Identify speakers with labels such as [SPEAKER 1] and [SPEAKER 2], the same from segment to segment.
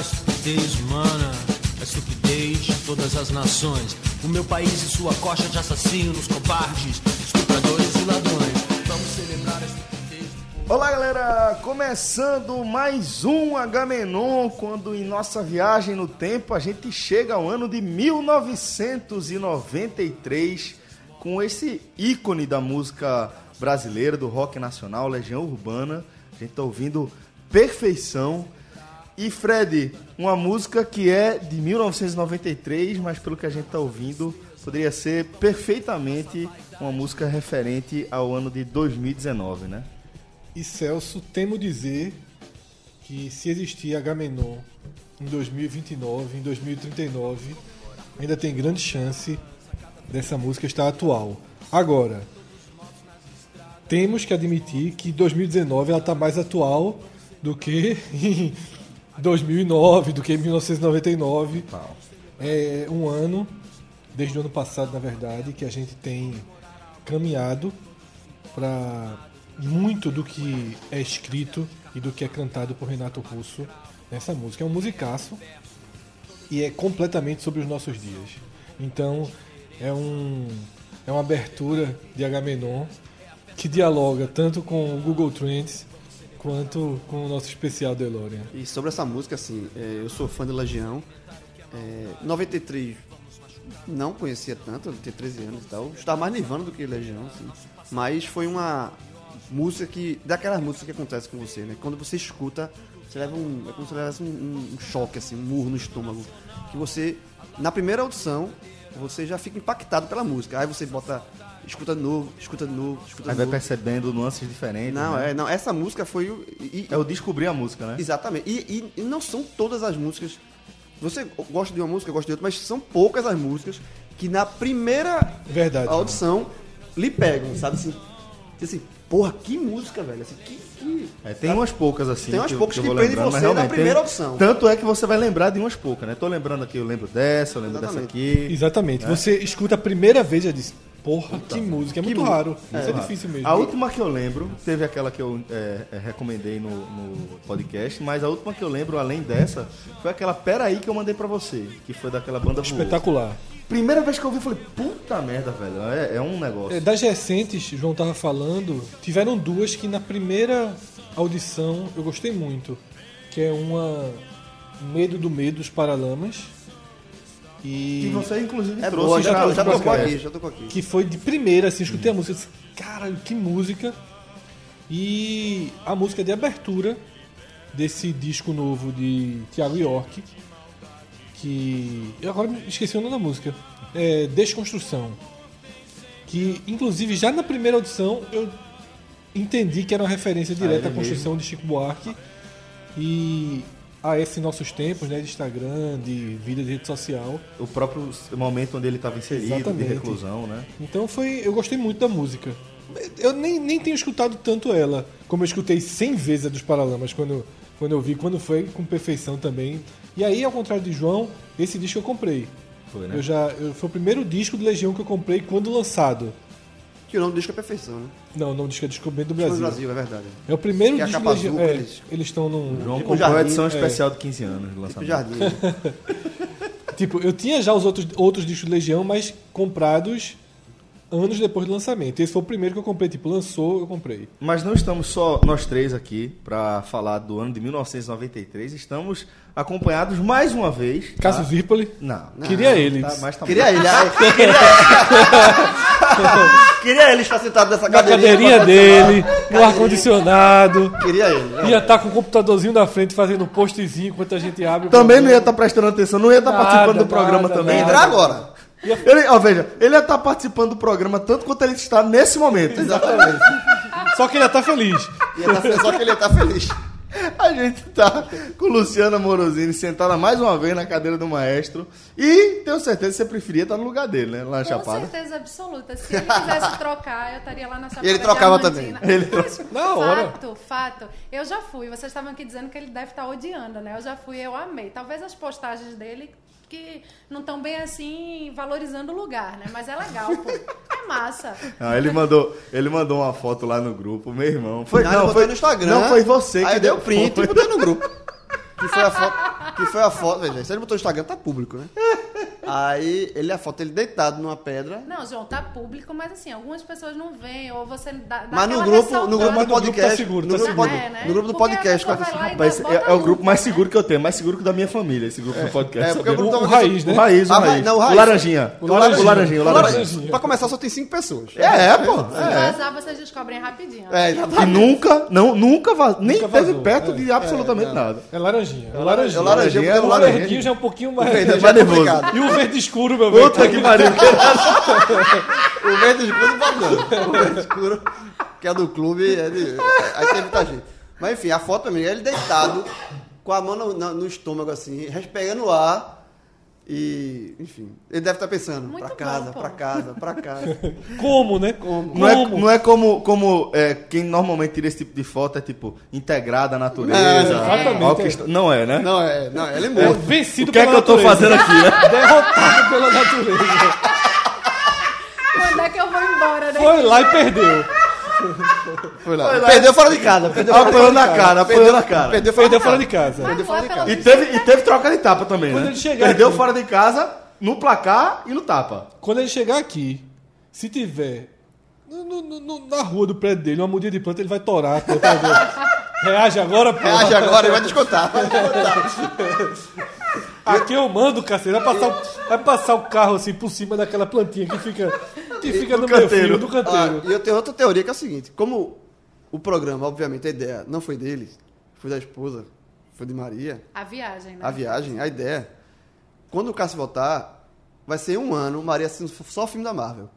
[SPEAKER 1] estupidez humana, a estupidez de todas as nações. O meu país e sua coxa de assassinos, covardes, estupradores e ladrões. Vamos celebrar a estupidez do povo.
[SPEAKER 2] Olá galera, começando mais um Agamenon, quando em nossa viagem no tempo a gente chega ao ano de 1993 com esse ícone da música brasileira, do rock nacional, Legião Urbana. A gente tá ouvindo Perfeição. E Fred, uma música que é de 1993, mas pelo que a gente tá ouvindo, poderia ser perfeitamente uma música referente ao ano de 2019, né?
[SPEAKER 3] E Celso, temo dizer que se existir Agamenon em 2029, em 2039, ainda tem grande chance dessa música estar atual. Agora, temos que admitir que 2019 ela está mais atual do que em 2009, do que em 1999. É um ano, desde o ano passado, na verdade, que a gente tem caminhado para muito do que é escrito e do que é cantado por Renato Russo nessa música. É um musicaço e é completamente sobre os nossos dias. Então, é, um, é uma abertura de Agamenon que dialoga tanto com o Google Trends quanto com o nosso especial DeLorean.
[SPEAKER 4] E sobre essa música, assim, é, eu sou fã de Legião. É, 93 não conhecia tanto, eu tinha 13 anos e tal. Estava mais Nirvana do que Legião, assim. Mas foi uma música que. daquelas músicas que acontece com você, né? Quando você escuta, você leva um. É como se levasse um, um choque, assim, um murro no estômago. Que você, na primeira audição, você já fica impactado pela música. Aí você bota. Escuta de novo, escuta de novo, escuta
[SPEAKER 2] Aí
[SPEAKER 4] de
[SPEAKER 2] vai
[SPEAKER 4] novo.
[SPEAKER 2] percebendo nuances diferentes.
[SPEAKER 4] Não,
[SPEAKER 2] né?
[SPEAKER 4] é, não, essa música foi o. e- e-
[SPEAKER 2] É o descobrir a música, né?
[SPEAKER 4] Exatamente. E, e- e não são todas as músicas. Você gosta de uma música, gosta de outra, mas são poucas as músicas que na primeira
[SPEAKER 3] Verdade.
[SPEAKER 4] audição lhe pegam, sabe? Assim, assim porra, que música, velho. Assim, que, que-
[SPEAKER 2] É, tem umas poucas assim.
[SPEAKER 4] Tem umas
[SPEAKER 2] eu-
[SPEAKER 4] poucas
[SPEAKER 2] eu
[SPEAKER 4] que
[SPEAKER 2] vou
[SPEAKER 4] prendem
[SPEAKER 2] lembrando, mas
[SPEAKER 4] você na
[SPEAKER 2] realmente
[SPEAKER 4] primeira
[SPEAKER 2] tem-
[SPEAKER 4] opção.
[SPEAKER 2] Tanto é que você vai lembrar de umas poucas, né? Tô lembrando aqui, eu lembro dessa, eu lembro dessa
[SPEAKER 4] Exatamente.
[SPEAKER 2] aqui.
[SPEAKER 3] Exatamente. Você escuta a primeira vez e já diz, porra, É. que música. É muito
[SPEAKER 4] mu-
[SPEAKER 3] raro. Isso é difícil mesmo.
[SPEAKER 2] A última que eu lembro, teve aquela que eu é, é, recomendei no, no podcast, mas a última que eu lembro, além dessa, foi aquela Peraí que eu mandei pra você, que foi daquela banda Voou.
[SPEAKER 3] Espetacular.
[SPEAKER 2] Primeira vez que eu vi, eu falei, puta merda, velho, é, é um negócio.
[SPEAKER 3] É, Das recentes, João tava falando, tiveram duas que na primeira audição eu gostei muito. Que é uma um Medo do Medo dos Paralamas.
[SPEAKER 2] que
[SPEAKER 3] E
[SPEAKER 2] você, inclusive,
[SPEAKER 4] É
[SPEAKER 2] trouxe
[SPEAKER 4] boa, já,
[SPEAKER 2] pra-
[SPEAKER 4] tô- já
[SPEAKER 2] pra-
[SPEAKER 4] tocou aqui, já tocou aqui.
[SPEAKER 3] que foi de primeira, assim, escutei a música, eu disse, caralho, que música. E a música é de abertura desse disco novo de Thiago York, que eu agora me esqueci o nome da música, é Desconstrução. Que, inclusive, já na primeira audição eu entendi que era uma referência direta à
[SPEAKER 2] ele
[SPEAKER 3] construção de Chico Buarque e a esses nossos tempos, né, de Instagram, de vida de rede social.
[SPEAKER 2] O próprio momento onde ele tava inserido,
[SPEAKER 3] Exatamente.
[SPEAKER 2] de reclusão, né?
[SPEAKER 3] Então foi. Eu gostei muito da música. Eu nem, nem tenho escutado tanto ela, como eu escutei 100 vezes a dos Paralamas quando, quando eu vi, quando foi com perfeição também. E aí, ao contrário de João, esse disco eu comprei.
[SPEAKER 2] Foi, né?
[SPEAKER 3] Eu já, eu- foi o primeiro disco de Legião que eu comprei quando lançado.
[SPEAKER 4] Que o nome do disco é Perfeição, né?
[SPEAKER 3] Não, não disco é disco bem do
[SPEAKER 4] Brasil.
[SPEAKER 3] Brasil.
[SPEAKER 4] Brasil, é verdade.
[SPEAKER 3] É o primeiro
[SPEAKER 4] Que é a
[SPEAKER 3] disco de
[SPEAKER 4] capa
[SPEAKER 3] Legião.
[SPEAKER 4] azul que
[SPEAKER 3] é,
[SPEAKER 4] eles-
[SPEAKER 3] eles estão num.
[SPEAKER 2] João
[SPEAKER 4] Tipo
[SPEAKER 2] comprou a
[SPEAKER 4] Jardim,
[SPEAKER 2] edição
[SPEAKER 4] é.
[SPEAKER 2] um especial de 15 anos do
[SPEAKER 4] Tipo
[SPEAKER 2] lançamento.
[SPEAKER 4] Jardim.
[SPEAKER 3] Tipo, eu tinha já os outros, outros discos de Legião, mas comprados anos depois do lançamento. Esse foi o primeiro que eu comprei. Tipo, lançou, eu comprei.
[SPEAKER 2] Mas não estamos só nós três aqui para falar do ano de 1993, estamos acompanhados mais uma vez. tá?
[SPEAKER 3] Cássio Zirpoli.
[SPEAKER 2] Não, não.
[SPEAKER 3] Queria ele.
[SPEAKER 2] Tá, mas tá
[SPEAKER 4] Queria ele. ah, Queria, queria ele estar sentado nessa
[SPEAKER 3] Na
[SPEAKER 4] cadeirinha.
[SPEAKER 3] cadeirinha dele, no ar-condicionado.
[SPEAKER 4] Queria ele. né?
[SPEAKER 3] Ia estar com o computadorzinho na frente fazendo um postzinho enquanto a gente abre. o
[SPEAKER 2] Também não ia
[SPEAKER 3] programa.
[SPEAKER 2] estar prestando atenção, não ia estar
[SPEAKER 3] Nada,
[SPEAKER 2] participando do programa
[SPEAKER 3] nada,
[SPEAKER 2] também.
[SPEAKER 3] nada.
[SPEAKER 4] Entrar agora.
[SPEAKER 2] Ele, ó, veja, ele ia estar participando do programa tanto quanto ele está nesse momento.
[SPEAKER 4] Exatamente.
[SPEAKER 2] tá-
[SPEAKER 3] Só que ele ia estar feliz.
[SPEAKER 4] Ia tá- Só que ele ia estar feliz.
[SPEAKER 2] A gente tá com Luciana Morosini sentada mais uma vez na cadeira do maestro. E tenho certeza que você preferia estar no lugar dele, né? Lá na
[SPEAKER 5] Com
[SPEAKER 2] Chapada.
[SPEAKER 5] certeza absoluta. Se ele quisesse trocar, eu estaria lá na Chapada
[SPEAKER 4] Ele trocava
[SPEAKER 5] Diamantina.
[SPEAKER 4] também.
[SPEAKER 2] Ele
[SPEAKER 5] Mas,
[SPEAKER 3] Na hora.
[SPEAKER 5] Fato, fato. Eu já fui. Vocês estavam aqui dizendo que ele deve estar odiando, né? Eu já fui, eu amei. Talvez as postagens dele que não estão bem assim valorizando o lugar, né? Mas é legal, pô. É massa.
[SPEAKER 2] Ah, ele mandou, ele mandou uma foto lá no grupo, meu irmão. Foi,
[SPEAKER 4] Não, eu botei no Instagram.
[SPEAKER 2] Não foi você
[SPEAKER 4] aí
[SPEAKER 2] que
[SPEAKER 4] deu print e
[SPEAKER 2] foi.
[SPEAKER 4] botei no grupo. Que foi a foto. Que foi a foto, veja, se ele botou no Instagram, tá público, né? Aí, ele a foto, ele deitado numa pedra.
[SPEAKER 5] Não, João, tá público, mas assim, algumas pessoas não veem, ou você dá, dá
[SPEAKER 4] Mas no
[SPEAKER 5] aquela
[SPEAKER 4] grupo,
[SPEAKER 5] ressaltada.
[SPEAKER 4] no grupo
[SPEAKER 3] Mas
[SPEAKER 4] do
[SPEAKER 3] no grupo
[SPEAKER 4] podcast.
[SPEAKER 3] tá seguro,
[SPEAKER 4] no
[SPEAKER 3] tá
[SPEAKER 4] grupo
[SPEAKER 3] seguro.
[SPEAKER 4] pod-
[SPEAKER 5] É, né?
[SPEAKER 4] No grupo do
[SPEAKER 5] Porque a
[SPEAKER 4] podcast,
[SPEAKER 5] pessoa
[SPEAKER 4] com a-
[SPEAKER 5] vai lá e
[SPEAKER 2] Rapaz,
[SPEAKER 5] dá-
[SPEAKER 2] é,
[SPEAKER 5] bota
[SPEAKER 2] é o
[SPEAKER 5] junto,
[SPEAKER 2] grupo mais
[SPEAKER 5] né?
[SPEAKER 2] seguro que eu tenho, mais seguro que o da minha família, esse grupo do podcast.
[SPEAKER 4] é, porque o
[SPEAKER 2] sabia?
[SPEAKER 4] grupo
[SPEAKER 3] O,
[SPEAKER 4] Então,
[SPEAKER 3] o raiz, né?
[SPEAKER 2] O raiz, o
[SPEAKER 4] Ah,
[SPEAKER 2] raiz.
[SPEAKER 4] mas não, o
[SPEAKER 2] o
[SPEAKER 4] raiz.
[SPEAKER 2] laranjinha. O laranjinha, o laranjinha. O laranjinha.
[SPEAKER 3] laranjinha.
[SPEAKER 4] Pra começar, só tem cinco pessoas.
[SPEAKER 2] É, é, pô.
[SPEAKER 5] Se
[SPEAKER 2] É.
[SPEAKER 5] vazar, vocês descobrem rapidinho.
[SPEAKER 4] É, já tá.
[SPEAKER 2] E nunca, não, nunca, vaz- nem
[SPEAKER 3] Nunca
[SPEAKER 2] teve
[SPEAKER 3] vazou.
[SPEAKER 2] perto
[SPEAKER 3] É,
[SPEAKER 2] de absolutamente nada.
[SPEAKER 3] É laranjinha. É
[SPEAKER 4] É
[SPEAKER 3] laranjinha.
[SPEAKER 4] o laranjinha,
[SPEAKER 2] Laranjinha,
[SPEAKER 4] porque o
[SPEAKER 3] O
[SPEAKER 2] laranjinha.
[SPEAKER 4] laranjinha.
[SPEAKER 3] verdinho já é um pouquinho mais.
[SPEAKER 4] Verde é
[SPEAKER 2] mais
[SPEAKER 4] mais
[SPEAKER 2] nervoso.
[SPEAKER 4] complicado.
[SPEAKER 3] E o verde escuro, meu velho.
[SPEAKER 2] Puta que pariu.
[SPEAKER 4] O verde escuro bacana. O verde escuro, que é do clube, é de- aí tem muita gente. Mas enfim, a foto mesmo, ele deitado, com a mão no, na- no estômago assim, respirando o ar. E, enfim, ele deve estar pensando,
[SPEAKER 5] Muito
[SPEAKER 4] pra
[SPEAKER 5] bom,
[SPEAKER 4] casa,
[SPEAKER 5] pô.
[SPEAKER 4] pra casa, pra casa.
[SPEAKER 3] Como, né?
[SPEAKER 4] Como?
[SPEAKER 2] Não é, não é como, como é, quem normalmente tira esse tipo de foto, é tipo, integrada à natureza.
[SPEAKER 4] Não,
[SPEAKER 3] É, exatamente.
[SPEAKER 2] Ó, que est- Não é, né?
[SPEAKER 4] Não, é, não, ele é
[SPEAKER 3] É
[SPEAKER 4] morto.
[SPEAKER 3] vencido
[SPEAKER 2] O que é que
[SPEAKER 3] pela
[SPEAKER 2] eu tô
[SPEAKER 3] natureza.
[SPEAKER 2] fazendo aqui, né?
[SPEAKER 3] Derrotado pela natureza.
[SPEAKER 5] Quando é que eu vou embora, né?
[SPEAKER 3] Foi lá e perdeu.
[SPEAKER 4] Foi lá. Perdeu fora de casa, perdeu fora de
[SPEAKER 2] Apanhou
[SPEAKER 4] casa.
[SPEAKER 2] na cara, apanhou na cara.
[SPEAKER 4] Perdeu fora de
[SPEAKER 3] Perdeu
[SPEAKER 4] casa.
[SPEAKER 3] fora de casa.
[SPEAKER 5] Mas não é pelo
[SPEAKER 2] E
[SPEAKER 5] visto,
[SPEAKER 2] teve, e teve troca de tapa também,
[SPEAKER 3] Quando
[SPEAKER 2] né?
[SPEAKER 3] ele chegar
[SPEAKER 2] Perdeu
[SPEAKER 3] aqui.
[SPEAKER 2] fora de casa, no placar e no tapa.
[SPEAKER 3] Quando ele chegar aqui, se tiver no- no- no- na rua do prédio dele uma mudinha de planta, ele vai torar. a planta dele. Reage agora, pô.
[SPEAKER 4] Reage Ah, agora, ele vai descontar. Vai descontar.
[SPEAKER 3] Aqui eu mando, cacete. Vai passar, o- vai passar o carro assim por cima daquela plantinha que fica, que fica no meu
[SPEAKER 2] canteiro.
[SPEAKER 3] filho, do canteiro.
[SPEAKER 4] Ah, e eu tenho outra teoria que é o seguinte: como o programa, obviamente, a ideia não foi dele, foi da esposa, foi de Maria,
[SPEAKER 5] A viagem, né?
[SPEAKER 4] a viagem, a ideia. Quando o Cássio voltar, vai ser um ano, Maria assistindo só filme da Marvel.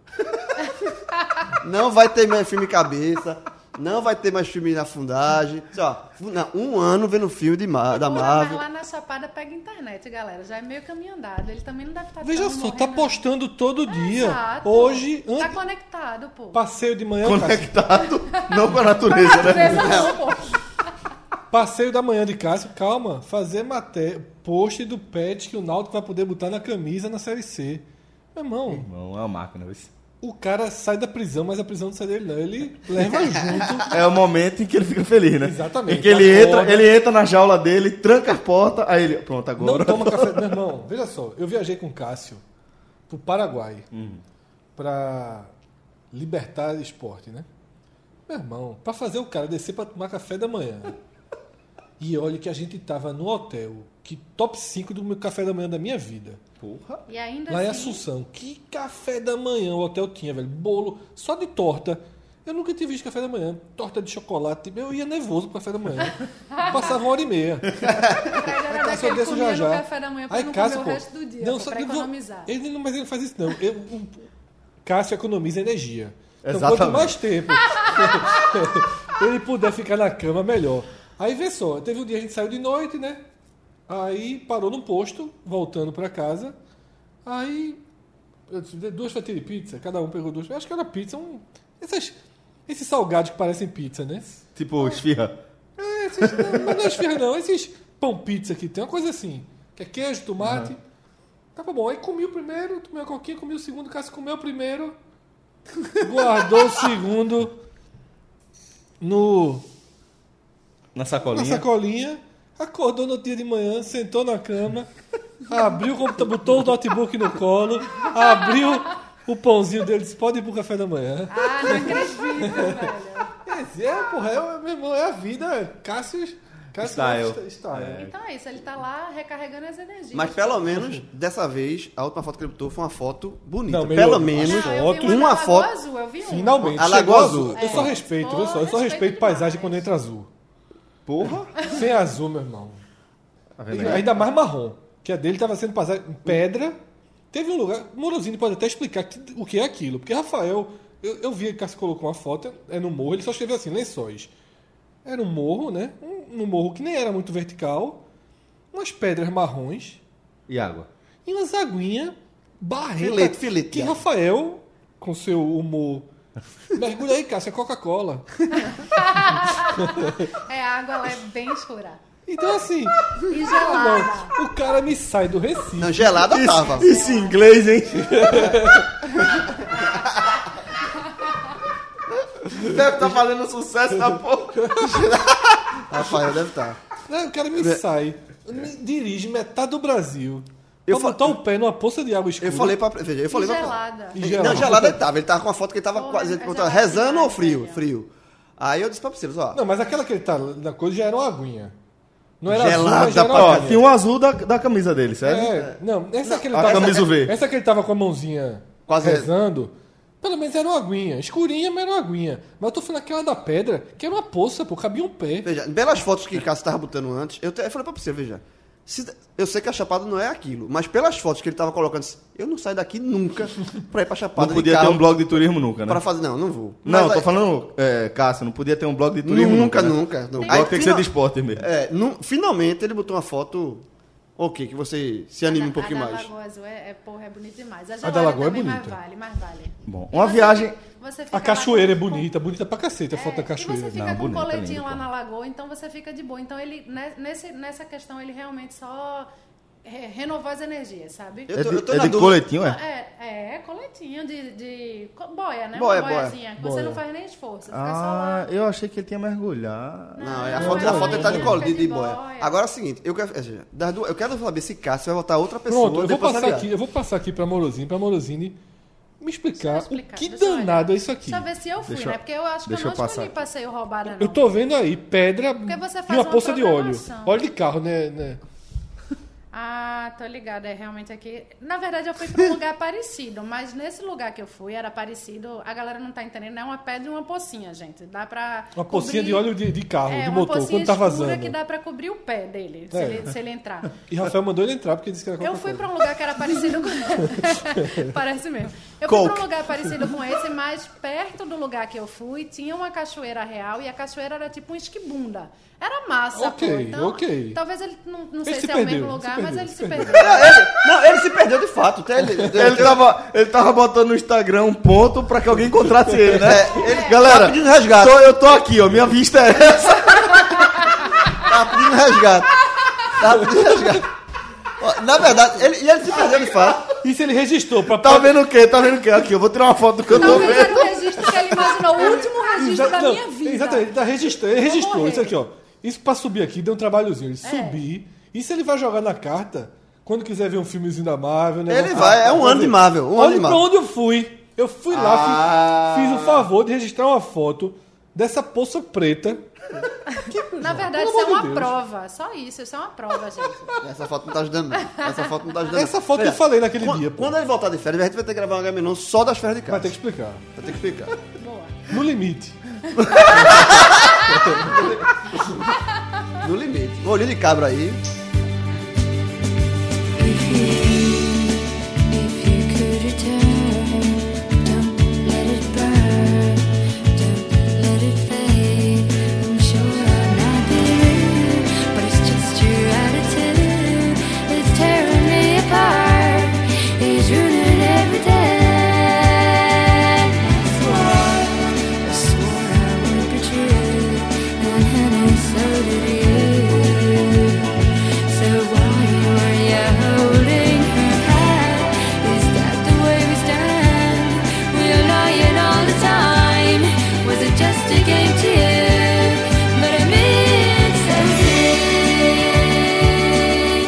[SPEAKER 4] não vai ter mais filme cabeça, não vai ter mais filme na fundagem. Só, não, um ano vendo filme de Mar- da
[SPEAKER 5] Pô,
[SPEAKER 4] Marvel.
[SPEAKER 5] Mas lá na Chapada pega internet, galera. Já é meio caminho andado. Ele também não deve estar
[SPEAKER 3] Veja
[SPEAKER 5] tão
[SPEAKER 3] só, tá
[SPEAKER 5] morrendo.
[SPEAKER 3] postando todo dia.
[SPEAKER 5] Exato.
[SPEAKER 3] Hoje,
[SPEAKER 5] Tá
[SPEAKER 3] antes,
[SPEAKER 5] conectado, pô. Tá
[SPEAKER 3] passeio de manhã, Cássio.
[SPEAKER 2] Conectado, não com a natureza, né?
[SPEAKER 5] Natureza não, pô.
[SPEAKER 3] Passeio da manhã de Cássio, calma. Fazer maté, post do pet que o Náutico vai poder botar na camisa na Série C. Meu irmão,
[SPEAKER 2] Não, é uma máquina. isso.
[SPEAKER 3] o cara sai da prisão, mas a prisão não sai dele não. Ele leva junto.
[SPEAKER 2] É o momento em que ele fica feliz, né?
[SPEAKER 3] Exatamente.
[SPEAKER 2] Em que ele
[SPEAKER 3] Acorda.
[SPEAKER 2] entra, ele entra na jaula dele, tranca a porta, aí ele, pronto,
[SPEAKER 3] Não
[SPEAKER 2] agora.
[SPEAKER 3] toma café. Meu irmão, veja só. Eu viajei com o Cássio pro Paraguai pra libertar esporte, né? Meu irmão, pra fazer o cara descer pra tomar café da manhã. E olha que a gente tava no hotel, que top 5 do meu café da manhã da minha vida.
[SPEAKER 2] Porra.
[SPEAKER 5] E ainda
[SPEAKER 3] Lá é em
[SPEAKER 5] assim,
[SPEAKER 3] Assunção. Que café da manhã o hotel tinha, velho? Bolo, só de torta. Eu nunca tinha visto café da manhã. Torta de chocolate. Eu ia nervoso pro café da manhã. Passava uma hora e meia.
[SPEAKER 5] Fred era
[SPEAKER 3] Aí Cássio, eu
[SPEAKER 5] daquele
[SPEAKER 3] desço
[SPEAKER 5] comia
[SPEAKER 3] já
[SPEAKER 5] no
[SPEAKER 3] já.
[SPEAKER 5] café da manhã pra não comer
[SPEAKER 3] Cássio,
[SPEAKER 5] o
[SPEAKER 3] pô,
[SPEAKER 5] resto do dia,
[SPEAKER 3] não,
[SPEAKER 5] pô,
[SPEAKER 3] só
[SPEAKER 5] pra
[SPEAKER 3] que eu vou-
[SPEAKER 5] economizar.
[SPEAKER 3] Ele não, mas ele não faz isso, não. Eu, o- Cássio economiza energia. Então,
[SPEAKER 2] Exatamente.
[SPEAKER 3] quanto mais tempo ele puder ficar na cama, melhor. Aí, vê só, teve um dia, a gente saiu de noite, né? Aí, parou num posto, voltando pra casa. Aí, eu disse, "Dê duas fatias de pizza, cada um pegou duas. Eu acho que era pizza, um... Essas, esses salgados que parecem pizza, né?
[SPEAKER 2] Tipo, esfirra.
[SPEAKER 3] É, esses, não, mas não é esfirra, não. Esses pão pizza que tem, uma coisa assim. Que é queijo, tomate. Tava bom. Aí comi o primeiro, tomei a coquinha, comi o segundo. Cássio comeu o primeiro. Guardou o segundo no,
[SPEAKER 2] Na
[SPEAKER 3] na
[SPEAKER 2] sacolinha.
[SPEAKER 3] sacolinha. Acordou no dia de manhã, sentou na cama. Abriu o computador, botou o notebook no colo. Abriu o pãozinho dele. Disse, pode ir pro café da manhã.
[SPEAKER 5] Ah, não acredito, velho.
[SPEAKER 3] Esse É, porra, é, meu irmão, é a vida. Cássio... Cássio
[SPEAKER 2] Style.
[SPEAKER 3] gosta- Style.
[SPEAKER 5] Então é isso, ele tá lá recarregando as energias.
[SPEAKER 4] Mas pelo menos, dessa vez, a última foto que ele botou foi uma foto bonita.
[SPEAKER 3] Não, melhorou.
[SPEAKER 4] pelo
[SPEAKER 5] Não,
[SPEAKER 4] menos,
[SPEAKER 5] Ah, eu vi
[SPEAKER 3] fotos.
[SPEAKER 5] da
[SPEAKER 4] Uma
[SPEAKER 5] Lagoa
[SPEAKER 4] foto-
[SPEAKER 5] Azul, eu vi uma.
[SPEAKER 3] Finalmente.
[SPEAKER 4] A Lagoa
[SPEAKER 3] chegou
[SPEAKER 4] Azul.
[SPEAKER 3] Eu só
[SPEAKER 5] É.
[SPEAKER 3] respeito,
[SPEAKER 5] Pô,
[SPEAKER 3] viu só? Eu só
[SPEAKER 5] respeito
[SPEAKER 3] respeito
[SPEAKER 5] demais.
[SPEAKER 3] paisagem quando entra azul.
[SPEAKER 2] Porra.
[SPEAKER 3] Sem azul, meu irmão.
[SPEAKER 2] Tá vendo aí?
[SPEAKER 3] Ainda mais marrom. Que a dele tava sendo paisagem em pedra. Teve um lugar. Morozinho pode até explicar que- o que é aquilo. Porque Rafael, eu, eu vi que o Cássio colocou uma foto, é no morro, ele só escreveu assim, lençóis. Era um morro, né? Um, um morro que nem era muito vertical. Umas pedras marrons
[SPEAKER 2] E água.
[SPEAKER 3] e umas aguinhas barreta.
[SPEAKER 4] Filete, filete
[SPEAKER 3] Que
[SPEAKER 4] de
[SPEAKER 3] Rafael, com seu humor... Mergulha aí, Cássio, é Coca-Cola.
[SPEAKER 5] É, a água lá é bem escura.
[SPEAKER 3] Então, assim,
[SPEAKER 5] E
[SPEAKER 3] irmão,
[SPEAKER 5] gelada.
[SPEAKER 3] o cara me sai do Recife.
[SPEAKER 4] não, gelada tava.
[SPEAKER 2] Isso em inglês, hein? Deve estar tá, fazendo sucesso na porra.
[SPEAKER 4] Rafael deve estar.
[SPEAKER 3] Né, O cara me sai me- dirige metade do Brasil.
[SPEAKER 4] Eu
[SPEAKER 3] Eu pra
[SPEAKER 4] fa-
[SPEAKER 3] botar o pé numa poça de água escura.
[SPEAKER 4] Eu falei pra. Veja, eu falei
[SPEAKER 5] E
[SPEAKER 4] pra-
[SPEAKER 5] gelada.
[SPEAKER 3] E
[SPEAKER 4] Não,
[SPEAKER 3] gelada.
[SPEAKER 4] gelada é ele tava. Ele tava com a foto que ele tava
[SPEAKER 5] Porra,
[SPEAKER 4] quase. Ele
[SPEAKER 5] é
[SPEAKER 4] perguntava,
[SPEAKER 5] gelada
[SPEAKER 4] rezando ou
[SPEAKER 5] demais,
[SPEAKER 4] frio?
[SPEAKER 5] velho.
[SPEAKER 4] Frio. Aí eu disse pra Priscila, ó.
[SPEAKER 3] Não, mas aquela que ele tá na coisa já era uma aguinha. Não era
[SPEAKER 4] Gelada
[SPEAKER 3] azul, mas já era
[SPEAKER 4] pra
[SPEAKER 3] uma
[SPEAKER 2] Ó,
[SPEAKER 3] aguinha.
[SPEAKER 2] tem um azul da, da camisa dele, certo?
[SPEAKER 3] É, não, essa que ele
[SPEAKER 2] a
[SPEAKER 3] tava.
[SPEAKER 2] camisa
[SPEAKER 3] essa,
[SPEAKER 2] V.
[SPEAKER 3] essa que ele tava com a mãozinha
[SPEAKER 4] Quase-
[SPEAKER 3] rezando. Pelo menos era uma aguinha. Escurinha, mas era uma aguinha. Mas eu tô falando aquela da pedra, que era uma poça, pô, cabia um pé.
[SPEAKER 4] Veja, belas fotos que Cássio tava botando antes, eu, te- eu falei pra você, veja. se- eu sei que a Chapada não é aquilo, mas pelas fotos que ele tava colocando, disse, eu não saio daqui nunca pra ir pra Chapada
[SPEAKER 2] Não podia
[SPEAKER 4] de
[SPEAKER 2] ter
[SPEAKER 4] carro
[SPEAKER 2] um blog de turismo nunca, né?
[SPEAKER 4] pra fazer. Não, não vou.
[SPEAKER 2] Não,
[SPEAKER 4] Mas
[SPEAKER 2] tô
[SPEAKER 4] aí-
[SPEAKER 2] falando, é, Cássio, não podia ter um blog de turismo
[SPEAKER 4] Nunca,
[SPEAKER 2] nunca. né?
[SPEAKER 4] nunca.
[SPEAKER 2] O
[SPEAKER 4] nunca.
[SPEAKER 2] blog tem que ser
[SPEAKER 4] final-
[SPEAKER 2] de esporte mesmo.
[SPEAKER 4] é, nu- finalmente ele botou uma foto. Ok, que você se anime um pouquinho
[SPEAKER 5] A da
[SPEAKER 4] mais.
[SPEAKER 5] Lagoa Azul é, é, porra, é bonito demais. A,
[SPEAKER 3] da
[SPEAKER 5] gelada
[SPEAKER 3] Lagoa é
[SPEAKER 5] também, mas
[SPEAKER 3] bonita.
[SPEAKER 5] vale, mas vale.
[SPEAKER 2] Bom, uma
[SPEAKER 5] Você-
[SPEAKER 2] viagem.
[SPEAKER 5] você fica
[SPEAKER 3] A
[SPEAKER 5] lá
[SPEAKER 3] cachoeira é
[SPEAKER 5] com- é,
[SPEAKER 3] bonita, bonita pra cacete a foto da
[SPEAKER 5] E
[SPEAKER 3] cachoeira.
[SPEAKER 5] você fica
[SPEAKER 2] Não,
[SPEAKER 5] com
[SPEAKER 2] bonita,
[SPEAKER 5] um coletinho
[SPEAKER 2] linda,
[SPEAKER 5] lá
[SPEAKER 2] pô.
[SPEAKER 5] na lagoa, então você fica de boa. Então ele, né, nesse, nessa questão, ele realmente só re- renovou as energias, sabe?
[SPEAKER 4] Eu
[SPEAKER 2] É
[SPEAKER 4] tô-
[SPEAKER 2] de,
[SPEAKER 4] eu tô
[SPEAKER 2] é
[SPEAKER 4] na
[SPEAKER 2] de
[SPEAKER 4] dúvida.
[SPEAKER 2] coletinho, é?
[SPEAKER 5] É, é, coletinho de, de co- boia, né?
[SPEAKER 4] Boia,
[SPEAKER 5] Uma
[SPEAKER 4] boia.
[SPEAKER 5] boiazinha. que Você
[SPEAKER 3] Boia.
[SPEAKER 5] não faz nem esforço. Fica só
[SPEAKER 2] Ah,
[SPEAKER 5] lá.
[SPEAKER 2] eu achei que ele tinha mergulhado.
[SPEAKER 4] Não, é a
[SPEAKER 5] Não,
[SPEAKER 4] foto,
[SPEAKER 5] é
[SPEAKER 4] a foto ele tá de
[SPEAKER 5] boia,
[SPEAKER 4] colo,
[SPEAKER 5] é
[SPEAKER 4] de,
[SPEAKER 5] de
[SPEAKER 4] de boia.
[SPEAKER 5] boia.
[SPEAKER 4] Agora é o seguinte, eu quero, é, seja, das duas- eu quero saber se Cássio vai votar outra pessoa.
[SPEAKER 3] Pronto, eu vou,
[SPEAKER 4] depois da
[SPEAKER 3] passar
[SPEAKER 4] viagem.
[SPEAKER 3] aqui, eu vou passar aqui pra Morosini, pra Morosini me explicar,
[SPEAKER 5] Deixa eu explicar,
[SPEAKER 3] Ah, o que
[SPEAKER 5] deixa eu
[SPEAKER 3] danado é
[SPEAKER 5] olhar.
[SPEAKER 3] isso aqui.
[SPEAKER 5] Deixa eu ver se eu fui,
[SPEAKER 2] Deixa eu-
[SPEAKER 5] né? Porque eu acho que eu
[SPEAKER 2] deixa
[SPEAKER 5] não
[SPEAKER 2] eu passar
[SPEAKER 5] escolhi
[SPEAKER 2] aqui.
[SPEAKER 5] passeio roubada, não.
[SPEAKER 3] Eu tô vendo aí, pedra
[SPEAKER 5] você faz
[SPEAKER 3] e uma
[SPEAKER 5] uma
[SPEAKER 3] poça de óleo.
[SPEAKER 5] programação.
[SPEAKER 3] Óleo de carro, né? né?
[SPEAKER 5] Ah, tô ligada, é realmente aqui. Na verdade, eu fui pra um lugar parecido, mas nesse lugar que eu fui era parecido. A galera não tá entendendo, é uma pedra e uma pocinha, gente. Dá pra.
[SPEAKER 3] Uma pocinha
[SPEAKER 5] cobrir-
[SPEAKER 3] de óleo de, de carro,
[SPEAKER 5] é,
[SPEAKER 3] de
[SPEAKER 5] uma
[SPEAKER 3] motor,
[SPEAKER 5] pocinha
[SPEAKER 3] quando tá
[SPEAKER 5] escura
[SPEAKER 3] vazando.
[SPEAKER 5] que dá pra cobrir o pé dele, se,
[SPEAKER 3] É.
[SPEAKER 5] ele, se ele entrar.
[SPEAKER 3] E Rafael mandou ele entrar porque disse que era
[SPEAKER 5] Eu
[SPEAKER 3] qualquer
[SPEAKER 5] fui
[SPEAKER 3] coisa.
[SPEAKER 5] pra um lugar que era parecido com. Parece mesmo. Eu fui pra
[SPEAKER 4] Coke.
[SPEAKER 5] um lugar parecido com esse, mas perto do lugar que eu fui tinha uma cachoeira real e a cachoeira era tipo um esquibunda. Era massa, pô.
[SPEAKER 3] Ok,
[SPEAKER 5] Então,
[SPEAKER 3] ok.
[SPEAKER 5] talvez ele não, não sei
[SPEAKER 3] se
[SPEAKER 5] se é o
[SPEAKER 3] perdeu,
[SPEAKER 5] mesmo lugar,
[SPEAKER 3] se
[SPEAKER 5] mas
[SPEAKER 3] perdeu,
[SPEAKER 5] ele
[SPEAKER 3] se
[SPEAKER 5] se
[SPEAKER 3] perdeu. É,
[SPEAKER 5] perdeu.
[SPEAKER 4] Não, ele, não, ele se perdeu de fato. até Ele,
[SPEAKER 2] Ele tava, ele tava botando no Instagram um ponto pra que alguém encontrasse ele, né?
[SPEAKER 4] É, ele
[SPEAKER 2] Galera,
[SPEAKER 4] tá pedindo resgate.
[SPEAKER 2] tô- eu tô aqui, ó. Minha vista é essa.
[SPEAKER 4] Tava Tá pedindo resgate. Tava pedindo resgate. Ó, Na verdade, ele, e ele se perdeu de fato.
[SPEAKER 3] Isso ele registrou pra
[SPEAKER 2] Tá vendo o quê? Tá vendo o quê? Aqui, eu vou tirar uma foto do que eu
[SPEAKER 4] Tá
[SPEAKER 2] tô
[SPEAKER 5] Talvez
[SPEAKER 2] vendo.
[SPEAKER 5] era o registro que ele imaginou, o último registro
[SPEAKER 3] Exa- não,
[SPEAKER 5] da tá minha vida.
[SPEAKER 3] Exatamente, ele tá registrando, ele registrou
[SPEAKER 5] morrer. É.
[SPEAKER 3] isso aqui, ó. Isso pra subir aqui deu um trabalhozinho. Ele subir. Isso ele vai jogar na carta quando quiser ver um filmezinho da Marvel. né?
[SPEAKER 4] Ele vai, é um ano de Marvel. Um ano
[SPEAKER 3] Olha
[SPEAKER 4] de
[SPEAKER 3] pra
[SPEAKER 4] Marvel.
[SPEAKER 3] onde eu fui. Eu fui lá,
[SPEAKER 4] Ah.
[SPEAKER 3] fiz, fiz o favor de registrar uma foto dessa poça preta.
[SPEAKER 5] Na verdade,
[SPEAKER 3] Pelo
[SPEAKER 5] isso é
[SPEAKER 3] amor
[SPEAKER 5] uma
[SPEAKER 3] de Deus.
[SPEAKER 5] prova. Só isso, isso é uma prova, gente.
[SPEAKER 4] Essa foto não tá ajudando, não. Essa foto não tá ajudando.
[SPEAKER 3] Essa foto que eu
[SPEAKER 4] Veja,
[SPEAKER 3] falei naquele
[SPEAKER 4] quan-
[SPEAKER 3] dia, pô.
[SPEAKER 4] Quando ele voltar de férias, a gente vai ter que gravar um HMNO só das férias de
[SPEAKER 3] Vai
[SPEAKER 4] casa.
[SPEAKER 3] ter que explicar.
[SPEAKER 4] Vai ter que explicar.
[SPEAKER 5] Boa.
[SPEAKER 3] No limite.
[SPEAKER 4] No limite. O olho de cabra aí.
[SPEAKER 6] So did you. So why were you holding her hand? Is that the way we stand? We're lying all the time. Was it just a game to you? But I mean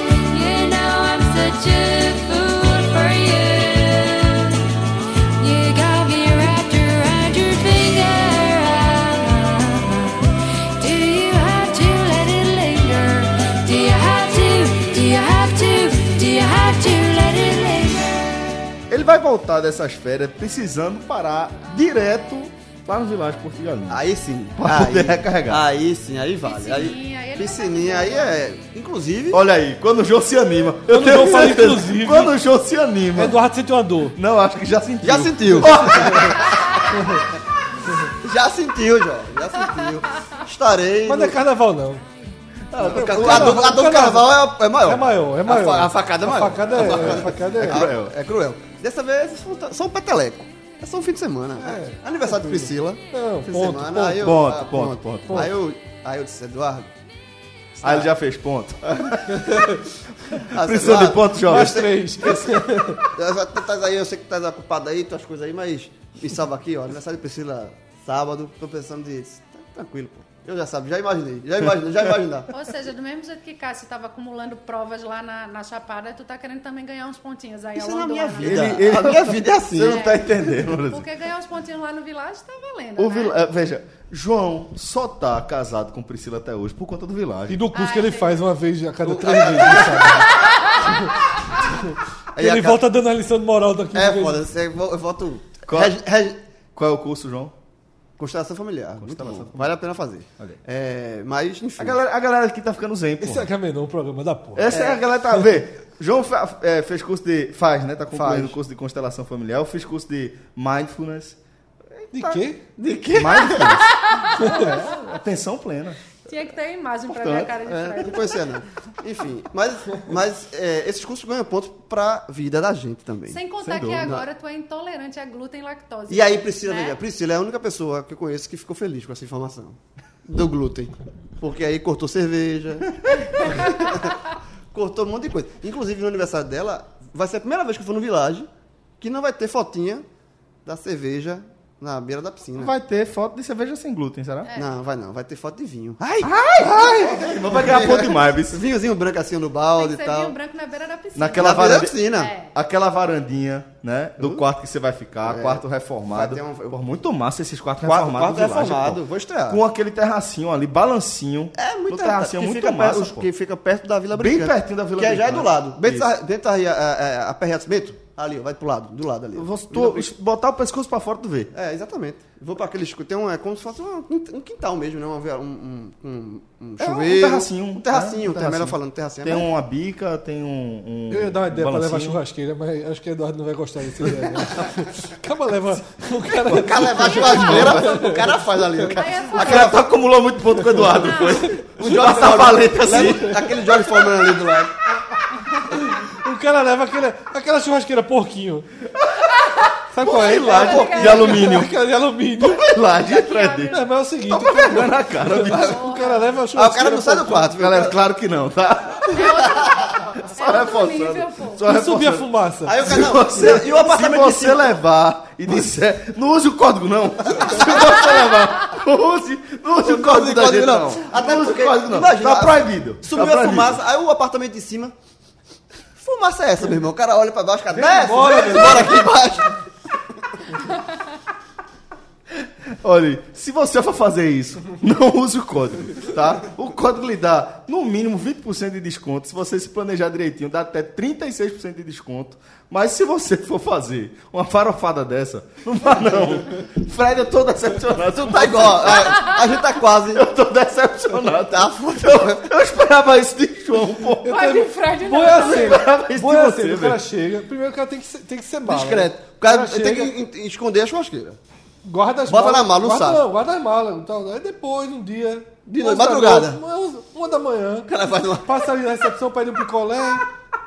[SPEAKER 6] something. You know I'm such a fool for you. You got me wrapped around your finger. Do you have to let it linger? Do you have to? Do you have to? Do you have to let it linger?
[SPEAKER 2] Ele vai voltar dessas férias precisando parar direto lá no Vilagem Porto de Galinhas.
[SPEAKER 4] Aí sim.
[SPEAKER 2] Pra
[SPEAKER 4] aí,
[SPEAKER 2] poder recarregar.
[SPEAKER 4] Aí sim, aí vale. Aí,
[SPEAKER 5] Piscininha, aí ele
[SPEAKER 4] piscininha, aí é. Inclusive.
[SPEAKER 2] Olha aí, quando o Jô se anima. Eu
[SPEAKER 3] Quando
[SPEAKER 2] tenho
[SPEAKER 3] o Jô fala,
[SPEAKER 2] certeza,
[SPEAKER 3] inclusive-
[SPEAKER 2] Quando o Jô se anima.
[SPEAKER 3] Eduardo sentiu uma dor.
[SPEAKER 2] Não, acho que já sentiu.
[SPEAKER 4] Já sentiu. já sentiu, já. Já sentiu. Estarei.
[SPEAKER 3] Mas não é carnaval, não.
[SPEAKER 4] A do, a do, a do carnaval é, é maior.
[SPEAKER 3] É maior, é maior.
[SPEAKER 4] A, fa- a facada
[SPEAKER 3] A
[SPEAKER 4] é maior.
[SPEAKER 3] facada é- a facada é-
[SPEAKER 4] cruel. É cruel. Dessa vez, só- só um peteleco. É só um fim de semana. né? Aniversário de Priscila.
[SPEAKER 3] Não,
[SPEAKER 4] fim
[SPEAKER 3] ponto,
[SPEAKER 4] de semana.
[SPEAKER 3] ponto,
[SPEAKER 4] aí eu,
[SPEAKER 2] ponto,
[SPEAKER 4] ah,
[SPEAKER 2] ponto, ponto.
[SPEAKER 4] Aí eu, aí eu disse, Eduardo...
[SPEAKER 2] Aí ele já fez ponto.
[SPEAKER 4] ah,
[SPEAKER 2] Precisou de
[SPEAKER 4] Eduardo,
[SPEAKER 2] ponto, jovem.
[SPEAKER 3] Mais três.
[SPEAKER 4] Tu estás tá aí, eu sei que tu estás ocupado aí, tuas coisas aí, mas me salva aqui, ó. Aniversário de Priscila, sábado. Tô pensando de... tá tranquilo, pô. Eu já sabe, já imaginei, já imaginei, já imaginar.
[SPEAKER 5] Ou seja, do mesmo jeito que Cássio estava acumulando provas lá na, na Chapada, tu tá querendo também ganhar uns pontinhos aí
[SPEAKER 4] Isso é
[SPEAKER 5] ao longo
[SPEAKER 4] na minha
[SPEAKER 5] do ano,
[SPEAKER 4] vida.
[SPEAKER 5] Né?
[SPEAKER 2] Ele-
[SPEAKER 4] A minha vida é assim.
[SPEAKER 2] Você não tá entendendo, Brasil.
[SPEAKER 5] Porque ganhar uns pontinhos lá no Village tá valendo.
[SPEAKER 2] O
[SPEAKER 5] né?
[SPEAKER 2] Vila- eh, Veja, João só tá casado com Priscila até hoje por conta do
[SPEAKER 3] E
[SPEAKER 2] Vilagem.
[SPEAKER 3] do curso que ele
[SPEAKER 5] entendi.
[SPEAKER 3] faz uma vez a cada três meses, sabe?
[SPEAKER 4] Aí
[SPEAKER 3] ele
[SPEAKER 4] acaba-
[SPEAKER 3] volta dando a lição de moral daqui uma
[SPEAKER 4] É
[SPEAKER 3] vez.
[SPEAKER 4] foda, você vo- eu voto. um.
[SPEAKER 2] Qual-
[SPEAKER 4] Reg- reg-
[SPEAKER 2] Qual é o curso, João?
[SPEAKER 4] Constelação familiar. muito
[SPEAKER 2] Constelação
[SPEAKER 4] bom. Vale a pena fazer.
[SPEAKER 2] Olha aí.
[SPEAKER 4] É, mas, enfim.
[SPEAKER 2] A galera, a galera aqui tá ficando zen, pô.
[SPEAKER 3] Esse é Camenon, o programa da porra.
[SPEAKER 2] Essa é a galera tá vê. João fa- eh, fez curso de faz, né? Tá concluindo
[SPEAKER 4] Faz.
[SPEAKER 2] o curso de constelação familiar, eu fiz curso de mindfulness.
[SPEAKER 3] De quê?
[SPEAKER 4] De quê?
[SPEAKER 2] Mindfulness. é, atenção plena.
[SPEAKER 5] Tinha que ter a imagem pra ver a cara de
[SPEAKER 4] É, não
[SPEAKER 5] Fred.
[SPEAKER 4] conhecia, não. Enfim, mas, mas é, esses cursos ganham pontos pra vida da gente também.
[SPEAKER 5] Sem contar
[SPEAKER 2] Sem
[SPEAKER 5] que
[SPEAKER 2] dúvida.
[SPEAKER 5] agora tu é intolerante a glúten e lactose.
[SPEAKER 4] E aí, Priscila,
[SPEAKER 5] né?
[SPEAKER 4] né? Priscila é a única pessoa que eu conheço que ficou feliz com essa informação do glúten. Porque aí cortou cerveja, cortou um monte de coisa. Inclusive, no aniversário dela, vai ser a primeira vez que eu for no Village que não vai ter fotinha da cerveja na beira da piscina.
[SPEAKER 2] Vai ter foto de cerveja sem glúten, será?
[SPEAKER 4] Não, vai não. Vai ter foto de vinho. Ai!
[SPEAKER 2] Não É. vai ganhar ponto demais, bicho.
[SPEAKER 4] Vinhozinho branco assim no
[SPEAKER 5] Tem
[SPEAKER 4] balde
[SPEAKER 5] que
[SPEAKER 4] e
[SPEAKER 5] ser
[SPEAKER 4] tal.
[SPEAKER 5] vinho branco na beira da piscina.
[SPEAKER 2] Naquela
[SPEAKER 4] Na beira da
[SPEAKER 2] varanda-
[SPEAKER 4] piscina.
[SPEAKER 5] É.
[SPEAKER 2] Aquela varandinha, né? Do quarto que você vai ficar,
[SPEAKER 4] É.
[SPEAKER 2] quarto reformado.
[SPEAKER 4] Vai ter um-
[SPEAKER 2] Pô, muito massa esses quartos
[SPEAKER 4] Quarto-
[SPEAKER 2] reformados.
[SPEAKER 4] quarto
[SPEAKER 2] de laje,
[SPEAKER 4] reformado,
[SPEAKER 2] pô.
[SPEAKER 4] vou estrear.
[SPEAKER 2] Com aquele terracinho ali, balancinho.
[SPEAKER 4] É
[SPEAKER 2] No
[SPEAKER 4] muito
[SPEAKER 2] terracinho,
[SPEAKER 4] que
[SPEAKER 2] muito
[SPEAKER 4] fica
[SPEAKER 2] massa,
[SPEAKER 4] perto,
[SPEAKER 2] pô.
[SPEAKER 4] Que fica perto da Vila
[SPEAKER 2] Bem
[SPEAKER 4] Brincante.
[SPEAKER 2] pertinho da Vila
[SPEAKER 4] que é já é do
[SPEAKER 2] Brincante.
[SPEAKER 4] lado. Bento
[SPEAKER 2] Isso.
[SPEAKER 4] Sarri- Bento Sarri- a- é, a- a- a Perretes Bento? Ali, ó, vai pro lado, do lado ali. ó.
[SPEAKER 2] Vou- tô- botar o pescoço pra fora, tu vê.
[SPEAKER 4] É, exatamente. Vou pra aquele escuro. Tem um, é como se fosse um, um quintal mesmo, né? Uma via- Um, um, um, um
[SPEAKER 2] É, um
[SPEAKER 4] chuveiro.
[SPEAKER 2] terracinho,
[SPEAKER 4] Um terracinho,
[SPEAKER 2] né? Um
[SPEAKER 4] tá
[SPEAKER 2] terracinho.
[SPEAKER 4] melhor falando, terracinho.
[SPEAKER 2] Tem
[SPEAKER 4] Mas-
[SPEAKER 2] uma bica, tem um. um
[SPEAKER 3] Eu ia dar uma ideia pra levar
[SPEAKER 2] balancinho.
[SPEAKER 3] churrasqueira, mas acho que Eduardo não vai gostar dessa ideia. Né? Acaba leva. O cara.
[SPEAKER 4] O cara leva a churrasqueira, o cara faz ali. O cara,
[SPEAKER 5] Aí é foda.
[SPEAKER 2] A cara tu acumulou muito ponto com o Eduardo, foi.
[SPEAKER 4] o Jorge
[SPEAKER 2] valente assim.
[SPEAKER 4] Leva aquele Jorge Foreman um ali do lado.
[SPEAKER 3] O cara leva aquele, aquela churrasqueira porquinho. Sabe qual é?
[SPEAKER 2] Sei lá,
[SPEAKER 5] Pô,
[SPEAKER 2] de alumínio.
[SPEAKER 3] Aquela de alumínio.
[SPEAKER 2] Sei lá, de Fred.
[SPEAKER 3] Não, mas é o seguinte,
[SPEAKER 2] Toma vergonha na cara, bicho.
[SPEAKER 3] o cara leva a
[SPEAKER 4] Ah, o
[SPEAKER 3] churrasqueira.
[SPEAKER 4] cara não sai do quarto, viu?
[SPEAKER 2] Galera, claro que não, tá? Só
[SPEAKER 5] É outro nível,
[SPEAKER 2] reforçando.
[SPEAKER 5] pô.
[SPEAKER 2] Só
[SPEAKER 3] e subir a
[SPEAKER 2] reforçando.
[SPEAKER 3] fumaça.
[SPEAKER 4] Aí o
[SPEAKER 2] Se
[SPEAKER 4] cara. não,
[SPEAKER 2] você,
[SPEAKER 4] e o apartamento
[SPEAKER 2] se
[SPEAKER 4] de
[SPEAKER 2] você levar e disser, não use o código não. Se você levar, não use, não use o código da gente não.
[SPEAKER 4] Até
[SPEAKER 2] não use o
[SPEAKER 4] porque,
[SPEAKER 2] código não.
[SPEAKER 4] imagina,
[SPEAKER 2] tá proibido.
[SPEAKER 4] Subiu
[SPEAKER 2] tá
[SPEAKER 4] a
[SPEAKER 2] proibido.
[SPEAKER 4] fumaça, aí o apartamento de cima. Fumaça é essa, meu irmão? O cara olha pra baixo, cara,
[SPEAKER 3] Vem
[SPEAKER 4] desce,
[SPEAKER 3] embora,
[SPEAKER 4] bora,
[SPEAKER 3] meu
[SPEAKER 4] bora aqui embaixo.
[SPEAKER 2] Olha, se você for fazer isso, não use o código, tá? O código lhe dá, no mínimo, 20% de desconto. Se você se planejar direitinho, dá até 36% de desconto. Mas se você for fazer uma farofada dessa, não vá não. Fred, eu tô decepcionado. Tu tá
[SPEAKER 4] Tá
[SPEAKER 2] igual.
[SPEAKER 4] igual, a, a gente tá quase.
[SPEAKER 2] Eu tô decepcionado.
[SPEAKER 4] Tá, foda.
[SPEAKER 2] Eu, eu esperava isso de João, pô. Eu
[SPEAKER 5] Vai de Fred,
[SPEAKER 3] Boa
[SPEAKER 5] não.
[SPEAKER 3] é a cena.
[SPEAKER 2] Parabéns
[SPEAKER 3] Boa é a
[SPEAKER 2] de você,
[SPEAKER 3] cena. O cara
[SPEAKER 2] velho.
[SPEAKER 3] chega. Primeiro o cara tem que ser, tem que ser mala.
[SPEAKER 4] Discreto. O
[SPEAKER 3] O
[SPEAKER 4] cara
[SPEAKER 3] cara
[SPEAKER 4] tem
[SPEAKER 3] chega-
[SPEAKER 4] que en- en- esconder a churrasqueira.
[SPEAKER 3] Guarda as
[SPEAKER 4] Bota
[SPEAKER 3] malas.
[SPEAKER 4] na mala, não
[SPEAKER 3] guarda,
[SPEAKER 4] sabe.
[SPEAKER 3] Não, guarda as malas. Então, aí depois, um dia.
[SPEAKER 4] De
[SPEAKER 3] onze
[SPEAKER 4] noite,
[SPEAKER 3] da
[SPEAKER 4] madrugada.
[SPEAKER 3] noite, uma- Uma da manhã.
[SPEAKER 4] O cara faz uma.
[SPEAKER 3] Passa ali na recepção, pede um picolé.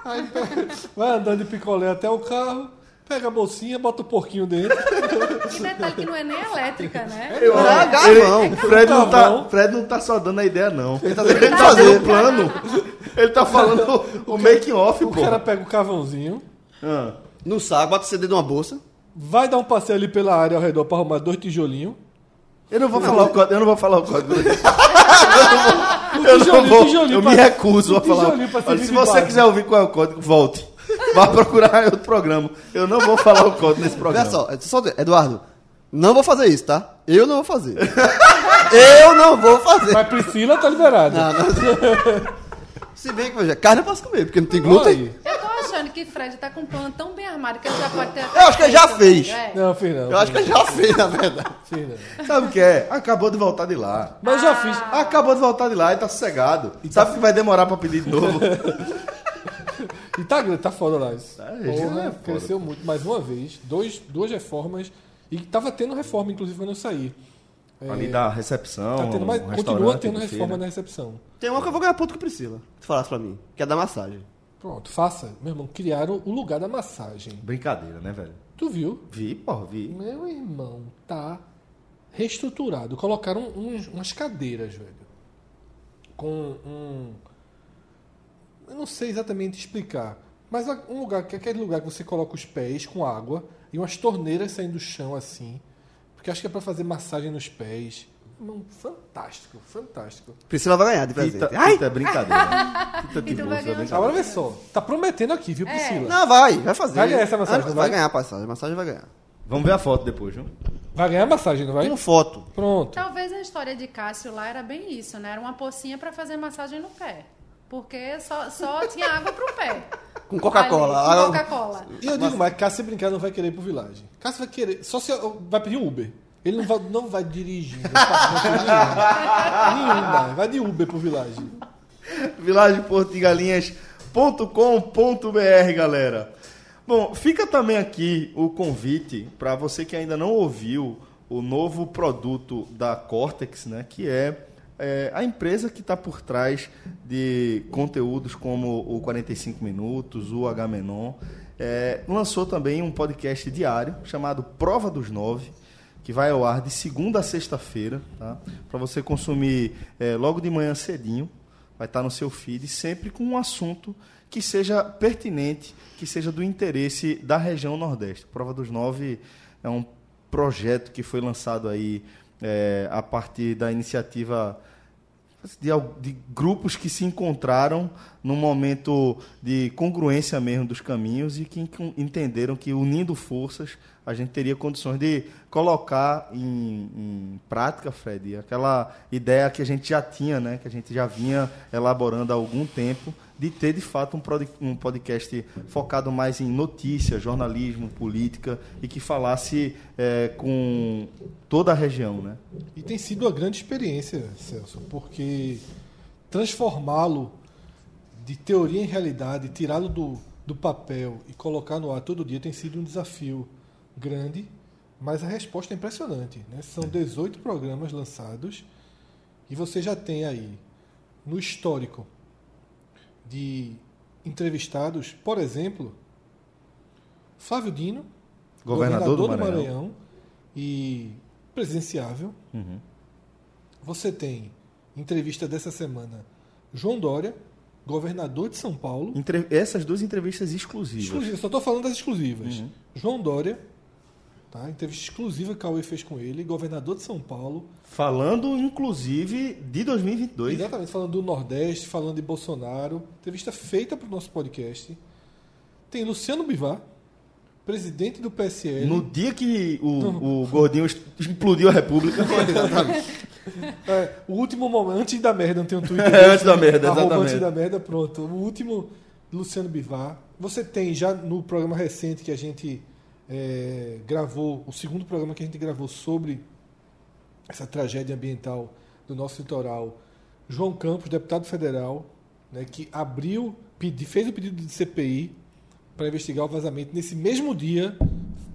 [SPEAKER 3] Aí pega- vai andando de picolé até o carro. Pega a bolsinha, bota o porquinho dentro.
[SPEAKER 5] E detalhe que não é nem elétrica, né?
[SPEAKER 2] Eu,
[SPEAKER 4] É,
[SPEAKER 2] olha,
[SPEAKER 4] garrão.
[SPEAKER 2] ele- Fred, não tá,
[SPEAKER 3] Garrão.
[SPEAKER 2] Fred não tá só dando a ideia, não. Ele
[SPEAKER 4] tá dando o que
[SPEAKER 2] tá dando
[SPEAKER 4] fazer.
[SPEAKER 2] o plano. Ele tá falando o making-off,
[SPEAKER 3] O
[SPEAKER 2] pô.
[SPEAKER 3] cara pega o carvãozinho.
[SPEAKER 2] Ah.
[SPEAKER 4] No saco, bota o CD numa bolsa.
[SPEAKER 3] Vai dar um passeio ali pela área ao redor pra arrumar dois tijolinhos.
[SPEAKER 2] Eu não vou falar o código, eu não vou falar o código.
[SPEAKER 3] O
[SPEAKER 2] Eu não
[SPEAKER 3] Um tijolinho,
[SPEAKER 2] vou,
[SPEAKER 3] tijolinho
[SPEAKER 2] eu
[SPEAKER 3] pra-
[SPEAKER 2] me recuso a
[SPEAKER 3] o tijolinho
[SPEAKER 2] falar.
[SPEAKER 3] pra
[SPEAKER 2] Olha,
[SPEAKER 3] servir
[SPEAKER 2] se
[SPEAKER 3] de
[SPEAKER 2] você
[SPEAKER 3] base.
[SPEAKER 2] quiser ouvir qual é o código, volte. Vá procurar outro programa. Eu não vou falar o código nesse
[SPEAKER 4] Olha
[SPEAKER 2] programa.
[SPEAKER 4] só, é só- Eduardo, não vou fazer isso, tá? Eu não vou fazer. Eu não vou fazer.
[SPEAKER 3] Mas Priscila tá liberada.
[SPEAKER 4] Não, não. Se bem que, veja, carne eu posso comer, porque não tem glúten.
[SPEAKER 3] Aí.
[SPEAKER 5] Eu tô achando que Fred tá com um plano tão bem armado que ele já pode ter.
[SPEAKER 4] Eu acho que ele já fez.
[SPEAKER 5] É.
[SPEAKER 3] Não, fiz não.
[SPEAKER 4] Eu acho que eu já fiz, na verdade.
[SPEAKER 3] fiz não.
[SPEAKER 2] Sabe o que é? Acabou de voltar de lá.
[SPEAKER 3] Mas já fiz.
[SPEAKER 2] Acabou de voltar de lá e tá sossegado. Sabe que vai demorar pra pedir de novo.
[SPEAKER 3] E tá grande, tá foda lá isso.
[SPEAKER 2] Tá, gente,
[SPEAKER 3] Porra,
[SPEAKER 2] é foda,
[SPEAKER 3] cresceu muito. Mais uma vez, dois, duas reformas. E tava tendo reforma, inclusive, quando eu saí. É,
[SPEAKER 2] Ali da recepção.
[SPEAKER 3] tá tendo, mas
[SPEAKER 2] um
[SPEAKER 3] continua
[SPEAKER 2] restaurante,
[SPEAKER 3] tendo
[SPEAKER 2] buffet,
[SPEAKER 3] reforma na
[SPEAKER 2] né?
[SPEAKER 3] recepção.
[SPEAKER 4] Tem uma que eu vou ganhar ponto com Priscila. Tu falasse pra mim, que é da massagem.
[SPEAKER 3] Pronto, faça. Meu irmão, criaram o lugar da massagem.
[SPEAKER 2] Brincadeira, né, velho?
[SPEAKER 3] Tu viu?
[SPEAKER 2] Vi, porra, vi.
[SPEAKER 3] Meu irmão, tá reestruturado. Colocaram um, uns- umas cadeiras, velho. Com um. Eu não sei exatamente explicar. Mas a- um lugar, que é aquele lugar que você coloca os pés com água e umas torneiras saindo do chão assim. Porque acho que é pra fazer massagem nos pés. Não, fantástico, fantástico.
[SPEAKER 4] Priscila vai ganhar de presente.
[SPEAKER 2] Tita, Tita é brincadeira. Tita de bolsa, é
[SPEAKER 5] Então vai ganhar um
[SPEAKER 2] brincadeira.
[SPEAKER 3] Agora vê só, tá prometendo aqui, viu, Priscila?
[SPEAKER 4] Não, vai, vai fazer.
[SPEAKER 3] Vai ganhar essa massagem,
[SPEAKER 4] Ah,
[SPEAKER 3] não
[SPEAKER 4] vai
[SPEAKER 3] vai?
[SPEAKER 4] ganhar a massagem, a massagem vai ganhar.
[SPEAKER 2] Vamos ver a foto depois, viu?
[SPEAKER 3] Vai ganhar massagem, não vai?
[SPEAKER 4] Com foto.
[SPEAKER 3] Pronto.
[SPEAKER 5] Talvez a história de Cássio lá era bem isso, né? Era uma pocinha pra fazer massagem no pé. Porque só, só tinha água pro pé.
[SPEAKER 4] Com Coca-Cola.
[SPEAKER 5] Ali,
[SPEAKER 4] Ah,
[SPEAKER 5] Com Coca-Cola.
[SPEAKER 3] E eu digo mais, Cássio se brincar não vai querer ir pro Village. Cássio vai querer, só se vai pedir Uber. Ele não vai, não vai dirigir. Não vai nenhum. Nenhum, vai. Vai de Uber pro Village.
[SPEAKER 2] vilagemportugalinhas.com.br, galera. Bom, fica também aqui o convite para você que ainda não ouviu o novo produto da Cortex, né, que é, é, a empresa que está por trás de conteúdos como o 45 Minutos, o H Menon. É, lançou também um podcast diário chamado Prova dos Nove que vai ao ar de segunda a sexta-feira, tá? Para você consumir eh, logo de manhã cedinho, vai estar no seu feed, sempre com um assunto que seja pertinente, que seja do interesse da região Nordeste. Prova dos Nove é um projeto que foi lançado aí eh, a partir da iniciativa de, al- de grupos que se encontraram num momento de congruência mesmo dos caminhos e que en- entenderam que unindo forças a gente teria condições de colocar em, em prática, Fred, aquela ideia que a gente já tinha, né, que a gente já vinha elaborando há algum tempo, de ter de fato um, prod- um podcast focado mais em notícias, jornalismo, política e que falasse eh, com toda a região, né?
[SPEAKER 3] E tem sido uma grande experiência, Celso, porque transformá-lo de teoria em realidade, tirá-lo do, do papel e colocar no ar todo dia tem sido um desafio grande, mas a resposta é impressionante. Né?
[SPEAKER 2] É.
[SPEAKER 3] São 18 programas lançados e você já tem aí no histórico de entrevistados, por exemplo, Flávio Dino,
[SPEAKER 2] Governador do
[SPEAKER 3] do
[SPEAKER 2] Maranhão.
[SPEAKER 3] Maranhão e presidenciável. Você tem entrevista dessa semana João Dória, governador de São Paulo.
[SPEAKER 2] Entre- essas duas entrevistas exclusivas.
[SPEAKER 3] Exclusiva, só estou falando das exclusivas. João Dória, tá? entrevista exclusiva que a Cauê fez com ele, governador de São Paulo.
[SPEAKER 2] Falando, inclusive, de 2022.
[SPEAKER 3] Exatamente, falando do Nordeste, falando de Bolsonaro. Entrevista feita para o nosso podcast. Tem Luciano Bivar, presidente do PSL.
[SPEAKER 2] No dia que o, o Gordinho est- explodiu a República.
[SPEAKER 3] É, o último momento, antes da merda, não tem um Twitter.
[SPEAKER 2] É, antes da merda,
[SPEAKER 3] Arroba
[SPEAKER 2] exatamente.
[SPEAKER 3] Antes da merda, pronto. O último, Luciano Bivar. Você tem já no programa recente que a gente é, gravou, o segundo programa que a gente gravou sobre essa tragédia ambiental do nosso litoral, João Campos, deputado federal, né, que abriu, pedi- fez o pedido de CPI para investigar o vazamento. Nesse mesmo dia,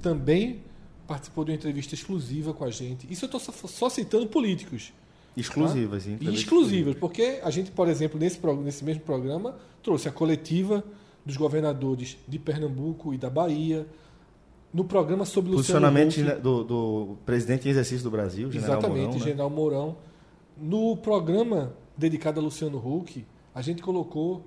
[SPEAKER 3] também participou de uma entrevista exclusiva com a gente. Isso eu estou só, só citando políticos.
[SPEAKER 2] exclusivas, sim.
[SPEAKER 3] E exclusivas, porque a gente, por exemplo, nesse, prog- nesse mesmo programa, trouxe a coletiva dos governadores de Pernambuco e da Bahia. No programa sobre Luciano
[SPEAKER 2] Posicionamento
[SPEAKER 3] Huck,
[SPEAKER 2] gene- do, do presidente em exercício do Brasil, General
[SPEAKER 3] Exatamente,
[SPEAKER 2] Mourão, né?
[SPEAKER 3] General Mourão. No programa dedicado a Luciano Huck, a gente colocou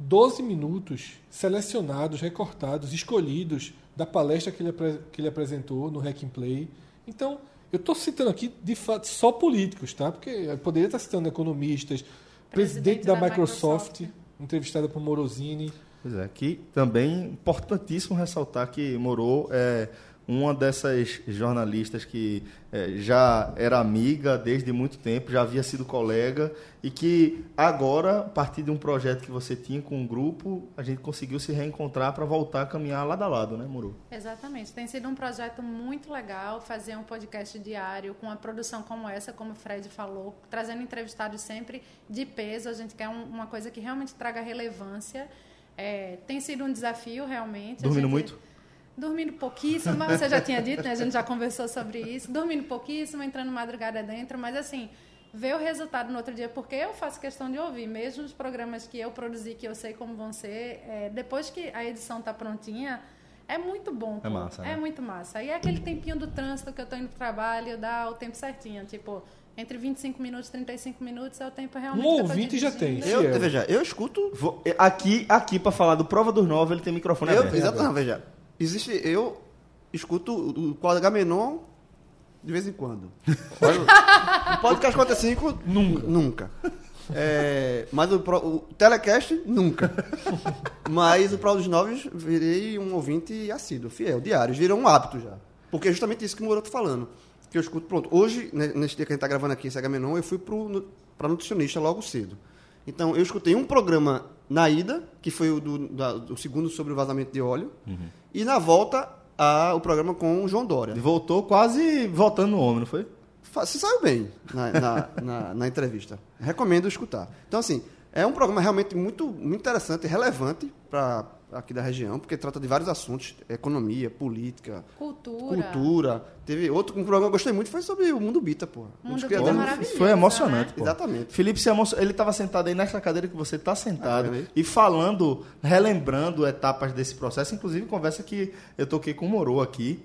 [SPEAKER 3] 12 minutos selecionados, recortados, escolhidos da palestra que ele, apre- que ele apresentou no Hack and Play. Então, eu estou citando aqui, de fato, só políticos, tá? Porque eu poderia estar citando economistas, presidente,
[SPEAKER 5] Presidente
[SPEAKER 3] da,
[SPEAKER 5] da
[SPEAKER 3] Microsoft,
[SPEAKER 5] Microsoft.
[SPEAKER 3] entrevistada por Morosini.
[SPEAKER 2] Pois é, que também importantíssimo ressaltar que Moro é uma dessas jornalistas que é, já era amiga desde muito tempo, já havia sido colega e que agora, a partir de um projeto que você tinha com um grupo, a gente conseguiu se reencontrar para voltar a caminhar lado a lado, né, Moro?
[SPEAKER 5] Exatamente. Tem sido um projeto muito legal fazer um podcast diário com uma produção como essa, como o Fred falou, trazendo entrevistados sempre de peso. A gente quer um- uma coisa que realmente traga relevância. É, tem sido um desafio, realmente. A
[SPEAKER 2] Dormindo
[SPEAKER 5] gente-
[SPEAKER 2] muito?
[SPEAKER 5] Dormindo pouquíssimo, mas você já tinha dito, né? A gente já conversou sobre isso. Dormindo pouquíssimo, entrando madrugada dentro, mas assim, ver o resultado no outro dia, porque eu faço questão de ouvir, mesmo os programas que eu produzi, que eu sei como vão ser, é, depois que a edição tá prontinha, é muito bom. pô.
[SPEAKER 2] massa, né?
[SPEAKER 5] É muito massa. E é aquele tempinho do trânsito que eu tô indo pro trabalho, dá o tempo certinho, tipo, entre 25 minutos e 35 minutos é o tempo realmente.
[SPEAKER 3] Um
[SPEAKER 5] que eu tô
[SPEAKER 3] ouvinte já
[SPEAKER 5] dirigindo.
[SPEAKER 3] tem.
[SPEAKER 4] Eu,
[SPEAKER 3] Fiel.
[SPEAKER 4] veja, eu escuto.
[SPEAKER 2] Vou- é, aqui, aqui para falar do Prova dos Nove, ele tem microfone
[SPEAKER 4] Eu,
[SPEAKER 2] aberto.
[SPEAKER 4] exatamente, veja. Existe. Eu escuto o- o Código Menon de vez em quando. Olha, o podcast 45? Nunca. Nunca. É, mas o, pro- o telecast, nunca. Mas o Pro dos Novos, virei um ouvinte assíduo, fiel, diário. Virou um hábito já. Porque é justamente isso que o Moroto falando. Que eu escuto, pronto. Hoje, né, nesse dia que a gente tá gravando aqui, esse Menon, eu fui pro, nu- pra nutricionista logo cedo. Então, eu escutei um programa na ida, que foi o do, da- do segundo sobre o vazamento de óleo. E na volta, a- o programa com o João Dória.
[SPEAKER 2] Ele voltou quase voltando no homem, não foi?
[SPEAKER 4] Fa- Se saiu bem na, na, na- na entrevista. Recomendo escutar. Então, assim, é um programa realmente muito, muito interessante, relevante para aqui da região, porque trata de vários assuntos, economia, política,
[SPEAKER 5] Cultura.
[SPEAKER 4] cultura. Teve outro um programa que eu gostei muito, foi sobre o Mundo Bita, porra.
[SPEAKER 5] Mundo
[SPEAKER 4] Os
[SPEAKER 5] Bita
[SPEAKER 4] criadores-
[SPEAKER 5] é maravilhoso.
[SPEAKER 2] Foi emocionante,
[SPEAKER 5] né?
[SPEAKER 2] pô.
[SPEAKER 4] Exatamente.
[SPEAKER 2] Felipe se emocionou. Ele estava sentado aí nessa cadeira que você está sentado
[SPEAKER 4] Ah, é mesmo?
[SPEAKER 2] e falando, relembrando etapas desse processo. Inclusive, conversa que eu toquei com o Moro aqui.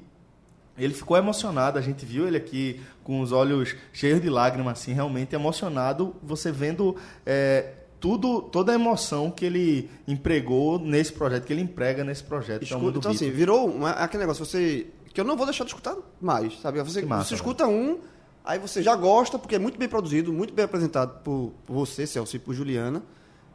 [SPEAKER 2] Ele ficou emocionado, a gente viu ele aqui com os olhos cheios de lágrimas, assim, realmente emocionado. Você vendo é, tudo, toda a emoção que ele empregou nesse projeto, que ele emprega nesse projeto. que é o
[SPEAKER 4] Escuta,
[SPEAKER 2] Mundo
[SPEAKER 4] então,
[SPEAKER 2] Beat.
[SPEAKER 4] assim, virou uma- aquele negócio, você. Que eu não vou deixar de escutar mais, sabe? Você,
[SPEAKER 2] Que massa,
[SPEAKER 4] você
[SPEAKER 2] velho.
[SPEAKER 4] escuta um, aí você já gosta, porque é muito bem produzido, muito bem apresentado por, por você, Celso, e por Juliana.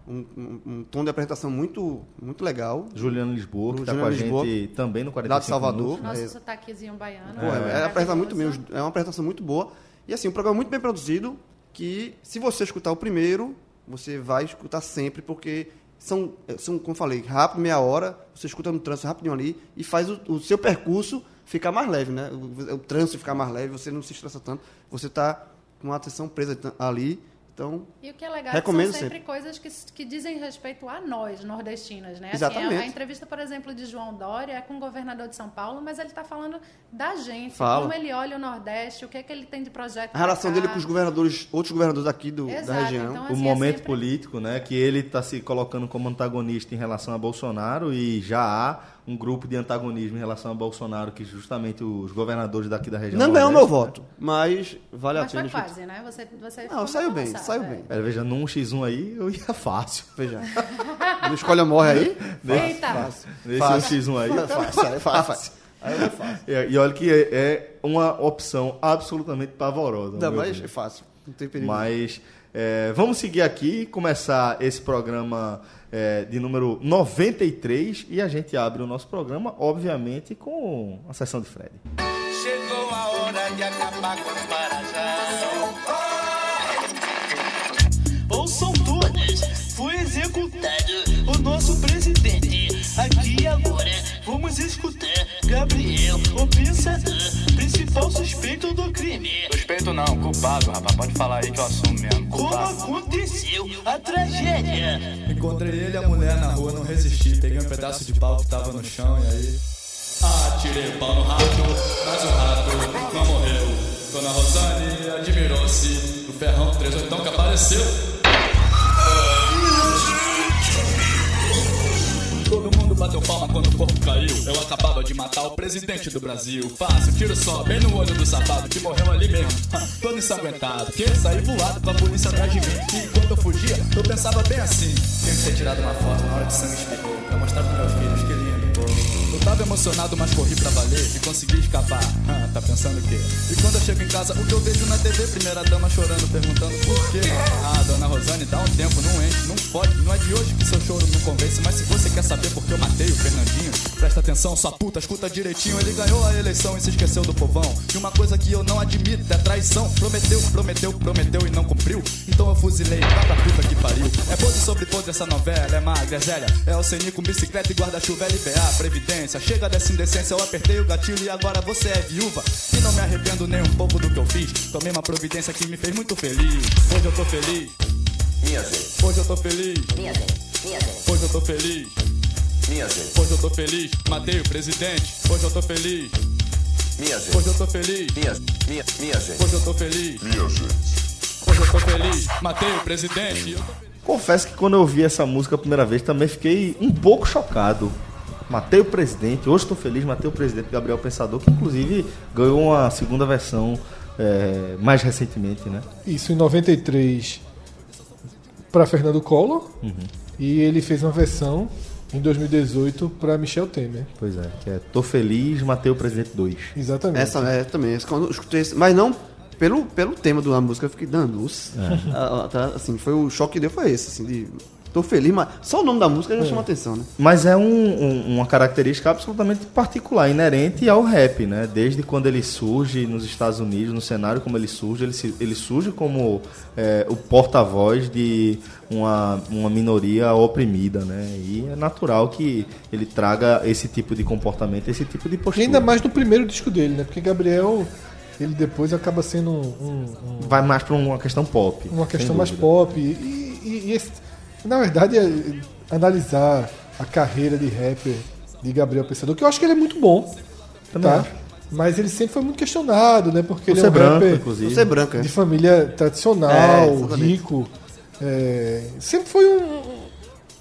[SPEAKER 4] Um, um- um tom de apresentação muito, muito legal.
[SPEAKER 2] Juliano Lisboa, que está com a
[SPEAKER 4] Juliano Lisboa,
[SPEAKER 2] gente também no 45
[SPEAKER 4] lá de Salvador.
[SPEAKER 2] Minutos.
[SPEAKER 5] Nosso
[SPEAKER 4] É.
[SPEAKER 5] sotaquezinho baiano.
[SPEAKER 4] Pô, é, ela apresenta muito bem,
[SPEAKER 5] maravilhoso.
[SPEAKER 4] os- é uma apresentação muito boa. E assim, um programa muito bem produzido, que se você escutar o primeiro, você vai escutar sempre, porque são, é, são como eu falei, rápido, meia hora, você escuta no trânsito rapidinho ali e faz o, o seu percurso ficar mais leve, né? O, o trânsito ficar mais leve, você não se estressa tanto, você tá com a atenção presa tan- ali. Então,
[SPEAKER 5] E o que é legal
[SPEAKER 4] Recomendo
[SPEAKER 5] é que são sempre
[SPEAKER 4] sempre.
[SPEAKER 5] coisas que, que dizem respeito a nós, nordestinas, né?
[SPEAKER 4] Exatamente.
[SPEAKER 5] a, a entrevista, por exemplo, de João Dória é com o governador de São Paulo, mas ele está falando da gente,
[SPEAKER 4] Fala.
[SPEAKER 5] como ele olha o Nordeste, o que é que ele tem de projeto.
[SPEAKER 4] a relação
[SPEAKER 5] pra
[SPEAKER 4] dele
[SPEAKER 5] cá.
[SPEAKER 4] com os governadores, outros governadores aqui do,
[SPEAKER 5] Ah. Exato,
[SPEAKER 4] da região.
[SPEAKER 5] então,
[SPEAKER 2] o
[SPEAKER 5] assim, é
[SPEAKER 2] momento
[SPEAKER 5] sempre-
[SPEAKER 2] político, né, que ele está se colocando como antagonista em relação a Bolsonaro e já há um grupo de antagonismo em relação a Bolsonaro que justamente os governadores daqui da região
[SPEAKER 4] Não ganhou meu
[SPEAKER 2] Nordeste,
[SPEAKER 4] voto, mas vale
[SPEAKER 5] Mas
[SPEAKER 4] a pena
[SPEAKER 5] foi quase, né? Você, você ficou
[SPEAKER 4] Não,
[SPEAKER 5] mais
[SPEAKER 4] saiu bem,
[SPEAKER 5] avançado,
[SPEAKER 4] saiu
[SPEAKER 5] é.
[SPEAKER 4] bem.
[SPEAKER 2] né? Pera, veja, num X1 aí eu ia fácil.
[SPEAKER 4] Veja. No escolha morre aí?
[SPEAKER 5] Eita!
[SPEAKER 2] Nesse
[SPEAKER 4] Fácil.
[SPEAKER 2] X1 aí é fácil.
[SPEAKER 4] Fácil, aí é fácil. Aí é fácil.
[SPEAKER 2] É, E olha que é, é uma opção absolutamente pavorosa.
[SPEAKER 4] Ainda
[SPEAKER 2] ao meu
[SPEAKER 4] mais
[SPEAKER 2] ver.
[SPEAKER 4] é fácil. Não tem perigo.
[SPEAKER 2] Mas é, vamos seguir aqui, começar esse programa é, de número 93 e a gente abre o nosso programa, obviamente, com a sessão de Fred.
[SPEAKER 7] Chegou a hora de acabar com as marajás. Ou são todas, foi executado o nosso presidente. Aqui e agora vamos escutar Gabriel, o pensador, principal suspeito do crime.
[SPEAKER 8] Suspeito não, culpado, rapaz. Pode falar aí que eu assumo mesmo.
[SPEAKER 7] Como
[SPEAKER 8] Culpado.
[SPEAKER 7] aconteceu a tragédia?
[SPEAKER 9] Encontrei ele e a mulher na rua, não resisti. Peguei um pedaço de pau que tava no chão e aí. Atirei o pau no rato, mas o rato não morreu. Dona Rosane admirou-se do ferrão 38 que apareceu. Todo mundo bateu palma quando o corpo caiu. Eu acabava de matar o presidente do Brasil. Fácil, tiro só, bem no olho do sapato que morreu ali mesmo. Ha, Todo ensanguentado, que saí voado com a polícia atrás de mim. E enquanto eu fugia, eu pensava bem assim: tenho que ter tirado uma foto na hora que o sangue espirrou. Pra mostrar pros meus filhos que lindo. pô. Eu tava emocionado, mas corri pra valer e consegui escapar. Ah, tá pensando o quê? E quando eu chego em casa, o que eu vejo na TV? Primeira dama chorando, perguntando por quê? Ah, dona Rosane, dá um tempo, não enche, não pode. Não é de hoje que seu choro não convence, mas se você quer saber por que eu matei o Fernandinho, presta atenção, sua puta, escuta direitinho. Ele ganhou a eleição e se esqueceu do povão. E uma coisa que eu não admito é traição. Prometeu, prometeu, prometeu e não cumpriu. Então eu fuzilei, vá pra puta que pariu. É pose sobre pose essa novela, é magra, é zélia. É o cenico, bicicleta e guarda-chuva, LPA, previdência. Chega dessa indecência, eu apertei o gatilho e agora você é viúva. E não me arrependo nem um pouco do que eu fiz. Tomei uma providência que me fez muito feliz. Hoje eu tô feliz. Hoje eu tô feliz. Hoje eu tô feliz. Hoje eu tô feliz. Matei o presidente. Hoje eu tô feliz. Hoje eu tô feliz. Hoje eu tô feliz. Hoje eu tô feliz. Matei o presidente. Eu tô feliz.
[SPEAKER 2] Confesso que quando eu ouvi essa música a primeira vez também fiquei um pouco chocado. Matei o presidente, hoje estou feliz, matei o presidente Gabriel Pensador, que inclusive ganhou uma segunda versão é, mais recentemente, né?
[SPEAKER 3] Isso em
[SPEAKER 2] Uhum.
[SPEAKER 3] 93 para Fernando Collor. E ele fez uma versão em 2018 para Michel Temer.
[SPEAKER 2] Pois é, que é Tô Feliz, matei o Presidente 2.
[SPEAKER 3] Exatamente.
[SPEAKER 4] Essa é também, essa, quando eu escutei esse- mas não pelo, pelo tema da música, eu fiquei dando luz.
[SPEAKER 2] É.
[SPEAKER 4] Ah, ah, tá, assim, foi o choque que deu, foi esse, assim, de. Tô feliz, mas só o nome da música já chama atenção, né?
[SPEAKER 2] Mas é um- um- uma característica absolutamente particular, inerente ao rap, né? Desde quando ele surge nos Estados Unidos, no cenário como ele surge, ele, se- ele surge como é, o porta-voz de uma, uma minoria oprimida, né? E é natural que ele traga esse tipo de comportamento, esse tipo de
[SPEAKER 3] E
[SPEAKER 2] postura.
[SPEAKER 3] ainda mais no primeiro disco dele, né? Porque Gabriel, ele depois acaba sendo um- um-
[SPEAKER 2] Vai mais para uma questão pop.
[SPEAKER 3] uma
[SPEAKER 2] sem
[SPEAKER 3] questão mais
[SPEAKER 2] dúvida.
[SPEAKER 3] pop. E, e- e esse- na verdade, é, é, analisar a carreira de rapper de Gabriel Pensador, que eu acho que ele é muito bom,
[SPEAKER 2] Também
[SPEAKER 3] tá?
[SPEAKER 2] acho.
[SPEAKER 3] Mas ele sempre foi muito questionado, né? Porque
[SPEAKER 2] Por
[SPEAKER 3] ele
[SPEAKER 2] ser
[SPEAKER 3] é um
[SPEAKER 2] branco,
[SPEAKER 3] rapper
[SPEAKER 2] inclusive.
[SPEAKER 4] Você é branca.
[SPEAKER 3] de família tradicional,
[SPEAKER 4] É, exatamente.
[SPEAKER 3] rico. é, sempre foi um,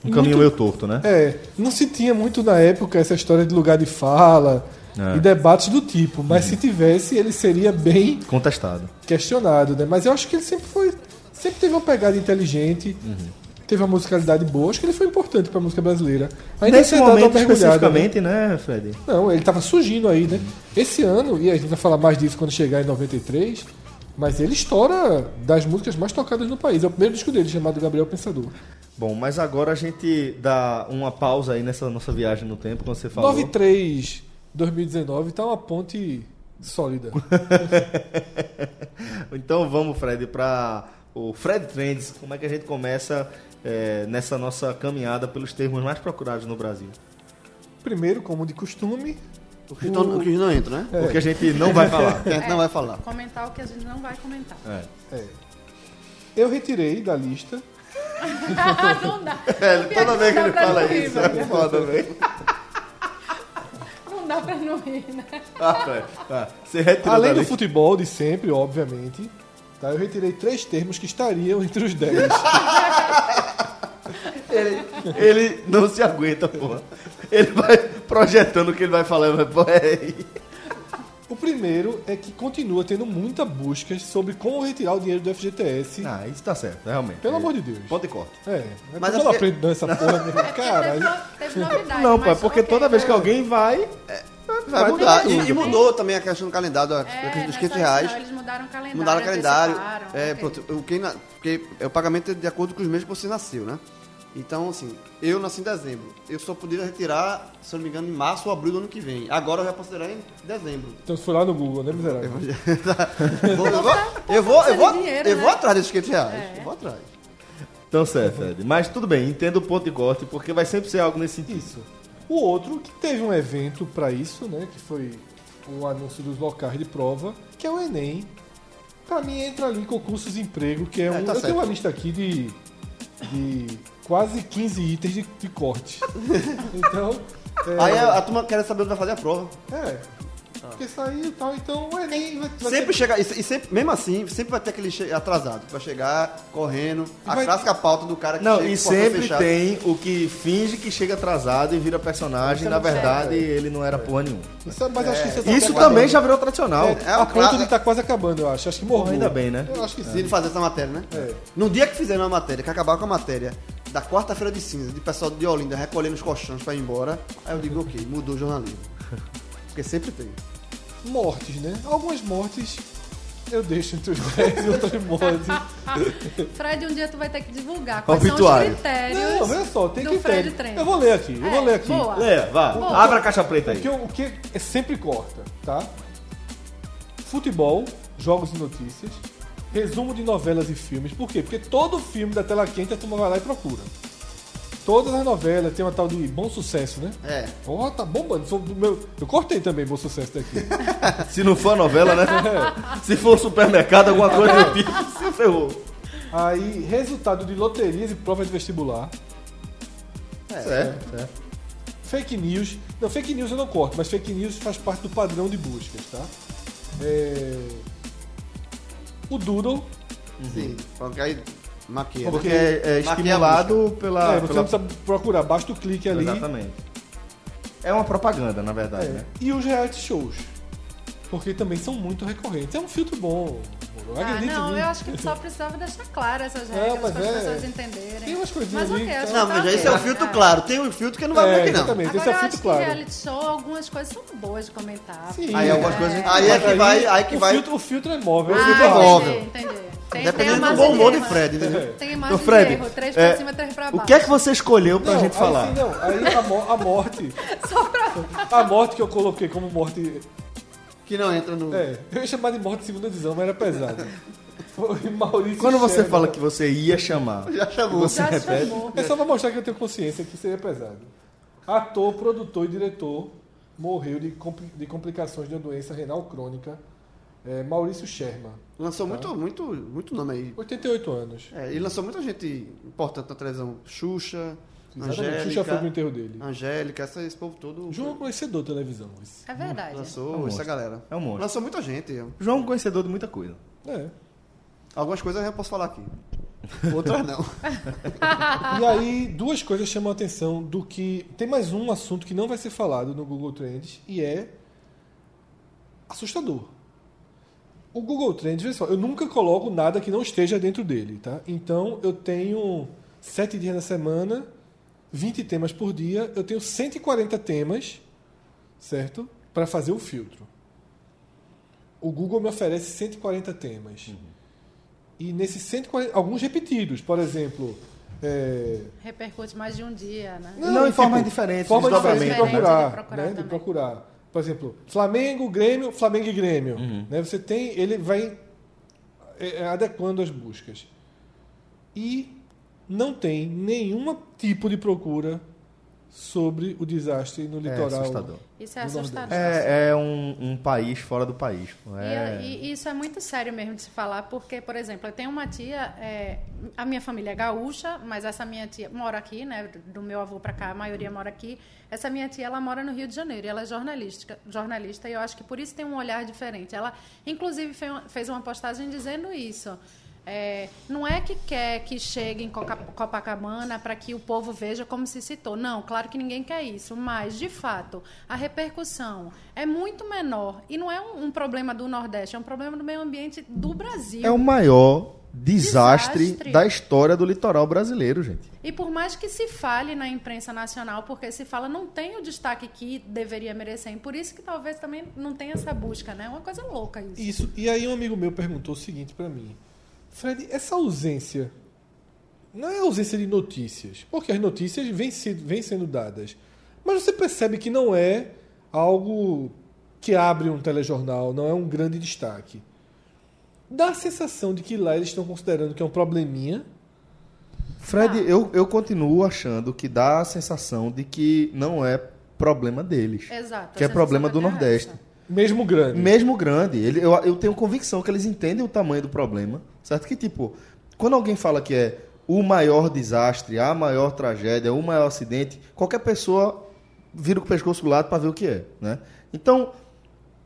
[SPEAKER 2] Um caminho meio torto, né?
[SPEAKER 3] É, não se tinha muito na época essa história de lugar de fala
[SPEAKER 2] É. Uhum.
[SPEAKER 3] e debates do tipo, mas se tivesse, ele seria bem
[SPEAKER 2] Contestado.
[SPEAKER 3] questionado, né? Mas eu acho que ele sempre foi. Sempre teve uma pegada inteligente,
[SPEAKER 2] Uhum.
[SPEAKER 3] teve uma musicalidade boa, acho que ele foi importante pra música brasileira. Ainda
[SPEAKER 2] Nesse
[SPEAKER 3] que tenha dado uma
[SPEAKER 2] momento,
[SPEAKER 3] mergulhada,
[SPEAKER 2] especificamente, né, Fred?
[SPEAKER 3] né? Não, ele tava surgindo aí, né? Esse ano, e a gente vai falar mais disso quando chegar em 93, mas ele estoura das músicas mais tocadas no país. É o primeiro disco dele, chamado Gabriel Pensador.
[SPEAKER 2] Bom, mas agora a gente dá uma pausa aí nessa nossa viagem no tempo, quando você falou.
[SPEAKER 3] 93 2019 tá uma ponte sólida.
[SPEAKER 2] Então vamos, Fred, para o Fred Trends. Como é que a gente começa eh, nessa nossa caminhada pelos termos mais procurados no Brasil?
[SPEAKER 3] Primeiro, como de costume,
[SPEAKER 4] O que, então- o que não entra, né?
[SPEAKER 2] Porque a gente não vai falar. É.
[SPEAKER 4] O que a gente não vai falar.
[SPEAKER 5] Comentar o que a gente não vai comentar.
[SPEAKER 3] é, eu retirei da lista
[SPEAKER 5] não dá.
[SPEAKER 4] É,
[SPEAKER 2] Velho, É, toda vez que
[SPEAKER 5] Não
[SPEAKER 2] ele
[SPEAKER 5] dá pra
[SPEAKER 2] fala
[SPEAKER 5] não rir, né?
[SPEAKER 2] isso,
[SPEAKER 5] velho.
[SPEAKER 2] é foda, velho.
[SPEAKER 5] Não dá pra não rir, né?
[SPEAKER 2] Ah, Fred, tá. Você retirou
[SPEAKER 3] Além
[SPEAKER 2] da
[SPEAKER 3] do
[SPEAKER 2] lista.
[SPEAKER 3] futebol de sempre, obviamente, tá? eu retirei três termos que estariam entre os 10.
[SPEAKER 2] Ele não se aguenta, porra. Ele vai projetando o que ele vai falar. Mas, pô, é...
[SPEAKER 3] o primeiro é que continua tendo muita busca sobre como retirar o dinheiro do FGTS.
[SPEAKER 2] Ah, isso tá certo, realmente.
[SPEAKER 3] Pelo amor de Deus.
[SPEAKER 2] Ponto e corte.
[SPEAKER 3] É, é
[SPEAKER 4] Mas
[SPEAKER 3] Mas
[SPEAKER 4] é
[SPEAKER 3] eu
[SPEAKER 4] porque-
[SPEAKER 3] aprendo não, essa porra,
[SPEAKER 5] É
[SPEAKER 3] né? caralho.
[SPEAKER 5] Teve, teve novidade.
[SPEAKER 2] Não, pô, é
[SPEAKER 5] mas
[SPEAKER 2] porque
[SPEAKER 5] ok.
[SPEAKER 2] toda vez que alguém vai,
[SPEAKER 4] Vai mudar. E, e mudou também a questão do calendário, a
[SPEAKER 5] É,
[SPEAKER 4] questão dos
[SPEAKER 5] nessa
[SPEAKER 4] 500
[SPEAKER 5] edição,
[SPEAKER 4] reais.
[SPEAKER 5] Eles mudaram o calendário.
[SPEAKER 4] Mudaram o calendário.
[SPEAKER 5] anteciparam,
[SPEAKER 4] É,
[SPEAKER 5] ok.
[SPEAKER 4] pronto, o quem na- porque é o pagamento é de acordo com os meses que você nasceu, né? Então, assim, eu nasci em dezembro. Eu só poderia retirar, se eu não me engano, em março ou abril do ano que vem. Agora eu já posso tirar em dezembro.
[SPEAKER 3] Então foi lá no Google, né, miserável?
[SPEAKER 4] Eu vou, eu
[SPEAKER 2] Então
[SPEAKER 4] vou,
[SPEAKER 2] tá,
[SPEAKER 4] eu vou, eu vou,
[SPEAKER 5] dinheiro,
[SPEAKER 4] eu
[SPEAKER 5] né?
[SPEAKER 4] vou atrás desses 500 reais.
[SPEAKER 2] É.
[SPEAKER 4] Eu vou atrás.
[SPEAKER 2] Então certo, Fred. Mas tudo bem, entendo o ponto de corte, porque vai sempre ser algo nesse sentido.
[SPEAKER 3] Isso. O outro que teve um evento pra isso, né? Que foi um anúncio dos locais de prova, que é o Enem. Pra mim entra ali em concursos de emprego, que é, um.
[SPEAKER 4] tá
[SPEAKER 3] eu
[SPEAKER 4] certo.
[SPEAKER 3] tenho uma lista aqui de, de quase 15 itens de, de corte. então. É,
[SPEAKER 4] Aí a, a turma quer saber onde vai fazer a prova.
[SPEAKER 3] é. Porque saiu e tal, então o Enem vai, vai
[SPEAKER 4] Sempre
[SPEAKER 3] ser-
[SPEAKER 4] chega, e, se- e sempre, mesmo assim, sempre vai ter aquele che- atrasado. que Vai chegar correndo, a
[SPEAKER 3] vai-
[SPEAKER 4] clássica pauta do cara que
[SPEAKER 2] Não,
[SPEAKER 4] chega
[SPEAKER 2] e
[SPEAKER 4] com a porta
[SPEAKER 2] sempre
[SPEAKER 4] fechada.
[SPEAKER 2] tem o que finge que chega atrasado e vira
[SPEAKER 3] é
[SPEAKER 2] personagem, na verdade ele não era porra nenhuma.
[SPEAKER 3] Isso, mas acho que isso, tá
[SPEAKER 2] Isso
[SPEAKER 3] acabando.
[SPEAKER 2] também já virou tradicional.
[SPEAKER 3] É,
[SPEAKER 4] É
[SPEAKER 3] a
[SPEAKER 4] uma
[SPEAKER 3] ponto
[SPEAKER 4] clara-
[SPEAKER 3] de estar quase acabando, eu acho. Acho que morreu.
[SPEAKER 2] um ainda bem, né?
[SPEAKER 3] Eu acho que
[SPEAKER 4] Se
[SPEAKER 3] sim.
[SPEAKER 4] ele fazer essa matéria, né?
[SPEAKER 3] É.
[SPEAKER 4] No dia que fizeram a matéria, que acabar com a matéria da quarta-feira de cinza, de pessoal de Olinda recolhendo os colchões pra ir embora, aí eu digo, ok, mudou o jornalismo. Porque sempre tem.
[SPEAKER 3] Mortes, né? Algumas mortes eu deixo entre os 10 e outras mortes.
[SPEAKER 5] Fred, um dia tu vai ter que divulgar quais
[SPEAKER 2] Obituário.
[SPEAKER 5] são os critérios.
[SPEAKER 3] Não, olha só, tem
[SPEAKER 5] do
[SPEAKER 3] que
[SPEAKER 5] Fred
[SPEAKER 3] ter.
[SPEAKER 5] Trent.
[SPEAKER 3] Eu vou ler aqui, eu
[SPEAKER 5] É,
[SPEAKER 3] vou ler aqui.
[SPEAKER 5] Boa.
[SPEAKER 2] É, vá.
[SPEAKER 5] Boa.
[SPEAKER 2] Abra a caixa preta
[SPEAKER 3] O que,
[SPEAKER 2] aí.
[SPEAKER 3] eu- o que é sempre corta, tá? Futebol, jogos e notícias, resumo de novelas e filmes. Por quê? Porque todo filme da tela quente a turma vai lá e procura. Todas as novelas tem uma tal de bom sucesso, né?
[SPEAKER 4] É.
[SPEAKER 3] Ó, tá bombando. Sou do meu- Eu cortei também bom sucesso daqui.
[SPEAKER 2] Se não for novela, né? Se for supermercado, alguma coisa do tipo, se ferrou.
[SPEAKER 3] Aí, resultado de loterias e provas de vestibular. É,
[SPEAKER 2] Certo, certo.
[SPEAKER 3] Fake news. Não, fake news eu não corto, mas fake news faz parte do padrão de buscas, tá? É... O Doodle. Uhum.
[SPEAKER 4] Sim. Porque aí maquia.
[SPEAKER 2] Porque
[SPEAKER 4] né?
[SPEAKER 2] é, é
[SPEAKER 4] Marquei a
[SPEAKER 2] estimulado pela.
[SPEAKER 4] Ah,
[SPEAKER 3] é, você
[SPEAKER 2] pela-
[SPEAKER 3] não precisa procurar, basta o clique ali.
[SPEAKER 2] Exatamente. É uma propaganda, na verdade,
[SPEAKER 3] É.
[SPEAKER 2] né?
[SPEAKER 3] E os reality shows. Porque também são muito recorrentes. É um filtro bom. É, Eu
[SPEAKER 5] Ah,
[SPEAKER 3] acredito em
[SPEAKER 5] não,
[SPEAKER 3] mim.
[SPEAKER 5] eu acho que só precisava deixar claro essas
[SPEAKER 3] Não,
[SPEAKER 5] regras
[SPEAKER 3] mas
[SPEAKER 5] para as
[SPEAKER 3] é-
[SPEAKER 5] pessoas entenderem.
[SPEAKER 3] tem umas coisinhas
[SPEAKER 5] mas
[SPEAKER 3] ali
[SPEAKER 5] ok,
[SPEAKER 3] que
[SPEAKER 5] acho
[SPEAKER 3] tá-
[SPEAKER 5] que
[SPEAKER 4] Não,
[SPEAKER 5] tá
[SPEAKER 4] mas
[SPEAKER 5] ok,
[SPEAKER 4] esse é o
[SPEAKER 5] né?
[SPEAKER 4] filtro claro. Tem um filtro que não vai
[SPEAKER 3] É,
[SPEAKER 4] ver aqui, não.
[SPEAKER 3] exatamente, esse é
[SPEAKER 5] Agora eu acho
[SPEAKER 3] filtro
[SPEAKER 5] que
[SPEAKER 3] claro.
[SPEAKER 5] reality show, algumas coisas são boas de comentar.
[SPEAKER 3] Sim,
[SPEAKER 4] Aí algumas coisas a gente Aí é que
[SPEAKER 3] mas
[SPEAKER 4] vai, aí que
[SPEAKER 3] o
[SPEAKER 4] vai.
[SPEAKER 3] Filtro, o filtro é móvel.
[SPEAKER 5] Ah,
[SPEAKER 3] o filtro é
[SPEAKER 5] entendi,
[SPEAKER 3] móvel.
[SPEAKER 4] móvel.
[SPEAKER 5] entendi. Tem, tem a
[SPEAKER 4] Dependendo do
[SPEAKER 5] margem
[SPEAKER 4] bom humor de
[SPEAKER 5] erro,
[SPEAKER 4] Fred,
[SPEAKER 5] né?
[SPEAKER 3] É.
[SPEAKER 4] entendeu?
[SPEAKER 5] Tem a
[SPEAKER 2] Ô,
[SPEAKER 5] margem
[SPEAKER 2] Fred,
[SPEAKER 5] de erro, três
[SPEAKER 2] é,
[SPEAKER 5] pra cima, três pra baixo.
[SPEAKER 2] O que é que você escolheu pra gente
[SPEAKER 3] aí
[SPEAKER 2] falar?
[SPEAKER 3] sim, não. Aí a, mo- a morte. A morte que eu coloquei como morte.
[SPEAKER 4] Que não entra no.
[SPEAKER 3] É, eu ia chamar de morte de segunda divisão, mas era pesado. Foi Maurício
[SPEAKER 2] Quando você
[SPEAKER 3] Sherman.
[SPEAKER 2] fala que você ia chamar,
[SPEAKER 4] Já chamou.
[SPEAKER 2] você
[SPEAKER 5] Já
[SPEAKER 2] repete.
[SPEAKER 5] chamou.
[SPEAKER 3] É só pra mostrar que eu tenho consciência que seria pesado. Ator, produtor e diretor morreu de, compli- de complicações de uma doença renal crônica. É, Maurício Sherman, Ah.
[SPEAKER 4] Lançou muito, muito, muito nome aí.
[SPEAKER 3] 88 anos.
[SPEAKER 4] É, e lançou muita gente importante na televisão. Xuxa,
[SPEAKER 3] Exatamente. Xuxa foi pro
[SPEAKER 4] Angélica.
[SPEAKER 3] enterro dele.
[SPEAKER 4] Angélica, essa- esse povo todo.
[SPEAKER 3] João conhecedor da televisão. Isso.
[SPEAKER 5] É verdade.
[SPEAKER 4] Lançou
[SPEAKER 2] monstro.
[SPEAKER 4] essa galera.
[SPEAKER 2] É um monstro.
[SPEAKER 4] Lançou muita gente.
[SPEAKER 2] João é um conhecedor de muita coisa.
[SPEAKER 3] É.
[SPEAKER 4] Algumas coisas eu posso falar aqui. Outras não.
[SPEAKER 3] E aí, duas coisas chamam a atenção do que. Tem mais um assunto que não vai ser falado no Google Trends e é assustador. O Google Trends, veja só, eu nunca coloco nada que não esteja dentro dele, tá? Então eu tenho sete dias na semana, 20 temas por dia, eu tenho 140 temas, certo? Para fazer o filtro. O Google me oferece 140 temas. E nesses 140, alguns repetidos, por exemplo, é,
[SPEAKER 5] Repercute mais de um dia, né?
[SPEAKER 2] Não, em formas diferentes,
[SPEAKER 3] tipo, forma diferente de
[SPEAKER 2] desdobramento.
[SPEAKER 5] desdobramento.
[SPEAKER 3] procurar,
[SPEAKER 5] De procurar
[SPEAKER 3] né? De
[SPEAKER 5] também.
[SPEAKER 3] procurar. Por exemplo, Flamengo, Grêmio, Flamengo e Grêmio.
[SPEAKER 2] Uhum.
[SPEAKER 3] Né? Você tem, ele vai é, é, adequando as buscas. E não tem nenhum tipo de procura sobre o desastre no
[SPEAKER 2] É
[SPEAKER 3] litoral.
[SPEAKER 2] assustador.
[SPEAKER 5] Isso é
[SPEAKER 3] No
[SPEAKER 5] assustador.
[SPEAKER 2] É, é um, um país fora do país. pô. É,
[SPEAKER 5] E, e isso é muito sério mesmo de se falar, porque, por exemplo, eu tenho uma tia, é, a minha família é gaúcha, mas essa minha tia mora aqui, né? Do meu avô pra cá, a maioria mora aqui. Essa minha tia, ela mora no Rio de Janeiro e ela é jornalística, jornalista, e eu acho que por isso tem um olhar diferente. Ela, inclusive, fe- fez uma postagem dizendo isso. É, não é que quer que chegue em Coca- Copacabana para que o povo veja como se citou. Não, claro que ninguém quer isso, mas de fato a repercussão é muito menor e não é um, um problema do Nordeste, é um problema do meio ambiente do Brasil.
[SPEAKER 3] um
[SPEAKER 2] é o maior desastre,
[SPEAKER 5] Desastre.
[SPEAKER 2] da história do litoral brasileiro, gente.
[SPEAKER 5] E por mais que se fale na imprensa nacional, porque se fala não tem o destaque que deveria merecer, e por isso que talvez também não tenha essa busca, né? É uma coisa louca isso.
[SPEAKER 3] Isso. E aí um amigo meu perguntou o seguinte pra mim: Fred, essa ausência não é ausência de notícias, porque as notícias vêm sendo, vêm sendo dadas. Mas você percebe que não é algo que abre um telejornal, não é um grande destaque. Dá a sensação de que lá eles estão considerando que é um probleminha.
[SPEAKER 5] Ah.
[SPEAKER 2] Fred, eu, eu continuo achando que dá a sensação de que não é problema deles.
[SPEAKER 5] Exato, a
[SPEAKER 2] Que é
[SPEAKER 5] sensação
[SPEAKER 2] problema
[SPEAKER 5] que
[SPEAKER 2] do
[SPEAKER 5] eu tenho
[SPEAKER 2] Nordeste.
[SPEAKER 5] é essa.
[SPEAKER 3] Mesmo grande.
[SPEAKER 2] Mesmo grande, ele- eu, eu tenho convicção que eles entendem o tamanho do problema, certo? Que tipo, quando alguém fala que é o maior desastre, a maior tragédia, o maior acidente, qualquer pessoa vira o pescoço do lado para ver o que é, né? Então,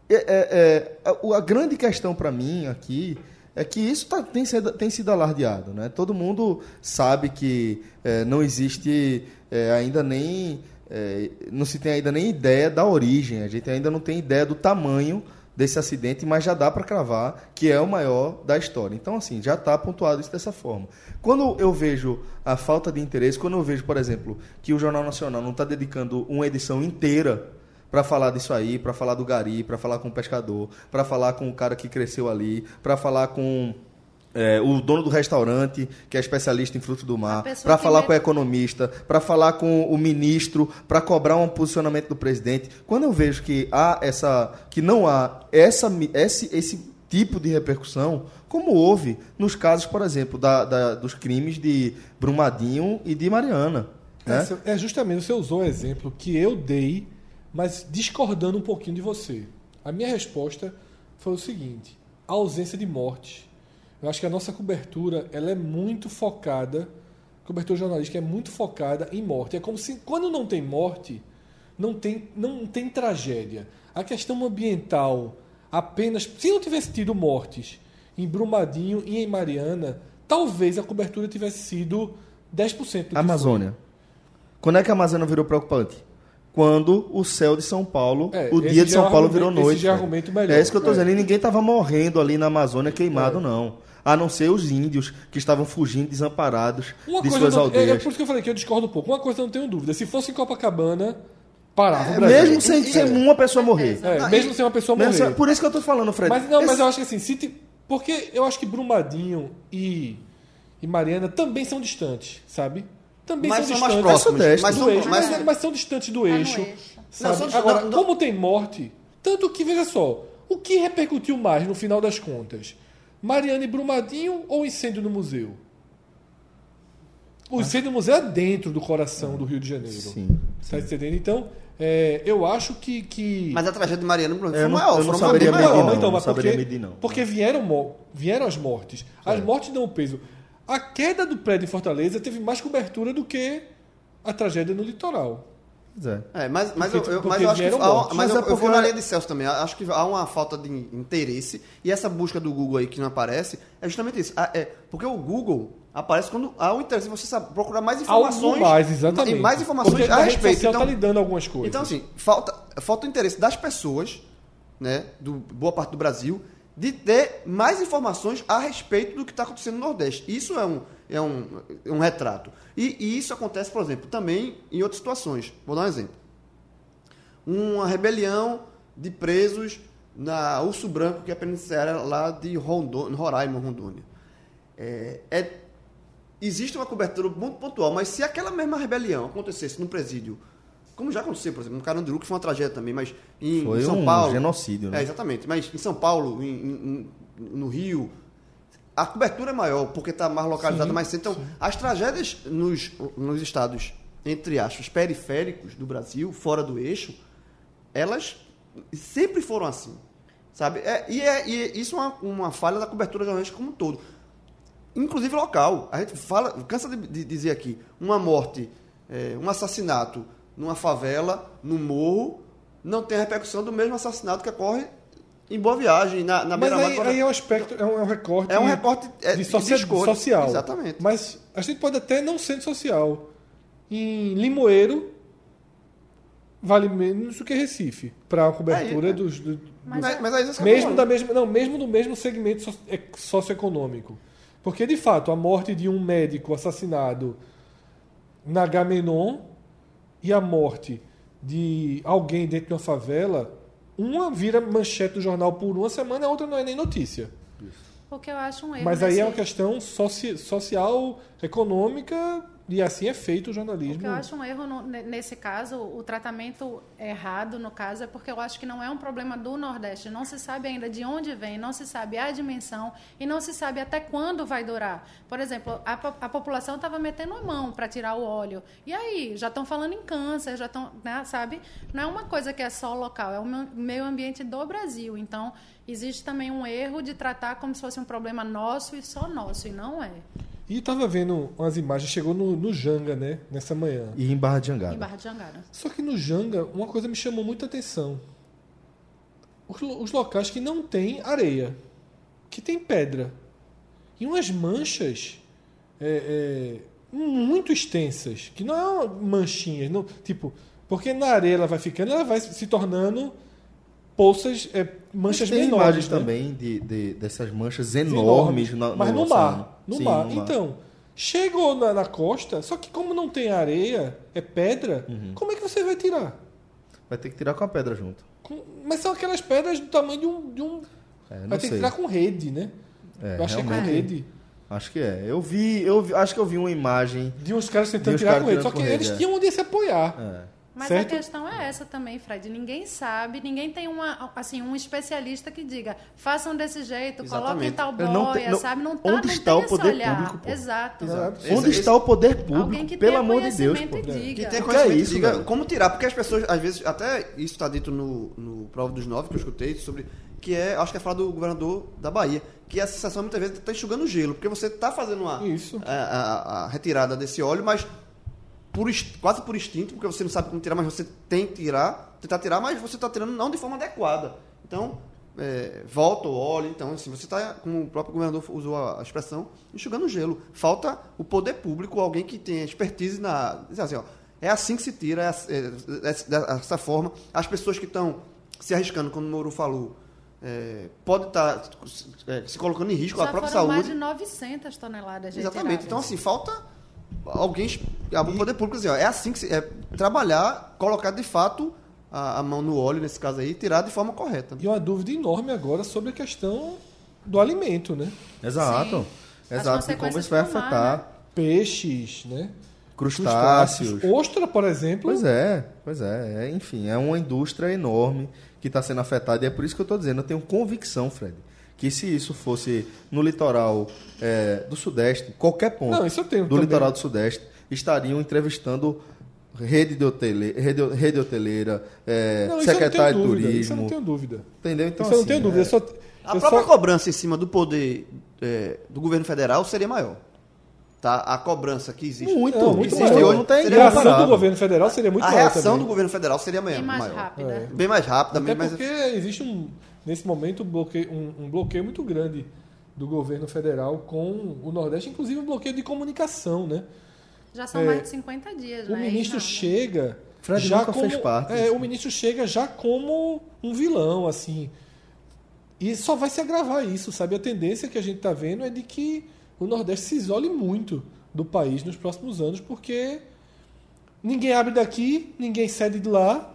[SPEAKER 2] é- é- é, a, o- a grande questão para mim aqui é que isso tá- tem, sido, tem sido alardeado, né? Todo mundo sabe que é, não existe é, ainda nem é, não se tem ainda nem ideia da origem, a gente ainda não tem ideia do tamanho desse acidente, mas já dá para cravar que é o maior da história. Então, assim, já está pontuado isso dessa forma. Quando eu vejo a falta de interesse, quando eu vejo, por exemplo, que o Jornal Nacional não está dedicando uma edição inteira para falar disso aí, para falar do gari, para falar com o pescador, para falar com o cara que cresceu ali, para falar com é, o dono do restaurante, que é especialista em fruto do mar,
[SPEAKER 5] A pessoa
[SPEAKER 2] para
[SPEAKER 5] que
[SPEAKER 2] falar
[SPEAKER 5] me-
[SPEAKER 2] com o economista, para falar com o ministro, para cobrar um posicionamento do presidente. Quando eu vejo que há essa que não há essa mi- esse, esse tipo de repercussão, como houve nos casos, por exemplo, da, da- dos crimes de Brumadinho e de Mariana, né?
[SPEAKER 3] Essa- É justamente, você usou o exemplo que eu dei, mas discordando um pouquinho de você. A minha resposta foi o seguinte: a ausência de morte. Eu acho que a nossa cobertura ela é muito focada, cobertura jornalística é muito focada em morte. É como se quando não tem morte, não tem, não tem tragédia. A questão ambiental apenas. Se não tivesse tido mortes em Brumadinho e em Mariana, talvez a cobertura tivesse sido 10% do que foi.
[SPEAKER 2] Amazônia. Quando é que a Amazônia virou preocupante? quando o céu de São Paulo,
[SPEAKER 3] É,
[SPEAKER 2] o
[SPEAKER 3] esse
[SPEAKER 2] dia de
[SPEAKER 3] já
[SPEAKER 2] São
[SPEAKER 3] é um
[SPEAKER 2] Paulo
[SPEAKER 3] argumento-
[SPEAKER 2] virou
[SPEAKER 3] esse
[SPEAKER 2] noite.
[SPEAKER 3] já é um
[SPEAKER 2] velho.
[SPEAKER 3] argumento melhor.
[SPEAKER 2] É isso que eu tô
[SPEAKER 3] É.
[SPEAKER 2] dizendo. E ninguém tava morrendo ali na Amazônia queimado, não. A não ser os índios que estavam fugindo desamparados
[SPEAKER 3] Uma
[SPEAKER 2] de
[SPEAKER 3] coisa
[SPEAKER 2] suas
[SPEAKER 3] eu não- é, é
[SPEAKER 2] aldeias.
[SPEAKER 3] por isso que eu falei que eu discordo um pouco. Uma coisa eu não tenho dúvida. Se fosse em Copacabana, parava o Brasil.
[SPEAKER 2] É, Mesmo sem, sem uma pessoa morrer.
[SPEAKER 3] É, mesmo sem uma pessoa
[SPEAKER 2] Mesmo
[SPEAKER 3] morrer.
[SPEAKER 2] sem- por isso que eu tô falando, Fred.
[SPEAKER 3] Mas não, mas
[SPEAKER 2] Esse-
[SPEAKER 3] eu acho que assim, se ti- porque eu acho que Brumadinho e, e Mariana também são distantes, sabe? Também
[SPEAKER 4] Mas
[SPEAKER 3] é são
[SPEAKER 4] são mais
[SPEAKER 3] distantes.
[SPEAKER 4] próximos.
[SPEAKER 2] Sudeste,
[SPEAKER 4] Mas
[SPEAKER 3] do
[SPEAKER 4] são,
[SPEAKER 3] eixo, mas, é,
[SPEAKER 4] mas,
[SPEAKER 3] mas são distantes do eixo.
[SPEAKER 5] eixo.
[SPEAKER 3] sabe?
[SPEAKER 4] Não, são-
[SPEAKER 3] Agora,
[SPEAKER 4] não, não-
[SPEAKER 3] como tem morte, tanto que, veja só, o que repercutiu mais no final das contas? Mariana e Brumadinho ou incêndio no museu? O incêndio no museu é dentro do coração do Rio de Janeiro.
[SPEAKER 2] Ah. Sim.
[SPEAKER 3] Tá entendendo? Então, é, eu acho que. que...
[SPEAKER 4] mas a tragédia de Mariana foi
[SPEAKER 2] Eu não-
[SPEAKER 4] maior.
[SPEAKER 2] eu não
[SPEAKER 4] foi uma
[SPEAKER 2] saberia
[SPEAKER 4] maior.
[SPEAKER 2] medir, não.
[SPEAKER 3] então, mas
[SPEAKER 2] saberia
[SPEAKER 3] porque,
[SPEAKER 2] medir, não. É.
[SPEAKER 3] porque vieram, mo- vieram as mortes. As mortes dão peso. A queda do prédio em Fortaleza teve mais cobertura do que a tragédia no litoral.
[SPEAKER 2] Pois é.
[SPEAKER 4] É, mas, mas
[SPEAKER 3] Porque-
[SPEAKER 4] eu, eu-
[SPEAKER 3] porque
[SPEAKER 4] mas eu acho que.
[SPEAKER 3] vieram
[SPEAKER 4] há uma-
[SPEAKER 3] mortos.
[SPEAKER 4] mas
[SPEAKER 2] Mas
[SPEAKER 4] eu,
[SPEAKER 2] é
[SPEAKER 4] eu
[SPEAKER 2] porque-
[SPEAKER 4] vou na linha de Celso também. Acho que há uma falta de interesse. E essa busca do Google aí que não aparece é justamente isso. Ah, é, porque o Google aparece quando há um interesse em você saber, procurar mais
[SPEAKER 3] Algo
[SPEAKER 4] informações.
[SPEAKER 3] mais, exatamente.
[SPEAKER 4] E mais informações
[SPEAKER 3] Porque
[SPEAKER 4] a
[SPEAKER 3] rede
[SPEAKER 4] respeito.
[SPEAKER 3] social
[SPEAKER 4] Então-
[SPEAKER 3] tá lidando algumas coisas.
[SPEAKER 4] Então, assim, falta, falta o interesse das pessoas, né, do boa parte do Brasil, de ter mais informações a respeito do que está acontecendo no Nordeste. Isso é um, é um, é um retrato. E, e isso acontece, por exemplo, também em outras situações. Vou dar um exemplo. Uma rebelião de presos na Urso Branco, que é a penitenciária lá de Rondô- Roraima, Rondônia. É- é existe uma cobertura muito pontual, mas se aquela mesma rebelião acontecesse no presídio, como já aconteceu, por exemplo, no Carandiru, que foi uma tragédia também, mas em,
[SPEAKER 2] Foi
[SPEAKER 4] em São
[SPEAKER 2] um
[SPEAKER 4] Paulo.
[SPEAKER 2] genocídio, né?
[SPEAKER 4] É, exatamente. Mas em São Paulo, em- em- em- no Rio, a cobertura é maior, porque está mais localizada, mais centro. Então, as tragédias nos, nos estados, entre aspas, periféricos do Brasil, fora do eixo, elas sempre foram assim. Sabe? É, e, é, e isso é uma, uma falha da cobertura jornalística como um todo. Inclusive local. A gente fala, cansa de, de dizer aqui, uma morte, é, um assassinato numa favela, num morro, não tem a repercussão do mesmo assassinato que ocorre em Boa Viagem, na, na
[SPEAKER 3] Mas
[SPEAKER 4] beira-mar.
[SPEAKER 3] aí,
[SPEAKER 4] Agora-
[SPEAKER 3] aí é um aspecto, é um, é um recorte.
[SPEAKER 4] É um recorte, é,
[SPEAKER 3] de
[SPEAKER 4] de
[SPEAKER 3] socia-
[SPEAKER 4] escolha.
[SPEAKER 3] social.
[SPEAKER 4] Exatamente.
[SPEAKER 3] Mas a gente pode até não sendo social. Em Limoeiro vale menos do que Recife para a cobertura
[SPEAKER 4] Aí, é.
[SPEAKER 3] dos, do-
[SPEAKER 4] Mas, mas, aí você
[SPEAKER 3] mesmo
[SPEAKER 4] acabou,
[SPEAKER 3] da
[SPEAKER 4] né?
[SPEAKER 3] mesma, não, mesmo do mesmo segmento so- é- socioeconômico. Porque de fato, a morte de um médico assassinado na Gamenon e a morte de alguém dentro de uma favela, uma vira manchete do jornal por uma semana, a outra não é nem notícia.
[SPEAKER 5] O que eu acho um erro.
[SPEAKER 3] Mas aí
[SPEAKER 5] nesse-
[SPEAKER 3] é uma questão soci- social, econômica, e assim é feito o jornalismo.
[SPEAKER 5] O que eu acho um erro no- ne- nesse caso, o tratamento errado no caso, é porque eu acho que não é um problema do Nordeste. Não se sabe ainda de onde vem, não se sabe a dimensão e não se sabe até quando vai durar. Por exemplo, a, po- a população estava metendo a mão para tirar o óleo. E aí? Já estão falando em câncer, já estão. né, sabe? Não é uma coisa que é só local, é o meu- meio ambiente do Brasil. Então, existe também um erro de tratar como se fosse um problema nosso e só nosso, e não é.
[SPEAKER 3] E tava vendo umas imagens, chegou no, no Janga, né? Nessa manhã.
[SPEAKER 2] E em Barra de
[SPEAKER 5] Em
[SPEAKER 2] Angada.
[SPEAKER 5] Barra de Jangada.
[SPEAKER 3] Só que no Janga, uma coisa me chamou muita atenção. Os, lo- os locais que não tem areia, que tem pedra. E umas manchas é, é, muito extensas, que não é uma manchinha, não, tipo, porque na areia ela vai ficando, ela vai se tornando poças, é, manchas
[SPEAKER 2] tem
[SPEAKER 3] menores
[SPEAKER 2] imagens
[SPEAKER 3] né?
[SPEAKER 2] também de, de- dessas manchas enormes, na-
[SPEAKER 3] mas no
[SPEAKER 2] nosso ano.
[SPEAKER 3] mar, no,
[SPEAKER 2] Sim,
[SPEAKER 3] mar. Então, chegou na, na costa, só que como não tem areia, é pedra,
[SPEAKER 2] Uhum.
[SPEAKER 3] como é que você vai tirar?
[SPEAKER 2] Vai ter que tirar com a pedra junto.
[SPEAKER 3] Com- Mas são aquelas pedras do tamanho de um. De um...
[SPEAKER 2] É, não
[SPEAKER 3] Vai ter que
[SPEAKER 2] sei.
[SPEAKER 3] tirar com rede, né?
[SPEAKER 2] É,
[SPEAKER 3] eu achei com
[SPEAKER 2] realmente.
[SPEAKER 3] rede.
[SPEAKER 2] Acho que é. Eu vi, eu vi- acho que eu vi uma imagem.
[SPEAKER 3] De uns caras tentando
[SPEAKER 2] De uns
[SPEAKER 3] tirar
[SPEAKER 2] caras
[SPEAKER 3] com rede. Só
[SPEAKER 2] tirando
[SPEAKER 3] que
[SPEAKER 2] com rede,
[SPEAKER 3] eles
[SPEAKER 2] é.
[SPEAKER 3] tinham onde se apoiar.
[SPEAKER 2] É.
[SPEAKER 5] Mas
[SPEAKER 3] Certo?
[SPEAKER 5] a questão é essa também, Fred. Ninguém sabe, ninguém tem uma, assim, um especialista que diga, façam desse jeito, coloquem
[SPEAKER 4] Exatamente.
[SPEAKER 5] tal
[SPEAKER 2] Eu
[SPEAKER 5] boia,
[SPEAKER 2] não te- não-
[SPEAKER 5] sabe? Não tá,
[SPEAKER 2] onde
[SPEAKER 5] não tem
[SPEAKER 2] está o
[SPEAKER 5] esse
[SPEAKER 2] poder
[SPEAKER 5] olhar.
[SPEAKER 2] público, pô?
[SPEAKER 5] Exato.
[SPEAKER 3] Exato.
[SPEAKER 4] Esse-
[SPEAKER 2] Onde
[SPEAKER 4] esse-
[SPEAKER 2] está o poder público?
[SPEAKER 5] Alguém que
[SPEAKER 2] pelo
[SPEAKER 5] tenha
[SPEAKER 2] amor de Deus,
[SPEAKER 5] conhecimento
[SPEAKER 2] pô.
[SPEAKER 5] e diga.
[SPEAKER 4] Que tem
[SPEAKER 2] O que é
[SPEAKER 4] conhecimento,
[SPEAKER 2] isso,
[SPEAKER 4] diga
[SPEAKER 2] velho?
[SPEAKER 4] como tirar, porque as pessoas, às vezes, até isso está dito no, no Prova dos Nove, que eu escutei, sobre, que é, acho que é a fala do governador da Bahia, que a sensação muitas vezes está enxugando o gelo, porque você está fazendo uma, é,
[SPEAKER 3] Isso.
[SPEAKER 4] A, a- a retirada desse óleo, mas por, ins- quase por instinto, porque você não sabe como tirar, mas você tem que tirar, tentar tirar, mas você está tirando não de forma adequada. Então, é, volta o óleo, então, assim, você está, como o próprio governador usou a a expressão, enxugando o gelo. Falta o poder público, alguém que tenha expertise na. dizer assim, ó, É assim que se tira, é, ass- é- é- é- dessa forma. As pessoas que estão se arriscando, como o Moro falou, é, pode estar se, é, se colocando em risco
[SPEAKER 5] Já
[SPEAKER 4] a própria
[SPEAKER 5] foram
[SPEAKER 4] saúde.
[SPEAKER 5] mais de 900 toneladas de
[SPEAKER 4] Exatamente. Então, assim, falta alguém, algum poder público dizer, ó, é assim que se, é trabalhar, colocar de fato a, a mão no óleo, nesse caso aí, e tirar de forma correta.
[SPEAKER 3] E uma dúvida enorme agora sobre a questão do alimento, né?
[SPEAKER 2] Exato.
[SPEAKER 5] Sim. As
[SPEAKER 2] Exato. E como
[SPEAKER 5] consequências
[SPEAKER 2] isso vai
[SPEAKER 5] de tomar,
[SPEAKER 2] afetar
[SPEAKER 3] Peixes, né?
[SPEAKER 2] crustáceos.
[SPEAKER 3] Ostra, por exemplo.
[SPEAKER 2] Pois é, pois é, é, Enfim, é uma indústria enorme que está sendo afetada. E é por isso que eu estou dizendo, eu tenho convicção, Fred, que se isso fosse no litoral é, do Sudeste, qualquer ponto
[SPEAKER 3] Não, isso eu tenho
[SPEAKER 2] do
[SPEAKER 3] também.
[SPEAKER 2] litoral do Sudeste, estariam entrevistando rede de hoteleira, rede, rede hoteleira é,
[SPEAKER 3] Não, isso eu não tenho
[SPEAKER 2] secretário de
[SPEAKER 3] dúvida.
[SPEAKER 2] turismo.
[SPEAKER 3] Isso eu não tenho dúvida.
[SPEAKER 2] Entendeu? Então,
[SPEAKER 3] isso eu não
[SPEAKER 2] assim,
[SPEAKER 3] tenho dúvida.
[SPEAKER 2] é,
[SPEAKER 3] eu só,
[SPEAKER 4] A
[SPEAKER 3] eu
[SPEAKER 4] própria
[SPEAKER 3] só-
[SPEAKER 4] cobrança em cima do poder é, do governo federal seria maior. Tá? A cobrança que existe.
[SPEAKER 2] Muito,
[SPEAKER 3] Não,
[SPEAKER 2] muito
[SPEAKER 3] muito
[SPEAKER 2] existe
[SPEAKER 3] maior.
[SPEAKER 2] hoje, não tem
[SPEAKER 3] A
[SPEAKER 4] Seria
[SPEAKER 3] reação do
[SPEAKER 2] comparado.
[SPEAKER 3] governo federal seria muito
[SPEAKER 4] a
[SPEAKER 3] maior
[SPEAKER 4] reação
[SPEAKER 3] também.
[SPEAKER 4] do governo federal seria maior.
[SPEAKER 5] E mais
[SPEAKER 4] maior.
[SPEAKER 5] rápida.
[SPEAKER 3] É.
[SPEAKER 4] Bem mais rápida,
[SPEAKER 3] Até
[SPEAKER 4] bem mais
[SPEAKER 3] porque existe um, nesse momento um bloqueio, um, um bloqueio muito grande do governo federal com o Nordeste, inclusive um bloqueio de comunicação, né?
[SPEAKER 5] Já são
[SPEAKER 3] É,
[SPEAKER 5] mais de 50 dias,
[SPEAKER 3] O
[SPEAKER 5] né? E
[SPEAKER 3] ministro
[SPEAKER 5] nada.
[SPEAKER 3] chega
[SPEAKER 2] Fred
[SPEAKER 3] já
[SPEAKER 2] nunca
[SPEAKER 3] como
[SPEAKER 2] fez parte
[SPEAKER 3] é,
[SPEAKER 2] disso.
[SPEAKER 3] o ministro chega já como um vilão assim. E só vai se agravar isso, sabe? A tendência que a gente está vendo é de que o Nordeste se isole muito do país nos próximos anos, porque ninguém abre daqui, ninguém cede de lá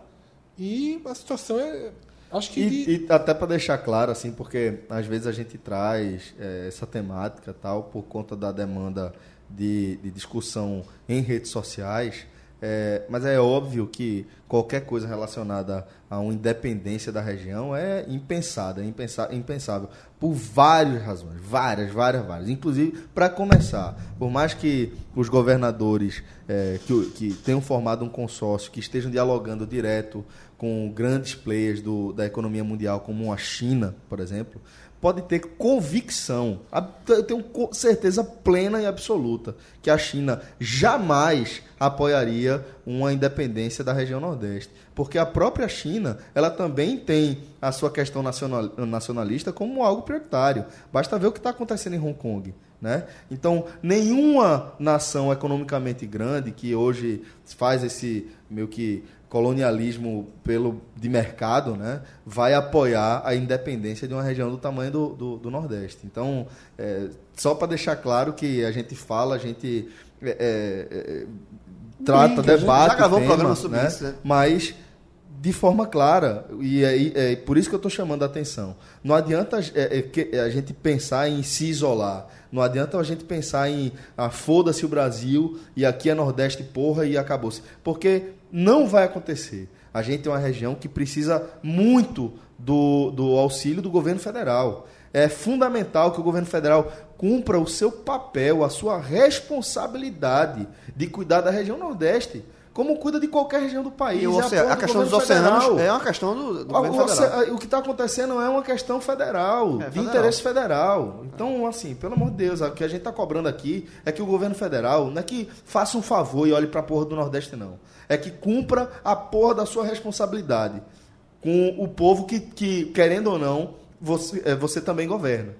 [SPEAKER 3] e a situação é acho que de-
[SPEAKER 2] E, e até para deixar claro, assim, porque às vezes a gente traz eh, essa temática tal por conta da demanda de, de discussão em redes sociais, eh, mas é óbvio que qualquer coisa relacionada a uma independência da região é impensada, é impensa- impensável por várias razões, várias, várias, várias. Inclusive, para começar, por mais que os governadores eh, que, o- que tenham formado um consórcio, que estejam dialogando direto com grandes players do- da economia mundial, como a China, por exemplo, pode ter convicção, ab- eu tenho co- certeza plena e absoluta, que a China jamais apoiaria uma independência da região Nordeste. Porque a própria China, ela também tem a sua questão nacional- nacionalista como algo prioritário. Basta ver o que está acontecendo em Hong Kong. Né? Então, nenhuma nação economicamente grande que hoje faz esse meio que colonialismo pelo, de mercado né? vai apoiar a independência de uma região do tamanho do, do, do Nordeste. Então, é, só para deixar claro que a gente fala, a gente é, é, é, trata,
[SPEAKER 3] Brinca, né?
[SPEAKER 2] debate.
[SPEAKER 4] Já gravou um
[SPEAKER 2] tema,
[SPEAKER 4] programa sobre isso, né?
[SPEAKER 2] Mas de forma clara. E aí, é, por isso que eu estou chamando a atenção. Não adianta é, é, que- é, a gente pensar em se isolar. Não adianta a gente pensar em ah, foda-se o Brasil e aqui é Nordeste, porra, e acabou-se. Porque não vai acontecer. A gente é uma região que precisa muito do, do auxílio do governo federal. É fundamental que o governo federal cumpra o seu papel, a sua responsabilidade de cuidar da região Nordeste, como cuida de qualquer região do país.
[SPEAKER 4] E o
[SPEAKER 2] É
[SPEAKER 4] oce- a
[SPEAKER 2] apoio do
[SPEAKER 4] questão dos
[SPEAKER 2] governo
[SPEAKER 4] oceanos
[SPEAKER 2] federal.
[SPEAKER 4] é uma questão do, do
[SPEAKER 2] O-
[SPEAKER 4] governo
[SPEAKER 2] o,
[SPEAKER 4] federal.
[SPEAKER 2] oce- o que está acontecendo é uma questão federal,
[SPEAKER 4] É,
[SPEAKER 2] de
[SPEAKER 4] federal.
[SPEAKER 2] interesse federal. Então, assim, pelo amor de Deus, o que a gente está cobrando aqui é que o governo federal não é que faça um favor e olhe para a porra do Nordeste, não. É que cumpra a porra da sua responsabilidade com o povo que, que querendo ou não, você, eh, você também governa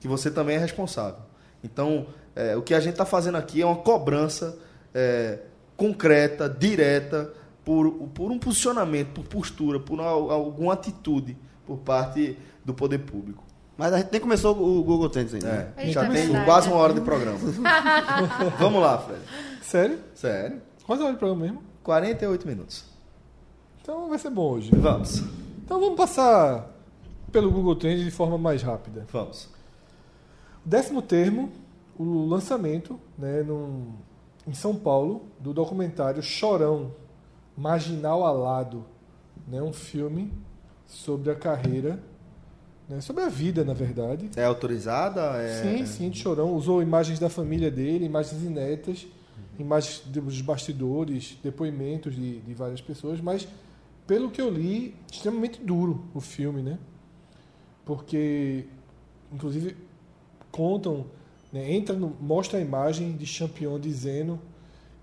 [SPEAKER 2] que você também é responsável. Então, é, o que a gente está fazendo aqui é uma cobrança é, concreta, direta, por, por um posicionamento, por postura, por al- alguma atitude por parte do poder público.
[SPEAKER 4] Mas a gente nem começou o Google Trends ainda. né?
[SPEAKER 2] É,
[SPEAKER 5] Eita,
[SPEAKER 2] já tem
[SPEAKER 5] verdade.
[SPEAKER 2] quase uma hora de programa. Vamos lá, Fred.
[SPEAKER 3] sério?
[SPEAKER 2] Sério?
[SPEAKER 3] Quase a hora do programa mesmo.
[SPEAKER 2] 48 minutos.
[SPEAKER 3] Então vai ser bom hoje.
[SPEAKER 2] Vamos,
[SPEAKER 3] Então vamos passar pelo Google Trends de forma mais rápida.
[SPEAKER 2] vamos.
[SPEAKER 3] Décimo termo, o lançamento né, num- em São Paulo do documentário Chorão, Marginal Alado. Né, um filme sobre a carreira, né, sobre a vida, na verdade.
[SPEAKER 2] É autorizada? É...
[SPEAKER 3] Sim, sim, de Chorão. Usou imagens da família dele, imagens inéditas, imagens dos bastidores, depoimentos de, de várias pessoas, mas pelo que eu li, extremamente duro o filme, né? Porque, inclusive, contam, né, entra no, mostra a imagem de Champion dizendo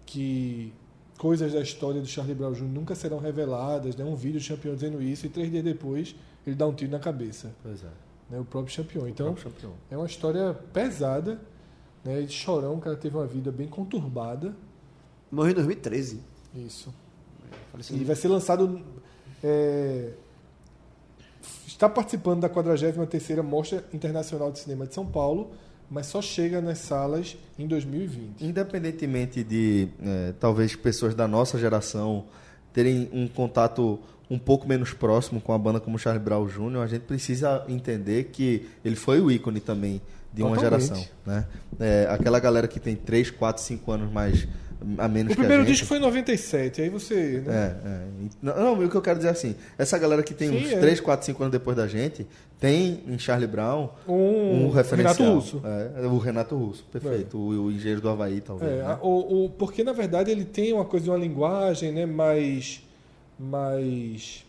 [SPEAKER 3] que coisas da história do Charlie Brown Jr. nunca serão reveladas, né? Um vídeo do Champion dizendo isso e três dias depois ele dá um tiro na cabeça,
[SPEAKER 2] Pois é.
[SPEAKER 1] Então,
[SPEAKER 3] né? O próprio Champion. Então,
[SPEAKER 2] Vamos, campeão.
[SPEAKER 3] é uma história pesada, né? De chorão, o cara teve uma vida bem conturbada.
[SPEAKER 4] Morreu em 2013.
[SPEAKER 3] Isso.
[SPEAKER 4] Faleceu
[SPEAKER 3] E vai ser lançado. é, está participando da 43 Mostra Internacional de Cinema de São Paulo, mas só chega nas salas em 2020.
[SPEAKER 2] Independentemente de eh, talvez pessoas da nossa geração terem um contato um pouco menos próximo com a banda como Charlie Brown Jr., a gente precisa entender que ele foi o ícone também de uma
[SPEAKER 3] Totalmente.
[SPEAKER 2] geração. Né? Eh, aquela galera que tem 3, 4, 5 anos mais a menos
[SPEAKER 3] O primeiro
[SPEAKER 2] que a gente.
[SPEAKER 3] disco foi em 97, aí você. né?
[SPEAKER 2] É, é. E- Não, não, o que eu quero dizer é assim, essa galera que tem
[SPEAKER 3] Sim,
[SPEAKER 2] uns
[SPEAKER 3] é.
[SPEAKER 2] 3, 4, 5 anos depois da gente, tem em Charlie Brown
[SPEAKER 3] Um
[SPEAKER 2] um, referencial.
[SPEAKER 3] Renato Russo.
[SPEAKER 2] É, o Renato Russo, perfeito. O, o engenheiro do Havaí, talvez.
[SPEAKER 3] É,
[SPEAKER 2] né?
[SPEAKER 3] a- o, o- porque na verdade ele tem uma coisa de uma linguagem né, mais. mais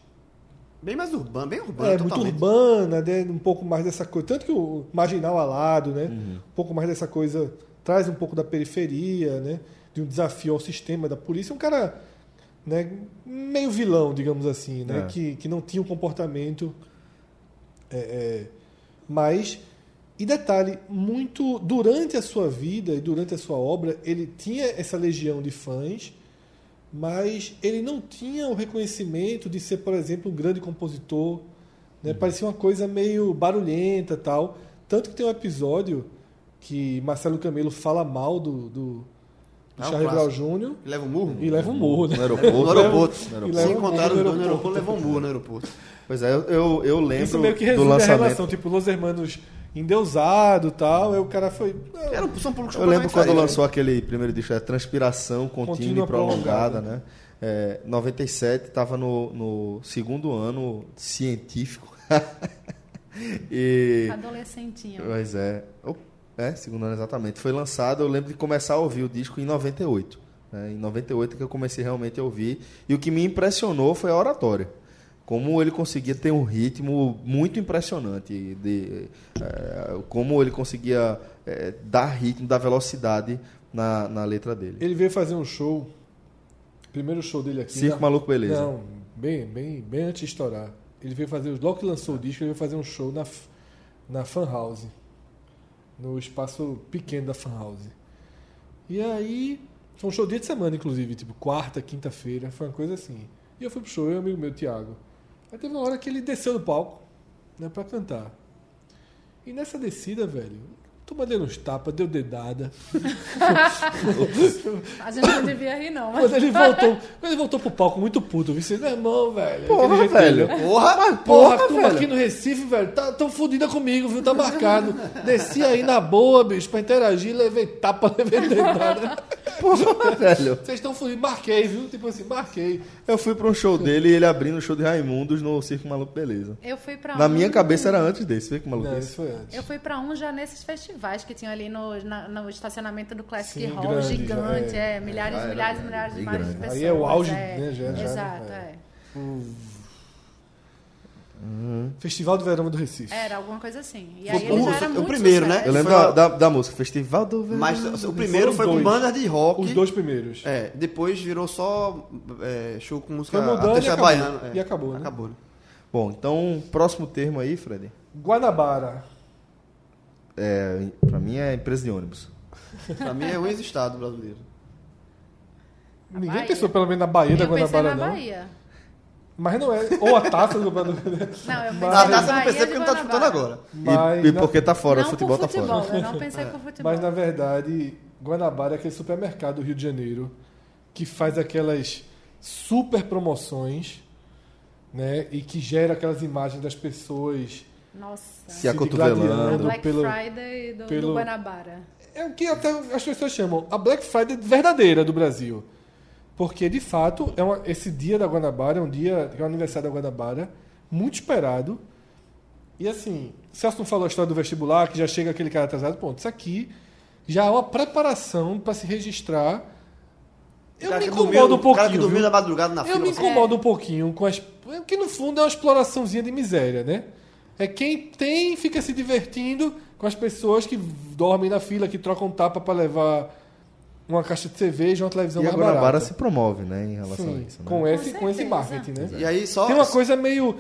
[SPEAKER 4] Bem mais urbano, bem urbano,
[SPEAKER 3] é, muito
[SPEAKER 4] totalmente.
[SPEAKER 3] urbana, né, um pouco mais dessa coisa. Tanto que o marginal alado, né? Um pouco mais dessa coisa. Traz um pouco da periferia, né? De um desafio ao sistema da polícia. Um cara né, meio vilão, digamos assim, né?
[SPEAKER 2] É.
[SPEAKER 3] Que, que não tinha um comportamento. é, é, mas. E detalhe, muito durante a sua vida e durante a sua obra, ele tinha essa legião de fãs, mas ele não tinha o reconhecimento de ser, por exemplo, um grande compositor. Né? Parecia uma coisa meio barulhenta tal. Tanto que tem um episódio que Marcelo Camelo fala mal do, do, do
[SPEAKER 4] Ah, o
[SPEAKER 3] Charlie Brown Jr.
[SPEAKER 4] E Leva um murro?
[SPEAKER 3] e leva um murro, né?
[SPEAKER 2] No aeroporto.
[SPEAKER 4] No aeroporto.
[SPEAKER 2] No aeroporto.
[SPEAKER 3] E leva
[SPEAKER 4] Se
[SPEAKER 3] um
[SPEAKER 4] encontraram os
[SPEAKER 3] murro
[SPEAKER 4] dois
[SPEAKER 3] no
[SPEAKER 4] no aeroporto,
[SPEAKER 3] aeroporto.
[SPEAKER 4] levou um murro no aeroporto.
[SPEAKER 2] Pois é, eu, eu, eu lembro
[SPEAKER 3] Isso meio que
[SPEAKER 2] do
[SPEAKER 3] resume a
[SPEAKER 2] lançamento.
[SPEAKER 3] relação, tipo, Los Hermanos endeusado e tal. Aí o cara foi. "Ah,
[SPEAKER 4] Era, são públicos
[SPEAKER 2] Eu lembro
[SPEAKER 4] completamente
[SPEAKER 2] quando
[SPEAKER 4] diferentes,
[SPEAKER 2] lançou aquele primeiro disco, é Transpiração Contínua,
[SPEAKER 3] Contínua
[SPEAKER 2] e Prolongada,
[SPEAKER 3] Prolongada.
[SPEAKER 2] né? É, 97 estava no, no segundo ano científico. e.
[SPEAKER 5] Adolescentinho.
[SPEAKER 2] Pois é. Oh, É, segundo ano exatamente. Foi lançado, eu lembro de começar a ouvir o disco em 98. né? Em 98 que eu comecei realmente a ouvir. E o que me impressionou foi a oratória. Como ele conseguia ter um ritmo muito impressionante. De, eh, como ele conseguia eh, dar ritmo, dar velocidade na, na letra dele.
[SPEAKER 3] Ele veio fazer um show. Primeiro show dele aqui.
[SPEAKER 2] Circo
[SPEAKER 3] na-
[SPEAKER 2] Maluco Beleza.
[SPEAKER 3] Não, bem, bem, bem antes de estourar. Ele veio fazer. Logo que lançou o disco, ele veio fazer um show na, f- na Fan House. No espaço pequeno da Fan House. E aí. Foi um show dia de semana, inclusive, tipo, quarta, quinta-feira, foi uma coisa assim. E eu fui pro show, eu e um amigo meu, Thiago. Aí teve uma hora que ele desceu do palco, né, pra cantar. E nessa descida, velho, toma deu uns tapas, deu dedada.
[SPEAKER 5] A gente não devia rir, não. Mas...
[SPEAKER 3] Quando ele voltou, quando ele voltou pro palco muito puto, vice na mão, velho.
[SPEAKER 2] Porra,
[SPEAKER 3] Aquele jeito
[SPEAKER 2] velho.
[SPEAKER 3] dele.
[SPEAKER 2] Porra, mas
[SPEAKER 3] Porra,
[SPEAKER 2] porra,
[SPEAKER 3] turma
[SPEAKER 2] velho.
[SPEAKER 3] aqui no Recife, velho, tá, tão fodida comigo, viu? Tá marcado. Desci aí na boa, bicho, pra interagir, levei tapa, levei dedada.
[SPEAKER 2] Porra, velho.
[SPEAKER 3] Vocês estão fodidos, marquei, viu? Tipo assim, marquei.
[SPEAKER 2] Eu fui para um show dele e ele abrindo o show de Raimundos no Circo Maluco Beleza.
[SPEAKER 5] Eu fui pra
[SPEAKER 2] Na
[SPEAKER 5] um-
[SPEAKER 2] minha cabeça era antes desse, Circo Maluco é
[SPEAKER 3] Não,
[SPEAKER 2] Beleza.
[SPEAKER 3] isso é foi antes.
[SPEAKER 5] Eu fui pra um já nesses festivais que tinham ali no, na- no estacionamento do Classic
[SPEAKER 3] Sim,
[SPEAKER 5] Hall,
[SPEAKER 3] grande,
[SPEAKER 5] gigante,
[SPEAKER 3] já,
[SPEAKER 5] é, milhares,
[SPEAKER 2] Já era
[SPEAKER 5] milhares
[SPEAKER 2] grande,
[SPEAKER 5] e milhares,
[SPEAKER 2] bem
[SPEAKER 5] milhares de
[SPEAKER 2] grande.
[SPEAKER 5] pessoas.
[SPEAKER 3] Aí é o auge,
[SPEAKER 5] é.
[SPEAKER 3] né, já, já,
[SPEAKER 5] Exato,
[SPEAKER 3] é.
[SPEAKER 5] é.
[SPEAKER 3] um Festival do Verão do Recife.
[SPEAKER 5] Era alguma coisa assim. E
[SPEAKER 4] Foi
[SPEAKER 5] aí ele
[SPEAKER 4] o-
[SPEAKER 5] já era
[SPEAKER 4] o
[SPEAKER 5] muito
[SPEAKER 4] primeiro, né?
[SPEAKER 5] sucesso.
[SPEAKER 2] Eu lembro
[SPEAKER 4] Foi
[SPEAKER 2] da,
[SPEAKER 4] a-
[SPEAKER 2] da, da música, Festival do Verão.
[SPEAKER 4] Mas o primeiro
[SPEAKER 3] Foram
[SPEAKER 4] foi com
[SPEAKER 3] dois.
[SPEAKER 4] bandas de rock.
[SPEAKER 3] Os dois primeiros.
[SPEAKER 4] É, depois virou só é, show com música
[SPEAKER 3] Foi mudando
[SPEAKER 4] artista
[SPEAKER 3] e acabou.
[SPEAKER 4] baiano. é.
[SPEAKER 3] E acabou, né?
[SPEAKER 4] Acabou, né?
[SPEAKER 2] Bom, então, próximo termo aí, Fred.
[SPEAKER 3] Guanabara.
[SPEAKER 2] É, pra mim é empresa de ônibus.
[SPEAKER 4] Pra mim é o ex-estado brasileiro.
[SPEAKER 3] Ninguém
[SPEAKER 5] Bahia.
[SPEAKER 3] pensou, pelo menos, na Bahia da
[SPEAKER 5] Eu pensei
[SPEAKER 3] Guanabara,
[SPEAKER 5] na
[SPEAKER 3] não.
[SPEAKER 5] Bahia.
[SPEAKER 3] Mas não é. Ou a taça do Guanabara.
[SPEAKER 5] Não, eu pensei
[SPEAKER 4] Ah,
[SPEAKER 3] é.
[SPEAKER 5] na
[SPEAKER 4] tá, você não
[SPEAKER 5] Bahia
[SPEAKER 4] percebe
[SPEAKER 5] de
[SPEAKER 4] porque não tá disputando
[SPEAKER 5] Guanabara.
[SPEAKER 4] agora.
[SPEAKER 3] Mas
[SPEAKER 2] e e
[SPEAKER 3] na-
[SPEAKER 2] porque tá fora,
[SPEAKER 5] não
[SPEAKER 2] o futebol
[SPEAKER 5] com
[SPEAKER 2] tá
[SPEAKER 5] futebol, né?
[SPEAKER 2] fora.
[SPEAKER 5] eu não pensei com futebol.
[SPEAKER 3] É. Mas na verdade, Guanabara é aquele supermercado do Rio de Janeiro que faz aquelas super promoções, né? E que gera aquelas imagens das pessoas.
[SPEAKER 5] Nossa.
[SPEAKER 2] Se
[SPEAKER 5] A
[SPEAKER 2] acotovelando.
[SPEAKER 3] gladiando.
[SPEAKER 5] Black
[SPEAKER 3] pelo-
[SPEAKER 5] Friday do, do
[SPEAKER 3] pelo-
[SPEAKER 5] Guanabara.
[SPEAKER 3] É o que até as pessoas chamam a Black Friday verdadeira do Brasil. Porque, de fato, é uma- esse dia da Guanabara é um dia, é um aniversário da Guanabara, muito esperado. E assim, Celso não falou a história do vestibular, que já chega aquele cara atrasado. Ponto, isso aqui já é uma preparação para se registrar.
[SPEAKER 4] O
[SPEAKER 3] Eu
[SPEAKER 4] cara
[SPEAKER 3] me
[SPEAKER 4] que
[SPEAKER 3] incomodo
[SPEAKER 4] dormiu-
[SPEAKER 3] um
[SPEAKER 4] O cara que
[SPEAKER 3] pouquinho.
[SPEAKER 4] dormiu
[SPEAKER 3] viu?
[SPEAKER 4] na madrugada na
[SPEAKER 3] Eu me
[SPEAKER 4] fila. você-
[SPEAKER 3] incomodo um pouquinho com as. Que no fundo é uma exploraçãozinha de miséria, né? É quem tem fica se divertindo com as pessoas que dormem na fila, que trocam um tapa pra levar uma caixa de cerveja, uma televisão
[SPEAKER 2] E a
[SPEAKER 3] mais
[SPEAKER 2] Guanabara
[SPEAKER 3] barata.
[SPEAKER 2] se promove, né, em relação
[SPEAKER 3] Sim,
[SPEAKER 2] a isso. né?
[SPEAKER 3] com, esse,
[SPEAKER 5] Com
[SPEAKER 3] com esse
[SPEAKER 5] certeza.
[SPEAKER 3] marketing, né?
[SPEAKER 4] E aí só.
[SPEAKER 3] Tem uma coisa meio.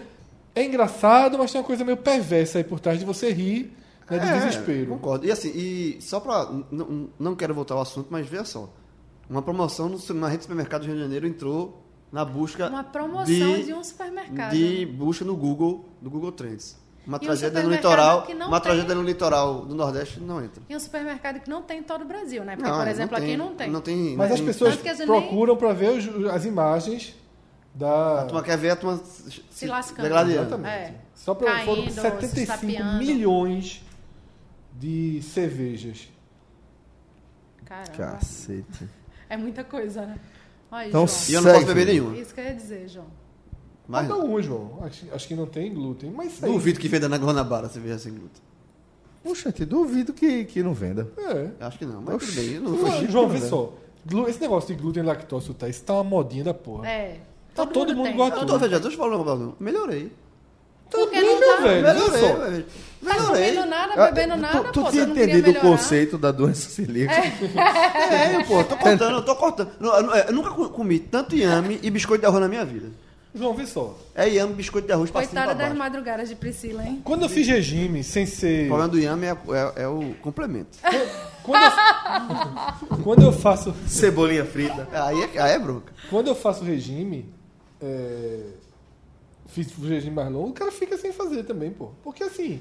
[SPEAKER 3] É engraçado, mas tem uma coisa meio perversa aí por trás de você rir, né? De
[SPEAKER 4] É,
[SPEAKER 3] desespero.
[SPEAKER 4] Concordo. E assim, e só pra. n- n- Não quero voltar ao assunto, mas veja só. Uma promoção no- numa rede de supermercado do Rio de Janeiro entrou na busca.
[SPEAKER 5] Uma promoção
[SPEAKER 4] de,
[SPEAKER 5] de, um supermercado.
[SPEAKER 4] de busca no Google, do Google Trends. Uma
[SPEAKER 5] E um
[SPEAKER 4] tragédia no
[SPEAKER 5] supermercado
[SPEAKER 4] litoral.
[SPEAKER 5] que não
[SPEAKER 4] Uma
[SPEAKER 5] tem-
[SPEAKER 4] tragédia no litoral do Nordeste não entra. é,
[SPEAKER 5] E um supermercado que não tem em todo o Brasil, né? Porque, por exemplo, aqui não tem.
[SPEAKER 4] Não tem.
[SPEAKER 3] Mas as
[SPEAKER 4] não tem-
[SPEAKER 3] pessoas
[SPEAKER 5] Tanto que a gente
[SPEAKER 3] procuram pra ver os- as imagens da.
[SPEAKER 4] A turma quer ver a turma se,
[SPEAKER 5] Se lascando.
[SPEAKER 4] degradando.
[SPEAKER 3] Exatamente.
[SPEAKER 5] É.
[SPEAKER 3] Só pra, foram
[SPEAKER 5] Caindo, se
[SPEAKER 3] 75
[SPEAKER 5] estapeando.
[SPEAKER 3] milhões de cervejas.
[SPEAKER 5] Caramba.
[SPEAKER 2] Cacete.
[SPEAKER 5] É muita coisa, né? Olha,
[SPEAKER 2] Então,
[SPEAKER 5] João. é
[SPEAKER 4] E eu não posso
[SPEAKER 2] Segue.
[SPEAKER 4] beber nenhuma.
[SPEAKER 5] Isso que eu ia dizer, João.
[SPEAKER 4] Mas
[SPEAKER 3] Falta um, João. Acho, acho que é não tem glúten. Mas isso aí-
[SPEAKER 4] duvido que venda na Guanabara se veja sem glúten.
[SPEAKER 2] Puxa, te duvido que, que não venda.
[SPEAKER 3] É.
[SPEAKER 4] Eu acho que não, mas tudo
[SPEAKER 2] Oxi.
[SPEAKER 4] bem. eu Não
[SPEAKER 3] João,
[SPEAKER 4] vou
[SPEAKER 2] chique,
[SPEAKER 3] João,
[SPEAKER 2] né,
[SPEAKER 3] vê
[SPEAKER 2] velho?
[SPEAKER 3] só. Glú- Esse negócio de glúten e lactose, tá? Isso tá uma modinha da porra.
[SPEAKER 5] É.
[SPEAKER 3] Tá todo mundo
[SPEAKER 5] tem.
[SPEAKER 3] gosta-
[SPEAKER 4] Eu tô veja, tô te falando, Paulo, Melhorei.
[SPEAKER 5] Porque
[SPEAKER 3] Também,
[SPEAKER 5] não
[SPEAKER 3] meu
[SPEAKER 5] tá-
[SPEAKER 3] velho. Olha
[SPEAKER 4] Melhorei,
[SPEAKER 3] só.
[SPEAKER 4] velho.
[SPEAKER 5] Tá comendo
[SPEAKER 4] Melhorei.
[SPEAKER 5] nada, bebendo
[SPEAKER 2] Ah,
[SPEAKER 5] nada,
[SPEAKER 2] tu, tu tinha
[SPEAKER 5] pô. você não queria
[SPEAKER 2] entendido o
[SPEAKER 5] melhorar.
[SPEAKER 2] conceito da doença celíaca.
[SPEAKER 4] É, pô, tô cortando, eu tô cortando. Não, eu não- eu nunca co- comi tanto yame e biscoito de arroz na minha vida.
[SPEAKER 3] João, vê só.
[SPEAKER 4] É yame, biscoito de arroz, pra cima e
[SPEAKER 5] Coitada
[SPEAKER 4] pra
[SPEAKER 5] das
[SPEAKER 4] assim, tá baixo.
[SPEAKER 5] madrugadas de Priscila, hein?
[SPEAKER 3] Quando eu fiz regime sem
[SPEAKER 4] O
[SPEAKER 3] ser.
[SPEAKER 4] problema do yame é, é- é o complemento.
[SPEAKER 3] Quando eu, quando eu faço.
[SPEAKER 2] Cebolinha frita.
[SPEAKER 4] Aí é, aí é bronca.
[SPEAKER 3] Quando eu faço regime, é, fiz o regime mais longo, o cara fica sem fazer também, pô. Porque assim,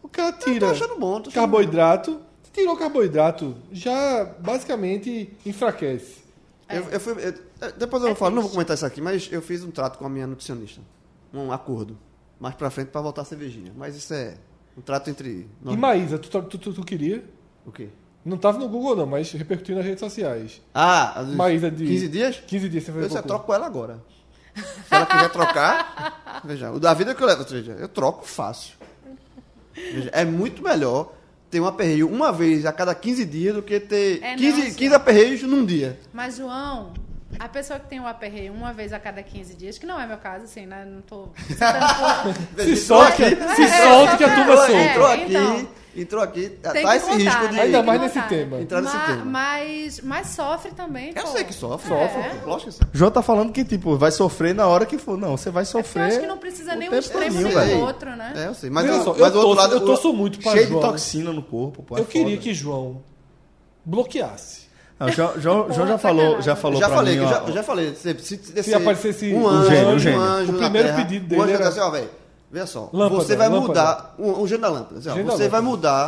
[SPEAKER 3] o cara
[SPEAKER 4] Eu Tô
[SPEAKER 3] tira
[SPEAKER 4] achando bom, tô achando
[SPEAKER 3] carboidrato, tirou carboidrato, já basicamente enfraquece.
[SPEAKER 4] Eu, eu fui, eu- eu- é, depois
[SPEAKER 3] É
[SPEAKER 4] eu falo, não vou comentar isso aqui, mas eu fiz um trato com a minha nutricionista. Um acordo. Mais pra frente pra voltar a cervejinha. Mas isso é um trato entre. nós.
[SPEAKER 3] E Maísa, tu, tá- tu, tu- tu queria?
[SPEAKER 4] O quê?
[SPEAKER 3] Não tava no Google não, mas repercutiu nas redes sociais.
[SPEAKER 4] Ah, às vezes-
[SPEAKER 3] Maísa é de
[SPEAKER 4] 15 dias?
[SPEAKER 3] 15 dias sem fazer
[SPEAKER 4] Eu só
[SPEAKER 3] cocô.
[SPEAKER 4] troco ela agora. Se ela quiser trocar, veja, o da vida que eu levo, veja, eu troco fácil. Veja, é muito melhor ter um aperreio uma vez a cada 15 dias do que ter
[SPEAKER 5] É, não,
[SPEAKER 4] 15,
[SPEAKER 5] senhor.
[SPEAKER 4] 15 aperreios num dia.
[SPEAKER 5] Mas, João, a pessoa que tem o aperreio uma vez a cada 15 dias, que não é meu caso, assim, né? Não tô.
[SPEAKER 3] Se solta, que- se
[SPEAKER 5] É,
[SPEAKER 3] solta que a
[SPEAKER 5] é,
[SPEAKER 3] turma
[SPEAKER 5] é,
[SPEAKER 3] solta.
[SPEAKER 4] entrou aqui,
[SPEAKER 5] então.
[SPEAKER 4] entrou aqui,
[SPEAKER 5] Tem
[SPEAKER 4] tá
[SPEAKER 5] que
[SPEAKER 4] esse
[SPEAKER 5] contar,
[SPEAKER 4] risco de.
[SPEAKER 5] né? Tem
[SPEAKER 3] Ainda
[SPEAKER 5] que
[SPEAKER 3] mais nesse
[SPEAKER 5] contar.
[SPEAKER 3] tema.
[SPEAKER 4] Entrar nesse
[SPEAKER 5] Ma-
[SPEAKER 4] tema.
[SPEAKER 5] Mas, mas sofre também.
[SPEAKER 4] Eu
[SPEAKER 5] pô.
[SPEAKER 4] sei que sofre.
[SPEAKER 5] É.
[SPEAKER 4] Sofre, pô, lógico que sofre.
[SPEAKER 2] João tá falando que, tipo, vai sofrer na hora que for. Não, você vai
[SPEAKER 5] É porque eu
[SPEAKER 2] sofrer.
[SPEAKER 5] acho que não precisa nem um
[SPEAKER 2] tempo
[SPEAKER 5] extremo
[SPEAKER 2] todinho,
[SPEAKER 5] nem
[SPEAKER 2] velho.
[SPEAKER 5] do outro, né?
[SPEAKER 4] É, eu sei. Mas,
[SPEAKER 3] Veja
[SPEAKER 4] eu-
[SPEAKER 3] só,
[SPEAKER 4] mas
[SPEAKER 3] eu
[SPEAKER 4] o outro
[SPEAKER 3] torço-
[SPEAKER 4] lado.
[SPEAKER 3] eu
[SPEAKER 4] o-
[SPEAKER 3] torço muito pra
[SPEAKER 2] Cheio
[SPEAKER 3] João.
[SPEAKER 2] de toxina no corpo, pô. é
[SPEAKER 3] Eu queria
[SPEAKER 2] foda.
[SPEAKER 3] que João bloqueasse.
[SPEAKER 2] Não, João, João- João já
[SPEAKER 5] Porra, tá
[SPEAKER 2] falou, já
[SPEAKER 5] sacanagem.
[SPEAKER 2] falou
[SPEAKER 4] já
[SPEAKER 2] pra
[SPEAKER 4] falei,
[SPEAKER 2] mim,
[SPEAKER 4] que
[SPEAKER 2] ó,
[SPEAKER 4] já, já falei. Se, se, se, se
[SPEAKER 3] aparecesse
[SPEAKER 4] um
[SPEAKER 3] o
[SPEAKER 4] anjo,
[SPEAKER 2] gênio, o
[SPEAKER 4] um
[SPEAKER 2] gênio.
[SPEAKER 4] anjo
[SPEAKER 3] O
[SPEAKER 4] na
[SPEAKER 3] primeiro
[SPEAKER 4] terra,
[SPEAKER 3] pedido
[SPEAKER 4] o
[SPEAKER 3] dele
[SPEAKER 4] anjo
[SPEAKER 3] era-
[SPEAKER 4] assim, ó, velho. Vê só,
[SPEAKER 3] Lâmpada,
[SPEAKER 4] você vai
[SPEAKER 3] lâmpada.
[SPEAKER 4] mudar o, o gênio da lâmpada. assim, ó,
[SPEAKER 3] Gênio da
[SPEAKER 4] você vai
[SPEAKER 3] lâmpada.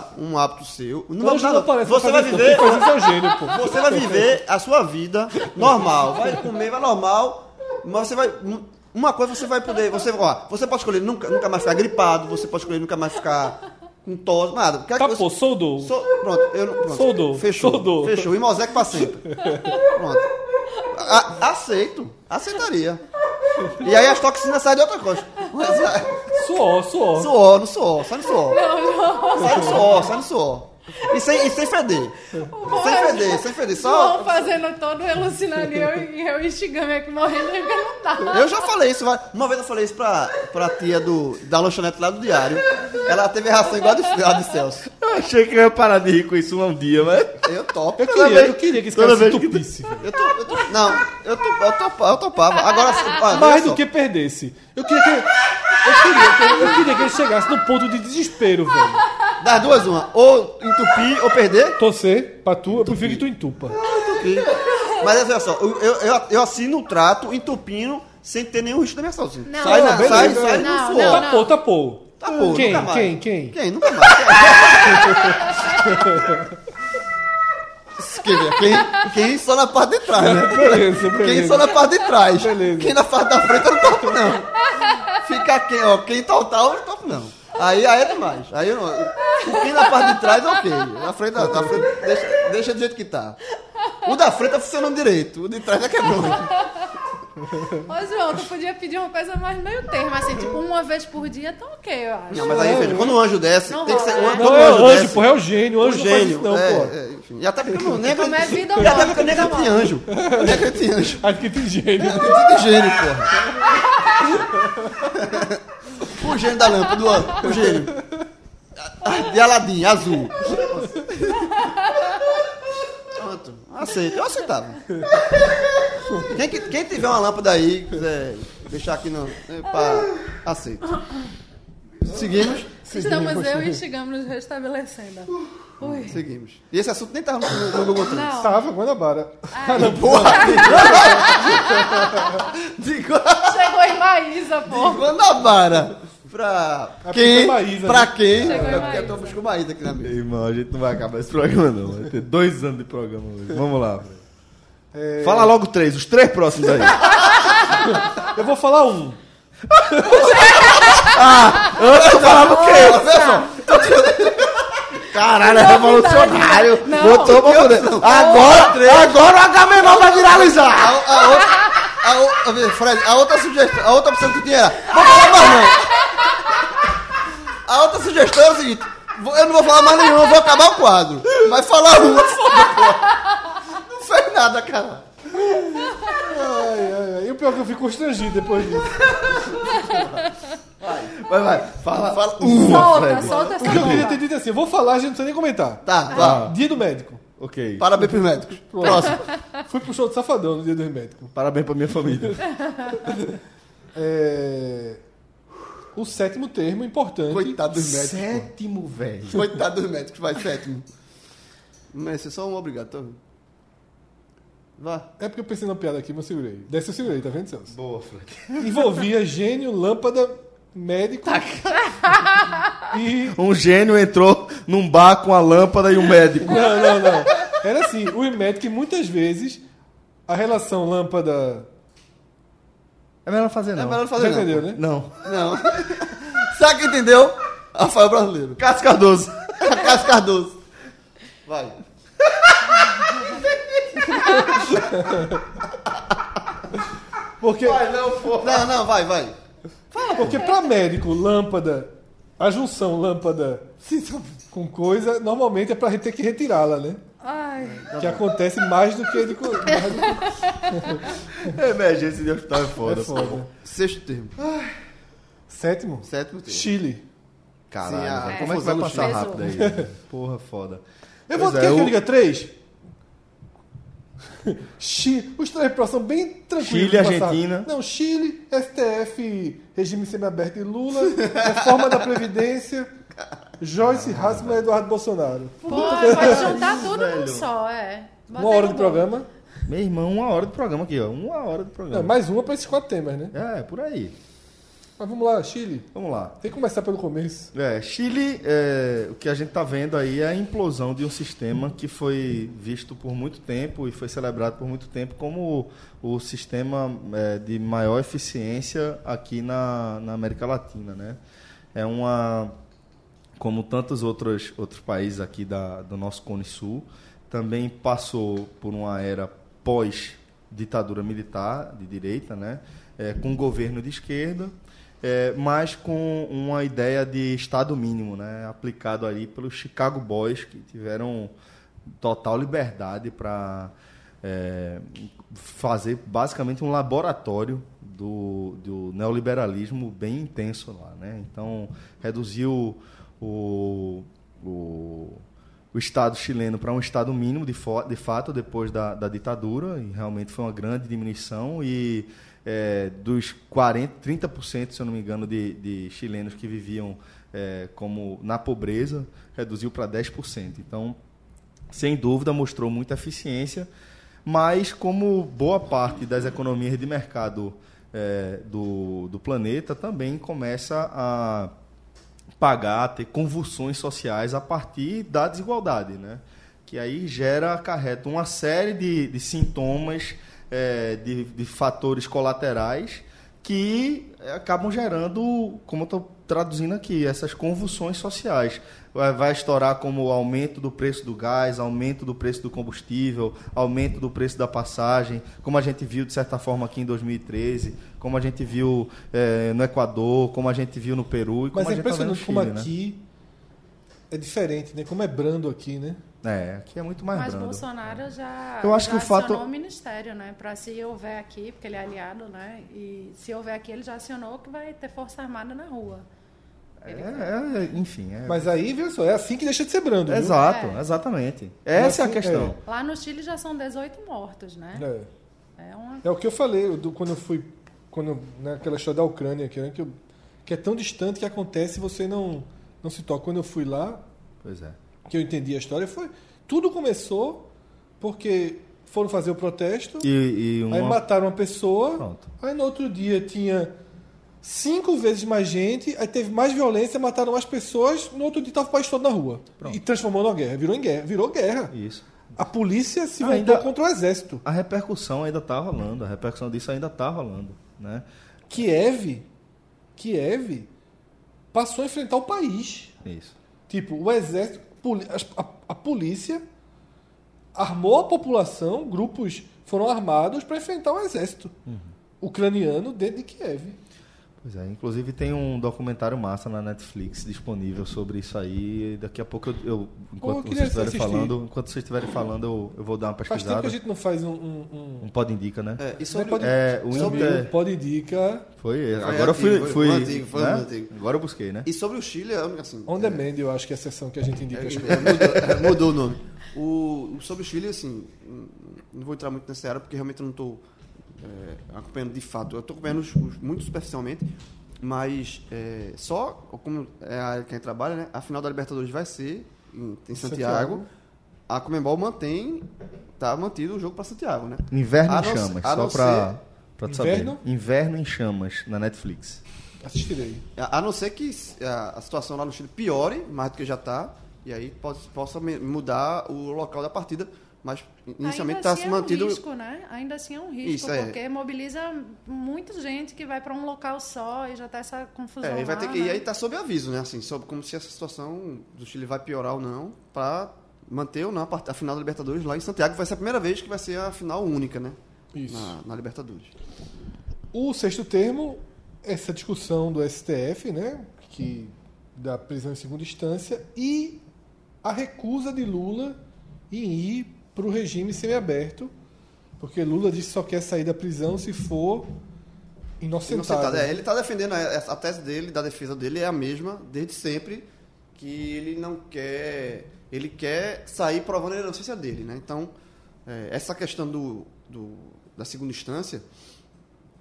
[SPEAKER 4] mudar um hábito seu. Não
[SPEAKER 3] Claro
[SPEAKER 4] vai
[SPEAKER 3] que
[SPEAKER 4] mudar,
[SPEAKER 3] não
[SPEAKER 4] não.
[SPEAKER 3] aparece pra
[SPEAKER 4] você vai
[SPEAKER 3] fazer isso,
[SPEAKER 4] viver,
[SPEAKER 3] não. Quem faz isso é o gênio, pô.
[SPEAKER 4] você vai viver a sua vida normal. Vai comer, vai normal, mas você vai um, uma coisa você vai poder, você, ó, você pode escolher nunca, nunca mais ficar gripado, você pode escolher nunca mais ficar com tosse, nada. O que é que
[SPEAKER 3] Tá,
[SPEAKER 4] você-
[SPEAKER 3] pô, soldou.
[SPEAKER 4] Sou- pronto, eu não. Pronto.
[SPEAKER 3] Soldou,
[SPEAKER 4] Fechou.
[SPEAKER 3] soldou.
[SPEAKER 4] Fechou. E Mosec pra sempre. Pronto. A- aceito. Aceitaria. E aí as toxinas saem de outra coisa. Mas,
[SPEAKER 3] Suor, suor.
[SPEAKER 4] ah, Suor, no suor, sai no suor. Sai no suor, sai no suor. E sem, e sem feder. Sem feder, sem feder.
[SPEAKER 5] João
[SPEAKER 4] Só.
[SPEAKER 5] fazendo todo alucinando e eu, e eu instigando aqui morrendo, porque não dá.
[SPEAKER 4] Eu já falei isso, vai- uma vez eu falei isso pra, pra tia do, da lanchonete lá do diário. Ela teve reação igual a de, a de Celso.
[SPEAKER 2] Eu achei que eu ia parar de rir com isso um dia, mas.
[SPEAKER 4] Eu topo.
[SPEAKER 3] Eu
[SPEAKER 2] Toda
[SPEAKER 3] queria,
[SPEAKER 2] vez-
[SPEAKER 3] eu queria que esse
[SPEAKER 2] toda
[SPEAKER 3] cara se
[SPEAKER 2] vez que-
[SPEAKER 3] entupisse. velho.
[SPEAKER 4] Eu tô, eu tô- não, eu, tô, eu, topa- eu topava. Agora, assim, olha,
[SPEAKER 3] Mais
[SPEAKER 4] veja
[SPEAKER 3] do
[SPEAKER 4] só.
[SPEAKER 3] que perdesse. Eu queria que, eu queria que ele, eu queria que ele chegasse no ponto de desespero, velho.
[SPEAKER 4] Das duas, uma. Ou entupir ou perder.
[SPEAKER 3] Torcer pra tu, eu prefiro que tu entupa.
[SPEAKER 4] Mas assim, olha só, eu, eu, eu- eu assino um trato entupindo sem ter nenhum risco da minha saúde.
[SPEAKER 5] Não,
[SPEAKER 4] sai, na,
[SPEAKER 5] não,
[SPEAKER 4] sai,
[SPEAKER 3] beleza.
[SPEAKER 4] sai,
[SPEAKER 5] Não,
[SPEAKER 4] no
[SPEAKER 5] não,
[SPEAKER 4] suor.
[SPEAKER 3] Tapou, tapou.
[SPEAKER 4] Tá bom,
[SPEAKER 3] quem,
[SPEAKER 4] nunca mais.
[SPEAKER 3] quem, quem?
[SPEAKER 4] Quem? Nunca mais. Quer ver? Quem, quem só na parte de trás, né?
[SPEAKER 3] Beleza,
[SPEAKER 4] Quem só
[SPEAKER 3] beleza.
[SPEAKER 4] na parte de trás.
[SPEAKER 3] Beleza.
[SPEAKER 4] Quem na parte da frente eu não topo, não. Fica quem, ó. Quem tal, tal, eu não topo, não. Aí, aí é demais. Aí eu não. O quem na parte de trás, ok. Na frente, da da frente deixa, deixa do jeito que tá. O da frente tá funcionando direito. O de trás tá já quebrou.
[SPEAKER 5] Ô, João, tu podia pedir uma coisa mais meio termo, assim, tipo, uma vez por dia, tá ok, eu acho.
[SPEAKER 4] Não, mas aí, veja, quando o anjo desce,
[SPEAKER 5] Não
[SPEAKER 4] tem que ser.
[SPEAKER 5] rola, né?
[SPEAKER 4] Quando
[SPEAKER 3] Não,
[SPEAKER 4] o
[SPEAKER 3] é
[SPEAKER 4] anjo
[SPEAKER 3] o
[SPEAKER 4] desce,
[SPEAKER 3] anjo, porra, é o gênio. O
[SPEAKER 4] o
[SPEAKER 3] anjo não faz isso não,
[SPEAKER 4] é,
[SPEAKER 3] pô.
[SPEAKER 4] é, enfim. E até porque eu não nem
[SPEAKER 5] Como é
[SPEAKER 4] acredito.
[SPEAKER 5] vida
[SPEAKER 4] E até porque eu
[SPEAKER 5] morta,
[SPEAKER 4] nem
[SPEAKER 5] vida
[SPEAKER 4] acredito em
[SPEAKER 5] morta.
[SPEAKER 4] anjo. Eu nem acredito em anjo.
[SPEAKER 3] Acho que tem gênio.
[SPEAKER 4] Eu acredito em gênio, porra. O gênio da lâmpada do anjo. O gênio. Ah, De Aladim, azul. Pronto. Aceito. Eu aceitava. Quem, que- quem tiver uma lâmpada aí, quiser deixar aqui no. é, pra- aceito. Seguimos.
[SPEAKER 5] Estamos eu e chegamos nos restabelecendo. Ui.
[SPEAKER 4] Seguimos. E esse assunto nem tava no, no Google Trends.
[SPEAKER 5] Não.
[SPEAKER 3] Tava, Guanabara.
[SPEAKER 4] De,
[SPEAKER 5] Chegou em Maísa,
[SPEAKER 4] Gua- de
[SPEAKER 5] pô.
[SPEAKER 4] Guanabara. Pra
[SPEAKER 3] É
[SPEAKER 4] quem?
[SPEAKER 3] porque é Maísa,
[SPEAKER 4] pra
[SPEAKER 3] né?
[SPEAKER 4] quem?
[SPEAKER 5] Chegou em
[SPEAKER 4] É porque eu
[SPEAKER 5] Maísa.
[SPEAKER 4] tô buscando Maísa aqui na mesa.
[SPEAKER 2] Irmão, a gente não vai acabar esse programa, não. Vai ter dois anos de programa hoje. Vamos lá. Fred.
[SPEAKER 3] É,
[SPEAKER 2] Fala logo três, os três próximos aí.
[SPEAKER 3] Eu vou falar um.
[SPEAKER 2] Caralho, é revolucionário.
[SPEAKER 5] Não.
[SPEAKER 2] Botou pra poder.
[SPEAKER 3] Ah,
[SPEAKER 2] Agora, agora o Agamenon vai viralizar.
[SPEAKER 4] A, a outra. A, o- a, ver, Fred, a outra sugestão, a outra opção que eu tinha era. Vou falar mais não. A outra sugestão é o seguinte: vou- eu não vou falar mais nenhum, eu vou acabar o quadro. Mas falar um. Não fez nada, cara.
[SPEAKER 3] Ai, ai, ai. E o pior é que eu fico constrangido depois disso.
[SPEAKER 4] Vai, vai. Fala, fala um.
[SPEAKER 5] Solta, solta essa
[SPEAKER 3] Porque eu queria
[SPEAKER 5] bomba.
[SPEAKER 3] ter dito assim, eu vou falar, a gente não precisa nem comentar.
[SPEAKER 4] Tá, vá.
[SPEAKER 3] Dia do médico.
[SPEAKER 2] Ok.
[SPEAKER 4] Parabéns pros médicos. Próximo.
[SPEAKER 3] Fui pro show do Safadão no dia do médico.
[SPEAKER 2] Parabéns pra minha família.
[SPEAKER 3] É... O sétimo termo importante.
[SPEAKER 4] Coitado dos médicos.
[SPEAKER 2] Sétimo, velho.
[SPEAKER 4] Coitado dos médicos, vai, sétimo. Mas é só um obrigado, tá vendo? Vá.
[SPEAKER 3] É porque eu pensei na piada aqui, mas eu segurei. Dessa eu segurei, tá vendo, Celso?
[SPEAKER 2] Boa, Fred.
[SPEAKER 3] Envolvia gênio, lâmpada, médico.
[SPEAKER 4] Tá.
[SPEAKER 3] e.
[SPEAKER 2] Um gênio entrou num bar com a lâmpada e um médico.
[SPEAKER 3] Não, não, não. Era assim, o médico que muitas vezes a relação lâmpada.
[SPEAKER 2] É melhor fazer não.
[SPEAKER 4] É melhor não
[SPEAKER 3] Já
[SPEAKER 4] fazer não.
[SPEAKER 3] entendeu, né?
[SPEAKER 2] Não.
[SPEAKER 4] Não. Sabe quem entendeu? Rafael Brasileiro.
[SPEAKER 2] Cássio Cardoso.
[SPEAKER 4] Cássio Cardoso. Vai.
[SPEAKER 3] né? Porque,
[SPEAKER 4] não, pô. Não, não, vai, vai.
[SPEAKER 3] porque pra médico, lâmpada, a junção lâmpada com coisa, normalmente é pra ter que retirá-la, né?
[SPEAKER 5] Ai,
[SPEAKER 3] que acontece mais do que de. co- mais do que-
[SPEAKER 2] Emergência de hospital é foda.
[SPEAKER 3] É foda.
[SPEAKER 4] Sexto termo.
[SPEAKER 3] Sétimo?
[SPEAKER 4] Sétimo termo.
[SPEAKER 3] Chile.
[SPEAKER 2] Caralho,
[SPEAKER 4] Sim,
[SPEAKER 2] velho,
[SPEAKER 4] a- a
[SPEAKER 2] como é que
[SPEAKER 4] confusão
[SPEAKER 2] vai
[SPEAKER 4] no
[SPEAKER 2] passar
[SPEAKER 5] Chile.
[SPEAKER 2] rápido aí? velho? Porra, foda.
[SPEAKER 3] Eu vou
[SPEAKER 2] Pois é,
[SPEAKER 3] quer que eu
[SPEAKER 2] o-
[SPEAKER 3] diga três? Chi- Os três prós são bem tranquilos.
[SPEAKER 2] Chile,
[SPEAKER 3] de passar.
[SPEAKER 2] Argentina.
[SPEAKER 3] Não, Chile, STF, regime semiaberto e Lula, reforma da Previdência, Joyce Hasselman e Eduardo Bolsonaro.
[SPEAKER 5] pô, pode juntar tudo num só, é.
[SPEAKER 3] Uma
[SPEAKER 5] Bota aí
[SPEAKER 3] hora
[SPEAKER 5] no
[SPEAKER 3] de
[SPEAKER 5] bolo.
[SPEAKER 3] programa.
[SPEAKER 2] Meu irmão, uma hora de programa aqui, ó. Uma hora de
[SPEAKER 3] Não,
[SPEAKER 2] programa.
[SPEAKER 3] mais uma para esses quatro temas, né?
[SPEAKER 2] É, por aí.
[SPEAKER 3] Mas vamos lá, Chile.
[SPEAKER 2] Vamos lá.
[SPEAKER 3] Tem que começar pelo começo.
[SPEAKER 2] É, Chile, é, o que a gente tá vendo aí é a implosão de um sistema que foi visto por muito tempo e foi celebrado por muito tempo como o, o sistema é, de maior eficiência aqui na, na América Latina, né? É uma, como tantos outros, outros países aqui da, do nosso Cone Sul, também passou por uma era pós-ditadura militar de direita, né? É, com governo de esquerda, é, mas com uma ideia de Estado mínimo, né? aplicado ali pelos Chicago Boys, que tiveram total liberdade para é, fazer basicamente um laboratório do, do neoliberalismo bem intenso lá. Né? Então, reduziu o, o, o Estado chileno para um Estado mínimo, de, fo- de fato, depois da, da ditadura, e realmente foi uma grande diminuição. E é, dos 40, 30%, se eu não me engano, de, de chilenos que viviam é, como na pobreza, reduziu para 10%. Então, sem dúvida, mostrou muita eficiência, mas como boa parte das economias de mercado eh, do, do planeta também começa a pagar, ter convulsões sociais a partir da desigualdade, né? Que aí gera, acarreta uma série de, de sintomas, eh, de, de fatores colaterais que eh, acabam gerando, como eu estou traduzindo aqui, essas convulsões sociais. Vai, vai estourar como o aumento do preço do gás, aumento do preço do combustível, aumento do preço da passagem, como a gente viu, de certa forma, aqui em 2013, como a gente viu eh, no Equador, como a gente viu no Peru e como
[SPEAKER 3] Mas
[SPEAKER 2] a
[SPEAKER 3] é
[SPEAKER 2] gente tá vendo no
[SPEAKER 3] impressionante
[SPEAKER 2] Chile,
[SPEAKER 3] como
[SPEAKER 2] né?
[SPEAKER 3] aqui é diferente, né? Como é brando aqui, né?
[SPEAKER 2] É, aqui é muito mais
[SPEAKER 5] Mas
[SPEAKER 2] brando.
[SPEAKER 5] Bolsonaro já,
[SPEAKER 2] Eu acho
[SPEAKER 5] já
[SPEAKER 2] que o fato-
[SPEAKER 5] acionou o ministério, né? Pra se houver aqui, porque ele é aliado, né? E se houver aqui, ele já acionou que vai ter força armada na rua.
[SPEAKER 2] É, é, enfim, é.
[SPEAKER 3] Mas aí, viu só, é assim que deixa de ser brando. viu?
[SPEAKER 2] Exato,
[SPEAKER 5] É.
[SPEAKER 2] exatamente.
[SPEAKER 3] Mas
[SPEAKER 2] Essa é a
[SPEAKER 3] assim,
[SPEAKER 2] questão.
[SPEAKER 5] Lá no Chile já são 18 mortos, né?
[SPEAKER 3] É.
[SPEAKER 5] É uma...
[SPEAKER 3] É o que eu falei eu do- quando eu fui. Quando, naquela história da Ucrânia, que, né, que, eu- que é tão distante que acontece e você não, não se toca. Quando eu fui lá,
[SPEAKER 2] Pois é.
[SPEAKER 3] que eu entendi a história foi. Tudo começou porque foram fazer o protesto,
[SPEAKER 2] E, um e
[SPEAKER 3] aí
[SPEAKER 2] uma...
[SPEAKER 3] mataram uma pessoa,
[SPEAKER 2] Pronto.
[SPEAKER 3] aí no outro dia tinha cinco vezes mais gente, aí teve mais violência, mataram mais pessoas, no outro dia tava o país todo na rua. E transformou numa guerra, virou em guerra, virou guerra.
[SPEAKER 2] Isso.
[SPEAKER 3] A polícia se
[SPEAKER 2] Ainda-
[SPEAKER 3] voltou contra o exército.
[SPEAKER 2] A repercussão ainda tá rolando, a repercussão disso ainda tá rolando, né?
[SPEAKER 3] Kiev, Kiev passou a enfrentar o país.
[SPEAKER 2] Isso.
[SPEAKER 3] Tipo, o exército, poli- as- a, a polícia armou a população, grupos foram armados para enfrentar o exército
[SPEAKER 2] Uhum.
[SPEAKER 3] ucraniano dentro de Kiev.
[SPEAKER 2] Pois é, inclusive tem um documentário massa na Netflix disponível sobre isso aí. Daqui a pouco eu, eu- enquanto
[SPEAKER 3] eu queria
[SPEAKER 2] vocês estiverem
[SPEAKER 3] assistir.
[SPEAKER 2] falando, enquanto vocês estiverem falando, eu, eu vou dar uma
[SPEAKER 3] Faz tempo que
[SPEAKER 2] pesquisada.
[SPEAKER 3] a gente não faz um. um, um-
[SPEAKER 2] Um pod indica, né?
[SPEAKER 4] É, e sobre
[SPEAKER 3] Pode-
[SPEAKER 2] É, o
[SPEAKER 3] sobre
[SPEAKER 2] Inter-
[SPEAKER 3] o Pode Dica
[SPEAKER 2] Foi,
[SPEAKER 4] Foi
[SPEAKER 2] agora eu fui,
[SPEAKER 4] antigo,
[SPEAKER 2] fui
[SPEAKER 4] foi antigo, foi
[SPEAKER 2] né?
[SPEAKER 4] antigo.
[SPEAKER 2] Agora eu busquei, né?
[SPEAKER 4] E sobre o Chile, assim.
[SPEAKER 3] On
[SPEAKER 4] é,
[SPEAKER 3] Demand, eu acho que é a sessão que a gente indica.
[SPEAKER 4] É,
[SPEAKER 3] as coisas.
[SPEAKER 4] é, mudou, é, mudou o nome. O, o- sobre o Chile, assim, hum, não vou entrar muito nessa área porque realmente eu não estou acompanhando de fato. Eu estou acompanhando os- os- muito superficialmente, mas é, só como é a área que a gente trabalha, né? A final da Libertadores vai ser em, em Santiago.
[SPEAKER 3] Santiago.
[SPEAKER 4] A Comembol mantém, tá mantido o jogo para Santiago, né?
[SPEAKER 2] Inverno
[SPEAKER 4] A
[SPEAKER 2] em
[SPEAKER 4] não
[SPEAKER 2] Chamas,
[SPEAKER 4] ser- a
[SPEAKER 2] só
[SPEAKER 4] não
[SPEAKER 2] pra, pra tu
[SPEAKER 3] Inverno?
[SPEAKER 2] saber. Inverno em Chamas, na Netflix.
[SPEAKER 3] Assistirei.
[SPEAKER 4] A a não ser que s- a, a situação lá no Chile piore mais do que já está, e aí pode- possa me- mudar o local da partida, mas inicialmente
[SPEAKER 5] Ainda
[SPEAKER 4] está
[SPEAKER 5] assim
[SPEAKER 4] se
[SPEAKER 5] é
[SPEAKER 4] mantido.
[SPEAKER 5] um risco, né? Ainda assim é um risco,
[SPEAKER 4] Isso, é.
[SPEAKER 5] porque mobiliza muita gente que vai para um local só e já tá essa confusão.
[SPEAKER 4] É, e vai
[SPEAKER 5] lá,
[SPEAKER 4] ter que, e
[SPEAKER 5] né?
[SPEAKER 4] aí está sob aviso, né? Assim, sobre como se essa situação do Chile vai piorar ou não, para manter ou não a, part- a final da Libertadores lá em Santiago. Vai ser a primeira vez que vai ser a final única, né?
[SPEAKER 3] Isso.
[SPEAKER 4] Na, na Libertadores.
[SPEAKER 3] O sexto termo, essa discussão do STF, né, que da prisão em segunda instância e a recusa de Lula em ir para o regime semiaberto, porque Lula disse que só quer sair da prisão se for
[SPEAKER 4] Não
[SPEAKER 3] inocentado. né?
[SPEAKER 4] sei, tá- é, ele está defendendo a, a tese dele, da defesa dele é a mesma desde sempre, que ele não quer, ele quer sair provando a inocência dele, né? Então é, essa questão do, do- da segunda instância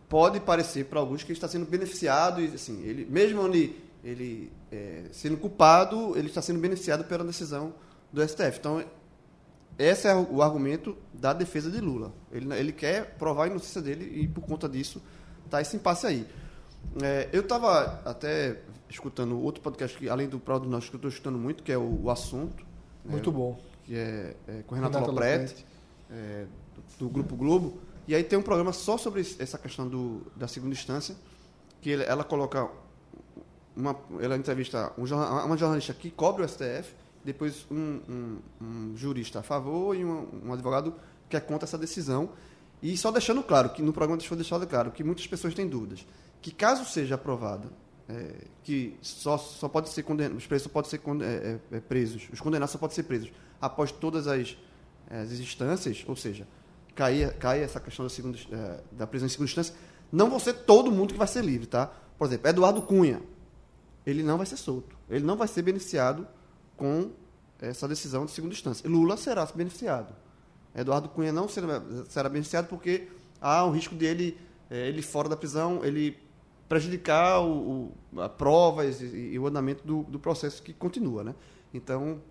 [SPEAKER 4] pode parecer para alguns que ele está sendo beneficiado e assim ele mesmo onde ele é, sendo culpado ele está sendo beneficiado pela decisão do STF. Então esse é o argumento da defesa de Lula. Ele, ele quer provar a inocência dele e, por conta disso, tá esse impasse aí. É, eu estava até escutando outro podcast, que, além do Proud Nós, que eu estou escutando muito, que é o, o Assunto,
[SPEAKER 3] Muito bom.
[SPEAKER 4] que é, é com o Renato,
[SPEAKER 3] Renato
[SPEAKER 4] Lopretti,
[SPEAKER 3] Lopretti.
[SPEAKER 4] é, do, do Grupo Globo. E aí tem um programa só sobre esse- essa questão do, da segunda instância, que ele- ela coloca uma, ela entrevista um jorna- uma jornalista que cobre o STF, depois um, um- um jurista a favor e um, um advogado que é contra essa decisão. E só deixando claro, que no programa deixou deixado claro, que muitas pessoas têm dúvidas, que caso seja aprovada, é, que só, só pode ser condenado, os presos só podem ser conde- é, é, é, presos, os condenados só podem ser presos após todas as, é, as instâncias, ou seja, cair, cai essa questão da, segunda, eh, da prisão em segunda instância, não vai ser todo mundo que vai ser livre, tá? Por exemplo, Eduardo Cunha, ele não vai ser solto. Ele não vai ser beneficiado com essa decisão de segunda instância. Lula será beneficiado. Eduardo Cunha não será, será beneficiado porque há um risco dele, eh, ele fora da prisão, ele prejudicar o, o- a provas e, e o andamento do, do processo que continua, né? Então,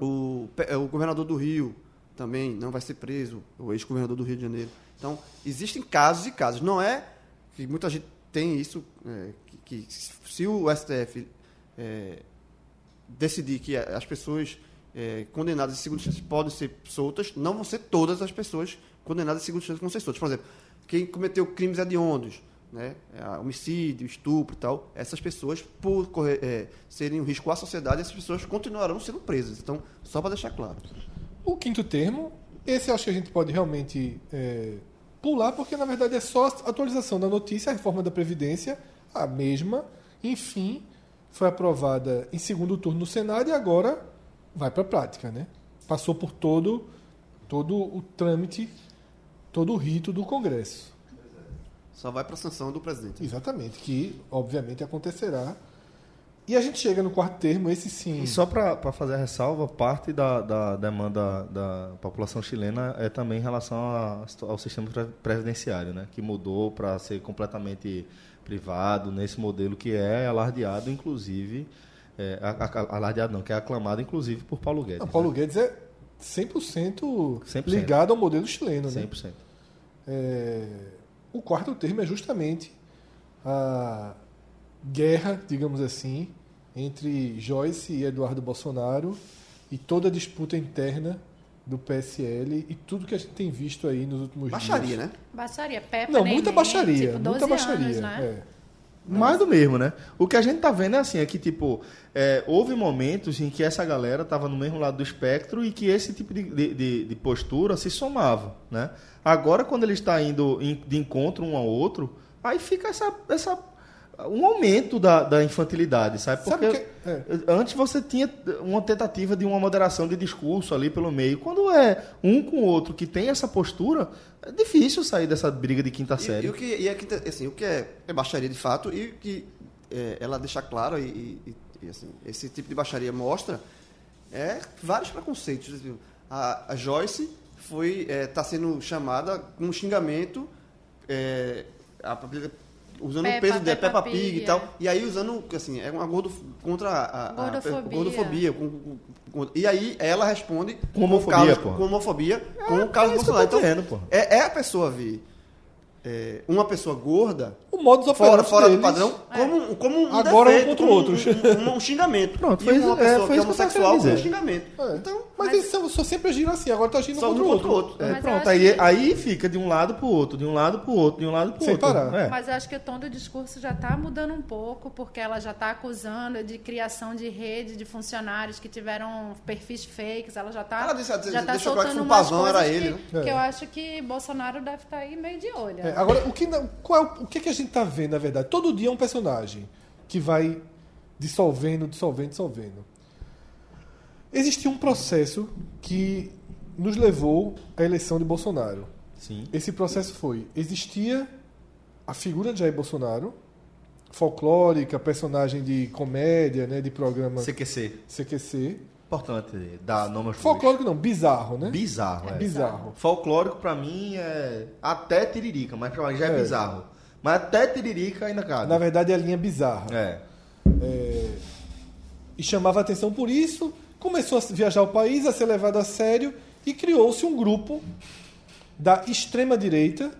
[SPEAKER 4] o, pe- eh, o governador do Rio também não vai ser preso, o ex-governador do Rio de Janeiro. Então, existem casos e casos. Não é que muita gente tem isso, é, que, que se o STF é, decidir que a- as pessoas é, condenadas em segunda instância podem ser soltas, não vão ser todas as pessoas condenadas em segunda instância que vão ser soltas. Por exemplo, quem cometeu crimes hediondos, né, é, homicídio, estupro e tal, essas pessoas, por correr- é, serem um risco à sociedade, essas pessoas continuarão sendo presas. Então, só para deixar claro.
[SPEAKER 3] O quinto termo, esse eu acho que a gente pode realmente é, pular, porque na verdade é só a atualização da notícia, a reforma da Previdência, a mesma, enfim, foi aprovada em segundo turno no Senado e agora vai para a prática, né? Passou por todo, todo o trâmite, todo o rito do Congresso.
[SPEAKER 4] Só vai para a sanção do presidente.
[SPEAKER 3] Exatamente, que obviamente acontecerá. E a gente chega no quarto termo, esse sim.
[SPEAKER 2] E só para fazer a ressalva, parte da, da demanda da população chilena é também em relação a- ao sistema pre- previdenciário, né? que mudou para ser completamente privado, nesse modelo que é alardeado, inclusive, É, a- a- alardeado não, que é aclamado inclusive por Paulo Guedes. né?
[SPEAKER 3] Não, Paulo Guedes é 100%,
[SPEAKER 2] 100%.
[SPEAKER 3] ligado ao modelo chileno, né?
[SPEAKER 2] 100%.
[SPEAKER 3] É, o quarto termo é justamente a guerra, digamos assim, entre Joyce e Eduardo Bolsonaro e toda a disputa interna do PSL e tudo que a gente tem visto aí nos últimos
[SPEAKER 4] Baixaria,
[SPEAKER 3] dias.
[SPEAKER 4] né?
[SPEAKER 5] Baixaria, Pepe.
[SPEAKER 3] Não,
[SPEAKER 5] Neném,
[SPEAKER 3] muita baixaria,
[SPEAKER 5] Tipo, 12
[SPEAKER 3] muita baixaria.
[SPEAKER 5] Anos, né?
[SPEAKER 3] é.
[SPEAKER 2] Mais do mesmo, né? O que a gente tá vendo é assim, é que, tipo, é, houve momentos em que essa galera tava no mesmo lado do espectro e que esse tipo de, de- de- de postura se somava, né? Agora, quando ele está indo em- de encontro um ao outro, aí fica essa... essa um aumento da, da infantilidade, sabe?
[SPEAKER 3] Sabe
[SPEAKER 2] Porque
[SPEAKER 3] que- é.
[SPEAKER 2] antes você tinha uma tentativa de uma moderação de discurso ali pelo meio. Quando é um com o outro que tem essa postura, é difícil sair dessa briga de quinta
[SPEAKER 4] E-
[SPEAKER 2] série.
[SPEAKER 4] E, o que, e a quinta- assim, o que é, é baixaria de fato e o que é, ela deixa claro e, e- e, assim, esse tipo de baixaria mostra é vários preconceitos. assim. A, a Joyce foi está sendo chamada com um xingamento é, a Peppa- usando
[SPEAKER 5] Peppa,
[SPEAKER 4] o peso dela, Peppa
[SPEAKER 5] Peppa
[SPEAKER 4] Pig,
[SPEAKER 5] Pig,
[SPEAKER 4] e
[SPEAKER 5] é.
[SPEAKER 4] tal. E aí usando assim é uma gordo contra a, a- a-
[SPEAKER 5] Gordofobia.
[SPEAKER 4] gordofobia, com- com- com- e aí ela responde
[SPEAKER 2] Com homofobia,
[SPEAKER 4] Carlos-
[SPEAKER 2] porra.
[SPEAKER 4] com homofobia com o Carlos
[SPEAKER 2] é isso que eu
[SPEAKER 4] Bolsonaro.
[SPEAKER 2] tô
[SPEAKER 4] Então,
[SPEAKER 2] dizendo, porra.
[SPEAKER 4] é, é a pessoa ver é, uma pessoa gorda
[SPEAKER 3] O modus operandi
[SPEAKER 4] fora, fora do
[SPEAKER 3] deles-
[SPEAKER 4] padrão
[SPEAKER 2] É.
[SPEAKER 4] como, um- como um
[SPEAKER 3] Agora
[SPEAKER 4] defeito,
[SPEAKER 3] um contra
[SPEAKER 4] como
[SPEAKER 3] outros.
[SPEAKER 4] Um, um- um xingamento.
[SPEAKER 2] Pronto,
[SPEAKER 4] e
[SPEAKER 2] foi
[SPEAKER 4] uma
[SPEAKER 2] isso- é, foi
[SPEAKER 4] pessoa que é
[SPEAKER 2] isso que eu tava querendo
[SPEAKER 4] homossexual como um
[SPEAKER 2] dizer.
[SPEAKER 4] xingamento.
[SPEAKER 3] É.
[SPEAKER 4] Então,
[SPEAKER 3] Mas, eles são, só sempre agiram assim, agora tá agindo
[SPEAKER 4] só
[SPEAKER 3] contra
[SPEAKER 4] um
[SPEAKER 3] o
[SPEAKER 4] contra
[SPEAKER 3] outro.
[SPEAKER 4] o outro.
[SPEAKER 2] É,
[SPEAKER 5] Mas eu
[SPEAKER 2] pronto,
[SPEAKER 5] acho
[SPEAKER 2] aí,
[SPEAKER 5] que-
[SPEAKER 2] aí fica de um lado pro outro, de um lado pro outro, de um lado pro
[SPEAKER 3] Sem
[SPEAKER 2] outro.
[SPEAKER 3] parar.
[SPEAKER 2] É.
[SPEAKER 5] Mas eu acho que o tom do discurso já está mudando um pouco, porque ela já está acusando de criação de rede de funcionários que tiveram perfis fakes. Ela já está
[SPEAKER 4] Ela disse- ela
[SPEAKER 5] já tá
[SPEAKER 4] deixou claro que
[SPEAKER 5] soltando
[SPEAKER 4] foi um
[SPEAKER 5] umas
[SPEAKER 4] pavão, era
[SPEAKER 5] coisas
[SPEAKER 4] ele, É.
[SPEAKER 5] que, que eu acho que Bolsonaro deve estar aí meio de olho.
[SPEAKER 3] É, agora, o que, na- qual é o- o que que a gente tá vendo, na verdade? Todo dia é um personagem que vai dissolvendo, dissolvendo, dissolvendo. Existia um processo que nos levou à eleição de Bolsonaro.
[SPEAKER 2] Sim.
[SPEAKER 3] Esse processo foi: existia a figura de Jair Bolsonaro, folclórica, personagem de comédia, né, de programa
[SPEAKER 2] CQC.
[SPEAKER 3] CQC.
[SPEAKER 2] Importante dar nome aos
[SPEAKER 3] Folclórico não, bizarro, né?
[SPEAKER 2] bois. Bizarro, é.
[SPEAKER 3] Bizarro.
[SPEAKER 2] Folclórico pra mim é até tiririca, mas pra mim já é,
[SPEAKER 3] É.
[SPEAKER 2] bizarro. Mas até tiririca ainda cabe.
[SPEAKER 3] Na verdade é a linha bizarra.
[SPEAKER 2] É.
[SPEAKER 3] É, e chamava atenção por isso, começou a viajar o país, a ser levado a sério e criou-se um grupo da extrema direita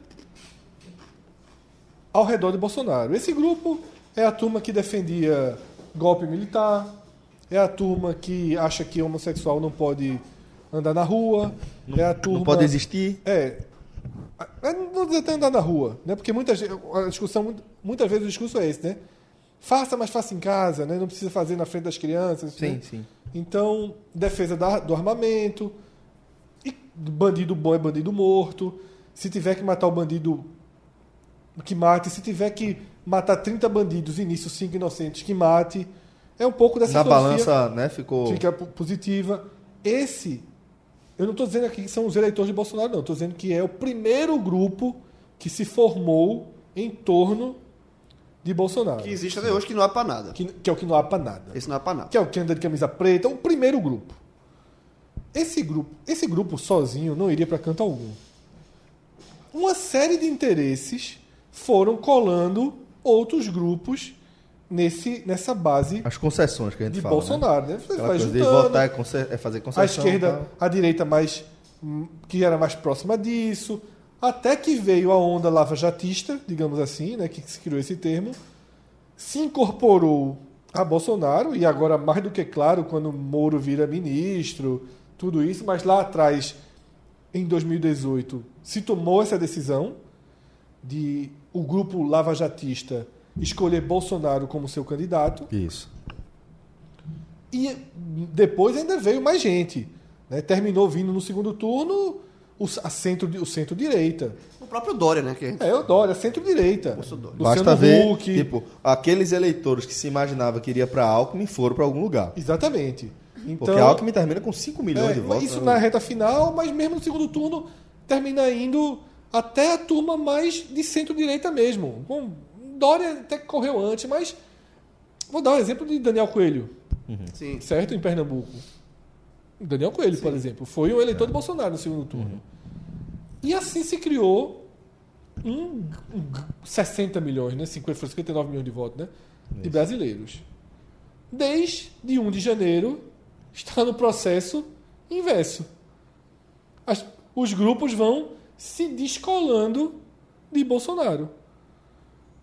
[SPEAKER 3] ao redor de Bolsonaro. Esse grupo é a turma que defendia golpe militar, é a turma que acha que homossexual não pode andar na rua, é a turma
[SPEAKER 2] Não pode existir.
[SPEAKER 3] é. é, Não vou dizer até andar na rua, né? Porque muitas, ve- a discussão, muitas vezes o discurso é esse, né? Faça, mas faça em casa, né? Não precisa fazer na frente das crianças.
[SPEAKER 2] Sim,
[SPEAKER 3] né?
[SPEAKER 2] sim.
[SPEAKER 3] Então, defesa da- do armamento. E bandido bom é bandido morto. Se tiver que matar o bandido, que mate. Se tiver que matar 30 bandidos, início 5 inocentes, que mate. É um pouco dessa
[SPEAKER 2] Na
[SPEAKER 3] filosofia
[SPEAKER 2] balança, né, ficou.
[SPEAKER 3] fica po- positiva. Esse, eu não estou dizendo aqui que são os eleitores de Bolsonaro, não. Estou dizendo que é o primeiro grupo que se formou em torno de Bolsonaro.
[SPEAKER 4] Que existe até hoje que não é pra nada.
[SPEAKER 3] Que, que é o que não há para nada.
[SPEAKER 4] Esse não é pra nada.
[SPEAKER 3] Que é o que anda de camisa preta, o primeiro grupo. Esse grupo, esse grupo sozinho não iria para canto algum. Uma série de interesses foram colando outros grupos nesse, nessa base
[SPEAKER 2] As concessões que a gente
[SPEAKER 3] de
[SPEAKER 2] fala.
[SPEAKER 3] Bolsonaro, né?
[SPEAKER 2] Né?
[SPEAKER 3] Você
[SPEAKER 2] Aquela
[SPEAKER 3] vai
[SPEAKER 2] coisa de
[SPEAKER 3] juntando,
[SPEAKER 2] votar é, conce- é fazer concessão.
[SPEAKER 3] a esquerda,
[SPEAKER 2] tal.
[SPEAKER 3] a direita mais hum, que era mais próxima disso, até que veio a onda lava-jatista, digamos assim, né, que se criou esse termo, se incorporou a Bolsonaro e agora mais do que claro quando Moro vira ministro, tudo isso, mas lá atrás em 2018 se tomou essa decisão de o grupo lava-jatista escolher Bolsonaro como seu candidato.
[SPEAKER 2] Isso.
[SPEAKER 3] E depois ainda veio mais gente. né? Terminou vindo no segundo turno o, s- a centro, o centro-direita.
[SPEAKER 4] O próprio Dória, né? Que
[SPEAKER 3] É, eu adoro, é centro-direita. Luciano
[SPEAKER 2] Basta ver,
[SPEAKER 3] Huck.
[SPEAKER 2] tipo, aqueles eleitores que se imaginava que iria pra Alckmin foram pra algum lugar.
[SPEAKER 3] Exatamente. Então,
[SPEAKER 2] Porque a Alckmin termina com 5 milhões
[SPEAKER 3] é,
[SPEAKER 2] de votos.
[SPEAKER 3] Isso
[SPEAKER 2] né?
[SPEAKER 3] na reta final, mas mesmo no segundo turno termina indo até a turma mais de centro-direita mesmo. Bom, Dória até que correu antes, mas vou dar um exemplo de Daniel Coelho.
[SPEAKER 4] Sim.
[SPEAKER 3] certo? Em Pernambuco. O Daniel Coelho, por exemplo, foi um eleitor de Bolsonaro no segundo turno. E assim se criou um, um- 60 milhões, né? 50, foi 59 milhões de votos, né? De brasileiros. desde 1 de janeiro, está no processo inverso. As- os grupos vão se descolando de Bolsonaro.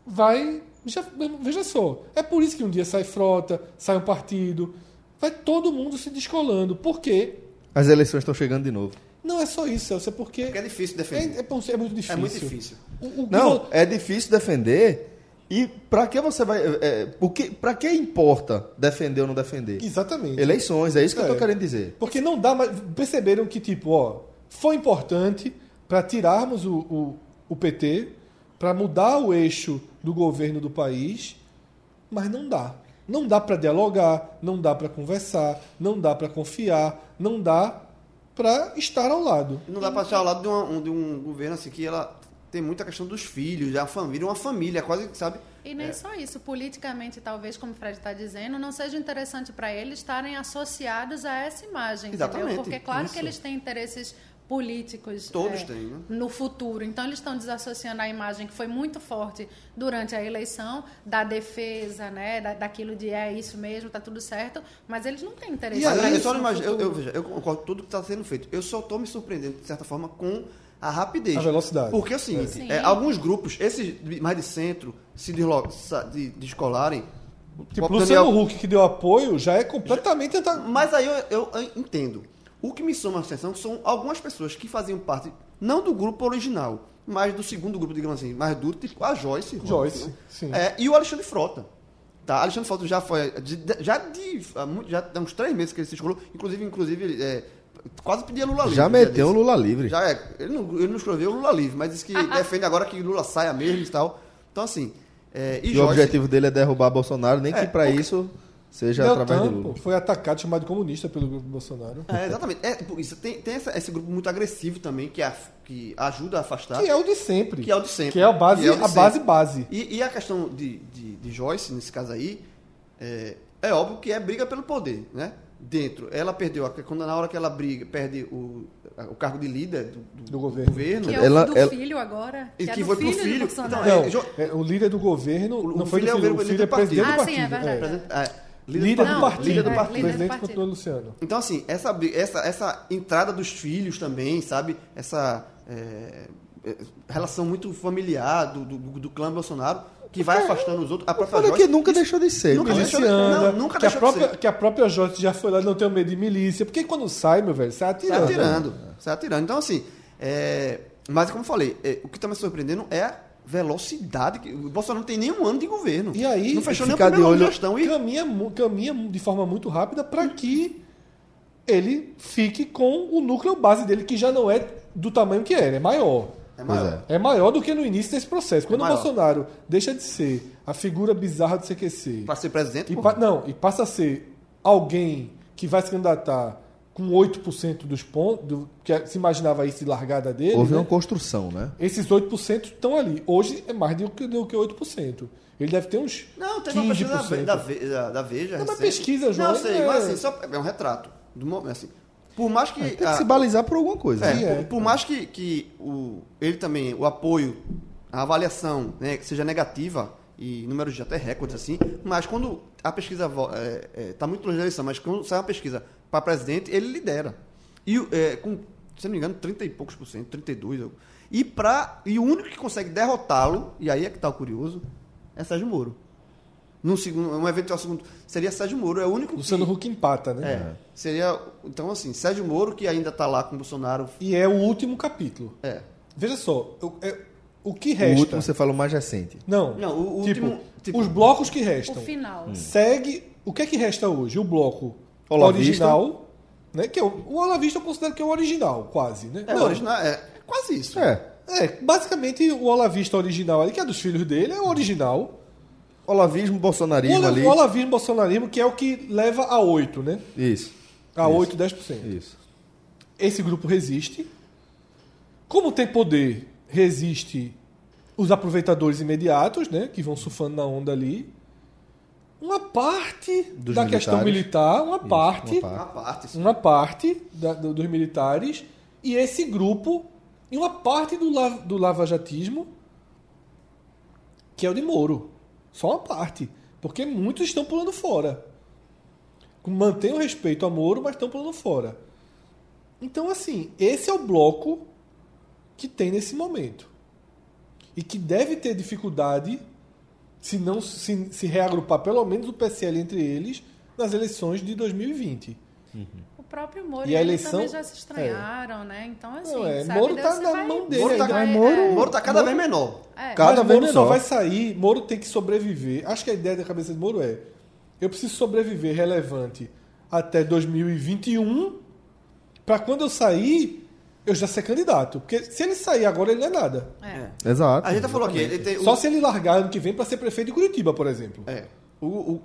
[SPEAKER 3] Vai. já- veja só. É por isso que um dia sai frota, sai um partido. Vai todo mundo se descolando. Por quê?
[SPEAKER 2] As eleições estão chegando de novo.
[SPEAKER 3] Não é só isso, Celso. É porque.
[SPEAKER 4] Porque é difícil
[SPEAKER 3] É,
[SPEAKER 4] defender.
[SPEAKER 3] é bom, é muito difícil.
[SPEAKER 4] É muito difícil.
[SPEAKER 3] O- o-
[SPEAKER 2] Não,
[SPEAKER 3] o-
[SPEAKER 2] é difícil defender. E pra que você vai. É, o que, pra que importa defender ou não defender?
[SPEAKER 3] Exatamente.
[SPEAKER 2] Eleições, é isso que eu
[SPEAKER 3] É.
[SPEAKER 2] tô querendo dizer.
[SPEAKER 3] Porque não dá mais. Perceberam que, tipo, ó, foi importante para tirarmos o, o, o PT, para mudar o eixo do governo do país, mas não dá. Não dá para dialogar, não dá para conversar, não dá para confiar, não dá para estar ao lado.
[SPEAKER 4] Não dá pra estar ao lado de, uma- um- de um governo assim que ela tem muita questão dos filhos, da família, uma família, é quase que sabe.
[SPEAKER 5] E nem só isso, politicamente, talvez, como o Fred está dizendo, não seja interessante para eles estarem associados a essa imagem,
[SPEAKER 4] Exatamente,
[SPEAKER 5] entendeu? Porque claro
[SPEAKER 4] isso.
[SPEAKER 5] que eles têm interesses políticos é,
[SPEAKER 4] Todos têm, né?
[SPEAKER 5] no futuro. Então eles estão desassociando a imagem que foi muito forte durante a eleição da defesa, né, da, daquilo de é isso mesmo, tá tudo certo, mas eles não têm interesse.
[SPEAKER 3] E
[SPEAKER 5] pra
[SPEAKER 4] Mas eu
[SPEAKER 5] isso
[SPEAKER 4] só não
[SPEAKER 5] no
[SPEAKER 4] imagino, eu,
[SPEAKER 5] futuro.
[SPEAKER 4] eu, veja, eu concordo com tudo que está sendo feito. Eu só estou me surpreendendo, de certa forma, com a rapidez.
[SPEAKER 3] A velocidade.
[SPEAKER 4] Porque é o seguinte,
[SPEAKER 5] Sim.
[SPEAKER 4] é, alguns grupos, esses de- mais de centro, se deslo- sa- de- descolarem. o
[SPEAKER 3] Tipo,
[SPEAKER 4] próprio
[SPEAKER 3] Luciano
[SPEAKER 4] Daniel-
[SPEAKER 3] Huck, que deu apoio, já é completamente. anta-
[SPEAKER 4] Mas aí eu, eu- eu entendo. O que me soma a atenção são algumas pessoas que faziam parte, não do grupo original, mas do segundo grupo, digamos assim, mais duro, tipo a Joyce. Rosa,
[SPEAKER 3] Joyce,
[SPEAKER 4] né?
[SPEAKER 3] sim.
[SPEAKER 4] É, e o Alexandre Frota. Tá, Alexandre Frota já foi. de- de- já de. há mu- Já há uns três meses que ele se escolou, inclusive, inclusive, ele, é, quase pedia Lula livre.
[SPEAKER 2] Já
[SPEAKER 4] um dia
[SPEAKER 2] meteu o
[SPEAKER 4] desse.
[SPEAKER 2] Lula livre.
[SPEAKER 4] Já é. Ele não, ele não escreveu Lula livre, mas disse que defende agora que Lula saia mesmo e tal. Então, assim. é, e
[SPEAKER 2] e o
[SPEAKER 4] Joyce-
[SPEAKER 2] objetivo dele é derrubar Bolsonaro, nem
[SPEAKER 4] É,
[SPEAKER 2] que pra isso seja através de
[SPEAKER 3] Deltan
[SPEAKER 2] Lula.
[SPEAKER 3] pô, foi atacado, chamado de comunista pelo grupo Bolsonaro.
[SPEAKER 4] É, exatamente. É, pô, isso, tem tem essa- esse grupo muito agressivo também, que, af- que ajuda a afastar.
[SPEAKER 3] Que é o de sempre.
[SPEAKER 4] Que é o de sempre.
[SPEAKER 3] Que é a base,
[SPEAKER 4] Que é o de
[SPEAKER 3] a
[SPEAKER 4] sempre.
[SPEAKER 3] base, base.
[SPEAKER 4] E, e a questão de, de, de Joyce, nesse caso aí, é, é óbvio que é briga pelo poder, né? Dentro. Ela perdeu, a- quando na hora que ela briga, perde o, a- o cargo de líder do,
[SPEAKER 3] Do governo.
[SPEAKER 5] que é o
[SPEAKER 2] Ela-
[SPEAKER 5] do
[SPEAKER 2] ela-
[SPEAKER 5] filho agora,
[SPEAKER 4] E
[SPEAKER 5] que, é
[SPEAKER 4] que
[SPEAKER 5] do
[SPEAKER 4] foi pro
[SPEAKER 5] filho, do
[SPEAKER 4] filho.
[SPEAKER 5] Bolsonaro.
[SPEAKER 4] Então,
[SPEAKER 3] Não,
[SPEAKER 4] Jo-
[SPEAKER 3] é, o líder do governo
[SPEAKER 4] O- o
[SPEAKER 3] não foi
[SPEAKER 4] filho é
[SPEAKER 3] do
[SPEAKER 4] o
[SPEAKER 3] filho, o
[SPEAKER 4] líder
[SPEAKER 3] filho é
[SPEAKER 4] do partido.
[SPEAKER 3] presidente do
[SPEAKER 5] Ah,
[SPEAKER 3] partido.
[SPEAKER 5] sim, é verdade.
[SPEAKER 4] Presen- é,
[SPEAKER 3] Líder do
[SPEAKER 5] Não,
[SPEAKER 3] partido.
[SPEAKER 4] líder do
[SPEAKER 5] é,
[SPEAKER 4] partido.
[SPEAKER 3] O presidente
[SPEAKER 5] partido.
[SPEAKER 3] continua Luciano.
[SPEAKER 4] Então, assim, essa, bri- essa, essa entrada dos filhos também, sabe? Essa é, é, relação muito familiar do, do, do clã Bolsonaro, que vai afastando os outros. A própria
[SPEAKER 2] Olha
[SPEAKER 4] Joyce,
[SPEAKER 2] que nunca deixou de ser.
[SPEAKER 4] Nunca
[SPEAKER 2] né?
[SPEAKER 4] deixou-
[SPEAKER 3] Miliciana,
[SPEAKER 4] não, nunca
[SPEAKER 3] que, a
[SPEAKER 4] deixou de
[SPEAKER 3] própria,
[SPEAKER 4] ser.
[SPEAKER 3] que a própria Joyce já foi lá, não tenho medo de milícia. Porque quando sai, meu velho, sai
[SPEAKER 4] Sai
[SPEAKER 3] atirando.
[SPEAKER 4] atirando. Sai atirando. Então, assim, é, mas como eu falei, é, o que está me surpreendendo é a velocidade. Que, o Bolsonaro não tem nem um ano de governo.
[SPEAKER 3] E aí,
[SPEAKER 4] não fechou nem o
[SPEAKER 2] ficar de
[SPEAKER 4] primeiro ano de
[SPEAKER 2] olho-
[SPEAKER 4] gestão. E,
[SPEAKER 3] Caminha, mu- caminha de forma muito rápida para que ele fique com o núcleo base dele, que já não é do tamanho que era, é maior.
[SPEAKER 4] é
[SPEAKER 2] Pois
[SPEAKER 4] maior. É
[SPEAKER 2] é.
[SPEAKER 3] É maior do que no início desse processo. Quando o
[SPEAKER 4] maior.
[SPEAKER 3] Bolsonaro deixa de ser a figura bizarra do CQC
[SPEAKER 4] Para ser presidente,
[SPEAKER 3] E
[SPEAKER 4] pô,
[SPEAKER 3] pa- não, e passa a ser alguém que vai se candidatar com 8% dos pontos, do- que é, se imaginava isso de largada dele.
[SPEAKER 2] Houve
[SPEAKER 3] né?
[SPEAKER 2] uma construção, né?
[SPEAKER 3] Esses 8% estão ali. Hoje é mais do que, do que 8%. Ele deve ter uns.
[SPEAKER 4] Não, teve
[SPEAKER 3] 15%.
[SPEAKER 4] uma pesquisa da Ve- da, Ve- da, da Veja.
[SPEAKER 3] Não, mas
[SPEAKER 4] recente.
[SPEAKER 3] pesquisa, João,
[SPEAKER 4] Não, eu sei,
[SPEAKER 3] é-
[SPEAKER 4] mas assim, só é um retrato. Do momento, assim. Por mais que.
[SPEAKER 2] Tem que
[SPEAKER 4] a-
[SPEAKER 2] se balizar por alguma coisa.
[SPEAKER 4] é,
[SPEAKER 2] né?
[SPEAKER 3] é.
[SPEAKER 4] Por, por mais que, que o, ele também, o apoio, a avaliação né, que seja negativa, e números de até recordes, assim, mas quando a pesquisa está é, tá muito longe da eleição, mas quando sai uma pesquisa para presidente, ele lidera. E o- é, com, se não me engano, 30 e poucos por cento, 32. algo. E, pra, e o único que consegue derrotá-lo, e aí é que está o curioso, é Sérgio Moro. Num segundo, um eventual segundo. Seria Sérgio Moro, é o único.
[SPEAKER 3] Luciano
[SPEAKER 4] que,
[SPEAKER 3] Huck empata, né?
[SPEAKER 4] é, seria. Então, assim, Sérgio Moro, que ainda está lá com o Bolsonaro.
[SPEAKER 3] E é o último capítulo.
[SPEAKER 4] É.
[SPEAKER 3] Veja só, o, é- o que
[SPEAKER 2] O
[SPEAKER 3] resta.
[SPEAKER 2] último você fala o mais recente.
[SPEAKER 3] Não,
[SPEAKER 4] Não, o
[SPEAKER 3] tipo,
[SPEAKER 4] último- tipo-
[SPEAKER 3] os blocos que
[SPEAKER 5] O
[SPEAKER 3] restam.
[SPEAKER 5] final.
[SPEAKER 3] Hum. Segue. O que é que resta hoje? O bloco
[SPEAKER 2] Olavista.
[SPEAKER 3] original. Né, que é o, o Olavista eu considero que é o original, quase. Né?
[SPEAKER 4] É,
[SPEAKER 3] Não,
[SPEAKER 4] original, é quase isso.
[SPEAKER 2] É.
[SPEAKER 3] é, basicamente o Olavista original ali, que é dos filhos dele, é o original.
[SPEAKER 2] Olavismo,
[SPEAKER 3] O,
[SPEAKER 2] bolsonarismo
[SPEAKER 3] Ola-
[SPEAKER 2] ali.
[SPEAKER 3] o Olavismo bolsonarismo, que é o que leva a 8, né?
[SPEAKER 2] Isso.
[SPEAKER 3] A 8, 10%.
[SPEAKER 2] Isso.
[SPEAKER 3] Esse grupo resiste. Como tem poder, resiste os aproveitadores imediatos, né? Que vão surfando na onda ali. Uma parte
[SPEAKER 2] Dos
[SPEAKER 3] da questão
[SPEAKER 2] militares.
[SPEAKER 3] militar, uma parte,
[SPEAKER 2] uma
[SPEAKER 4] Uma parte. isso.
[SPEAKER 3] uma parte da- do- dos militares e esse grupo e uma parte do, la, do lavajatismo que é o de Moro. Só uma parte. Porque muitos estão pulando fora. mantêm o respeito a Moro, mas estão pulando fora. Então, assim, esse é o bloco que tem nesse momento. E que deve ter dificuldade se não se, se reagrupar pelo menos o PSL entre eles nas eleições de 2020.
[SPEAKER 5] O próprio Moro
[SPEAKER 3] E
[SPEAKER 5] e,
[SPEAKER 3] a
[SPEAKER 5] ele
[SPEAKER 3] eleição-
[SPEAKER 5] também já se estranharam, né? Então, assim,
[SPEAKER 3] Não, é,
[SPEAKER 5] sabe,
[SPEAKER 3] Moro
[SPEAKER 5] Deus
[SPEAKER 3] tá
[SPEAKER 5] se
[SPEAKER 3] na
[SPEAKER 5] vai-
[SPEAKER 3] mão
[SPEAKER 5] se
[SPEAKER 3] dele
[SPEAKER 5] vai-
[SPEAKER 3] ainda, mas
[SPEAKER 5] é,
[SPEAKER 4] O Moro tá cada vez menor.
[SPEAKER 5] é.
[SPEAKER 3] Cada
[SPEAKER 2] Cada
[SPEAKER 3] Moro
[SPEAKER 2] vez um
[SPEAKER 3] só
[SPEAKER 2] menor.
[SPEAKER 3] vai sair, Moro tem que sobreviver. Acho que a ideia da cabeça de Moro é: eu preciso sobreviver relevante até 2021, para um, quando eu sair, eu já ser candidato. Porque se ele sair agora, ele não é nada.
[SPEAKER 5] É.
[SPEAKER 2] Exato.
[SPEAKER 4] A gente já falou aqui, ele tem. o-
[SPEAKER 3] Só se ele largar ano que vem para ser prefeito de Curitiba, por exemplo.
[SPEAKER 4] É. O, o-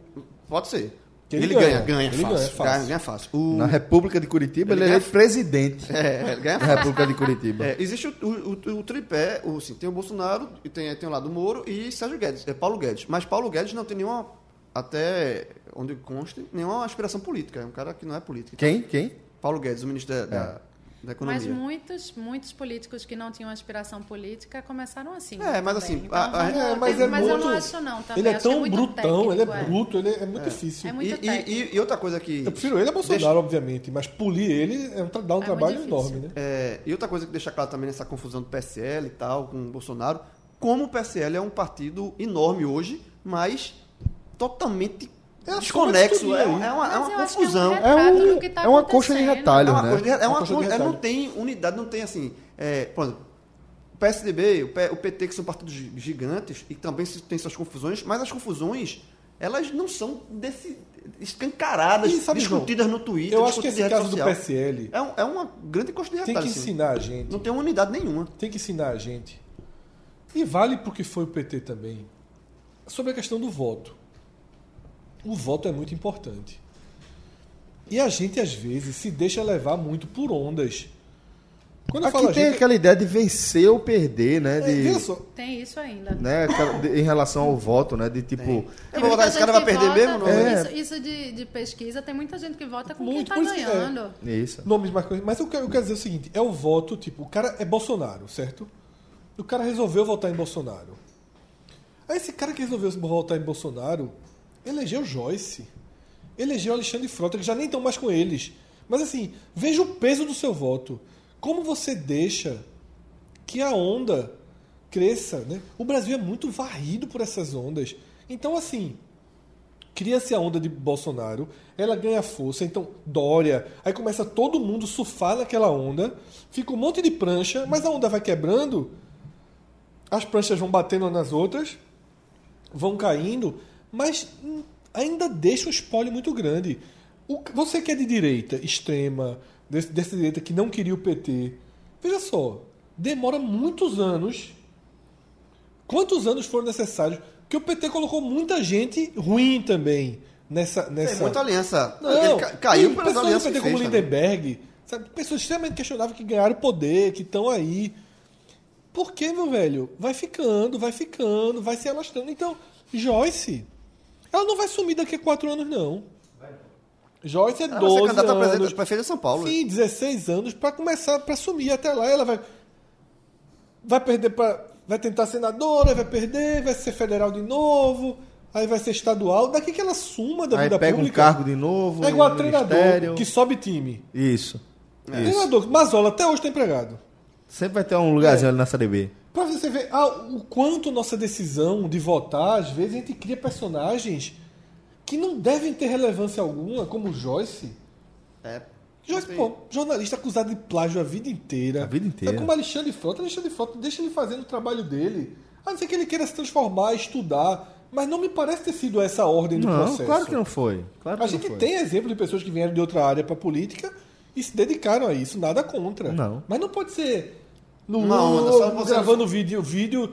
[SPEAKER 4] pode ser.
[SPEAKER 3] Que
[SPEAKER 4] ele,
[SPEAKER 3] ele ganha.
[SPEAKER 4] ganha, ganha,
[SPEAKER 3] Ele
[SPEAKER 4] fácil.
[SPEAKER 3] ganha
[SPEAKER 4] Ganha
[SPEAKER 3] fácil.
[SPEAKER 4] fácil. Ganha, fácil. O-
[SPEAKER 2] Na República de Curitiba, ele, é
[SPEAKER 4] Ele ganha-
[SPEAKER 2] eleito presidente
[SPEAKER 4] É, ele ganha
[SPEAKER 2] da
[SPEAKER 4] fácil.
[SPEAKER 2] República de Curitiba.
[SPEAKER 4] É, existe o, o, o- o tripé, o, assim, tem o Bolsonaro, e tem, tem o lado Moro e Sérgio Guedes, é Paulo Guedes. Mas Paulo Guedes não tem nenhuma, até onde conste, nenhuma aspiração política. É um cara que não é político.
[SPEAKER 2] Quem? Quem?
[SPEAKER 4] Paulo Guedes, o ministro da, da,
[SPEAKER 3] É.
[SPEAKER 4] da Economia.
[SPEAKER 5] Mas muitos, muitos políticos que não tinham aspiração política começaram assim.
[SPEAKER 4] É, mas
[SPEAKER 5] também.
[SPEAKER 4] assim,
[SPEAKER 5] Então,
[SPEAKER 4] a- a-
[SPEAKER 5] vamos-
[SPEAKER 4] É,
[SPEAKER 5] mas eu não acho não também.
[SPEAKER 3] Ele é
[SPEAKER 5] Acho que
[SPEAKER 3] tão
[SPEAKER 5] muito
[SPEAKER 3] brutão,
[SPEAKER 5] técnico,
[SPEAKER 3] ele é, bruto, ele é, é muito difícil.
[SPEAKER 5] É muito
[SPEAKER 4] e,
[SPEAKER 5] técnico.
[SPEAKER 4] e, e- e outra coisa que.
[SPEAKER 3] Eu prefiro ele a Bolsonaro, obviamente, mas polir ele é um, tra- dá um
[SPEAKER 5] É muito
[SPEAKER 3] trabalho
[SPEAKER 5] difícil.
[SPEAKER 3] enorme, né?
[SPEAKER 4] É, e outra coisa que deixa claro também nessa confusão do PSL e tal, com o Bolsonaro, como o PSL é um partido enorme hoje, mas totalmente
[SPEAKER 3] É a
[SPEAKER 4] desconexo.
[SPEAKER 3] soma de
[SPEAKER 4] É, é
[SPEAKER 3] tudo aí.
[SPEAKER 4] uma, é
[SPEAKER 5] Mas
[SPEAKER 4] uma
[SPEAKER 5] eu acho que
[SPEAKER 4] confusão.
[SPEAKER 5] é um
[SPEAKER 4] É,
[SPEAKER 5] retalho, Retrato do que tá
[SPEAKER 2] é uma coxa de
[SPEAKER 5] acontecendo.
[SPEAKER 2] retalho,
[SPEAKER 4] uma
[SPEAKER 2] né?
[SPEAKER 4] coisa, é
[SPEAKER 3] Uma
[SPEAKER 4] uma
[SPEAKER 3] coisa
[SPEAKER 4] coisa-
[SPEAKER 3] de
[SPEAKER 4] é, não
[SPEAKER 3] retalho.
[SPEAKER 4] tem unidade, não tem assim. É, por exemplo, o PSDB, o P- o PT, que são partidos gi- gigantes e também se- tem suas confusões, mas as confusões, elas não são desse- escancaradas,
[SPEAKER 3] E sabe, João,
[SPEAKER 4] discutidas no Twitter.
[SPEAKER 3] Eu acho que
[SPEAKER 4] discutidas em
[SPEAKER 3] esse
[SPEAKER 4] rede
[SPEAKER 3] caso do
[SPEAKER 4] social.
[SPEAKER 3] PSL
[SPEAKER 4] É, um- é uma grande coxa de
[SPEAKER 3] tem
[SPEAKER 4] retalho.
[SPEAKER 3] que
[SPEAKER 4] assim.
[SPEAKER 3] ensinar a gente
[SPEAKER 4] Não tem uma unidade nenhuma.
[SPEAKER 3] tem que ensinar a gente. E vale porque foi o PT também. Sobre a questão do voto. O voto é muito importante. E a gente, às vezes, se deixa levar muito por ondas. Quando eu falo a
[SPEAKER 2] Aqui tem
[SPEAKER 3] gente.
[SPEAKER 2] aquela ideia de vencer ou perder, né?
[SPEAKER 3] É,
[SPEAKER 2] De,
[SPEAKER 3] veja só,
[SPEAKER 5] Tem isso ainda.
[SPEAKER 2] né aquela- de- em relação ao voto, né? De tipo.
[SPEAKER 4] Eu
[SPEAKER 5] Tem
[SPEAKER 4] vou votar,
[SPEAKER 5] muita
[SPEAKER 4] esse cara
[SPEAKER 5] gente
[SPEAKER 4] vai
[SPEAKER 5] que
[SPEAKER 4] perder mesmo?
[SPEAKER 5] vota-
[SPEAKER 4] Não,
[SPEAKER 2] É.
[SPEAKER 5] Isso, isso de, de pesquisa, tem muita gente que vota com
[SPEAKER 3] Muito, por
[SPEAKER 5] quem
[SPEAKER 3] isso
[SPEAKER 5] tá
[SPEAKER 3] que é.
[SPEAKER 5] ganhando.
[SPEAKER 2] Isso.
[SPEAKER 3] nomes mais coisas. Mas eu quero, eu quero dizer o seguinte: é o voto, tipo, o cara é Bolsonaro, certo? O cara resolveu votar em Bolsonaro. Aí esse cara que resolveu votar em Bolsonaro elegeu Joyce. Elegeu Alexandre Frota, que já nem estão mais com eles. Mas assim, veja o peso do seu voto. Como você deixa que a onda cresça, né? O Brasil é muito varrido por essas ondas. Então, assim, cria-se a onda de Bolsonaro, ela ganha força, então Dória, aí começa todo mundo surfar naquela onda, fica um monte de prancha, mas a onda vai quebrando, as pranchas vão batendo nas outras, vão caindo, mas hum, ainda deixa um espólio muito grande. O- você que é de direita extrema, desse- dessa direita que não queria o PT, veja só, demora muitos anos Quantos anos foram necessários? Porque o PT colocou muita gente ruim também nessa. nessa...
[SPEAKER 4] Tem muita aliança.
[SPEAKER 3] Não,
[SPEAKER 4] Ele ca- caiu
[SPEAKER 3] tem
[SPEAKER 4] pelas
[SPEAKER 3] pessoas do
[SPEAKER 4] alianças
[SPEAKER 3] PT
[SPEAKER 4] que
[SPEAKER 3] como
[SPEAKER 4] fez, também.
[SPEAKER 3] Lindenberg, sabe? pessoas extremamente questionáveis que ganharam poder, que estão aí. Por que, meu velho? Vai ficando, vai ficando, vai se alastrando. Então, Joyce, ela não vai sumir daqui a quatro anos, não. Joyce é
[SPEAKER 4] Ela vai ser
[SPEAKER 3] 12
[SPEAKER 4] candidata a presidente-
[SPEAKER 3] anos.
[SPEAKER 4] prefeito de São Paulo.
[SPEAKER 3] Sim, 16 anos para começar, para assumir. Até lá ela vai. Vai perder para. Vai tentar senadora, vai perder, vai ser federal de novo, aí vai ser estadual. Daqui que ela suma da
[SPEAKER 2] Aí
[SPEAKER 3] vida
[SPEAKER 2] pega um
[SPEAKER 3] pública.
[SPEAKER 2] cargo de novo.
[SPEAKER 3] é igual a
[SPEAKER 2] um
[SPEAKER 3] treinador
[SPEAKER 2] ministério.
[SPEAKER 3] que sobe time.
[SPEAKER 2] Isso. Isso.
[SPEAKER 3] Treinador, Mazola até hoje tá empregado.
[SPEAKER 2] Sempre vai ter um
[SPEAKER 3] É.
[SPEAKER 2] lugarzinho ali na série B.
[SPEAKER 3] Pra você ver ah, o quanto nossa decisão de votar, às vezes a gente cria personagens que não devem ter relevância alguma, como Joyce.
[SPEAKER 4] É.
[SPEAKER 3] Joyce,
[SPEAKER 4] Sim.
[SPEAKER 3] pô, jornalista acusado de plágio a vida inteira.
[SPEAKER 2] A vida inteira.
[SPEAKER 3] Tá como Alexandre Frota, Alexandre Frota, deixa ele fazendo o trabalho dele. A não ser que ele queira se transformar, estudar. Mas não me parece ter sido essa a ordem do
[SPEAKER 2] Não,
[SPEAKER 3] processo.
[SPEAKER 2] claro que não foi. Claro que
[SPEAKER 3] A gente
[SPEAKER 2] não foi.
[SPEAKER 3] tem exemplo de pessoas que vieram de outra área pra política e se dedicaram a isso, nada contra.
[SPEAKER 2] Não.
[SPEAKER 3] Mas não pode ser no
[SPEAKER 4] Uma onda, só você-
[SPEAKER 3] gravando vídeo, vídeo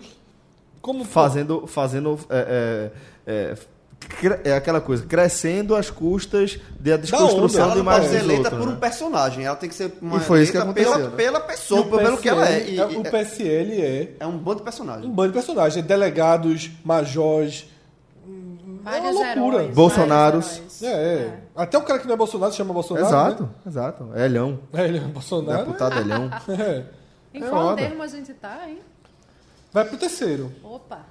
[SPEAKER 3] como
[SPEAKER 2] Fazendo. fazendo é, é, é, cre- é aquela coisa, crescendo às custas da desconstrução
[SPEAKER 4] Ela
[SPEAKER 2] de
[SPEAKER 4] não pode
[SPEAKER 2] imagem
[SPEAKER 4] ser
[SPEAKER 2] dos
[SPEAKER 4] eleita
[SPEAKER 2] outros,
[SPEAKER 4] por um
[SPEAKER 2] né?
[SPEAKER 4] personagem. Ela tem que ser uma
[SPEAKER 2] E foi isso que
[SPEAKER 4] eleita
[SPEAKER 2] aconteceu,
[SPEAKER 4] pela,
[SPEAKER 2] né?
[SPEAKER 4] pela
[SPEAKER 3] E
[SPEAKER 4] pessoa,
[SPEAKER 3] o
[SPEAKER 4] pelo que ela é.
[SPEAKER 3] PSL
[SPEAKER 4] E-
[SPEAKER 3] é-
[SPEAKER 4] e-
[SPEAKER 3] o PSL é
[SPEAKER 4] é um bando de
[SPEAKER 3] um
[SPEAKER 4] personagens.
[SPEAKER 3] bando de personagens, é delegados, majores,
[SPEAKER 5] Vários
[SPEAKER 3] loucura.
[SPEAKER 5] heróis.
[SPEAKER 2] Bolsonaros.
[SPEAKER 5] vários
[SPEAKER 3] É,
[SPEAKER 5] heróis.
[SPEAKER 3] é. Até o cara que não é Bolsonaro se chama Bolsonaro.
[SPEAKER 2] Exato, exato. Elhão.
[SPEAKER 3] Né? É, ele é Bolsonaro.
[SPEAKER 2] Deputado Elhão.
[SPEAKER 3] É.
[SPEAKER 5] Em
[SPEAKER 3] É
[SPEAKER 5] qual
[SPEAKER 3] onda.
[SPEAKER 5] termo a gente tá, hein?
[SPEAKER 3] Vai pro terceiro.
[SPEAKER 5] Opa,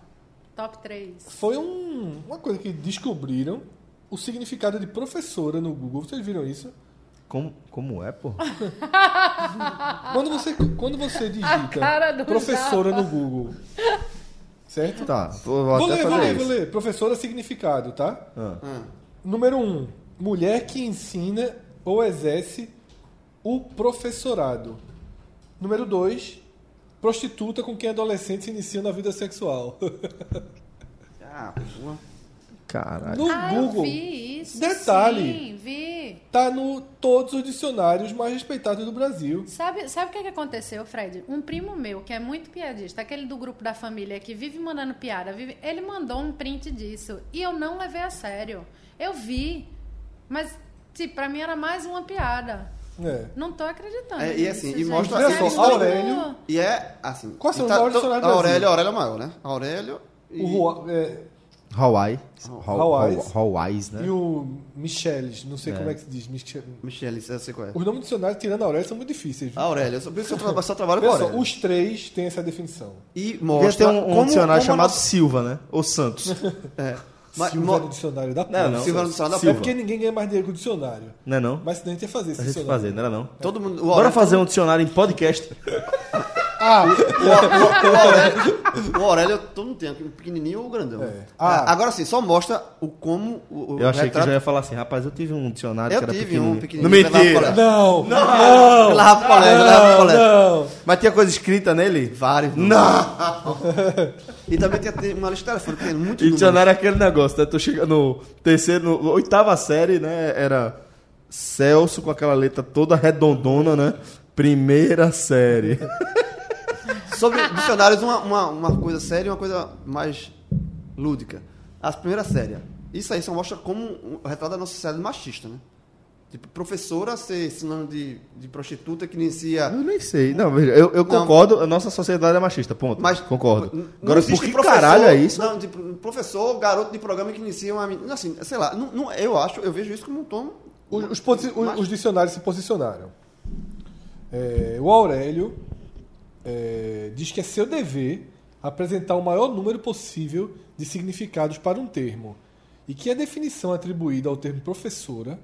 [SPEAKER 5] top 3.
[SPEAKER 3] Foi um- uma coisa que descobriram o significado de professora no Google. Vocês viram isso?
[SPEAKER 2] Como, como é, pô?
[SPEAKER 3] Quando você, quando você digita
[SPEAKER 5] cara do
[SPEAKER 3] professora no Google, certo?
[SPEAKER 2] Tá, vou, vou
[SPEAKER 3] Vou
[SPEAKER 2] até
[SPEAKER 3] ler, vou
[SPEAKER 2] fazer
[SPEAKER 3] ler,
[SPEAKER 2] isso.
[SPEAKER 3] vou ler. Professora significado, tá?
[SPEAKER 2] Ah,
[SPEAKER 3] Número 1. Um, mulher que ensina ou exerce o professorado. Número 2. Prostituta com quem adolescentes iniciam na vida sexual.
[SPEAKER 4] Ah, porra.
[SPEAKER 2] caralho.
[SPEAKER 3] No
[SPEAKER 5] Ah, eu
[SPEAKER 3] Google,
[SPEAKER 5] vi isso.
[SPEAKER 3] Detalhe.
[SPEAKER 5] Sim, vi.
[SPEAKER 3] tá no todos os dicionários mais respeitados do Brasil.
[SPEAKER 5] Sabe, sabe o que, é que aconteceu, Fred? Um primo meu, que é muito piadista, aquele do grupo da família que vive mandando piada, vive- ele mandou um print disso. E eu não levei a sério. Eu vi. Mas, tipo, pra mim era mais uma piada.
[SPEAKER 3] É.
[SPEAKER 5] Não tô acreditando.
[SPEAKER 4] É, e
[SPEAKER 5] nisso,
[SPEAKER 4] assim, e
[SPEAKER 5] gente.
[SPEAKER 4] mostra-
[SPEAKER 5] Isso
[SPEAKER 4] olha só,
[SPEAKER 5] é muito-
[SPEAKER 3] Aurélio-
[SPEAKER 4] E é assim.
[SPEAKER 3] Quais são
[SPEAKER 4] e
[SPEAKER 3] os maiores
[SPEAKER 4] to-
[SPEAKER 3] dicionários do
[SPEAKER 4] Aurélio,
[SPEAKER 3] Brasil?
[SPEAKER 4] Aurélio é maior, né? Aurélio e.
[SPEAKER 3] O Rua- é,
[SPEAKER 2] Hawaii.
[SPEAKER 3] Hawaiis.
[SPEAKER 2] Hawaiis, né?
[SPEAKER 3] E o Michelis, não sei como é que se diz. Michel...
[SPEAKER 4] Michele, você sei qual é.
[SPEAKER 3] Os nomes do dicionário, tirando a Aurélio, são muito difíceis. viu?
[SPEAKER 4] Aurélio, eu só, por isso que eu tra- só trabalho com
[SPEAKER 3] Pessoal,
[SPEAKER 4] Aurélio.
[SPEAKER 3] os três têm essa definição.
[SPEAKER 4] E
[SPEAKER 2] Devia
[SPEAKER 4] mostra
[SPEAKER 2] ter um, um
[SPEAKER 4] como-
[SPEAKER 2] dicionário
[SPEAKER 4] como a
[SPEAKER 2] chamado
[SPEAKER 4] nossa-
[SPEAKER 2] Silva, né? Ou Santos.
[SPEAKER 4] É. Mas,
[SPEAKER 3] Silva
[SPEAKER 4] mo-
[SPEAKER 3] no dicionário da
[SPEAKER 2] Não,
[SPEAKER 3] porra.
[SPEAKER 2] não.
[SPEAKER 4] Silva no dicionário da
[SPEAKER 3] É
[SPEAKER 2] Silva.
[SPEAKER 3] porque ninguém ganha mais dinheiro com o dicionário.
[SPEAKER 2] Não é não?
[SPEAKER 3] Mas senão a gente ia fazer esse
[SPEAKER 2] a gente
[SPEAKER 3] dicionário.
[SPEAKER 2] fazer, não era não?
[SPEAKER 4] Todo mundo. o
[SPEAKER 2] Bora
[SPEAKER 4] Aurélio-
[SPEAKER 2] fazer um dicionário em podcast.
[SPEAKER 4] O Aurélio, o Aurélio é todo mundo tem, aquele pequenininho ou grandão.
[SPEAKER 3] É.
[SPEAKER 4] Ah,
[SPEAKER 3] Ah.
[SPEAKER 4] agora sim, só mostra o como o, o
[SPEAKER 2] Eu achei que
[SPEAKER 4] retrato-
[SPEAKER 2] já ia falar assim, rapaz, eu tive um dicionário
[SPEAKER 4] Eu
[SPEAKER 2] que era
[SPEAKER 4] tive
[SPEAKER 2] pequenininho.
[SPEAKER 4] um
[SPEAKER 2] Não
[SPEAKER 4] pequenininho, levava
[SPEAKER 2] mentira.
[SPEAKER 4] pra-
[SPEAKER 3] Não! Não!
[SPEAKER 4] Eu levava pro colégio, eu levava pro colégio.
[SPEAKER 3] Não!
[SPEAKER 2] Mas tinha coisa escrita nele?
[SPEAKER 4] Vários.
[SPEAKER 2] Não!
[SPEAKER 4] E também tem- tem uma lista de telefone, tem muito
[SPEAKER 2] E dicionário é aquele negócio, né? Tu chega no terceiro, no oitava série, né? Era Celso com aquela letra toda redondona, né? Primeira série.
[SPEAKER 4] Sobre dicionários, uma, uma, uma coisa séria e uma coisa mais lúdica. As primeiras séria. Isso aí só mostra como um- o retrato da nossa sociedade machista, né? Tipo, professora ser sinônimo de, de prostituta que inicia.
[SPEAKER 2] Eu nem sei. Não, veja, eu, eu
[SPEAKER 4] Não.
[SPEAKER 2] concordo, a nossa sociedade é machista, ponto.
[SPEAKER 4] Mas
[SPEAKER 2] concordo.
[SPEAKER 4] n- não
[SPEAKER 2] Agora, por
[SPEAKER 4] existe
[SPEAKER 2] que
[SPEAKER 4] professor-
[SPEAKER 2] caralho é isso?
[SPEAKER 4] Não, tipo, professor, garoto de programa que inicia uma menina. Assim, sei lá, não, não- eu acho, eu vejo isso como um tom.
[SPEAKER 3] Os, os posi- os-
[SPEAKER 4] Mas-
[SPEAKER 3] os dicionários se posicionaram. É, o Aurélio é, diz que é seu dever apresentar o maior número possível de significados para um termo e que a definição atribuída ao termo professora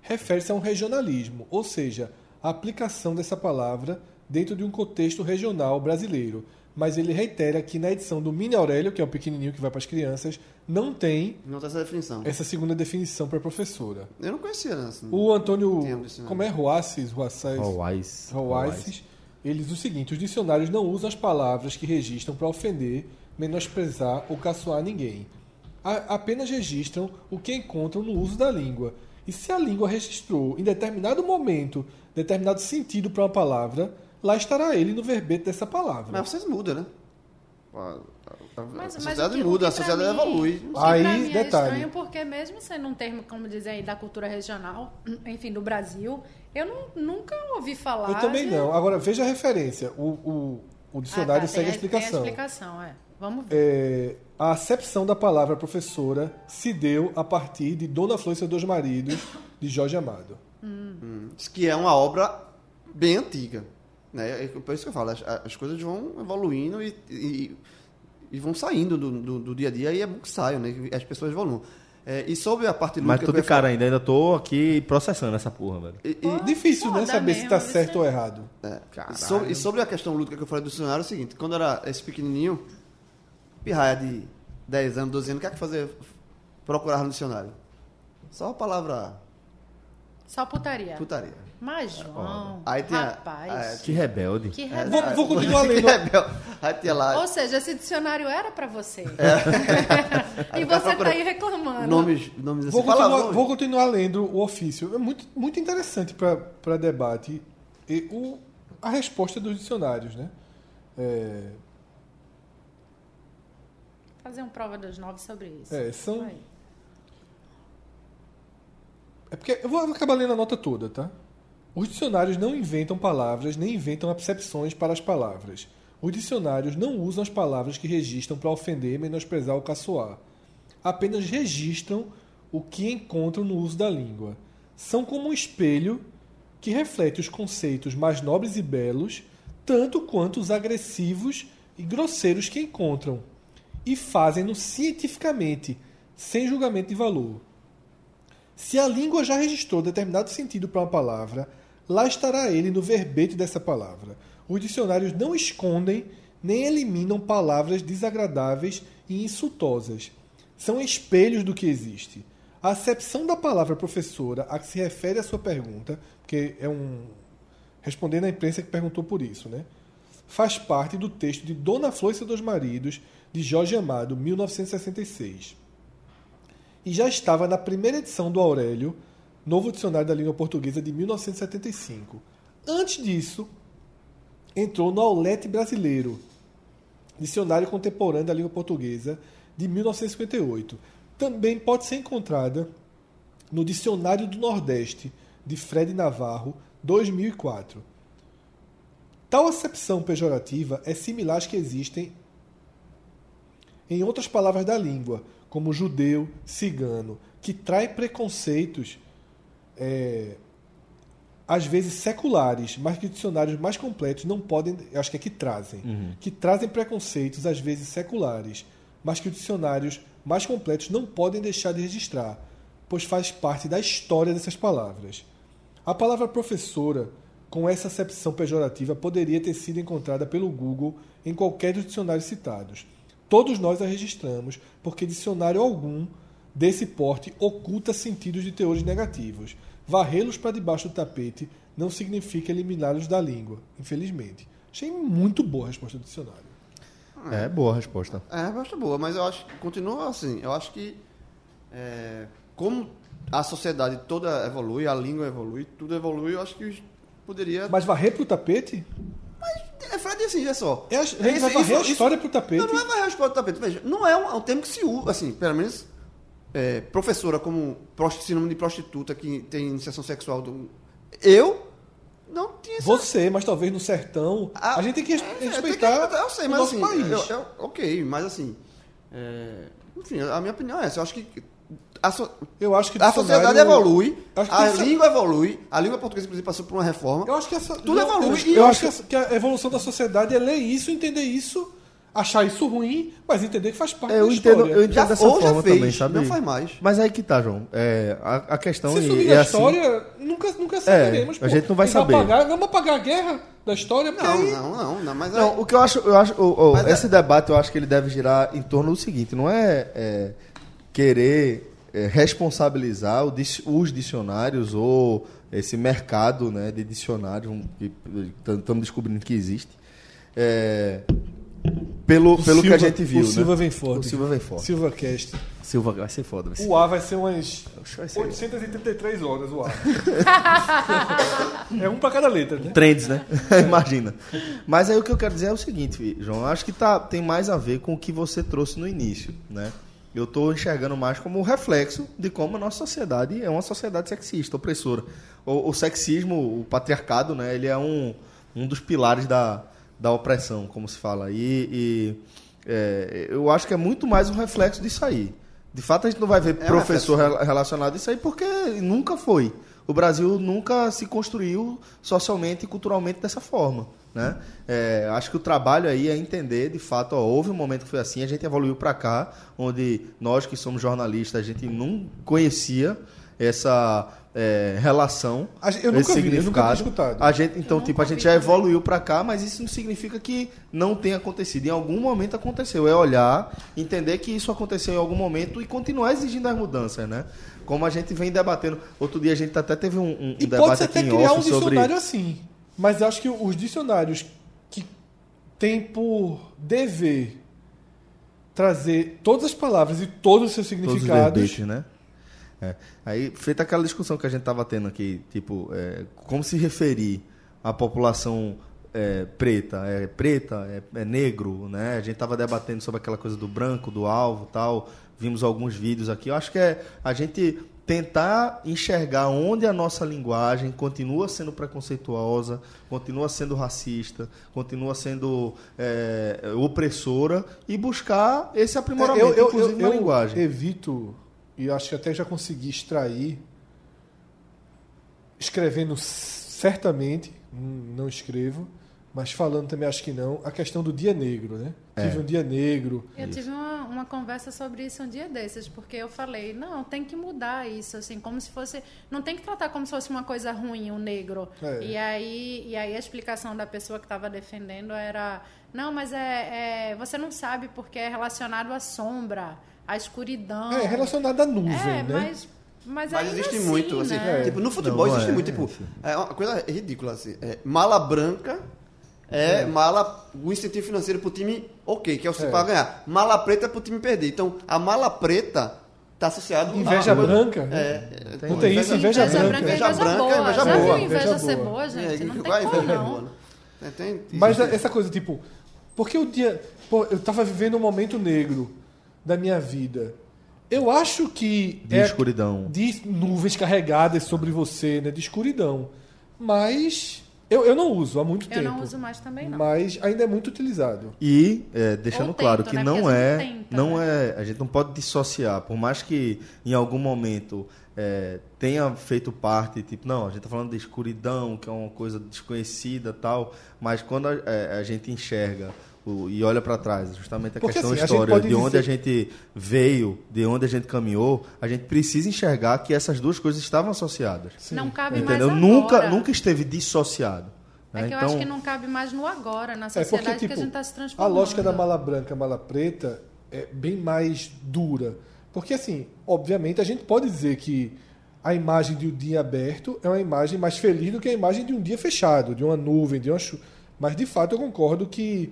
[SPEAKER 3] refere-se a um regionalismo, ou seja, a aplicação dessa palavra dentro de um contexto regional brasileiro. Mas ele reitera que na edição do Mini Aurélio, que é o pequenininho que vai para as crianças, não tem
[SPEAKER 4] Não tem essa definição.
[SPEAKER 5] É.
[SPEAKER 3] essa segunda definição para professora.
[SPEAKER 4] Eu não conhecia, né? Assim,
[SPEAKER 3] O Antônio.
[SPEAKER 4] Entendo isso, né?
[SPEAKER 3] Como é Ruaces? Ruaces?
[SPEAKER 2] Hawaiis.
[SPEAKER 3] Ruaces. Ele diz o seguinte: os dicionários não usam as palavras que registram para ofender, menosprezar ou caçoar ninguém. A- apenas registram o que encontram no uso da língua. E se a língua registrou em determinado momento determinado sentido para uma palavra, lá estará ele no verbete dessa palavra.
[SPEAKER 4] Mas vocês mudam, né? A, a- a-
[SPEAKER 5] Mas-
[SPEAKER 4] a
[SPEAKER 5] mas
[SPEAKER 4] sociedade
[SPEAKER 5] o que- o que
[SPEAKER 4] muda, a
[SPEAKER 5] pra
[SPEAKER 4] sociedade
[SPEAKER 5] mim-
[SPEAKER 4] evolui.
[SPEAKER 5] o que pra
[SPEAKER 3] Aí,
[SPEAKER 5] mim é
[SPEAKER 3] detalhe.
[SPEAKER 5] estranho porque mesmo sendo um termo, como dizem aí, da cultura regional, enfim, do Brasil, eu nu- nunca ouvi falar.
[SPEAKER 3] Eu também
[SPEAKER 5] de-
[SPEAKER 3] não. Agora, veja a referência. O, o- o
[SPEAKER 5] Ah,
[SPEAKER 3] dicionário
[SPEAKER 5] tá,
[SPEAKER 3] segue
[SPEAKER 5] tem,
[SPEAKER 3] a explicação.
[SPEAKER 5] Tem a explicação, é. Vamos ver.
[SPEAKER 3] É, a acepção da palavra professora se deu a partir de Dona Flor e seus dois maridos, de Jorge Amado.
[SPEAKER 4] Diz que é uma obra bem antiga. Né? É por isso que eu falo, as, as coisas vão evoluindo e, e, e vão saindo do, do, do dia a dia e é bom que saiam, né? E As pessoas evoluam. É, e sobre a parte
[SPEAKER 2] Mas é
[SPEAKER 4] lúdica
[SPEAKER 2] tô
[SPEAKER 4] que eu
[SPEAKER 2] de
[SPEAKER 4] ia falar-
[SPEAKER 2] cara ainda, ainda tô aqui processando essa porra, velho.
[SPEAKER 4] E, e-
[SPEAKER 3] Difícil, né?
[SPEAKER 5] Ah, foda
[SPEAKER 3] Saber se tá
[SPEAKER 5] mesmo,
[SPEAKER 3] certo
[SPEAKER 5] isso
[SPEAKER 3] ou errado.
[SPEAKER 4] É. E sobre- e sobre a questão lúdica que eu falei do dicionário é o seguinte, quando era esse pequenininho, pirraia de 10 anos, 12 anos, o que é que fazer procurar no dicionário? Só a palavra
[SPEAKER 5] Só putaria.
[SPEAKER 4] putaria.
[SPEAKER 5] Mas, João,
[SPEAKER 4] Aí tem a-
[SPEAKER 5] rapaz,
[SPEAKER 2] Que rebelde.
[SPEAKER 5] que
[SPEAKER 4] É,
[SPEAKER 5] rebelde.
[SPEAKER 3] Vou- vou continuar
[SPEAKER 4] aí-
[SPEAKER 3] lendo.
[SPEAKER 4] Aí tinha lá
[SPEAKER 5] Ou seja, esse dicionário era pra você.
[SPEAKER 4] É. Aí
[SPEAKER 5] e
[SPEAKER 4] o cara
[SPEAKER 5] você tá
[SPEAKER 4] procura
[SPEAKER 5] aí reclamando.
[SPEAKER 4] nomes, nomes assim,
[SPEAKER 3] Vou continuar,
[SPEAKER 4] palavrões.
[SPEAKER 3] vou continuar lendo o ofício. É muito, muito interessante para debate e o, a resposta dos dicionários, né? É,
[SPEAKER 5] Fazer um prova dos nove sobre isso.
[SPEAKER 3] É, são-
[SPEAKER 5] Vai.
[SPEAKER 3] É porque eu vou acabar lendo a nota toda, tá? Os dicionários não inventam palavras, nem inventam acepções para as palavras. Os dicionários não usam as palavras que registram para ofender, menosprezar ou caçoar. Apenas registram o que encontram no uso da língua. São como um espelho que reflete os conceitos mais nobres e belos, tanto quanto os agressivos e grosseiros que encontram, e fazem-no cientificamente, sem julgamento de valor. Se a língua já registrou determinado sentido para uma palavra, lá estará ele no verbete dessa palavra. Os dicionários não escondem nem eliminam palavras desagradáveis e insultosas. São espelhos do que existe. A acepção da palavra professora a que se refere a sua pergunta, porque é um. Respondendo à imprensa que perguntou por isso, né? Faz parte do texto de Dona Flor e seus dois maridos, de Jorge Amado, 1966 e já estava na primeira edição do Aurélio, Novo Dicionário da Língua Portuguesa de 1975. Antes disso, entrou no Aulete Brasileiro, Dicionário Contemporâneo da Língua Portuguesa de 1958. Também pode ser encontrada no Dicionário do Nordeste, de Fred Navarro, 2004. Tal acepção pejorativa é similar às que existem em outras palavras da língua, como judeu, cigano, que trai preconceitos é, às vezes seculares, mas que dicionários mais completos não podem, eu acho que é que trazem, que trazem preconceitos às vezes seculares, mas que os dicionários mais completos não podem deixar de registrar, pois faz parte da história dessas palavras. A palavra professora, com essa acepção pejorativa, poderia ter sido encontrada pelo Google em qualquer dos dicionários citados. Todos nós a registramos, porque dicionário algum desse porte oculta sentidos de teores negativos. Varrê-los para debaixo do tapete não significa eliminá-los da língua, infelizmente. Achei muito boa a resposta do dicionário.
[SPEAKER 2] É, boa a resposta.
[SPEAKER 4] É, resposta boa, mas eu acho que continua assim. Eu acho que é, como a sociedade toda evolui, a língua evolui, tudo evolui, eu acho que os- poderia.
[SPEAKER 3] Mas varrer para o tapete?
[SPEAKER 4] É Fred assim, é só.
[SPEAKER 3] É a- a gente vai varrer a história pro tapete?
[SPEAKER 4] Não, não é varrer a história pro tapete. Veja, não é um, é um termo que se usa, assim, pelo menos é, professora como prosti- sinônimo de prostituta que tem iniciação sexual do. Eu não tinha essa
[SPEAKER 3] Você, mas talvez no sertão. a gente tem que res-
[SPEAKER 4] é, tem que
[SPEAKER 3] respeitar
[SPEAKER 4] respeitar, eu sei,
[SPEAKER 3] o
[SPEAKER 4] mas
[SPEAKER 3] nosso
[SPEAKER 4] assim,
[SPEAKER 3] país.
[SPEAKER 4] eu- eu- ok, mas assim. é, enfim, a minha opinião é essa. Eu acho que. A, so-
[SPEAKER 3] Eu acho que o
[SPEAKER 4] a
[SPEAKER 3] dicionário-
[SPEAKER 4] sociedade evolui,
[SPEAKER 3] Acho que
[SPEAKER 4] a
[SPEAKER 3] isso é-
[SPEAKER 4] língua evolui, a língua portuguesa, inclusive, passou por uma reforma.
[SPEAKER 3] Eu acho que essa,
[SPEAKER 4] Tudo
[SPEAKER 3] eu-
[SPEAKER 4] evolui,
[SPEAKER 3] Eu,
[SPEAKER 4] e
[SPEAKER 3] eu
[SPEAKER 4] eu
[SPEAKER 3] acho que,
[SPEAKER 4] acho
[SPEAKER 3] essa- que a evolução da sociedade é ler isso, entender isso, achar isso ruim, mas entender que faz parte
[SPEAKER 2] É, eu
[SPEAKER 3] da
[SPEAKER 2] entendo,
[SPEAKER 3] história.
[SPEAKER 2] eu entendo
[SPEAKER 4] Já-
[SPEAKER 2] dessa
[SPEAKER 4] ou já
[SPEAKER 2] forma
[SPEAKER 4] fez,
[SPEAKER 2] também, sabe?
[SPEAKER 4] não faz mais.
[SPEAKER 2] Mas aí que tá, João. É, a, a questão
[SPEAKER 3] Se
[SPEAKER 2] é-
[SPEAKER 3] sumir
[SPEAKER 2] é assim,
[SPEAKER 3] a
[SPEAKER 2] É,
[SPEAKER 3] história, nunca, nunca saberemos.
[SPEAKER 2] a gente não vai
[SPEAKER 3] E
[SPEAKER 2] saber.
[SPEAKER 3] Apagar, vamos apagar a guerra da história? Porque
[SPEAKER 4] Não,
[SPEAKER 3] é aí-
[SPEAKER 4] não, não, não, mas
[SPEAKER 2] Não,
[SPEAKER 4] aí-
[SPEAKER 2] o que eu acho, eu acho o- o-
[SPEAKER 4] Mas é-
[SPEAKER 2] esse debate eu acho que ele deve girar em torno do seguinte, não é, é, querer é, responsabilizar o dis- os dicionários ou esse mercado né, de dicionários um, que estamos descobrindo que existe. é, pelo pelo que
[SPEAKER 3] Silva-
[SPEAKER 2] a gente viu.
[SPEAKER 3] O
[SPEAKER 2] né?
[SPEAKER 3] Silva vem forte.
[SPEAKER 2] O Silva vem forte.
[SPEAKER 3] Silva Cast.
[SPEAKER 2] Silva vai ser foda. Vai ser.
[SPEAKER 3] O A vai ser umas
[SPEAKER 2] Vai ser
[SPEAKER 3] 833 horas, o A. é um pra cada letra, né?
[SPEAKER 2] Trends, né? Imagina. Mas aí o que eu quero dizer é o seguinte, João. eu Acho que tá, tem mais a ver com o que você trouxe no início, né? Eu estou enxergando mais como um reflexo de como a nossa sociedade é uma sociedade sexista, opressora. O, o sexismo, o patriarcado, né? Ele é um, um dos pilares da, da opressão, como se fala. E, e, é, eu acho que é muito mais um reflexo disso aí. De fato, a gente não vai
[SPEAKER 3] É,
[SPEAKER 2] ver professor
[SPEAKER 3] assim.
[SPEAKER 2] rela- relacionado a isso aí porque nunca foi. O Brasil nunca se construiu socialmente e culturalmente dessa forma. Né? É, acho que o trabalho aí é entender, de fato, ó, houve um momento que foi assim, a gente evoluiu para cá, onde nós que somos jornalistas, a gente não conhecia essa é, relação,
[SPEAKER 3] A gente- eu nunca
[SPEAKER 2] esse
[SPEAKER 3] vi, eu nunca tinha
[SPEAKER 2] significado.
[SPEAKER 3] escutado.
[SPEAKER 2] A gente, então, tipo, a gente já evoluiu pra cá, mas isso não significa que não tenha acontecido. Em algum momento aconteceu. É olhar, entender que isso aconteceu em algum momento e continuar exigindo as mudanças, né? Como a gente vem debatendo. Outro dia a gente até teve um, um
[SPEAKER 3] E pode-se
[SPEAKER 2] debate aqui
[SPEAKER 3] até
[SPEAKER 2] em
[SPEAKER 3] criar um
[SPEAKER 2] off sobre.
[SPEAKER 3] dicionário assim. Mas acho que os dicionários que têm por dever trazer todas as palavras e todos os seus
[SPEAKER 2] todos os
[SPEAKER 3] significados.
[SPEAKER 2] verbetes, né? É. Aí, feita aquela discussão que a gente estava tendo aqui, tipo, é, como se referir à população é, preta? É preta? É, é negro? Né? A gente estava debatendo sobre aquela coisa do branco, do alvo tal. Vimos alguns vídeos aqui. Eu acho que é a gente tentar enxergar onde a nossa linguagem continua sendo preconceituosa, continua sendo racista, continua sendo é, opressora e buscar esse
[SPEAKER 3] É,
[SPEAKER 2] aprimoramento, inclusive na linguagem.
[SPEAKER 3] evito, e acho que até já consegui extrair, escrevendo c- certamente, hum, não escrevo,
[SPEAKER 2] É.
[SPEAKER 3] mas falando também acho que não, a questão do dia negro, né? Tive um dia negro.
[SPEAKER 5] Eu tive uma, uma conversa sobre isso um dia desses, porque eu falei, não, tem que mudar isso, assim, como se fosse. Não tem que tratar como se fosse uma coisa ruim o negro.
[SPEAKER 3] É.
[SPEAKER 5] E aí, e aí a explicação da pessoa que estava defendendo era, não, mas é, é, você não sabe porque é relacionado à sombra, à escuridão.
[SPEAKER 3] É, relacionado à nuvem, né?
[SPEAKER 5] É, mas. Mas,
[SPEAKER 4] Mas
[SPEAKER 5] ainda
[SPEAKER 4] existe
[SPEAKER 5] assim,
[SPEAKER 4] muito, assim.
[SPEAKER 5] né?
[SPEAKER 4] Tipo, no futebol
[SPEAKER 2] Não,
[SPEAKER 4] existe
[SPEAKER 2] é,
[SPEAKER 4] muito, tipo, é uma coisa ridícula, assim. é, mala branca é, mala, o incentivo financeiro pro time, ok, que é o
[SPEAKER 3] É.
[SPEAKER 4] para ganhar. Mala preta é pro time perder. Então, a mala preta tá associada
[SPEAKER 3] Inveja
[SPEAKER 4] a-
[SPEAKER 3] branca?
[SPEAKER 4] É, é,
[SPEAKER 3] Não tem isso, inveja branca.
[SPEAKER 4] Inveja
[SPEAKER 5] é inveja
[SPEAKER 4] branca,
[SPEAKER 5] boa.
[SPEAKER 4] inveja
[SPEAKER 5] Já
[SPEAKER 4] boa.
[SPEAKER 5] viu inveja,
[SPEAKER 3] Inveja
[SPEAKER 5] ser
[SPEAKER 3] boa.
[SPEAKER 5] boa, gente?
[SPEAKER 4] é,
[SPEAKER 5] não
[SPEAKER 4] vai,
[SPEAKER 5] tem como
[SPEAKER 4] vai,
[SPEAKER 5] não.
[SPEAKER 4] boa, né? É, tem-
[SPEAKER 3] Mas
[SPEAKER 4] existe-
[SPEAKER 3] essa coisa, tipo, porque o dia. Pô, eu tava vivendo um momento negro da minha vida. Eu acho que. é
[SPEAKER 2] De escuridão.
[SPEAKER 3] De nuvens carregadas sobre você, né? De escuridão. Mas. Eu, eu não uso há muito
[SPEAKER 5] Eu
[SPEAKER 3] tempo.
[SPEAKER 5] não uso mais também, não.
[SPEAKER 3] Tipo, Mas ainda é muito utilizado.
[SPEAKER 2] E é, deixando
[SPEAKER 5] Ou
[SPEAKER 2] claro
[SPEAKER 5] tenta,
[SPEAKER 2] que
[SPEAKER 5] né?
[SPEAKER 2] não
[SPEAKER 5] Porque às
[SPEAKER 2] é,
[SPEAKER 5] vezes tenta, né?
[SPEAKER 2] não é, a gente não pode dissociar, por mais que em algum momento é, tenha feito parte, tipo, não, a gente tá falando de escuridão, que é uma coisa desconhecida, tal, mas quando a, é, a gente enxerga o- e olha para trás, justamente a
[SPEAKER 3] Porque,
[SPEAKER 2] questão
[SPEAKER 3] assim, a gente
[SPEAKER 2] história,
[SPEAKER 3] pode
[SPEAKER 2] de onde
[SPEAKER 3] dizer-
[SPEAKER 2] a gente veio, de onde a gente caminhou, a gente precisa enxergar que essas duas coisas estavam associadas.
[SPEAKER 5] Não cabe
[SPEAKER 2] Entendeu?
[SPEAKER 5] mais
[SPEAKER 2] Nunca,
[SPEAKER 5] agora.
[SPEAKER 2] nunca esteve dissociado.
[SPEAKER 5] É
[SPEAKER 2] né?
[SPEAKER 5] que eu
[SPEAKER 2] então,
[SPEAKER 5] acho que não cabe mais no agora, na
[SPEAKER 3] É
[SPEAKER 5] sociedade
[SPEAKER 3] porque, tipo,
[SPEAKER 5] que a gente está se
[SPEAKER 3] a
[SPEAKER 5] transformando.
[SPEAKER 3] lógica da mala branca, mala preta é bem mais dura. Porque, assim, obviamente, a gente pode dizer que a imagem de um dia aberto é uma imagem mais feliz do que a imagem de um dia fechado, de uma nuvem, de uma chu... Mas, de fato, eu concordo que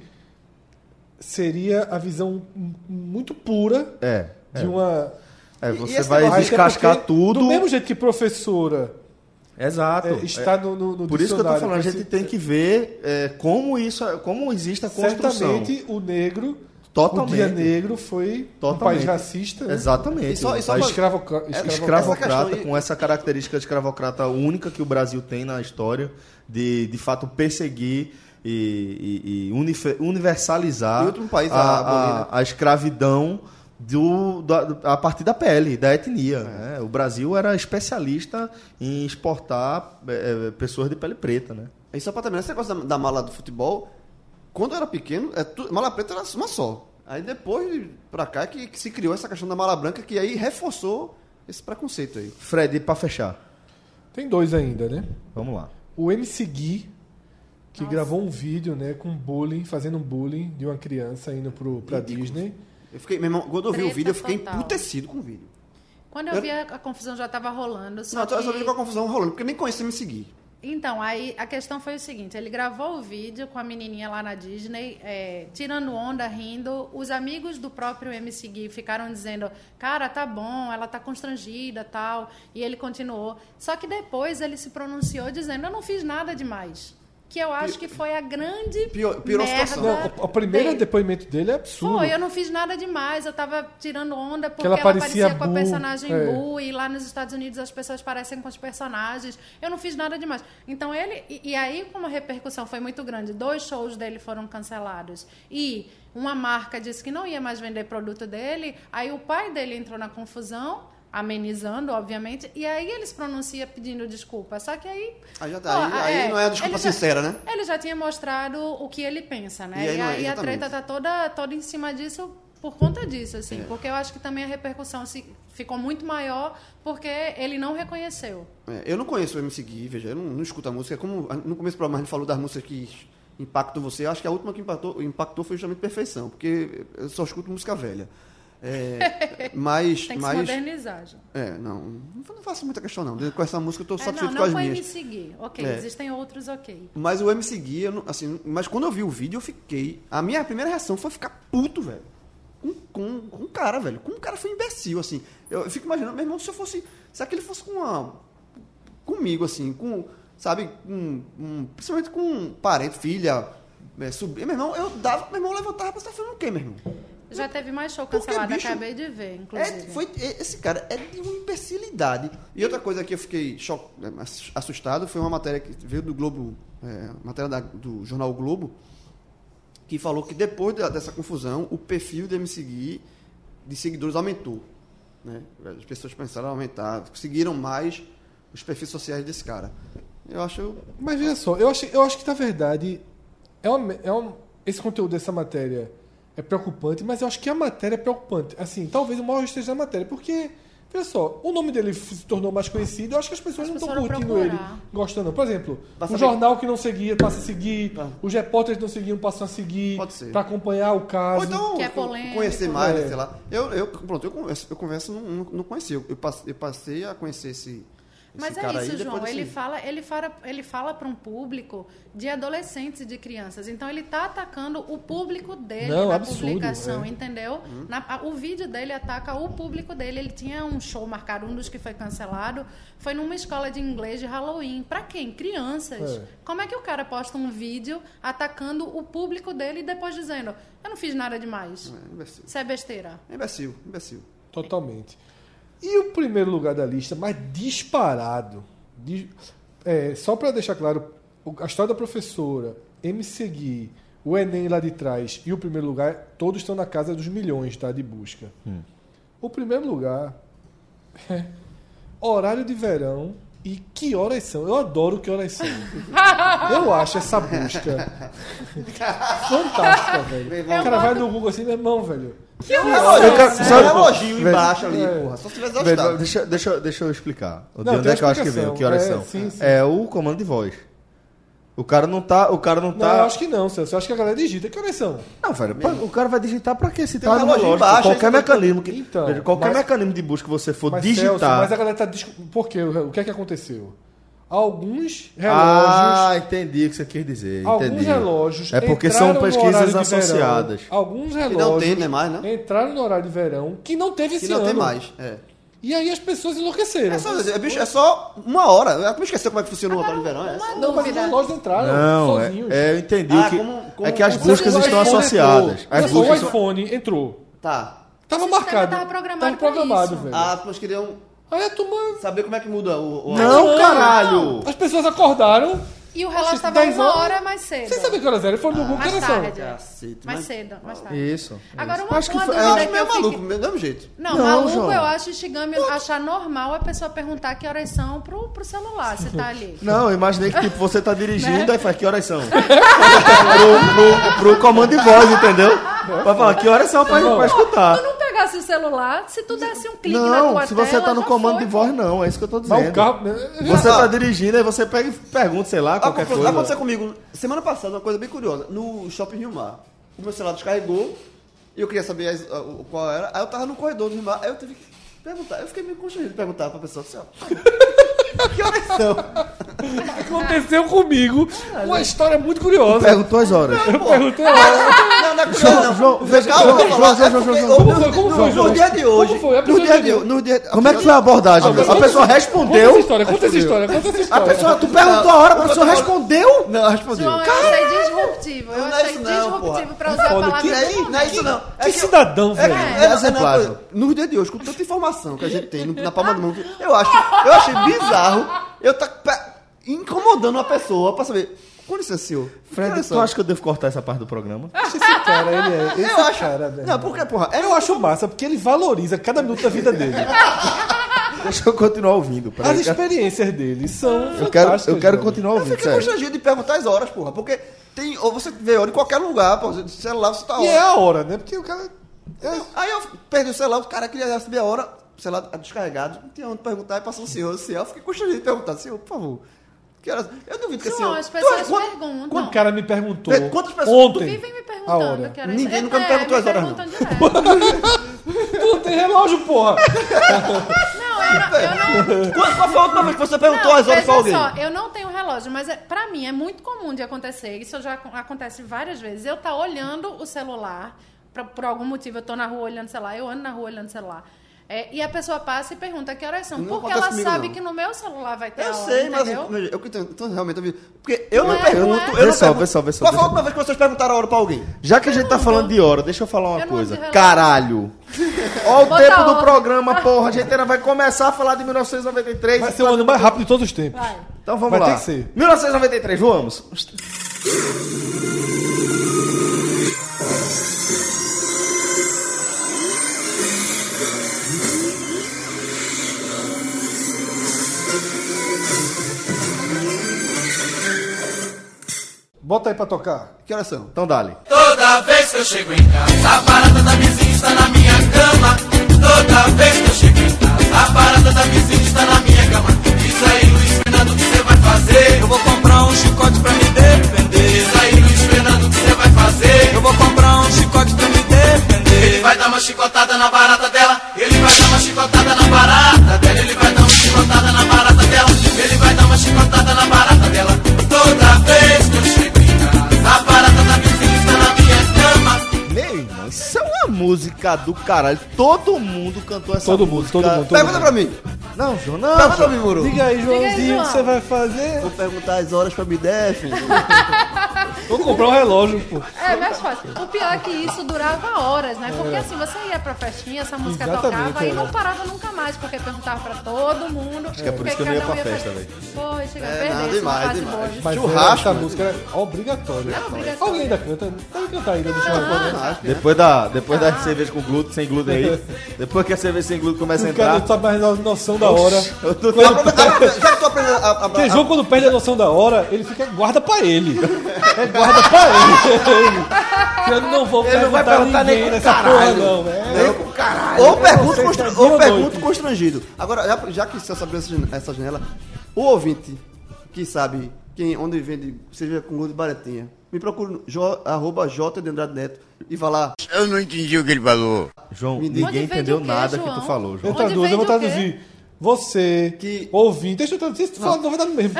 [SPEAKER 3] seria a visão m- muito pura
[SPEAKER 2] é, é.
[SPEAKER 3] de uma...
[SPEAKER 2] É,
[SPEAKER 3] E- e
[SPEAKER 2] você
[SPEAKER 3] esse
[SPEAKER 2] vai
[SPEAKER 3] negócio é
[SPEAKER 2] descascar
[SPEAKER 3] porque,
[SPEAKER 2] tudo.
[SPEAKER 3] Do mesmo jeito que professora
[SPEAKER 2] Exato.
[SPEAKER 3] é, está no, no, no
[SPEAKER 2] Por isso que eu tô
[SPEAKER 3] dicionário,
[SPEAKER 2] falando, a
[SPEAKER 3] com
[SPEAKER 2] gente
[SPEAKER 3] esse-
[SPEAKER 2] tem que ver é, como isso, como existe a construção.
[SPEAKER 3] Certamente o negro,
[SPEAKER 2] Totalmente.
[SPEAKER 3] o dia negro foi um país
[SPEAKER 2] Totalmente.
[SPEAKER 3] racista. né?
[SPEAKER 2] Exatamente.
[SPEAKER 4] E só- e só
[SPEAKER 2] Mas
[SPEAKER 4] uma-
[SPEAKER 3] Escravo,
[SPEAKER 2] escravo-
[SPEAKER 3] É, escravo,
[SPEAKER 2] escravocrata,
[SPEAKER 4] essa questão-
[SPEAKER 2] com essa característica de escravocrata única que o Brasil tem na história, de de fato perseguir e, e- e unife- universalizar
[SPEAKER 4] E outro país, a abolir, né?
[SPEAKER 2] a escravidão do, da- do- a partir da pele, da
[SPEAKER 4] É.
[SPEAKER 2] etnia. né? O Brasil era especialista em exportar é, é, pessoas de pele preta, né?
[SPEAKER 4] E só pra terminar, esse negócio da, da mala do futebol, quando eu era pequeno, é tu- mala preta era uma só. Aí depois, de- pra cá, é que, que se criou essa questão da mala branca, que aí reforçou esse preconceito aí.
[SPEAKER 2] Fred, para fechar,
[SPEAKER 3] é. Tem dois ainda, né?
[SPEAKER 2] vamos lá.
[SPEAKER 3] O MC Gui, que gravou um vídeo, né, com bullying, fazendo um bullying de uma criança indo pro, pra Disney.
[SPEAKER 4] Eu fiquei, meu irmão, quando eu vi o
[SPEAKER 5] Treta
[SPEAKER 4] vídeo, eu fiquei
[SPEAKER 5] total.
[SPEAKER 4] emputecido com o vídeo.
[SPEAKER 5] Quando eu vi a, a confusão já estava rolando. Só
[SPEAKER 4] Não, eu só- eu só
[SPEAKER 5] que-
[SPEAKER 4] vi com a confusão rolando, porque nem conhecia me seguir.
[SPEAKER 5] Então, aí a questão foi o seguinte: ele gravou o vídeo com a menininha lá na Disney, é, tirando onda, rindo. Os amigos do próprio MC Gui ficaram dizendo: cara, tá bom, ela tá constrangida tal. E ele continuou. Só que depois ele se pronunciou dizendo: eu não fiz nada demais. Que eu acho que foi a grande.
[SPEAKER 4] Pior- piorou a
[SPEAKER 5] merda
[SPEAKER 4] situação.
[SPEAKER 3] Não, o, o primeiro
[SPEAKER 5] dele.
[SPEAKER 3] depoimento dele é absurdo.
[SPEAKER 5] Foi, eu não fiz nada demais. Eu tava tirando onda porque
[SPEAKER 3] ela
[SPEAKER 5] ela,
[SPEAKER 3] parecia
[SPEAKER 5] parecia, com a
[SPEAKER 3] Boo,
[SPEAKER 5] personagem
[SPEAKER 3] é.
[SPEAKER 5] Boo e lá nos Estados Unidos as pessoas parecem com os personagens. Eu não fiz nada demais. Então ele. E, e aí, como a repercussão foi muito grande, dois shows dele foram cancelados. E uma marca disse que não ia mais vender produto dele. Aí o pai dele entrou na confusão. Amenizando, obviamente, e aí ele se pronuncia pedindo desculpa. Só que aí.
[SPEAKER 4] Aí já tá, aí- aí não é a desculpa
[SPEAKER 5] ele já-
[SPEAKER 4] sincera, né?
[SPEAKER 5] ele já tinha mostrado o que ele pensa, né?
[SPEAKER 4] E
[SPEAKER 5] E,
[SPEAKER 4] aí não é,
[SPEAKER 5] a- e a
[SPEAKER 4] exatamente.
[SPEAKER 5] treta tá toda, toda em cima disso por conta disso,
[SPEAKER 4] É.
[SPEAKER 5] assim. Porque eu acho que também a repercussão se- ficou muito maior porque ele não reconheceu.
[SPEAKER 4] É, eu não conheço o MC Gui, veja, eu não, não escuto a música. É Como a- no começo do programa a gente falou das músicas que impactam você, eu acho que a última que impactou, impactou foi justamente Perfeição, porque eu só escuto música velha. É, mas,
[SPEAKER 5] Tem que se
[SPEAKER 4] mas
[SPEAKER 5] modernizar, já.
[SPEAKER 4] é, não, não faço muita questão não. Com essa música eu tô
[SPEAKER 5] É, não,
[SPEAKER 4] satisfeito com
[SPEAKER 5] não
[SPEAKER 4] as
[SPEAKER 5] foi
[SPEAKER 4] minhas.
[SPEAKER 5] me seguir. Ok,
[SPEAKER 4] É.
[SPEAKER 5] existem outros, ok.
[SPEAKER 4] Mas o MC Gui, eu não- assim, mas quando eu vi o vídeo, eu fiquei. A minha primeira reação foi ficar puto, velho. Com, com, com o cara, velho. Como o cara foi imbecil, assim. Eu, eu fico imaginando, meu irmão, se eu fosse. Se aquele fosse com uma. Comigo, assim, com. Sabe, com. um- principalmente com um parente, filha, é, sobrinho. Meu irmão, eu dava. Meu irmão eu levantava pra estar fazendo o quê, meu irmão?
[SPEAKER 5] Já teve mais show
[SPEAKER 4] Porque,
[SPEAKER 5] cancelado,
[SPEAKER 4] bicho,
[SPEAKER 5] acabei de ver,
[SPEAKER 4] É,
[SPEAKER 5] inclusive.
[SPEAKER 4] foi, é, esse cara é de uma imbecilidade. E outra coisa que eu fiquei cho- é, assustado foi uma matéria que veio do Globo, é, matéria da- do jornal o Globo, que falou que depois da- dessa confusão, o perfil de me seguir de seguidores aumentou. Né? As pessoas pensaram em aumentar, seguiram mais os perfis sociais desse cara. Eu acho.
[SPEAKER 3] Mas veja só, eu acho, eu acho que na verdade é uma- é um- esse conteúdo dessa matéria é preocupante, mas eu acho que a matéria é preocupante. Assim, talvez o maior esteja na matéria, porque, veja só, o nome dele se tornou mais conhecido, eu acho que as pessoas
[SPEAKER 5] As
[SPEAKER 3] não estão
[SPEAKER 5] pessoas vão
[SPEAKER 3] curtindo ele,
[SPEAKER 5] procurar.
[SPEAKER 3] gostando. Por exemplo,
[SPEAKER 4] Passa
[SPEAKER 3] um
[SPEAKER 4] bem.
[SPEAKER 3] jornal que não seguia passa a seguir,
[SPEAKER 4] Ah.
[SPEAKER 3] os repórteres que não seguiam passam a seguir,
[SPEAKER 4] Pode ser.
[SPEAKER 3] para acompanhar o caso.
[SPEAKER 4] Ou então
[SPEAKER 5] Que é
[SPEAKER 4] con-
[SPEAKER 5] polêmico.
[SPEAKER 4] conhecer mais,
[SPEAKER 3] É.
[SPEAKER 4] sei lá. Eu, eu, pronto, eu converso, eu converso não, não, não conhecia. Eu pas- eu passei a conhecer esse, esse
[SPEAKER 5] Mas é
[SPEAKER 4] cara aí
[SPEAKER 5] isso,
[SPEAKER 4] depois assim
[SPEAKER 5] João.
[SPEAKER 4] desse-
[SPEAKER 5] Ele fala, ele fala, ele fala para um público de adolescentes e de crianças. Então ele tá atacando o público dele
[SPEAKER 3] Não,
[SPEAKER 5] na
[SPEAKER 3] absurdo,
[SPEAKER 5] publicação,
[SPEAKER 3] é.
[SPEAKER 5] entendeu? Na- a- o vídeo dele ataca o público dele. Ele tinha um show marcado, um dos que foi cancelado, foi numa escola de inglês de Halloween. Para quem? Crianças.
[SPEAKER 3] É.
[SPEAKER 5] Como é que o cara posta um vídeo atacando o público dele e depois dizendo: "Eu não fiz nada demais.
[SPEAKER 4] É, imbecil.
[SPEAKER 5] Isso é besteira."
[SPEAKER 4] É imbecil, imbecil.
[SPEAKER 3] Totalmente. E o primeiro lugar da lista, mas disparado. Dis- é, só para deixar claro, o- a história da professora, MC Gui, o Enem lá de trás e o primeiro lugar, todos estão na casa dos milhões tá, de busca. O primeiro lugar é horário de verão e que horas são. Eu adoro que horas são. Eu acho essa busca fantástica, velho.
[SPEAKER 4] Meu
[SPEAKER 3] O
[SPEAKER 4] irmão.
[SPEAKER 3] cara vai no Google assim, meu irmão, velho.
[SPEAKER 2] Eu
[SPEAKER 3] assim,
[SPEAKER 2] quero-
[SPEAKER 4] Só um
[SPEAKER 2] sabe-
[SPEAKER 4] elogio
[SPEAKER 2] Velho,
[SPEAKER 4] embaixo ali,
[SPEAKER 3] é.
[SPEAKER 4] porra. Só se tivesse
[SPEAKER 2] velho,
[SPEAKER 4] gostado.
[SPEAKER 2] deixa, deixa, deixa eu explicar. O
[SPEAKER 3] Não,
[SPEAKER 2] de onde
[SPEAKER 3] tem
[SPEAKER 2] é que eu acho que
[SPEAKER 3] explicação.
[SPEAKER 2] veio? Que horas
[SPEAKER 3] É,
[SPEAKER 2] são?
[SPEAKER 3] sim, sim.
[SPEAKER 2] É o comando de voz. O cara não tá. O cara não,
[SPEAKER 3] Não,
[SPEAKER 2] tá.
[SPEAKER 3] eu acho que não, Celso. Eu acho que a galera digita. Que horas são?
[SPEAKER 2] Não, velho, pô, o cara vai digitar pra quê? Se
[SPEAKER 4] Tem
[SPEAKER 2] tá no
[SPEAKER 4] um relógio
[SPEAKER 2] lógico,
[SPEAKER 4] embaixo,
[SPEAKER 2] qualquer
[SPEAKER 4] aí você vai-
[SPEAKER 2] mecanismo que,
[SPEAKER 3] Então,
[SPEAKER 2] veja, qualquer
[SPEAKER 3] mas-
[SPEAKER 2] mecanismo de busca que você for
[SPEAKER 3] Mas,
[SPEAKER 2] digitar.
[SPEAKER 3] Celso, mas a galera tá... discu- Por quê? O que é que aconteceu? Alguns relógios...
[SPEAKER 2] Ah, entendi o que você quer dizer.
[SPEAKER 3] Alguns
[SPEAKER 2] entendi.
[SPEAKER 3] relógios
[SPEAKER 2] É porque
[SPEAKER 3] entraram
[SPEAKER 2] são
[SPEAKER 3] no
[SPEAKER 2] pesquisas
[SPEAKER 3] horário de verão.
[SPEAKER 2] associadas.
[SPEAKER 3] alguns
[SPEAKER 4] tem,
[SPEAKER 3] relógios
[SPEAKER 4] né, mais, né?
[SPEAKER 3] entraram no horário de verão que não teve
[SPEAKER 4] Que
[SPEAKER 3] esse
[SPEAKER 4] não
[SPEAKER 3] ano.
[SPEAKER 4] tem mais. É.
[SPEAKER 3] E aí as pessoas enlouqueceram.
[SPEAKER 4] É só, é, bicho, é só uma hora. Eu me esqueceu como é que funciona o horário de verão. É.
[SPEAKER 5] Uma
[SPEAKER 3] Não, mas os
[SPEAKER 5] dúvida.
[SPEAKER 3] relógios entraram
[SPEAKER 2] Não, é,
[SPEAKER 3] Ah, sozinhos.
[SPEAKER 2] é, eu entendi.
[SPEAKER 4] Ah,
[SPEAKER 2] o que,
[SPEAKER 4] como- como-
[SPEAKER 2] é que as
[SPEAKER 4] como-
[SPEAKER 2] buscas
[SPEAKER 3] O
[SPEAKER 2] estão
[SPEAKER 3] iPhone
[SPEAKER 2] associadas.
[SPEAKER 3] entrou.
[SPEAKER 2] As
[SPEAKER 3] Não, O
[SPEAKER 2] buscas
[SPEAKER 3] iPhone entrou.
[SPEAKER 4] Tá.
[SPEAKER 3] Tava
[SPEAKER 5] sistema
[SPEAKER 3] marcado.
[SPEAKER 5] tava programado pra
[SPEAKER 3] programado,
[SPEAKER 5] isso.
[SPEAKER 3] velho.
[SPEAKER 4] Ah, nós queriam
[SPEAKER 3] Aí a turma...
[SPEAKER 4] saber como é que muda o... o-
[SPEAKER 2] Não, caralho!
[SPEAKER 3] As pessoas acordaram
[SPEAKER 5] E o
[SPEAKER 3] Oxe,
[SPEAKER 5] relógio estava
[SPEAKER 3] 10
[SPEAKER 5] uma
[SPEAKER 3] horas?
[SPEAKER 5] hora mais cedo.
[SPEAKER 3] sem saber que horas era. Foram no Google, que
[SPEAKER 5] Ah, mais
[SPEAKER 3] horas são?
[SPEAKER 5] tarde.
[SPEAKER 4] Cacete,
[SPEAKER 5] mais
[SPEAKER 4] mas-
[SPEAKER 5] cedo, mais tarde.
[SPEAKER 2] Isso.
[SPEAKER 5] Agora,
[SPEAKER 2] isso.
[SPEAKER 5] uma,
[SPEAKER 2] Acho que
[SPEAKER 5] uma
[SPEAKER 2] foi-
[SPEAKER 5] dúvida
[SPEAKER 4] Eu acho
[SPEAKER 5] é que
[SPEAKER 4] meio
[SPEAKER 5] eu
[SPEAKER 4] maluco,
[SPEAKER 5] fiquei-
[SPEAKER 4] do mesmo jeito. Tá
[SPEAKER 5] Não,
[SPEAKER 2] Não,
[SPEAKER 5] maluco,
[SPEAKER 2] João.
[SPEAKER 5] eu acho Shigami achar normal a pessoa perguntar que horas são pro, pro celular, se tá ali.
[SPEAKER 2] Não, eu imaginei que tipo, você tá
[SPEAKER 4] Né?
[SPEAKER 2] dirigindo, aí faz que horas são? pro, pro, pro comando de voz, entendeu? Vai falar que horas são pra, pra escutar.
[SPEAKER 5] Tu não pegasse o celular, se tu desse um clique na
[SPEAKER 2] Não,
[SPEAKER 5] tua
[SPEAKER 2] se você
[SPEAKER 5] tela,
[SPEAKER 2] tá no
[SPEAKER 5] já
[SPEAKER 2] comando
[SPEAKER 5] foi,
[SPEAKER 2] de voz, não, é isso que eu tô
[SPEAKER 3] Mas o
[SPEAKER 2] dizendo.
[SPEAKER 3] Tá um carro...
[SPEAKER 2] Você
[SPEAKER 4] Ah.
[SPEAKER 2] tá dirigindo, aí você pega e pergunta, sei lá, qualquer
[SPEAKER 4] Aconteceu, aconteceu
[SPEAKER 2] coisa.
[SPEAKER 4] comigo semana passada uma coisa bem curiosa. No shopping Rio Mar, o meu celular descarregou e eu queria saber as- a- o- qual era. Aí eu tava no corredor do Rio Mar, aí eu tive que perguntar. Eu fiquei meio constrangido de perguntar pra pessoa assim, ó. que horas são?
[SPEAKER 3] Aconteceu comigo uma história muito curiosa.
[SPEAKER 2] Perguntou as horas.
[SPEAKER 4] Pô,
[SPEAKER 3] Perguntei lá.
[SPEAKER 4] não, não é curioso, não.
[SPEAKER 2] João, veja-
[SPEAKER 4] Calma,
[SPEAKER 2] João,
[SPEAKER 4] eu vou falar.
[SPEAKER 2] João,
[SPEAKER 4] É
[SPEAKER 2] João, João,
[SPEAKER 4] porque
[SPEAKER 2] João.
[SPEAKER 4] eu-
[SPEAKER 3] Como foi, como
[SPEAKER 4] no-
[SPEAKER 3] foi,
[SPEAKER 4] No
[SPEAKER 3] João?
[SPEAKER 4] dia de hoje.
[SPEAKER 3] Como foi? A
[SPEAKER 4] No
[SPEAKER 3] pessoa
[SPEAKER 4] dia de
[SPEAKER 3] entendeu.
[SPEAKER 4] hoje. No dia,
[SPEAKER 2] Como é que foi a abordagem? velho? A pessoa
[SPEAKER 3] Conta essa
[SPEAKER 2] respondeu.
[SPEAKER 3] história, conta essa história, conta essa
[SPEAKER 2] A
[SPEAKER 3] história.
[SPEAKER 2] pessoa, tu perguntou a hora, a pessoa respondeu.
[SPEAKER 4] Não, respondeu.
[SPEAKER 5] João, eu achei disruptivo. Eu
[SPEAKER 4] Não é
[SPEAKER 5] achei
[SPEAKER 4] isso não,
[SPEAKER 5] disruptivo
[SPEAKER 4] porra.
[SPEAKER 5] pra usar a
[SPEAKER 3] Foda,
[SPEAKER 5] palavra
[SPEAKER 4] Que
[SPEAKER 5] do
[SPEAKER 4] aí,
[SPEAKER 5] momento.
[SPEAKER 4] não é isso não. É
[SPEAKER 3] Que
[SPEAKER 4] que eu-
[SPEAKER 3] cidadão,
[SPEAKER 4] É,
[SPEAKER 3] velho.
[SPEAKER 4] é, é, é,
[SPEAKER 2] exemplar.
[SPEAKER 4] coisa. nos dias de hoje, com tanta informação que a gente tem no- na palma do mão, eu acho, eu achei bizarro eu tá pe- incomodando uma pessoa pra saber. Com licença, senhor. Olha
[SPEAKER 2] Fred,
[SPEAKER 4] só.
[SPEAKER 2] tu acha que eu devo cortar essa parte do programa?
[SPEAKER 3] Esse cara, ele é. Esse
[SPEAKER 4] Eu acho.
[SPEAKER 3] cara, velho.
[SPEAKER 4] não, porque, porra, é
[SPEAKER 3] Eu acho massa, porque ele valoriza cada minuto da vida dele.
[SPEAKER 2] Deixa eu continuar ouvindo. peraí.
[SPEAKER 3] As experiências dele são.
[SPEAKER 2] Eu quero,
[SPEAKER 3] fantásticas,
[SPEAKER 2] eu quero
[SPEAKER 3] velho.
[SPEAKER 2] continuar
[SPEAKER 4] Eu
[SPEAKER 2] ouvindo,
[SPEAKER 4] fiquei
[SPEAKER 2] sério.
[SPEAKER 4] constrangido de perguntar as horas, porra. Porque tem. Ou você vê hora em qualquer lugar, pô, no celular você tá
[SPEAKER 3] E é
[SPEAKER 4] hora.
[SPEAKER 3] a hora, né? Porque o cara.
[SPEAKER 4] Aí eu perdi o celular, o cara queria saber a hora, o celular tá descarregado, não tinha onde perguntar, e passou o senhor, o senhor, eu fiquei constrangido de perguntar, senhor, por favor. Que horas? Eu duvido que assim,
[SPEAKER 5] João,
[SPEAKER 4] senhor.
[SPEAKER 5] as
[SPEAKER 4] Tu
[SPEAKER 5] pessoas
[SPEAKER 4] acha- quanto-
[SPEAKER 5] perguntam.
[SPEAKER 3] Quando o um cara me perguntou.
[SPEAKER 4] Vê, quantas pessoas-
[SPEAKER 5] Tu
[SPEAKER 3] Ontem.
[SPEAKER 5] vivem me
[SPEAKER 3] A
[SPEAKER 5] perguntando
[SPEAKER 3] hora.
[SPEAKER 5] que horas
[SPEAKER 4] Ninguém
[SPEAKER 5] são.
[SPEAKER 4] nunca me
[SPEAKER 5] É,
[SPEAKER 4] perguntou as horas, não.
[SPEAKER 5] perguntam direto.
[SPEAKER 3] Tu tem relógio, porra.
[SPEAKER 5] Não, eu não, eu não
[SPEAKER 4] Qual, qual foi a última vez que você perguntou
[SPEAKER 5] Não,
[SPEAKER 4] as horas
[SPEAKER 5] veja
[SPEAKER 4] pra alguém?
[SPEAKER 5] só, eu não tenho relógio, mas é, pra mim é muito comum de acontecer. Isso já acon- acontece várias vezes. Eu tá olhando o celular, pra- por algum motivo eu tô na rua olhando o celular, eu ando na rua olhando o celular. É, e a pessoa passa e pergunta que horas são.
[SPEAKER 4] Não
[SPEAKER 5] porque
[SPEAKER 4] acontece
[SPEAKER 5] ela
[SPEAKER 4] comigo,
[SPEAKER 5] sabe
[SPEAKER 4] não.
[SPEAKER 5] que no meu celular vai ter
[SPEAKER 4] Eu
[SPEAKER 5] a hora,
[SPEAKER 4] sei, mas
[SPEAKER 5] é entendeu?
[SPEAKER 4] mas eu que tenho- tô realmente ouvindo. Porque eu não,
[SPEAKER 5] Não é,
[SPEAKER 4] pergunto,
[SPEAKER 5] não é.
[SPEAKER 4] eu não
[SPEAKER 2] Vê só,
[SPEAKER 4] pergunto.
[SPEAKER 2] vê só, vê só,
[SPEAKER 4] Qual foi a
[SPEAKER 2] vê só.
[SPEAKER 4] última vez que vocês perguntaram a hora pra alguém?
[SPEAKER 2] Já que a gente tá falando de hora, deixa eu falar uma
[SPEAKER 5] Eu não uso
[SPEAKER 2] coisa.
[SPEAKER 5] relógio.
[SPEAKER 2] Caralho! Olha o
[SPEAKER 5] Bota
[SPEAKER 2] tempo do
[SPEAKER 5] ordem.
[SPEAKER 2] programa, porra. A gente ainda vai começar a falar de 1993.
[SPEAKER 3] Vai ser o ano mais rápido de todos os tempos.
[SPEAKER 5] Vai.
[SPEAKER 2] Então vamos
[SPEAKER 3] Vai
[SPEAKER 2] lá.
[SPEAKER 3] ter que ser.
[SPEAKER 2] 1993, vamos.
[SPEAKER 3] Bota aí pra tocar.
[SPEAKER 4] Que horas são?
[SPEAKER 2] Então dale.
[SPEAKER 1] Toda vez que eu chego em casa, a barata da vizinha está na minha cama. Toda vez que eu chego em casa, a barata da vizinha está na minha cama. Diz aí, Luiz Fernando, o que você vai fazer? Eu vou comprar um chicote pra me defender. Diz aí, Luiz Fernando, o que você vai fazer? Eu vou comprar um chicote pra me defender. Ele vai dar uma chicotada na barata dela. Ele vai dar uma chicotada na barata dela. Ele vai dar uma chicotada na barata dela. Ele vai dar uma chicotada na barata dela. Toda vez que eu chego em casa, a barata da vizinha está na minha cama.
[SPEAKER 2] Meu irmão, isso é uma música do caralho. Todo mundo cantou essa
[SPEAKER 3] Todo mundo,
[SPEAKER 2] música.
[SPEAKER 3] todo mundo, todo
[SPEAKER 2] Pergunta
[SPEAKER 3] mundo.
[SPEAKER 2] pra mim. Não, João, não.
[SPEAKER 4] Pergunta
[SPEAKER 2] João.
[SPEAKER 4] pra mim, Moro.
[SPEAKER 3] Diga aí, Joãozinho,
[SPEAKER 5] João.
[SPEAKER 3] o que você vai fazer?
[SPEAKER 4] Vou perguntar as horas pra me defender.
[SPEAKER 3] Vou comprar um relógio, pô.
[SPEAKER 5] É mais
[SPEAKER 4] tá.
[SPEAKER 5] fácil. O pior é que isso durava horas, né?
[SPEAKER 4] É.
[SPEAKER 5] Porque assim, você ia pra festinha, essa música
[SPEAKER 3] Exatamente,
[SPEAKER 5] tocava
[SPEAKER 3] é.
[SPEAKER 5] e não parava nunca mais, porque perguntava pra todo mundo. Acho
[SPEAKER 2] que é por isso que eu não ia
[SPEAKER 5] um
[SPEAKER 2] pra festa,
[SPEAKER 5] Pô, chega a
[SPEAKER 4] É,
[SPEAKER 5] perder
[SPEAKER 4] não,
[SPEAKER 5] essa
[SPEAKER 4] demais,
[SPEAKER 5] fase
[SPEAKER 4] demais.
[SPEAKER 5] boa.
[SPEAKER 3] Mas
[SPEAKER 2] Churrasco.
[SPEAKER 3] churrasco, a música era obrigatória.
[SPEAKER 5] É obrigatório.
[SPEAKER 3] Alguém ainda canta? Deve cantar ainda do churrasco. né?
[SPEAKER 2] Depois da, depois da cerveja com glúten, sem glúten aí, depois que a cerveja sem glúten começa a
[SPEAKER 3] O cara tá-
[SPEAKER 4] tá-
[SPEAKER 2] entrar,
[SPEAKER 3] não sabe mais a noção da hora.
[SPEAKER 2] eu tô
[SPEAKER 4] Já que tu aprendendo a, a,
[SPEAKER 3] Porque João, quando perde a noção da hora, ele fica guarda pra ele. É guarda pra ele. Eu não vou
[SPEAKER 4] Ele não vai perguntar nem
[SPEAKER 3] ninguém
[SPEAKER 4] pro
[SPEAKER 3] nessa porra,
[SPEAKER 4] caralho.
[SPEAKER 3] não. É,
[SPEAKER 4] Ou
[SPEAKER 3] você
[SPEAKER 4] pergunto,
[SPEAKER 3] tá
[SPEAKER 4] constr
[SPEAKER 3] dia ou
[SPEAKER 4] ou pergunto
[SPEAKER 3] noite?
[SPEAKER 4] constrangido. Agora, já, já que você sabe essa jan- essa janela, o ouvinte que sabe quem, onde vende cerveja com gosto de baratinha, me procura no jo, arroba J de Andrade Neto e vai lá.
[SPEAKER 10] Eu não entendi o que ele falou.
[SPEAKER 2] João,
[SPEAKER 4] Me
[SPEAKER 2] ninguém
[SPEAKER 4] diga.
[SPEAKER 5] Onde vende
[SPEAKER 2] entendeu
[SPEAKER 5] o quê,
[SPEAKER 2] nada que
[SPEAKER 5] João?
[SPEAKER 2] tu falou,
[SPEAKER 3] Eu
[SPEAKER 2] João.
[SPEAKER 5] Onde
[SPEAKER 3] traduzo, eu vou
[SPEAKER 5] vende o quê?
[SPEAKER 3] traduzir. Você,
[SPEAKER 4] Que-
[SPEAKER 3] ouvinte, deixa eu traduzir, se tu falar, não vai dar no mesmo.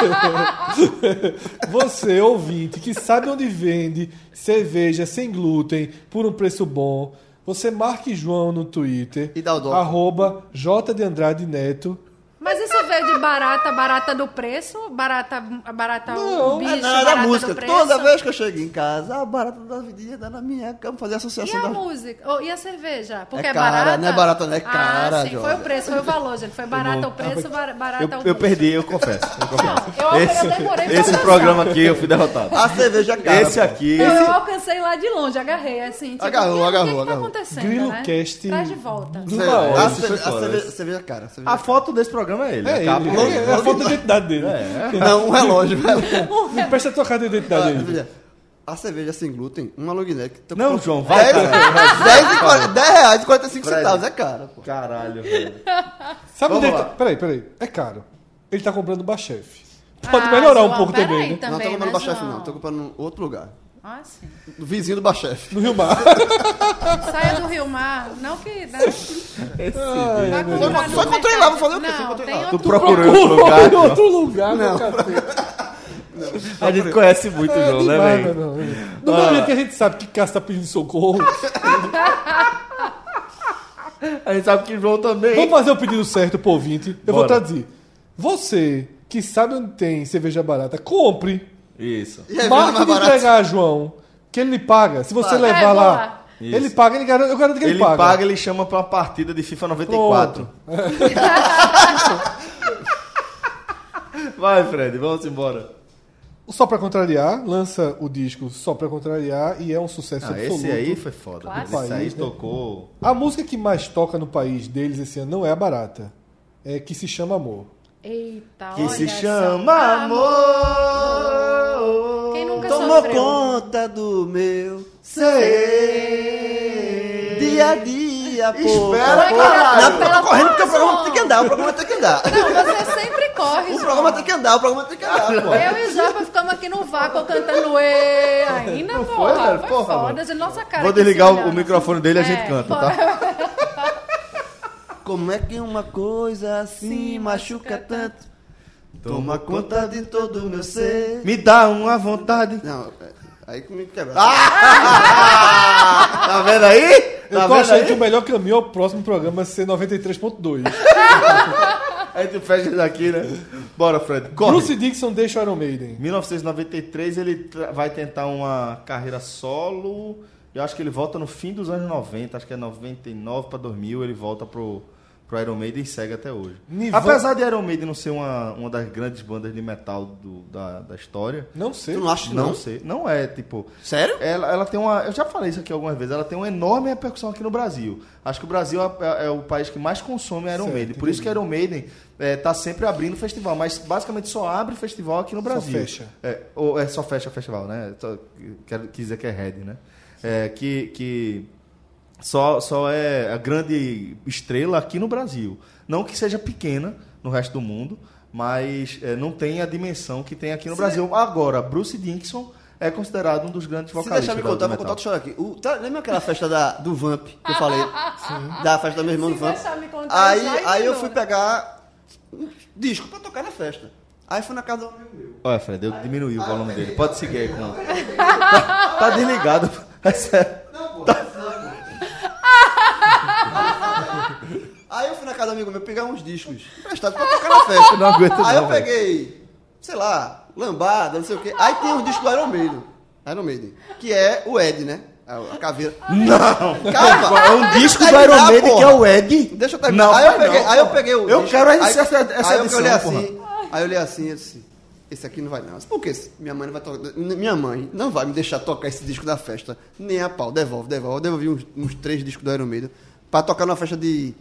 [SPEAKER 3] pô. Você, ouvinte, que sabe onde vende cerveja sem glúten por um preço bom, você marque João no Twitter,
[SPEAKER 4] E dá o dólar.
[SPEAKER 3] arroba J de Andrade Neto.
[SPEAKER 5] Mas isso veio de barata, barata do preço? Barata, barata o bicho,
[SPEAKER 4] É, não, era
[SPEAKER 5] barata
[SPEAKER 4] a música.
[SPEAKER 5] do preço?
[SPEAKER 4] Toda vez que eu chego em casa, a barata da vidinha tá na minha cama, fazer
[SPEAKER 5] E
[SPEAKER 4] associação
[SPEAKER 5] a
[SPEAKER 4] da...
[SPEAKER 5] música? Oh, e a cerveja? Porque é,
[SPEAKER 4] cara,
[SPEAKER 5] barata?
[SPEAKER 4] não é barata, não, é cara,
[SPEAKER 5] Ah, sim, foi
[SPEAKER 4] Jorge.
[SPEAKER 5] o preço, foi o valor, gente. Foi barata o preço, bar- barata
[SPEAKER 2] Tá Eu,
[SPEAKER 5] o
[SPEAKER 2] eu
[SPEAKER 5] preço.
[SPEAKER 2] perdi, eu confesso. Eu confesso.
[SPEAKER 5] Eu,
[SPEAKER 2] Esse-
[SPEAKER 5] eu demorei pra
[SPEAKER 2] Esse
[SPEAKER 5] alcançar.
[SPEAKER 2] programa aqui eu fui derrotado.
[SPEAKER 4] A cerveja cara.
[SPEAKER 2] Esse
[SPEAKER 4] pô.
[SPEAKER 2] aqui,
[SPEAKER 5] tá Eu,
[SPEAKER 2] esse-
[SPEAKER 5] eu alcancei lá de longe, agarrei, assim. Tipo,
[SPEAKER 4] Agarrou,
[SPEAKER 5] o que-
[SPEAKER 4] agarrou,
[SPEAKER 5] O que, que tá
[SPEAKER 4] agarrou.
[SPEAKER 5] acontecendo, né?
[SPEAKER 3] Grillocast
[SPEAKER 5] Traz de volta.
[SPEAKER 3] do
[SPEAKER 4] Cerveja-
[SPEAKER 3] Maori.
[SPEAKER 4] a
[SPEAKER 2] isso foi
[SPEAKER 4] cerve- a
[SPEAKER 2] foda,
[SPEAKER 4] cerve-
[SPEAKER 2] isso.
[SPEAKER 4] cerveja cara. cerveja
[SPEAKER 2] a foto desse programa é ele.
[SPEAKER 3] É,
[SPEAKER 2] a
[SPEAKER 3] ele,
[SPEAKER 2] capa.
[SPEAKER 3] é a foto da identidade dele.
[SPEAKER 4] cara. Não, um relógio, um relógio.
[SPEAKER 3] Me presta a tua carta de identidade dele.
[SPEAKER 4] Olha, Ah, A cerveja sem glúten, uma Logitech. tá
[SPEAKER 2] Não,
[SPEAKER 4] com-
[SPEAKER 2] João, vai,
[SPEAKER 4] 10,
[SPEAKER 2] cara.
[SPEAKER 4] 10 e quar- 10 reais e 45
[SPEAKER 2] Fred.
[SPEAKER 4] centavos, é cara, pô.
[SPEAKER 2] Caralho, velho.
[SPEAKER 4] é.
[SPEAKER 3] Sabe onde
[SPEAKER 2] Vamos
[SPEAKER 3] ele tá?
[SPEAKER 2] lá.
[SPEAKER 3] Peraí, peraí. É caro. Ele tá comprando Bachef. Pode
[SPEAKER 5] Ah,
[SPEAKER 3] melhorar um
[SPEAKER 5] João,
[SPEAKER 3] pouco também,
[SPEAKER 5] peraí,
[SPEAKER 3] né?
[SPEAKER 5] também,
[SPEAKER 4] não tô comprando
[SPEAKER 5] né,
[SPEAKER 4] o Bachef, não.
[SPEAKER 5] João?
[SPEAKER 4] Tô comprando em outro lugar.
[SPEAKER 5] Ah, sim.
[SPEAKER 4] Do vizinho do Bachef.
[SPEAKER 3] No Rio Mar.
[SPEAKER 5] Saia do Rio Mar. Não que... Né? Vai
[SPEAKER 4] Só
[SPEAKER 5] comprar no
[SPEAKER 4] só encontrei lá, vou fazer o quê? Só
[SPEAKER 5] mercado. Não,
[SPEAKER 4] encontrei
[SPEAKER 5] tem
[SPEAKER 4] lá.
[SPEAKER 2] Tu
[SPEAKER 5] outro...
[SPEAKER 2] procurou outro lugar.
[SPEAKER 3] em
[SPEAKER 2] João.
[SPEAKER 3] outro lugar, meu cacete.
[SPEAKER 2] A gente conhece muito,
[SPEAKER 3] É
[SPEAKER 2] João, né,
[SPEAKER 3] demais, meu
[SPEAKER 2] velho?
[SPEAKER 3] irmão. No momento que a gente sabe que Cássio tá pedindo socorro,
[SPEAKER 2] A gente sabe que João também.
[SPEAKER 3] vamos fazer o pedido certo pro ouvinte. Eu vou
[SPEAKER 2] Bora.
[SPEAKER 3] traduzir. Você que sabe onde tem cerveja barata, compre.
[SPEAKER 2] Isso.
[SPEAKER 4] E aí,
[SPEAKER 3] Marque
[SPEAKER 4] mais
[SPEAKER 3] de
[SPEAKER 4] barato.
[SPEAKER 3] entregar a João, que ele lhe paga. Se você
[SPEAKER 4] Paga.
[SPEAKER 3] levar
[SPEAKER 5] É,
[SPEAKER 3] lá,
[SPEAKER 5] boa.
[SPEAKER 2] Isso.
[SPEAKER 3] ele paga, ele garante, eu garanto que ele,
[SPEAKER 2] Ele paga, ele chama pra uma partida de FIFA 94. Vai, Fred, vamos embora.
[SPEAKER 3] O Só Pra Contrariar lança o disco Só Pra Contrariar e é um sucesso
[SPEAKER 2] Ah,
[SPEAKER 3] absoluto.
[SPEAKER 2] esse aí foi foda.
[SPEAKER 5] Clássico.
[SPEAKER 2] Esse aí
[SPEAKER 3] País, né?
[SPEAKER 2] tocou.
[SPEAKER 3] A música que mais toca no país deles esse ano não é a barata. É que se chama Amor.
[SPEAKER 5] Eita,
[SPEAKER 2] Que
[SPEAKER 5] olha
[SPEAKER 2] se
[SPEAKER 5] só.
[SPEAKER 2] chama amor.
[SPEAKER 5] Quem nunca
[SPEAKER 4] Tomou
[SPEAKER 5] sofreu?
[SPEAKER 4] conta do meu ser. Dia a dia, pô.
[SPEAKER 2] Espera,
[SPEAKER 4] Pô,
[SPEAKER 5] caralho.
[SPEAKER 4] Não, porque eu tô correndo porque o
[SPEAKER 5] Pela
[SPEAKER 4] programa tem que andar. O programa tem que andar.
[SPEAKER 5] Não, você sempre corre,
[SPEAKER 4] O
[SPEAKER 5] João.
[SPEAKER 4] programa tem que andar, o programa tem que andar, pô.
[SPEAKER 5] Eu e o Japa ficamos aqui no vácuo cantando e ainda,
[SPEAKER 2] Não foi,
[SPEAKER 5] porra.
[SPEAKER 2] velho?
[SPEAKER 5] Foi
[SPEAKER 2] Porra,
[SPEAKER 5] foda,
[SPEAKER 2] mano.
[SPEAKER 5] de nossa cara.
[SPEAKER 2] Vou
[SPEAKER 5] aqui se
[SPEAKER 2] desligar o,
[SPEAKER 5] olhando.
[SPEAKER 2] o microfone dele e a gente
[SPEAKER 5] É,
[SPEAKER 2] canta,
[SPEAKER 5] pô.
[SPEAKER 2] tá?
[SPEAKER 4] Como é que uma coisa assim machuca tanto? Toma conta de todo o meu ser.
[SPEAKER 2] Me dá uma vontade.
[SPEAKER 4] Não, é- aí que me quebra. Ah,
[SPEAKER 2] Tá vendo aí?
[SPEAKER 3] Eu
[SPEAKER 2] Tá
[SPEAKER 3] tô
[SPEAKER 2] vendo
[SPEAKER 3] achando que
[SPEAKER 2] aí?
[SPEAKER 3] o melhor caminho é o próximo programa ser 93.2.
[SPEAKER 2] A gente fecha daqui, né? Bora, Fred. Corre.
[SPEAKER 3] Bruce Dixon deixa o Iron Maiden.
[SPEAKER 2] 1993 ele tra- vai tentar uma carreira solo. Eu acho que ele volta no fim dos anos 90, acho que é 99 para 2000, ele volta pro pro Iron Maiden e segue até hoje.
[SPEAKER 3] Nirvana-
[SPEAKER 2] Apesar de Iron Maiden não ser uma, uma das grandes bandas de metal do- da, da história,
[SPEAKER 3] Não sei.
[SPEAKER 4] Tu não acha que
[SPEAKER 2] não,
[SPEAKER 4] não?
[SPEAKER 2] sei. Não é, tipo.
[SPEAKER 4] Sério?
[SPEAKER 2] Ela, ela tem uma. Eu já falei isso aqui algumas vezes. Ela tem uma enorme repercussão aqui no Brasil. Acho que o Brasil é, é o país que mais consome Iron
[SPEAKER 3] Certo,
[SPEAKER 2] Maiden. Por isso que Iron Maiden é, tá sempre abrindo festival. Mas basicamente só abre festival aqui no Brasil.
[SPEAKER 3] fecha.
[SPEAKER 2] É, ou, é só fecha festival, né? Só, quero, quis dizer que é Red, né? É, que. que só, só é a grande estrela aqui no Brasil. Não que seja pequena no resto do mundo, mas é, não tem a dimensão que tem aqui no Brasil. Agora, Bruce Dickinson é considerado um dos grandes
[SPEAKER 4] Se
[SPEAKER 2] vocalistas.
[SPEAKER 4] deixar me
[SPEAKER 2] do
[SPEAKER 4] contar, vou
[SPEAKER 2] metal.
[SPEAKER 4] contar outro choro aqui. O- tá- lembra aquela festa da- do Vamp que eu falei? Da festa da minha irmã
[SPEAKER 5] Se
[SPEAKER 4] do Vamp?
[SPEAKER 5] deixar me contar,
[SPEAKER 4] Aí,
[SPEAKER 5] já
[SPEAKER 4] aí eu
[SPEAKER 5] ignora.
[SPEAKER 4] fui pegar um disco pra tocar na festa. Aí fui na casa do amigo meu.
[SPEAKER 2] Olha, Fred, eu diminuí
[SPEAKER 4] Ah,
[SPEAKER 2] o volume dele. Pode seguir aí com. tá, tá desligado. É sério.
[SPEAKER 4] Aí eu fui na casa do amigo meu pegar uns discos emprestados pra tocar na festa.
[SPEAKER 2] Eu não aguento
[SPEAKER 4] Aí
[SPEAKER 2] não,
[SPEAKER 4] eu
[SPEAKER 2] velho.
[SPEAKER 4] peguei, sei lá, lambada, não sei o quê. Aí tem os discos do Iron Maiden. Iron Maiden. Que é o Ed, né? A, a caveira.
[SPEAKER 2] Não!
[SPEAKER 4] Calma!
[SPEAKER 2] É um disco do
[SPEAKER 4] Aí
[SPEAKER 2] Iron
[SPEAKER 4] dá,
[SPEAKER 2] Maiden que é
[SPEAKER 4] porra.
[SPEAKER 2] o Ed.
[SPEAKER 4] Deixa eu terminar. aí, eu peguei, aí eu peguei o.
[SPEAKER 2] Eu
[SPEAKER 4] disco.
[SPEAKER 2] quero
[SPEAKER 4] aí,
[SPEAKER 2] essa- essa
[SPEAKER 4] aí eu
[SPEAKER 2] edição,
[SPEAKER 4] olhei
[SPEAKER 2] porra.
[SPEAKER 4] assim. Aí eu olhei assim e disse: Esse aqui não vai não. Eu disse, Por que minha mãe não vai tocar? Minha mãe não vai me deixar tocar esse disco da festa. Nem a pau. Devolve, devolve. Eu devolvi uns, uns três discos do Iron Maiden. Pra tocar numa festa de.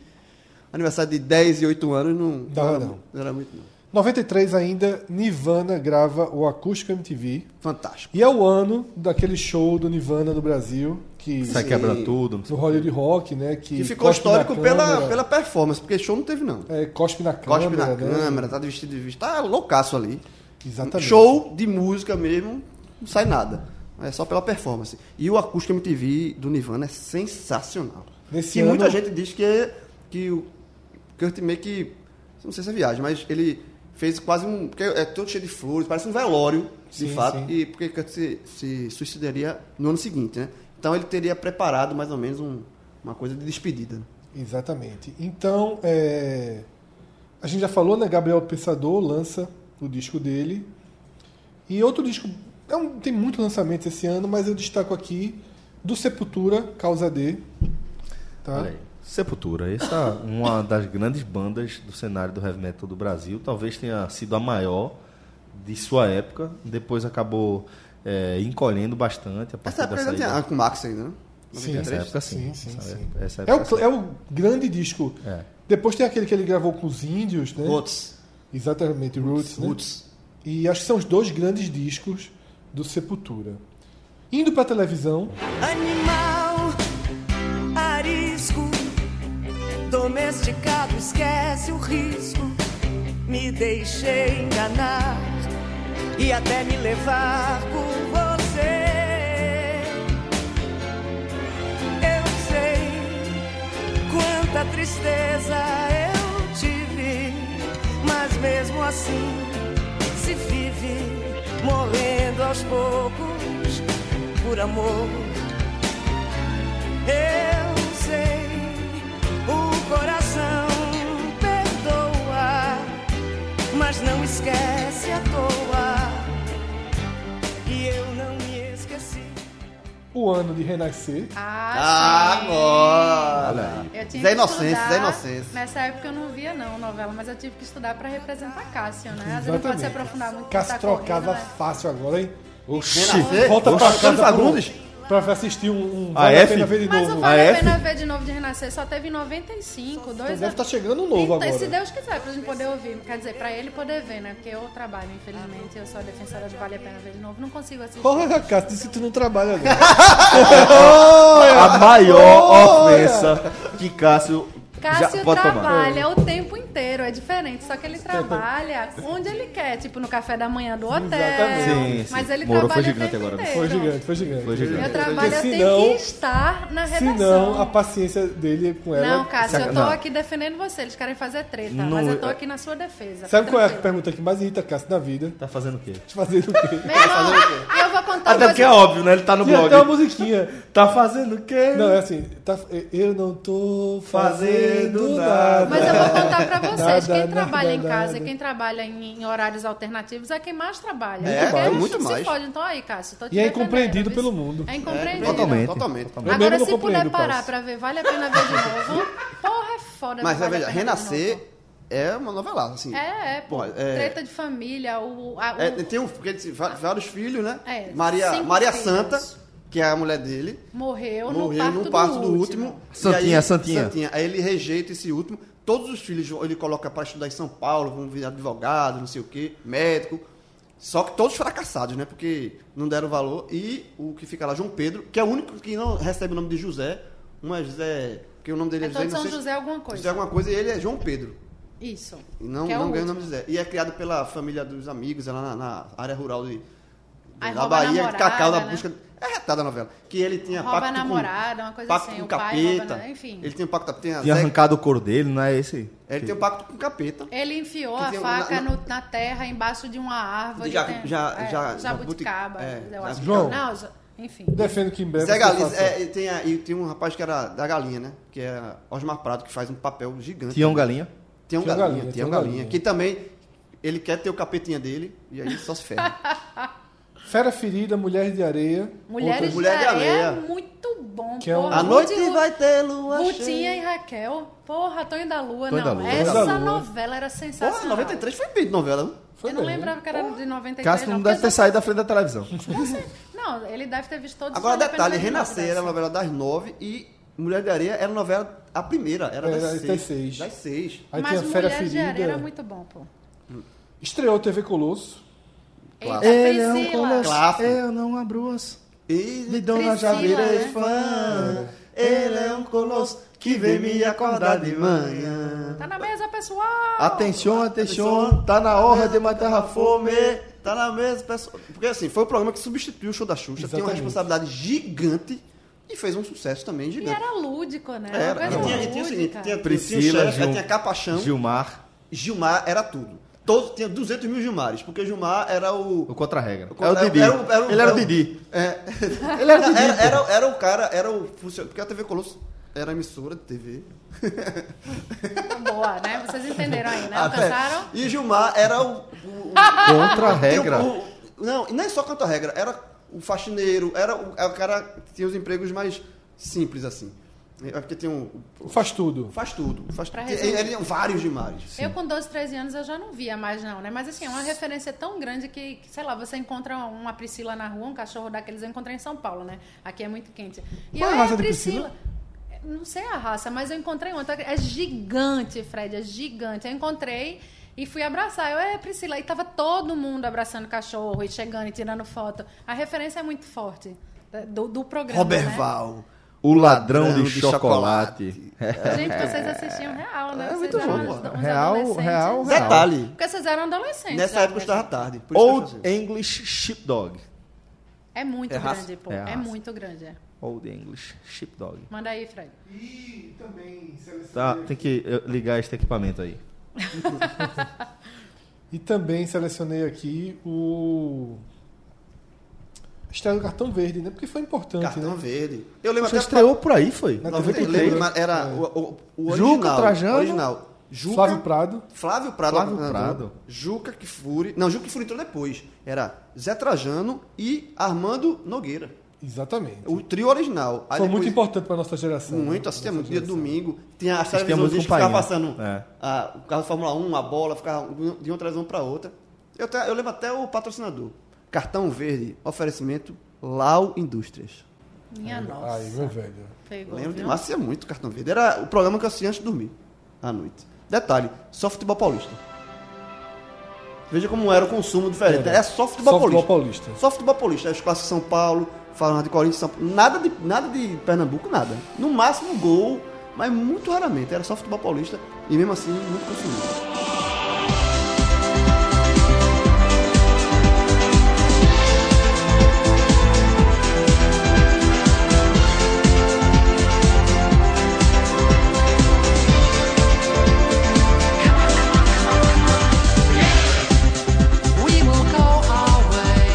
[SPEAKER 4] Aniversário de 10 e 8 anos não.
[SPEAKER 3] Dá,
[SPEAKER 4] era,
[SPEAKER 3] não.
[SPEAKER 4] não era muito, não.
[SPEAKER 3] 93 ainda, Nirvana grava o Acústico MTV.
[SPEAKER 4] Fantástico.
[SPEAKER 3] E é o ano daquele show do Nirvana no Brasil, que
[SPEAKER 2] Sai
[SPEAKER 4] é
[SPEAKER 2] quebra tudo. não sei
[SPEAKER 3] do
[SPEAKER 2] o quê.
[SPEAKER 3] Hollywood Rock, né? Que,
[SPEAKER 4] E ficou
[SPEAKER 3] cospe na
[SPEAKER 4] histórico pela,
[SPEAKER 3] câmera,
[SPEAKER 4] pela performance, porque show não teve, não.
[SPEAKER 3] é, cospe na câmera.
[SPEAKER 4] Cospe na
[SPEAKER 3] né?
[SPEAKER 4] câmera, tá vestido de vista. Tá loucaço ali.
[SPEAKER 3] Exatamente.
[SPEAKER 4] Show de música mesmo, não sai nada. É só pela performance. E o acústico MTV do Nirvana é sensacional.
[SPEAKER 3] Nesse
[SPEAKER 4] que
[SPEAKER 3] ano-
[SPEAKER 4] muita gente diz que, é- que o Kurt que Não sei se é viagem, mas ele fez quase um. Porque é todo cheio de flores, parece um velório, de
[SPEAKER 3] Sim,
[SPEAKER 4] fato.
[SPEAKER 3] sim.
[SPEAKER 4] E porque Kurt se, se suicidaria no ano seguinte, né? Então ele teria preparado mais ou menos um- uma coisa de despedida. né?
[SPEAKER 3] Exatamente. Então, é, a gente já falou, né? Gabriel Pensador lança o disco dele. E outro disco. é um- tem muito lançamento esse ano, mas eu destaco aqui do Sepultura, Causa D. Tá?
[SPEAKER 2] Olha aí. Sepultura, essa é uma das grandes bandas do cenário do heavy metal do Brasil, talvez tenha sido a maior de sua época, depois acabou é, encolhendo bastante a
[SPEAKER 4] Essa
[SPEAKER 2] partir da
[SPEAKER 4] época ainda tinha
[SPEAKER 2] saída.
[SPEAKER 4] ah, com o Max ainda, né?
[SPEAKER 3] Sim,
[SPEAKER 2] Essa época sim.
[SPEAKER 3] Sim, sim,
[SPEAKER 2] essa
[SPEAKER 3] sim.
[SPEAKER 2] época- essa
[SPEAKER 3] É o,
[SPEAKER 2] época,
[SPEAKER 3] cl- é o grande disco.
[SPEAKER 2] tá É.
[SPEAKER 3] Depois tem aquele que ele gravou com os índios, né?
[SPEAKER 4] Roots.
[SPEAKER 3] Exatamente, Roots. né?
[SPEAKER 4] Roots.
[SPEAKER 3] E acho que são os dois grandes discos do Sepultura. Indo pra televisão,
[SPEAKER 11] Animal arisco, domesticado, esquece o risco. Me deixei enganar e até me levar por você. Eu sei quanta tristeza eu tive, mas mesmo assim se vive morrendo aos poucos por amor. Eu sei, o coração perdoa, mas não esquece à toa. E eu não me esqueci.
[SPEAKER 3] o ano de Renascer.
[SPEAKER 5] Ah, sim.
[SPEAKER 4] Agora!
[SPEAKER 5] Eu tive
[SPEAKER 4] Zé
[SPEAKER 5] que
[SPEAKER 4] Inocêncio,
[SPEAKER 5] estudar.
[SPEAKER 4] Zé Inocêncio.
[SPEAKER 5] Nessa época eu não via não novela, mas eu tive que estudar pra representar Cássio, né? Às vezes não pode
[SPEAKER 3] Exatamente.
[SPEAKER 5] se aprofundar muito.
[SPEAKER 3] Cássio
[SPEAKER 5] quando tá
[SPEAKER 3] trocava
[SPEAKER 5] correndo, né?
[SPEAKER 3] fácil agora, hein?
[SPEAKER 4] Renascer?
[SPEAKER 3] Volta pra
[SPEAKER 4] Oxe, Antônio
[SPEAKER 3] casa
[SPEAKER 4] Fagundes?
[SPEAKER 3] pro- pra assistir um, um
[SPEAKER 2] A
[SPEAKER 3] Vale a
[SPEAKER 2] F?
[SPEAKER 3] Pena Ver de
[SPEAKER 5] Mas o
[SPEAKER 3] novo.
[SPEAKER 5] Vale a
[SPEAKER 2] AF?
[SPEAKER 5] Pena Ver de novo de Renascer só teve em 95, dois
[SPEAKER 3] Deve
[SPEAKER 5] anos.
[SPEAKER 3] estar chegando um novo
[SPEAKER 5] Então,
[SPEAKER 2] né?
[SPEAKER 5] se
[SPEAKER 3] agora.
[SPEAKER 5] Deus quiser, pra gente poder ouvir. Quer dizer, pra ele poder ver, né? Porque eu trabalho, infelizmente. Eu sou a defensora do Vale a Pena Ver de Novo. Não consigo assistir.
[SPEAKER 3] Porra, é, Cássio, disse que tu não trabalha agora.
[SPEAKER 2] a maior ofensa que Cássio, já
[SPEAKER 5] Cássio
[SPEAKER 2] pode tomar.
[SPEAKER 5] trabalha o tempo inteiro, é diferente. Só que ele trabalha onde ele quer, tipo no café da manhã do hotel.
[SPEAKER 2] Sim, sim.
[SPEAKER 5] Mas ele
[SPEAKER 2] Moro, foi
[SPEAKER 5] trabalha o
[SPEAKER 2] gigante
[SPEAKER 5] tempo
[SPEAKER 2] agora,
[SPEAKER 5] inteiro.
[SPEAKER 3] Foi gigante, foi gigante.
[SPEAKER 2] Foi gigante.
[SPEAKER 5] Eu trabalho, eu
[SPEAKER 3] Se
[SPEAKER 5] tenho
[SPEAKER 3] não-
[SPEAKER 5] que estar na
[SPEAKER 3] Se
[SPEAKER 5] redação.
[SPEAKER 3] não, a paciência dele com ela.
[SPEAKER 5] Não, Cássio, eu tô
[SPEAKER 2] Não.
[SPEAKER 5] aqui defendendo você. Eles querem fazer treta,
[SPEAKER 2] Não,
[SPEAKER 5] mas eu tô
[SPEAKER 2] eu-
[SPEAKER 5] aqui na sua defesa.
[SPEAKER 3] Sabe qual é a
[SPEAKER 5] tá Tranquilo.
[SPEAKER 3] pergunta que mais irrita Cássio na vida?
[SPEAKER 2] Tá fazendo o quê?
[SPEAKER 3] Fazer o quê?
[SPEAKER 5] Meu irmão, eu vou tem
[SPEAKER 2] Até porque é óbvio, né? Ele tá no
[SPEAKER 3] Tinha
[SPEAKER 2] blog.
[SPEAKER 3] até uma musiquinha.
[SPEAKER 2] Tá fazendo o quê?
[SPEAKER 3] Não, é assim, tá- eu não tô
[SPEAKER 2] Fazendo
[SPEAKER 3] fazendo
[SPEAKER 2] nada.
[SPEAKER 3] nada.
[SPEAKER 5] Mas eu vou contar pra vocês,
[SPEAKER 3] Nada,
[SPEAKER 5] quem
[SPEAKER 3] nada,
[SPEAKER 5] trabalha em
[SPEAKER 3] nada.
[SPEAKER 5] casa, quem trabalha em, em horários alternativos é quem mais trabalha.
[SPEAKER 4] É,
[SPEAKER 5] Porque
[SPEAKER 4] mais,
[SPEAKER 5] a
[SPEAKER 4] muito
[SPEAKER 5] gente
[SPEAKER 4] mais.
[SPEAKER 5] Se fode. Então aí, Cássio, tô te
[SPEAKER 3] E é
[SPEAKER 5] defendendo,
[SPEAKER 3] incompreendido
[SPEAKER 5] viu?
[SPEAKER 3] pelo mundo.
[SPEAKER 5] É incompreendido.
[SPEAKER 2] Totalmente.
[SPEAKER 4] Totalmente.
[SPEAKER 2] Totalmente.
[SPEAKER 3] Eu
[SPEAKER 5] Agora,
[SPEAKER 3] mesmo não
[SPEAKER 5] se puder
[SPEAKER 3] compreendo,
[SPEAKER 5] parar
[SPEAKER 3] Cássio.
[SPEAKER 5] pra ver, vale a pena ver de novo. Porra, é foda.
[SPEAKER 4] Mas
[SPEAKER 5] não vale a
[SPEAKER 4] veja,
[SPEAKER 5] pena ver de
[SPEAKER 4] Renascer
[SPEAKER 5] novo.
[SPEAKER 4] é uma novelaça, assim.
[SPEAKER 5] É, é, pô.
[SPEAKER 4] Pô, é-
[SPEAKER 5] Treta de família, o... a- o-
[SPEAKER 4] É, tem um, porque ele tem va- vários filhos, né?
[SPEAKER 5] É,
[SPEAKER 4] Maria,
[SPEAKER 5] cinco
[SPEAKER 4] Maria
[SPEAKER 5] filhos.
[SPEAKER 4] Santa, que é a mulher dele,
[SPEAKER 5] morreu,
[SPEAKER 4] morreu
[SPEAKER 5] no
[SPEAKER 4] no
[SPEAKER 5] parto
[SPEAKER 4] parto do último. e
[SPEAKER 2] Santinha,
[SPEAKER 4] aí-
[SPEAKER 2] Santinha.
[SPEAKER 4] Aí ele rejeita esse último. Todos os filhos ele coloca para estudar em São Paulo, vão virar advogado, não sei o quê, médico. Só que todos fracassados, né? Porque não deram valor. E o que fica lá, João Pedro, que é o único que não recebe o nome de José. Um é José. Porque o nome dele é,
[SPEAKER 5] É
[SPEAKER 4] José.
[SPEAKER 5] todo
[SPEAKER 4] não
[SPEAKER 5] São
[SPEAKER 4] sei se-
[SPEAKER 5] José alguma
[SPEAKER 4] José
[SPEAKER 5] coisa.
[SPEAKER 4] alguma coisa e ele é João Pedro.
[SPEAKER 5] Isso.
[SPEAKER 4] E não,
[SPEAKER 5] que é
[SPEAKER 4] não
[SPEAKER 5] o
[SPEAKER 4] ganha o nome
[SPEAKER 5] último.
[SPEAKER 4] de Zé. E é criado pela família dos amigos, ela na, na área rural de,
[SPEAKER 5] Aí
[SPEAKER 4] da
[SPEAKER 5] rouba a
[SPEAKER 4] Bahia, de Cacau, da
[SPEAKER 5] namorada, né?
[SPEAKER 4] busca. É retada a novela. Que ele tinha
[SPEAKER 5] Rouba
[SPEAKER 4] pacto
[SPEAKER 5] a namorada,
[SPEAKER 4] com,
[SPEAKER 5] uma coisa
[SPEAKER 4] pacto
[SPEAKER 5] assim,
[SPEAKER 4] com
[SPEAKER 5] o pai rouba a
[SPEAKER 4] capeta.
[SPEAKER 5] na- enfim.
[SPEAKER 4] Ele tem um pacto tem a
[SPEAKER 2] Tinha
[SPEAKER 4] Zé-
[SPEAKER 2] arrancado o couro dele, não é esse?
[SPEAKER 4] Ele tem um pacto com capeta.
[SPEAKER 5] Ele enfiou
[SPEAKER 4] Que
[SPEAKER 5] a
[SPEAKER 4] tem um-
[SPEAKER 5] faca
[SPEAKER 4] na-
[SPEAKER 5] no- na terra, embaixo de uma árvore.
[SPEAKER 4] Já-
[SPEAKER 5] tem-
[SPEAKER 4] já-
[SPEAKER 5] é,
[SPEAKER 4] já-
[SPEAKER 5] jabuticaba.
[SPEAKER 4] é,
[SPEAKER 5] eu acho que-
[SPEAKER 3] João.
[SPEAKER 5] Não, já- enfim.
[SPEAKER 3] Defendo que em breve.
[SPEAKER 4] Zé
[SPEAKER 3] você
[SPEAKER 4] Galinha,
[SPEAKER 3] faça-
[SPEAKER 4] é, e, tem a- e tem um rapaz que era da galinha, né? Que é Osmar Prado, que faz um papel gigante.
[SPEAKER 2] Tião Galinha.
[SPEAKER 4] Tem um
[SPEAKER 3] Tião
[SPEAKER 4] galinha,
[SPEAKER 3] Galinha,
[SPEAKER 4] tem um
[SPEAKER 3] Tião
[SPEAKER 4] galinha.
[SPEAKER 3] Galinha.
[SPEAKER 4] Que também, ele quer ter o capetinha dele, e aí só se ferra.
[SPEAKER 3] Fera Ferida, Mulheres de Areia.
[SPEAKER 5] Mulheres
[SPEAKER 4] Mulher de
[SPEAKER 5] de Areia é
[SPEAKER 4] Areia.
[SPEAKER 5] muito bom.
[SPEAKER 3] Que é um-
[SPEAKER 5] porra.
[SPEAKER 4] a noite
[SPEAKER 5] Ruth e Lu-
[SPEAKER 4] vai ter lua
[SPEAKER 5] Rutinha
[SPEAKER 4] cheia.
[SPEAKER 5] e Raquel. Porra, Tonho da Lua.
[SPEAKER 2] Tonho
[SPEAKER 5] não,
[SPEAKER 2] da Lua.
[SPEAKER 5] essa
[SPEAKER 3] Tonho da Lua.
[SPEAKER 5] novela era sensacional.
[SPEAKER 4] Porra, 93 foi bem de novela. viu?
[SPEAKER 3] Foi
[SPEAKER 5] Eu não
[SPEAKER 3] bem.
[SPEAKER 5] lembrava que era de 93.
[SPEAKER 2] Cássio não deve ter
[SPEAKER 5] porque
[SPEAKER 2] saído da frente da televisão.
[SPEAKER 5] eu- Não, ele deve ter visto todos
[SPEAKER 4] Agora,
[SPEAKER 5] vale a pena
[SPEAKER 4] detalhe,
[SPEAKER 5] ver de novo
[SPEAKER 4] Renascer
[SPEAKER 5] dessa.
[SPEAKER 4] era a novela das nove e Mulher de Areia era a novela, a primeira, era das,
[SPEAKER 3] Era
[SPEAKER 4] seis,
[SPEAKER 3] das seis.
[SPEAKER 4] Das seis.
[SPEAKER 3] Aí tem
[SPEAKER 5] Mas
[SPEAKER 3] a Fera
[SPEAKER 5] Mulheres de Areia
[SPEAKER 3] Ferida.
[SPEAKER 5] era muito bom, pô.
[SPEAKER 3] Estreou TV Colosso.
[SPEAKER 5] Eita,
[SPEAKER 2] Ele é um
[SPEAKER 5] Priscila.
[SPEAKER 2] colosso,
[SPEAKER 4] Clássico.
[SPEAKER 2] Eu não abro as.
[SPEAKER 4] E
[SPEAKER 5] Priscila, né?
[SPEAKER 2] é fã.
[SPEAKER 4] ele é um colosso que vem me acordar de manhã.
[SPEAKER 5] Tá na mesa, pessoal.
[SPEAKER 4] Ah,
[SPEAKER 2] Atenção, atenção, tá na hora de matar a fome.
[SPEAKER 4] Tá na mesa, pessoal. Porque assim, foi o programa que substituiu o show da Xuxa, tem uma
[SPEAKER 3] Exatamente.
[SPEAKER 4] responsabilidade gigante e fez um sucesso também
[SPEAKER 5] E
[SPEAKER 4] gigante.
[SPEAKER 5] era lúdico, né?
[SPEAKER 4] Era, e
[SPEAKER 5] Uma coisa
[SPEAKER 4] tinha, e tinha o seguinte,
[SPEAKER 5] lúdica.
[SPEAKER 4] tinha,
[SPEAKER 2] Priscila,
[SPEAKER 4] tinha,
[SPEAKER 2] Gil-
[SPEAKER 4] tinha é Capachão,
[SPEAKER 2] Gilmar,
[SPEAKER 4] Gilmar era tudo. Todo, tinha 200 mil Gilmares, porque Gilmar era o...
[SPEAKER 2] o contra-regra.
[SPEAKER 4] O
[SPEAKER 2] É o
[SPEAKER 4] contra-
[SPEAKER 2] Didi.
[SPEAKER 4] era o- era o-
[SPEAKER 2] Ele era o
[SPEAKER 4] era o-
[SPEAKER 2] Didi.
[SPEAKER 4] É.
[SPEAKER 2] Ele era o Didi.
[SPEAKER 4] Era,
[SPEAKER 2] pô.
[SPEAKER 4] era, era o cara, era o funcionário. Porque a TV Colosso era emissora de TV.
[SPEAKER 5] Boa, né? Vocês entenderam aí, né?
[SPEAKER 4] Até-
[SPEAKER 5] Alcançaram?
[SPEAKER 4] Ah, é. E Gilmar era o. o- o-
[SPEAKER 5] Ah!
[SPEAKER 2] Contra-regra.
[SPEAKER 4] o- o- não, e não é só contra a regra, era o faxineiro, era o, é o cara que tinha os empregos mais simples, assim. É porque tem um.
[SPEAKER 3] Faz tudo.
[SPEAKER 4] Faz tudo. Faz,
[SPEAKER 5] Pra
[SPEAKER 4] tem,
[SPEAKER 5] resumir.
[SPEAKER 4] ele- ele- vários Gilmares.
[SPEAKER 5] Eu com 12, 13 anos eu já não via mais não, né? Mas assim, é uma referência tão grande que, que, sei lá, você encontra uma Priscila na rua, um cachorro daqueles eu encontrei em São Paulo, né? Aqui é muito quente. E
[SPEAKER 3] Qual é a
[SPEAKER 5] eu,
[SPEAKER 3] raça
[SPEAKER 5] "Ei,
[SPEAKER 3] de
[SPEAKER 5] Não sei a raça, mas eu encontrei ontem. É gigante, Fred, é gigante. Eu encontrei e fui abraçar. Eu, é, Priscila. E tava todo mundo abraçando cachorro e chegando e tirando foto. A referência é muito forte da- do, do programa, né?
[SPEAKER 4] Roberval.
[SPEAKER 2] O ladrão
[SPEAKER 4] Ladrão
[SPEAKER 2] de
[SPEAKER 4] de chocolate.
[SPEAKER 2] chocolate. É.
[SPEAKER 5] Gente, vocês assistiam real, né?
[SPEAKER 4] É
[SPEAKER 5] Vocês
[SPEAKER 4] muito
[SPEAKER 5] eram
[SPEAKER 4] bom.
[SPEAKER 5] uns- uns
[SPEAKER 2] Real,
[SPEAKER 5] adolescentes.
[SPEAKER 2] real, real.
[SPEAKER 4] Detalhe.
[SPEAKER 5] Porque vocês eram adolescentes.
[SPEAKER 4] Nessa
[SPEAKER 5] né?
[SPEAKER 4] época eu estava tarde. por isso que eu
[SPEAKER 2] Old
[SPEAKER 4] fazia.
[SPEAKER 2] English Sheepdog.
[SPEAKER 5] É muito
[SPEAKER 4] É raça.
[SPEAKER 5] grande, pô.
[SPEAKER 2] É
[SPEAKER 5] É,
[SPEAKER 2] raça.
[SPEAKER 5] muito grande, é.
[SPEAKER 2] Old English Sheepdog.
[SPEAKER 5] Manda aí, Fred.
[SPEAKER 2] Tá, tem que eh, ligar este equipamento aí.
[SPEAKER 3] E também selecionei aqui o. Estreia do cartão verde, né? Porque foi importante,
[SPEAKER 4] Cartão
[SPEAKER 3] né?
[SPEAKER 4] Verde. Eu lembro
[SPEAKER 2] Você
[SPEAKER 4] até
[SPEAKER 2] estreou por aí, foi?
[SPEAKER 3] Na
[SPEAKER 4] Não,
[SPEAKER 3] TV
[SPEAKER 4] eu
[SPEAKER 3] Cultura.
[SPEAKER 4] lembro, mas era o, o, o
[SPEAKER 2] Juca
[SPEAKER 4] original.
[SPEAKER 2] Trajano.
[SPEAKER 4] original. Juca,
[SPEAKER 3] Flávio Prado.
[SPEAKER 4] Flávio Prado.
[SPEAKER 2] Flávio
[SPEAKER 4] governador,
[SPEAKER 2] Prado.
[SPEAKER 4] Juca Kifuri. Não, Juca Kifuri entrou depois. Era Zé Trajano e Armando Nogueira.
[SPEAKER 3] Exatamente.
[SPEAKER 4] O trio original. Aí
[SPEAKER 3] foi
[SPEAKER 4] depois-
[SPEAKER 3] muito importante para nossa geração.
[SPEAKER 4] Muito,
[SPEAKER 3] né?
[SPEAKER 4] assistia
[SPEAKER 3] Nossa
[SPEAKER 4] muito. Dia
[SPEAKER 3] geração.
[SPEAKER 4] domingo. Tinha as
[SPEAKER 2] Assistia muito
[SPEAKER 4] televisões que ficavam
[SPEAKER 2] companhia.
[SPEAKER 4] passando
[SPEAKER 2] É.
[SPEAKER 4] a- o carro de Fórmula 1, a bola, ficava de uma televisão para outra. Eu, até- eu lembro até o patrocinador. Cartão Verde, oferecimento Lau Indústrias.
[SPEAKER 5] Minha
[SPEAKER 2] É.
[SPEAKER 4] é
[SPEAKER 5] nossa.
[SPEAKER 3] Ai, meu velho.
[SPEAKER 5] Pegou.
[SPEAKER 4] Lembro
[SPEAKER 5] viu?
[SPEAKER 4] de Márcia muito cartão verde. Era o programa que eu assistia antes de dormir, à noite. Detalhe, só futebol paulista. Veja como era o consumo diferente.
[SPEAKER 3] Era.
[SPEAKER 4] Era só futebol,
[SPEAKER 3] Só futebol
[SPEAKER 4] paulista.
[SPEAKER 3] paulista.
[SPEAKER 4] Só futebol paulista. As classes São Paulo, falando de Corinthians, São Paulo. Nada de, nada de Pernambuco, nada. No máximo gol, mas muito raramente. Era só futebol paulista e mesmo assim muito consumido.
[SPEAKER 11] We will go our way.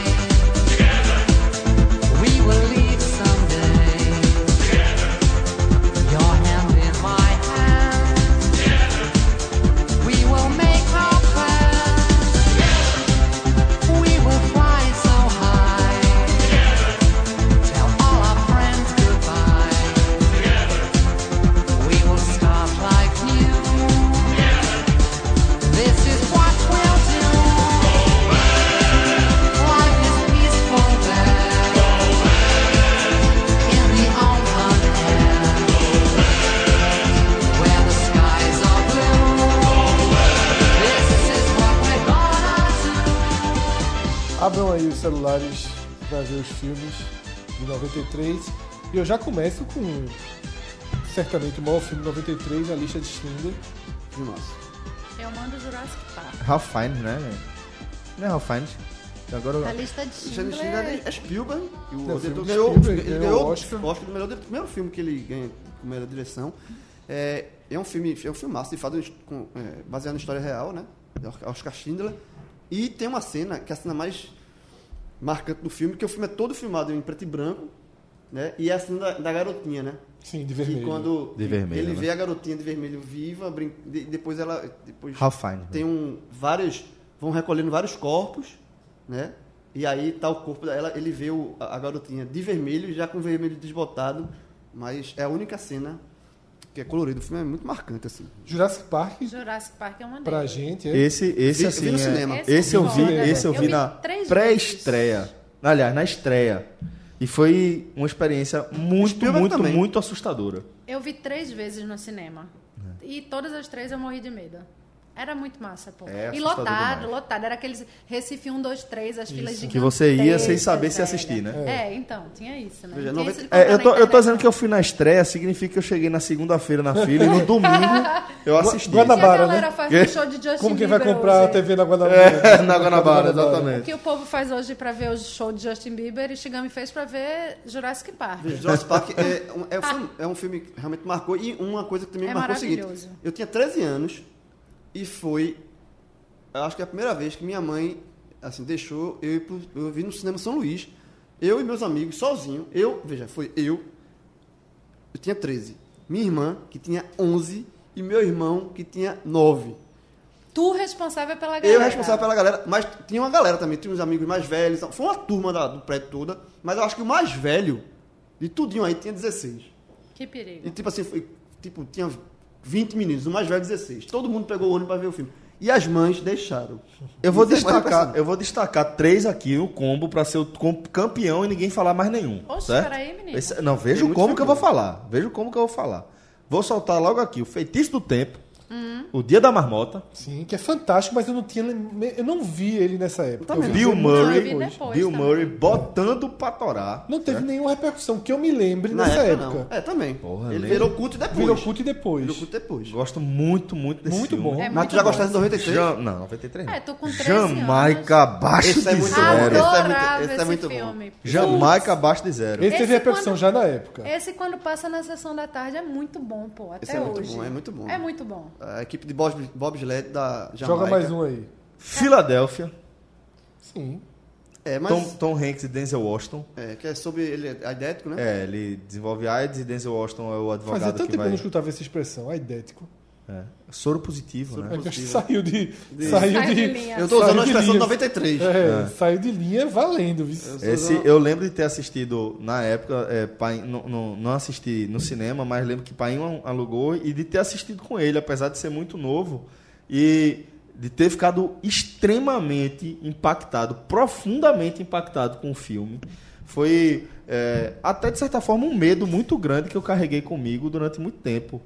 [SPEAKER 3] Abram aí os celulares para ver os filmes de 93. E eu já começo com certamente o maior filme de 93, a lista de Schindler.
[SPEAKER 5] Eu mando Jurassic Park.
[SPEAKER 2] Ralph Fiennes, né? velho? Não é Ralph Fiennes? Agora
[SPEAKER 5] A lista de
[SPEAKER 4] Alexandre Schindler
[SPEAKER 5] Schindler.
[SPEAKER 4] é Spielberg. E o
[SPEAKER 3] Não,
[SPEAKER 4] diretor
[SPEAKER 3] Spielberg
[SPEAKER 4] ganhou,
[SPEAKER 3] ganhou
[SPEAKER 4] ele
[SPEAKER 3] o
[SPEAKER 4] ganhou o Oscar
[SPEAKER 3] Oscar.
[SPEAKER 4] do melhor, dire- primeiro filme que ele ganha com melhor direção. É, é um filme, é um filmaço, de fato, com- é, baseado na história real, né? De Oscar Schindler. E tem uma cena, que é a cena mais marcante do filme, que o filme é todo filmado em preto e branco, né? E é a cena da, da garotinha, né?
[SPEAKER 3] Sim, de
[SPEAKER 4] E
[SPEAKER 3] vermelho.
[SPEAKER 4] quando
[SPEAKER 2] De vermelho,
[SPEAKER 4] ele
[SPEAKER 2] né?
[SPEAKER 4] vê a garotinha de vermelho viva, brin- de- depois ela depois
[SPEAKER 2] Ralph Fiennes. né?
[SPEAKER 4] tem um vários vão recolhendo vários corpos, né? E aí tá o corpo dela, ele vê o- a a garotinha de vermelho já com o vermelho desbotado, mas é a única cena que é colorida, o filme é muito marcante assim.
[SPEAKER 3] Jurassic Park,
[SPEAKER 5] Jurassic Park é uma
[SPEAKER 3] pra
[SPEAKER 5] delas.
[SPEAKER 3] gente, é
[SPEAKER 2] Esse, esse
[SPEAKER 4] Vi-
[SPEAKER 2] assim,
[SPEAKER 4] vi no
[SPEAKER 2] é-
[SPEAKER 4] cinema.
[SPEAKER 2] Esse, eu vi,
[SPEAKER 5] Esse é foda,
[SPEAKER 2] esse eu
[SPEAKER 5] velho.
[SPEAKER 2] vi
[SPEAKER 5] Eu
[SPEAKER 2] na
[SPEAKER 5] vi três
[SPEAKER 2] pré-estreia. Aliás, na estreia. E foi uma experiência muito,
[SPEAKER 4] Spielberg
[SPEAKER 2] muito,
[SPEAKER 4] também.
[SPEAKER 2] muito assustadora.
[SPEAKER 5] Eu vi três vezes no cinema.
[SPEAKER 2] É.
[SPEAKER 5] E todas as três eu morri de medo. Era muito massa, pô.
[SPEAKER 2] É
[SPEAKER 5] e
[SPEAKER 2] assustador
[SPEAKER 5] lotado,
[SPEAKER 2] demais.
[SPEAKER 5] lotado. Era aqueles Recife 1, 2, 3, as filas de
[SPEAKER 2] Que você ia sem saber se ia assistir, né?
[SPEAKER 5] É, então, tinha isso, né?
[SPEAKER 4] Veja,
[SPEAKER 5] Tinha
[SPEAKER 4] noventa-
[SPEAKER 5] isso de
[SPEAKER 2] É,
[SPEAKER 5] comprar
[SPEAKER 2] eu, tô,
[SPEAKER 5] na
[SPEAKER 2] eu tô
[SPEAKER 5] internet.
[SPEAKER 2] dizendo que eu fui na estreia, significa que eu cheguei na segunda-feira na fila e no domingo eu assisti.
[SPEAKER 5] E a
[SPEAKER 3] Guanabara,
[SPEAKER 5] galera
[SPEAKER 3] né?
[SPEAKER 5] faz
[SPEAKER 2] Quê?
[SPEAKER 5] um show de Justin
[SPEAKER 3] Como quem vai
[SPEAKER 5] Bieber
[SPEAKER 3] comprar a
[SPEAKER 5] hoje.
[SPEAKER 3] TV na Guanabara?
[SPEAKER 2] É, na Guanabara,
[SPEAKER 5] O
[SPEAKER 2] exatamente.
[SPEAKER 5] que o povo faz hoje pra ver o show de Justin Bieber e Shigami fez pra ver Jurassic Park.
[SPEAKER 4] Veja, Jurassic Park é um, é um filme, é um filme que realmente marcou. E uma coisa que também
[SPEAKER 5] É
[SPEAKER 4] me marcou é o seguinte:
[SPEAKER 5] maravilhoso.
[SPEAKER 4] eu tinha 13 anos e foi. Eu acho que é a primeira vez que minha mãe assim, deixou eu ir pro, Eu vi no cinema São Luís, eu e meus amigos, sozinho. Eu, veja, foi eu. Eu tinha 13. Minha irmã, que tinha 11. E meu irmão, que tinha 9.
[SPEAKER 5] Tu responsável pela galera.
[SPEAKER 4] Eu responsável pela galera, mas tinha uma galera também, tinha uns amigos mais velhos, foi uma turma da- do prédio toda, mas eu acho que o mais velho de tudinho aí tinha 16.
[SPEAKER 5] Que perigo.
[SPEAKER 4] E tipo assim, foi, tipo, tinha 20 meninos, o mais velho 16. Todo mundo pegou o ônibus pra ver o filme. E as mães deixaram.
[SPEAKER 2] Eu vou,
[SPEAKER 4] Isso é
[SPEAKER 2] destacar,
[SPEAKER 4] impressionante.
[SPEAKER 2] eu vou destacar três aqui no combo pra ser o com- campeão e ninguém falar mais nenhum.
[SPEAKER 5] Oxe,
[SPEAKER 2] certo?
[SPEAKER 5] peraí, menino.
[SPEAKER 2] Esse- não,
[SPEAKER 4] Tem
[SPEAKER 2] veja o
[SPEAKER 4] muito
[SPEAKER 2] combo que eu
[SPEAKER 4] filme.
[SPEAKER 2] vou falar. Veja o combo que eu vou falar. Vou soltar logo aqui o Feitiço do Tempo,
[SPEAKER 5] Hum.
[SPEAKER 2] o Dia da Marmota,
[SPEAKER 3] Sim, que é fantástico, mas eu não tinha. Eu não vi ele nessa época. Eu vi um
[SPEAKER 2] Bill
[SPEAKER 3] depois.
[SPEAKER 2] Murray,
[SPEAKER 5] Não, eu vi depois
[SPEAKER 2] Bill
[SPEAKER 5] também.
[SPEAKER 2] Murray botando pra torar.
[SPEAKER 3] Não teve nenhuma repercussão que eu me lembre
[SPEAKER 4] Na
[SPEAKER 3] nessa
[SPEAKER 4] época,
[SPEAKER 3] época.
[SPEAKER 4] não. É, também.
[SPEAKER 2] Porra,
[SPEAKER 4] Ele
[SPEAKER 2] lembra?
[SPEAKER 4] virou culto depois.
[SPEAKER 3] Virou culto e depois.
[SPEAKER 4] Virou culto depois.
[SPEAKER 2] Gosto muito, muito desse
[SPEAKER 3] Muito
[SPEAKER 2] filme.
[SPEAKER 3] bom.
[SPEAKER 5] É
[SPEAKER 4] Mas tu já
[SPEAKER 5] bom.
[SPEAKER 4] gostasse de 93?
[SPEAKER 2] Ja- Não, 93 não.
[SPEAKER 5] É, tô com 13
[SPEAKER 2] Jamaica abaixo
[SPEAKER 4] Esse é
[SPEAKER 2] de
[SPEAKER 4] muito
[SPEAKER 2] zero.
[SPEAKER 4] bom. Esse é muito-
[SPEAKER 5] Adorava
[SPEAKER 4] esse é
[SPEAKER 5] esse,
[SPEAKER 4] muito bom.
[SPEAKER 5] filme.
[SPEAKER 2] Jamaica abaixo de zero.
[SPEAKER 3] Ele teve
[SPEAKER 5] Esse
[SPEAKER 3] repercussão
[SPEAKER 5] quando-
[SPEAKER 3] já na época.
[SPEAKER 5] Esse, quando passa na sessão da tarde, é muito bom, pô. Até
[SPEAKER 4] Esse é muito
[SPEAKER 5] hoje.
[SPEAKER 4] bom, é muito bom.
[SPEAKER 5] É muito bom.
[SPEAKER 4] A equipe de Bob, Bob Sled da Jamaica.
[SPEAKER 3] Joga mais um aí.
[SPEAKER 5] É.
[SPEAKER 2] Filadélfia,
[SPEAKER 3] Sim.
[SPEAKER 4] É, mas...
[SPEAKER 2] Tom, Tom Hanks e Denzel Washington.
[SPEAKER 4] É, que é sobre... Ele é idético, né?
[SPEAKER 2] É, ele desenvolve AIDS e Denzel Washington é o advogado
[SPEAKER 3] Fazia tanto
[SPEAKER 2] que
[SPEAKER 3] tempo que eu
[SPEAKER 2] vai...
[SPEAKER 3] não escutava essa expressão, aidético.
[SPEAKER 2] É. Soro positivo,
[SPEAKER 3] É
[SPEAKER 2] né?
[SPEAKER 3] que eu acho que saiu de.
[SPEAKER 5] Sai
[SPEAKER 3] Saiu
[SPEAKER 5] de
[SPEAKER 3] de.
[SPEAKER 5] linha.
[SPEAKER 4] Eu tô usando
[SPEAKER 3] Saiu
[SPEAKER 4] a
[SPEAKER 3] de
[SPEAKER 4] expressão de
[SPEAKER 3] linha.
[SPEAKER 4] 93.
[SPEAKER 3] É, saiu de linha valendo. viu?
[SPEAKER 2] Esse, eu lembro de ter assistido na época, é, pai, não, não, não assisti no cinema, mas lembro que pai alugou e de ter assistido com ele, apesar de ser muito novo, e de ter ficado extremamente impactado, profundamente impactado com o filme. Foi é, até de certa forma um medo muito grande que eu carreguei comigo durante muito tempo.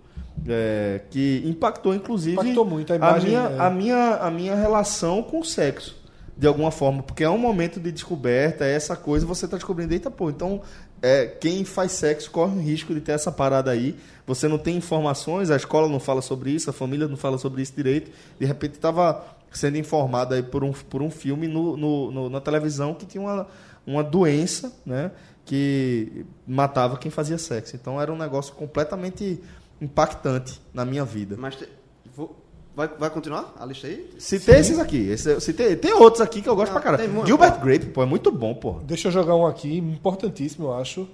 [SPEAKER 2] é, que impactou, inclusive,
[SPEAKER 3] Impactou muito a imagem,
[SPEAKER 2] minha,
[SPEAKER 3] é.
[SPEAKER 2] a minha, a minha relação com o sexo, de alguma forma, porque é um momento de descoberta, é essa coisa, você tá descobrindo, eita, pô, então é, quem faz sexo corre o risco de ter essa parada aí, você não tem informações, a escola não fala sobre isso, a família não fala sobre isso direito, de repente tava sendo informada aí por um, por um filme no, no- no- na televisão que tinha uma, uma doença, né, que matava quem fazia sexo, então era um negócio completamente impactante na minha vida.
[SPEAKER 4] Mas... te- vou- Vai, vai continuar a lista aí?
[SPEAKER 2] Citei esses aqui. Esse, eu citei, tem outros aqui que eu gosto
[SPEAKER 4] Não,
[SPEAKER 2] pra caralho.
[SPEAKER 4] tem muito,
[SPEAKER 2] Gilbert Grape, pô, é muito bom, pô.
[SPEAKER 3] Deixa eu jogar um aqui, importantíssimo, eu acho.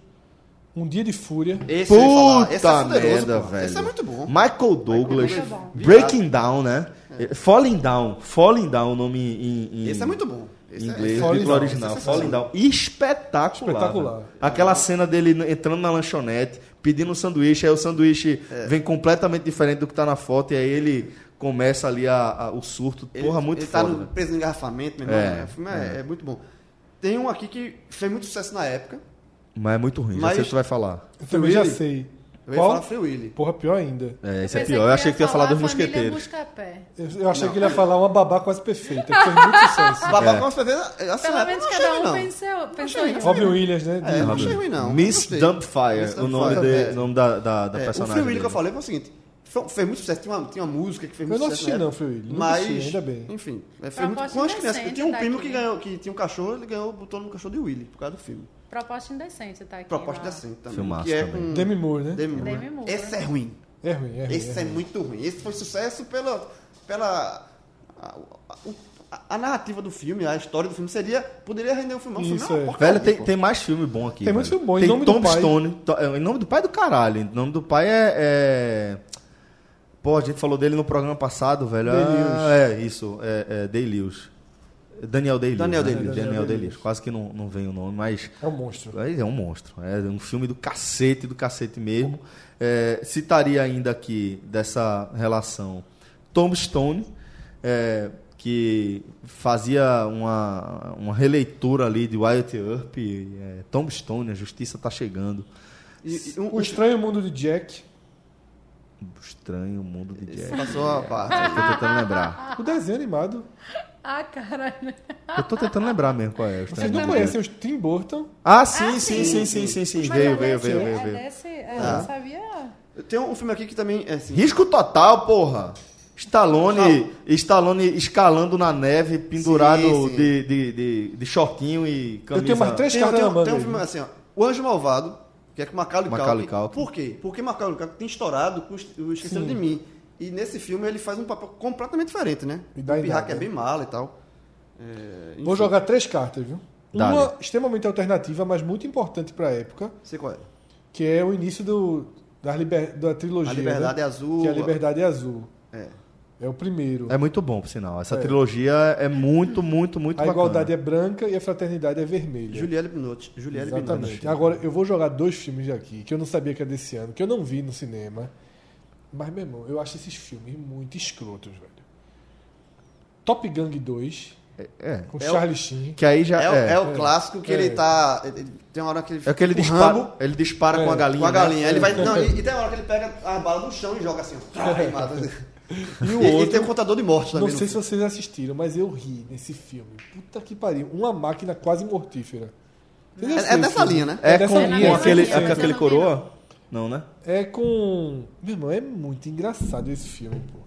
[SPEAKER 3] Um Dia de Fúria.
[SPEAKER 4] Esse eu ia falar.
[SPEAKER 2] Puta
[SPEAKER 4] Esse é poderoso,
[SPEAKER 2] merda,
[SPEAKER 4] pô.
[SPEAKER 2] velho.
[SPEAKER 4] Esse é muito bom.
[SPEAKER 2] Michael Douglas.
[SPEAKER 5] Douglas é bom.
[SPEAKER 2] Breaking Down, né? Falling Down. Falling Down, o nome em, em
[SPEAKER 4] É. Esse é muito bom. Esse
[SPEAKER 2] em
[SPEAKER 4] é-
[SPEAKER 2] inglês,
[SPEAKER 3] Falling
[SPEAKER 2] título
[SPEAKER 3] Down,
[SPEAKER 2] original.
[SPEAKER 3] esse é
[SPEAKER 2] Falling Down. Espetacular.
[SPEAKER 3] Espetacular.
[SPEAKER 2] velho. Aquela cena dele n- entrando na lanchonete, pedindo um sanduíche, aí o sanduíche
[SPEAKER 4] É.
[SPEAKER 2] vem completamente diferente do que tá na foto, e aí ele começa ali a- a- o surto.
[SPEAKER 4] Ele-
[SPEAKER 2] Porra, muito
[SPEAKER 4] Ele
[SPEAKER 2] foda.
[SPEAKER 4] tá no-
[SPEAKER 2] velho.
[SPEAKER 4] preso no engarrafamento, meu irmão.
[SPEAKER 2] É,
[SPEAKER 4] É, o filme é, é muito bom. Tem um aqui que fez muito sucesso na época.
[SPEAKER 2] Mas é muito ruim, já
[SPEAKER 4] Mas-
[SPEAKER 2] sei o que tu vai falar.
[SPEAKER 3] Eu também já
[SPEAKER 4] Really?
[SPEAKER 3] sei.
[SPEAKER 4] Eu ia
[SPEAKER 3] Qual?
[SPEAKER 4] falar Free Willy.
[SPEAKER 3] Porra, pior ainda.
[SPEAKER 2] É, esse
[SPEAKER 5] Pensei
[SPEAKER 2] é pior. Eu achei que tu ia falar dos
[SPEAKER 5] Família
[SPEAKER 2] mosqueteiros.
[SPEAKER 5] Buscapé.
[SPEAKER 3] Eu, eu achei que ele ia falar uma babá quase perfeita, que fez muito sucesso.
[SPEAKER 4] Babá
[SPEAKER 2] É.
[SPEAKER 4] com as certeza, assim,
[SPEAKER 5] Ah, Pelo menos
[SPEAKER 4] não achei
[SPEAKER 5] cada
[SPEAKER 4] ruim,
[SPEAKER 5] um
[SPEAKER 4] não.
[SPEAKER 5] pensou, pensou um.
[SPEAKER 4] Achei
[SPEAKER 5] isso.
[SPEAKER 3] Robin Williams, né?
[SPEAKER 4] É, não achei
[SPEAKER 2] Robin.
[SPEAKER 4] ruim, não.
[SPEAKER 2] Miss
[SPEAKER 4] Gostei.
[SPEAKER 2] Dumpfire,
[SPEAKER 4] Miss
[SPEAKER 2] o nome,
[SPEAKER 4] Doubtfire,
[SPEAKER 2] de,
[SPEAKER 4] é.
[SPEAKER 2] nome da, da, da
[SPEAKER 4] É, o
[SPEAKER 2] personagem.
[SPEAKER 4] Free Willy que eu
[SPEAKER 2] dele.
[SPEAKER 4] falei foi o seguinte. foi- Fez muito sucesso, tinha uma, tinha uma música que fez
[SPEAKER 3] Eu não
[SPEAKER 4] muito sucesso.
[SPEAKER 3] assisti,
[SPEAKER 4] na
[SPEAKER 3] não,
[SPEAKER 4] época.
[SPEAKER 3] Free Willy. Não
[SPEAKER 4] Mas,
[SPEAKER 3] assisti, ainda bem.
[SPEAKER 4] enfim, é, fez muito
[SPEAKER 5] Proposta
[SPEAKER 4] com as crianças. Eu tinha um
[SPEAKER 5] indecente
[SPEAKER 4] primo
[SPEAKER 5] daqui.
[SPEAKER 4] que, ganhou, que tinha um cachorro, ele ganhou, botou no cachorro de Willy, por causa do filme.
[SPEAKER 5] Proposta indecente, tá aqui.
[SPEAKER 4] Proposta
[SPEAKER 5] ó.
[SPEAKER 4] decente também.
[SPEAKER 2] Filmaço
[SPEAKER 4] que é
[SPEAKER 2] também.
[SPEAKER 4] com
[SPEAKER 3] Demi Moore, né?
[SPEAKER 4] Demi Moore.
[SPEAKER 5] Demi Moore.
[SPEAKER 4] Esse é ruim.
[SPEAKER 3] É ruim, é ruim.
[SPEAKER 4] Esse
[SPEAKER 3] é
[SPEAKER 4] é
[SPEAKER 3] ruim.
[SPEAKER 4] muito ruim. Esse foi sucesso pela. pela a, a- a narrativa do filme, a história do filme seria. Poderia render um filme.
[SPEAKER 3] Isso,
[SPEAKER 4] filme
[SPEAKER 3] é.
[SPEAKER 2] Velho, tem,
[SPEAKER 4] pô.
[SPEAKER 2] tem mais filme bom aqui.
[SPEAKER 3] Tem
[SPEAKER 2] velho.
[SPEAKER 3] muito filme bom. Em
[SPEAKER 2] Tem
[SPEAKER 3] Nome do Pai.
[SPEAKER 2] Tombstone. To- é, Em nome do pai do caralho. Em nome do pai é. é- Pô, a gente falou dele no programa passado, velho. Ah, é, isso. É, é Day-Lewis. Daniel Day-Lewis.
[SPEAKER 4] Daniel
[SPEAKER 2] né?
[SPEAKER 4] Day-Lewis.
[SPEAKER 2] Daniel Day-Lewis. Quase que não, não vem o nome, mas.
[SPEAKER 3] É um monstro.
[SPEAKER 2] Aí É um monstro. É um filme do cacete, do cacete mesmo. É, citaria ainda aqui dessa relação Tombstone, é, que fazia uma, uma releitura ali de Wyatt Earp. É, Tombstone, a justiça tá chegando.
[SPEAKER 4] E- e um-
[SPEAKER 3] O Estranho Mundo de Jack.
[SPEAKER 2] Estranho um mundo de
[SPEAKER 3] É.
[SPEAKER 2] Jack.
[SPEAKER 4] Passou a parte.
[SPEAKER 2] Eu tô
[SPEAKER 3] Ah,
[SPEAKER 2] tentando lembrar.
[SPEAKER 3] O desenho animado.
[SPEAKER 5] Ah, caralho.
[SPEAKER 2] Eu tô tentando lembrar mesmo qual é. o
[SPEAKER 3] Vocês
[SPEAKER 2] Estranho
[SPEAKER 3] não
[SPEAKER 2] Mundo de Jack.
[SPEAKER 3] conhecem os Tim Burton?
[SPEAKER 2] Ah, sim, sim,
[SPEAKER 5] sim,
[SPEAKER 2] sim, sim, sim, sim.
[SPEAKER 5] Mas
[SPEAKER 2] Veio,
[SPEAKER 5] é
[SPEAKER 2] veio,
[SPEAKER 5] desse-
[SPEAKER 2] veio, veio,
[SPEAKER 5] é
[SPEAKER 2] veio.
[SPEAKER 5] desse- é,
[SPEAKER 4] Ah.
[SPEAKER 5] Eu não sabia.
[SPEAKER 4] Tem um filme aqui que também. É assim,
[SPEAKER 2] Risco total, porra. Stallone, Stallone escalando na neve, pendurado
[SPEAKER 4] Sim, sim.
[SPEAKER 2] De, de, de, de shortinho e camisa.
[SPEAKER 3] Eu tenho mais três
[SPEAKER 4] Tem,
[SPEAKER 3] caras
[SPEAKER 4] tem
[SPEAKER 3] na
[SPEAKER 4] um- tem
[SPEAKER 3] banda.
[SPEAKER 4] um filme assim, ó. O Anjo Malvado, que é com Macaulay,
[SPEAKER 2] Macaulay Culkin.
[SPEAKER 4] Por quê? Porque Macaulay Culkin tem estourado com o Esquecendo de Mim. E nesse filme ele faz um papel completamente diferente, né?
[SPEAKER 3] E dá
[SPEAKER 4] o
[SPEAKER 3] em
[SPEAKER 4] Pirraca
[SPEAKER 3] nada.
[SPEAKER 4] é bem mala e tal. É, enfim,
[SPEAKER 3] Vou jogar três cartas, viu?
[SPEAKER 2] Dá-lhe.
[SPEAKER 3] Uma extremamente alternativa, mas muito importante pra época,
[SPEAKER 4] Sei qual é.
[SPEAKER 3] que é o início do, da, liber- da trilogia.
[SPEAKER 4] A Liberdade
[SPEAKER 3] né?
[SPEAKER 4] é Azul.
[SPEAKER 3] Que é a Liberdade é Azul.
[SPEAKER 4] É.
[SPEAKER 3] É o primeiro.
[SPEAKER 2] É muito bom, por sinal. Essa
[SPEAKER 3] É.
[SPEAKER 2] trilogia é muito, muito, muito
[SPEAKER 3] a
[SPEAKER 2] bacana.
[SPEAKER 3] igualdade é branca e a fraternidade é vermelha.
[SPEAKER 4] Julielle Binoche. Julielle
[SPEAKER 3] Exatamente.
[SPEAKER 4] Binoche.
[SPEAKER 3] Agora, eu vou jogar dois filmes aqui que eu não sabia que era desse ano, que eu não vi no cinema. Mas, meu irmão, eu acho esses filmes muito escrotos, velho. Top Gang 2,
[SPEAKER 2] É.
[SPEAKER 3] com
[SPEAKER 4] É o-
[SPEAKER 3] Charlie Sheen.
[SPEAKER 2] Que aí já
[SPEAKER 4] É, o-
[SPEAKER 2] é.
[SPEAKER 4] é o clássico que
[SPEAKER 3] É.
[SPEAKER 4] ele tá. ele- ele- Tem uma hora que ele
[SPEAKER 2] É que ele
[SPEAKER 4] com o
[SPEAKER 2] dispara,
[SPEAKER 4] Rambo,
[SPEAKER 2] ele dispara
[SPEAKER 3] É.
[SPEAKER 2] com a galinha.
[SPEAKER 4] com a
[SPEAKER 2] né?
[SPEAKER 4] galinha. Ele vai. Não, e, e tem uma hora que ele pega a bala do chão e joga assim. ó, e mata.
[SPEAKER 3] E
[SPEAKER 4] E,
[SPEAKER 3] o
[SPEAKER 4] e tem
[SPEAKER 3] outro,
[SPEAKER 4] um contador de mortes
[SPEAKER 3] não
[SPEAKER 4] também. no
[SPEAKER 3] sei se vocês assistiram, mas eu ri nesse filme. Puta que pariu. Uma máquina quase mortífera. Vocês
[SPEAKER 4] É- é
[SPEAKER 3] assistiram esse
[SPEAKER 4] dessa
[SPEAKER 3] filme?
[SPEAKER 4] linha, né?
[SPEAKER 2] É,
[SPEAKER 3] dessa
[SPEAKER 2] com,
[SPEAKER 5] linha,
[SPEAKER 2] com
[SPEAKER 5] né?
[SPEAKER 2] aquele, é
[SPEAKER 5] Sim, sim.
[SPEAKER 2] com aquele coroa? Não, né?
[SPEAKER 3] É com... Meu irmão, é muito engraçado esse filme, pô.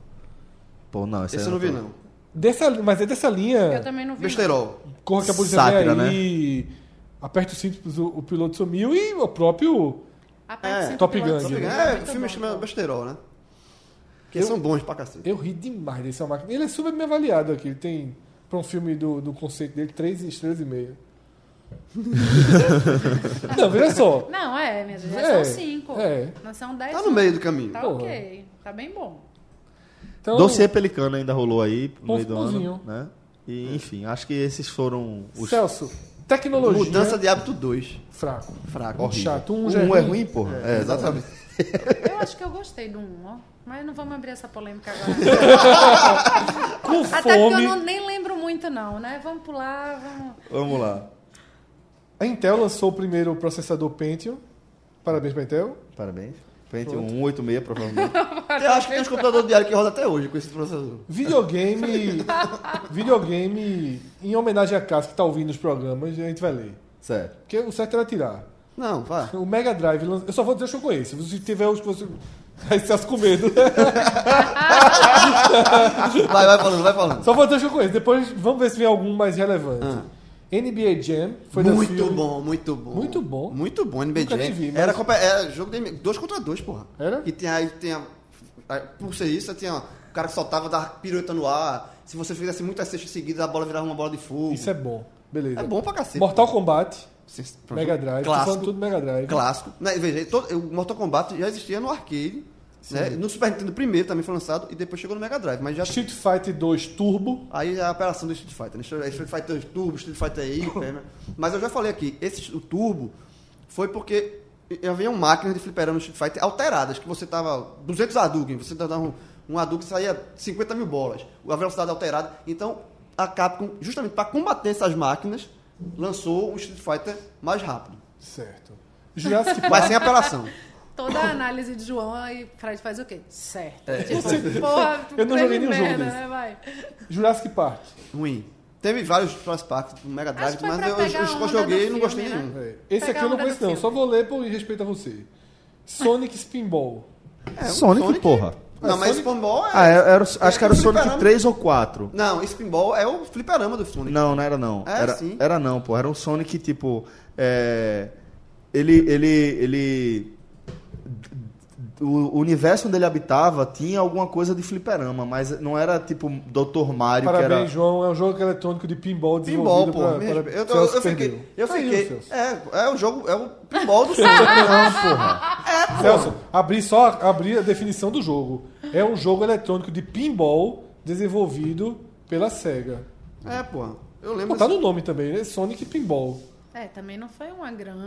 [SPEAKER 2] Pô, não, esse,
[SPEAKER 4] Esse
[SPEAKER 2] aí
[SPEAKER 4] eu não vi,
[SPEAKER 2] tô-
[SPEAKER 4] não.
[SPEAKER 3] Dessa, mas é dessa linha...
[SPEAKER 5] Eu também não vi.
[SPEAKER 4] Besteirol.
[SPEAKER 3] Corra que a polícia
[SPEAKER 2] Sátira,
[SPEAKER 3] vem aí, aperta o cinto, o, o piloto sumiu e o próprio...
[SPEAKER 5] A parte
[SPEAKER 4] É,
[SPEAKER 5] cinco
[SPEAKER 3] Top
[SPEAKER 5] pilotos
[SPEAKER 3] Gun,
[SPEAKER 5] do
[SPEAKER 3] né?
[SPEAKER 5] Top
[SPEAKER 4] É,
[SPEAKER 5] Gun,
[SPEAKER 4] filmes
[SPEAKER 5] muito
[SPEAKER 4] chama
[SPEAKER 5] bom.
[SPEAKER 4] Besterol, né? Que são bons pra cacete.
[SPEAKER 3] Eu ri demais desse máquina. Ele é super bem avaliado aqui. Ele tem, pra um filme do, do conceito dele, 3 estrelas e meio. Não, veja só.
[SPEAKER 5] Não, é, minha gente. já
[SPEAKER 3] É,
[SPEAKER 5] são cinco.
[SPEAKER 3] é.
[SPEAKER 5] Não são dez.
[SPEAKER 4] Tá no
[SPEAKER 5] não.
[SPEAKER 4] meio do caminho.
[SPEAKER 5] Tá
[SPEAKER 3] Porra.
[SPEAKER 5] ok. Tá bem bom.
[SPEAKER 3] Então,
[SPEAKER 2] Dossiê Pelicano ainda rolou aí no
[SPEAKER 3] Pô,
[SPEAKER 2] meio do ano.
[SPEAKER 3] bonzinho.
[SPEAKER 2] Né? E, enfim, acho que esses foram os.
[SPEAKER 3] Celso, tecnologia
[SPEAKER 4] Mudança de hábito 2.
[SPEAKER 3] fraco.
[SPEAKER 4] Fraco.
[SPEAKER 2] Horrível.
[SPEAKER 3] Chato. Um,
[SPEAKER 2] Um,
[SPEAKER 3] já
[SPEAKER 2] é ruim, porra. É, exatamente.
[SPEAKER 5] Eu acho que eu gostei do um, ó. Mas não vamos abrir essa polêmica agora.
[SPEAKER 3] Com
[SPEAKER 5] Até porque eu
[SPEAKER 3] fome.
[SPEAKER 5] não, nem lembro muito, não, né? Vamos pular, vamos.
[SPEAKER 2] Vamos lá.
[SPEAKER 3] A Intel lançou o primeiro processador Pentium. Parabéns pra Intel.
[SPEAKER 2] Parabéns. um Pentium 186, provavelmente.
[SPEAKER 4] Eu acho que tem uns computadores diários que roda até hoje com esse processador.
[SPEAKER 3] Videogame. videogame. Em homenagem a Cássio que tá ouvindo os programas, a gente vai ler.
[SPEAKER 2] Certo.
[SPEAKER 3] Porque o certo era tirar.
[SPEAKER 4] Não, vá.
[SPEAKER 3] O Mega Drive, lan- eu só vou dizer os que eu conheço. Se tiver os que você. Aí você com medo.
[SPEAKER 4] Vai, vai falando, vai falando.
[SPEAKER 3] só vou dizer os que eu conheço. Depois vamos ver se vem algum mais relevante.
[SPEAKER 4] Ah.
[SPEAKER 3] NBA Jam foi da
[SPEAKER 4] Muito
[SPEAKER 3] Phil.
[SPEAKER 4] bom, muito bom.
[SPEAKER 3] Muito bom.
[SPEAKER 4] Muito bom, NBA
[SPEAKER 3] Nunca nem
[SPEAKER 4] Jam.
[SPEAKER 3] vi, mas-
[SPEAKER 4] era, compa- era jogo de dois contra dois, porra.
[SPEAKER 3] Era?
[SPEAKER 4] E tem aí, tem a, a- por ser isso, tinha o cara que soltava, dava pirueta no ar. Se você fizesse muitas cestas seguidas, a bola virava uma bola de fogo.
[SPEAKER 3] Isso é bom. Beleza.
[SPEAKER 4] É bom pra cacete.
[SPEAKER 3] Mortal Kombat,
[SPEAKER 4] Sim, pronto.
[SPEAKER 3] Mega Drive. Tô
[SPEAKER 4] Clássico.
[SPEAKER 3] falando tudo Mega Drive.
[SPEAKER 4] Clássico. Né, veja, todo- o Mortal Kombat já existia no arcade. Né? No Super Nintendo primeiro também foi lançado e depois chegou no Mega Drive. Mas já.
[SPEAKER 3] Street Fighter 2 Turbo.
[SPEAKER 4] Aí é a operação do Street Fighter, né? Street Fighter Turbo, Street Fighter Hyper, né? Mas eu já falei aqui, esse, o Turbo foi porque havia máquinas de fliperama no Street Fighter alteradas, que você tava 200 Hadouken, você dava um, um Hadouken e saía 50 mil bolas, a velocidade alterada. Então, a Capcom, justamente para combater essas máquinas, lançou um Street Fighter mais rápido,
[SPEAKER 3] Certo. Jurassic Park.
[SPEAKER 4] mas sem apelação.
[SPEAKER 5] toda a análise de João e Fred faz o quê? Certo.
[SPEAKER 4] É.
[SPEAKER 5] Tipo,
[SPEAKER 4] Eu sei.
[SPEAKER 5] porra,
[SPEAKER 4] Eu não joguei
[SPEAKER 5] teve
[SPEAKER 4] nenhum jogo
[SPEAKER 5] merda,
[SPEAKER 4] desse.
[SPEAKER 5] né? Vai.
[SPEAKER 3] Jurassic Park.
[SPEAKER 4] Ruim. Teve vários Jurassic Park no Mega Drive,
[SPEAKER 5] que foi
[SPEAKER 4] mas
[SPEAKER 5] pra
[SPEAKER 4] eu, os-
[SPEAKER 5] pegar
[SPEAKER 4] os
[SPEAKER 5] a
[SPEAKER 4] que eu
[SPEAKER 5] onda
[SPEAKER 4] joguei
[SPEAKER 5] do
[SPEAKER 4] não gostei
[SPEAKER 5] filme, né?
[SPEAKER 4] nenhum.
[SPEAKER 3] É. Esse
[SPEAKER 5] Pegar
[SPEAKER 3] aqui eu não
[SPEAKER 5] onda
[SPEAKER 3] conheço,
[SPEAKER 5] do
[SPEAKER 3] não.
[SPEAKER 5] filme.
[SPEAKER 3] Só vou ler por respeito a você. Sonic Spinball.
[SPEAKER 2] Sonic, porra.
[SPEAKER 4] Não, mas Spinball é.
[SPEAKER 2] Ah, era- era- acho que era o
[SPEAKER 4] é
[SPEAKER 2] Sonic
[SPEAKER 4] fliperama.
[SPEAKER 2] 3 ou 4.
[SPEAKER 4] Não, Spinball é o fliperama do Sonic.
[SPEAKER 2] Não, não era não.
[SPEAKER 4] É,
[SPEAKER 2] era,
[SPEAKER 4] sim.
[SPEAKER 2] era não, pô. Era um Sonic, tipo. é, Ele. Ele. ele... O o universo onde ele habitava tinha alguma coisa de fliperama, mas não era tipo Dr. Mario,
[SPEAKER 3] Parabéns,
[SPEAKER 2] que era.
[SPEAKER 3] João. É um jogo eletrônico de pinball
[SPEAKER 4] Pinball,
[SPEAKER 3] desenvolvido
[SPEAKER 4] pô.
[SPEAKER 3] pra-
[SPEAKER 4] mesmo.
[SPEAKER 3] para...
[SPEAKER 4] eu, eu-
[SPEAKER 3] Celso
[SPEAKER 4] eu fiquei.
[SPEAKER 3] perdeu.
[SPEAKER 4] Eu
[SPEAKER 3] Tá aí,
[SPEAKER 4] fiquei.
[SPEAKER 3] Celso. tá
[SPEAKER 4] É, é o jogo, é o pinball do Sonic.
[SPEAKER 2] Ah,
[SPEAKER 3] Celso, abri só abri a definição do jogo. É um jogo eletrônico de pinball desenvolvido pela SEGA.
[SPEAKER 4] É, pô. Eu
[SPEAKER 3] Pô,
[SPEAKER 4] lembro.
[SPEAKER 3] tá no nome também, né? Sonic Pinball. É
[SPEAKER 5] É, também não foi uma grande,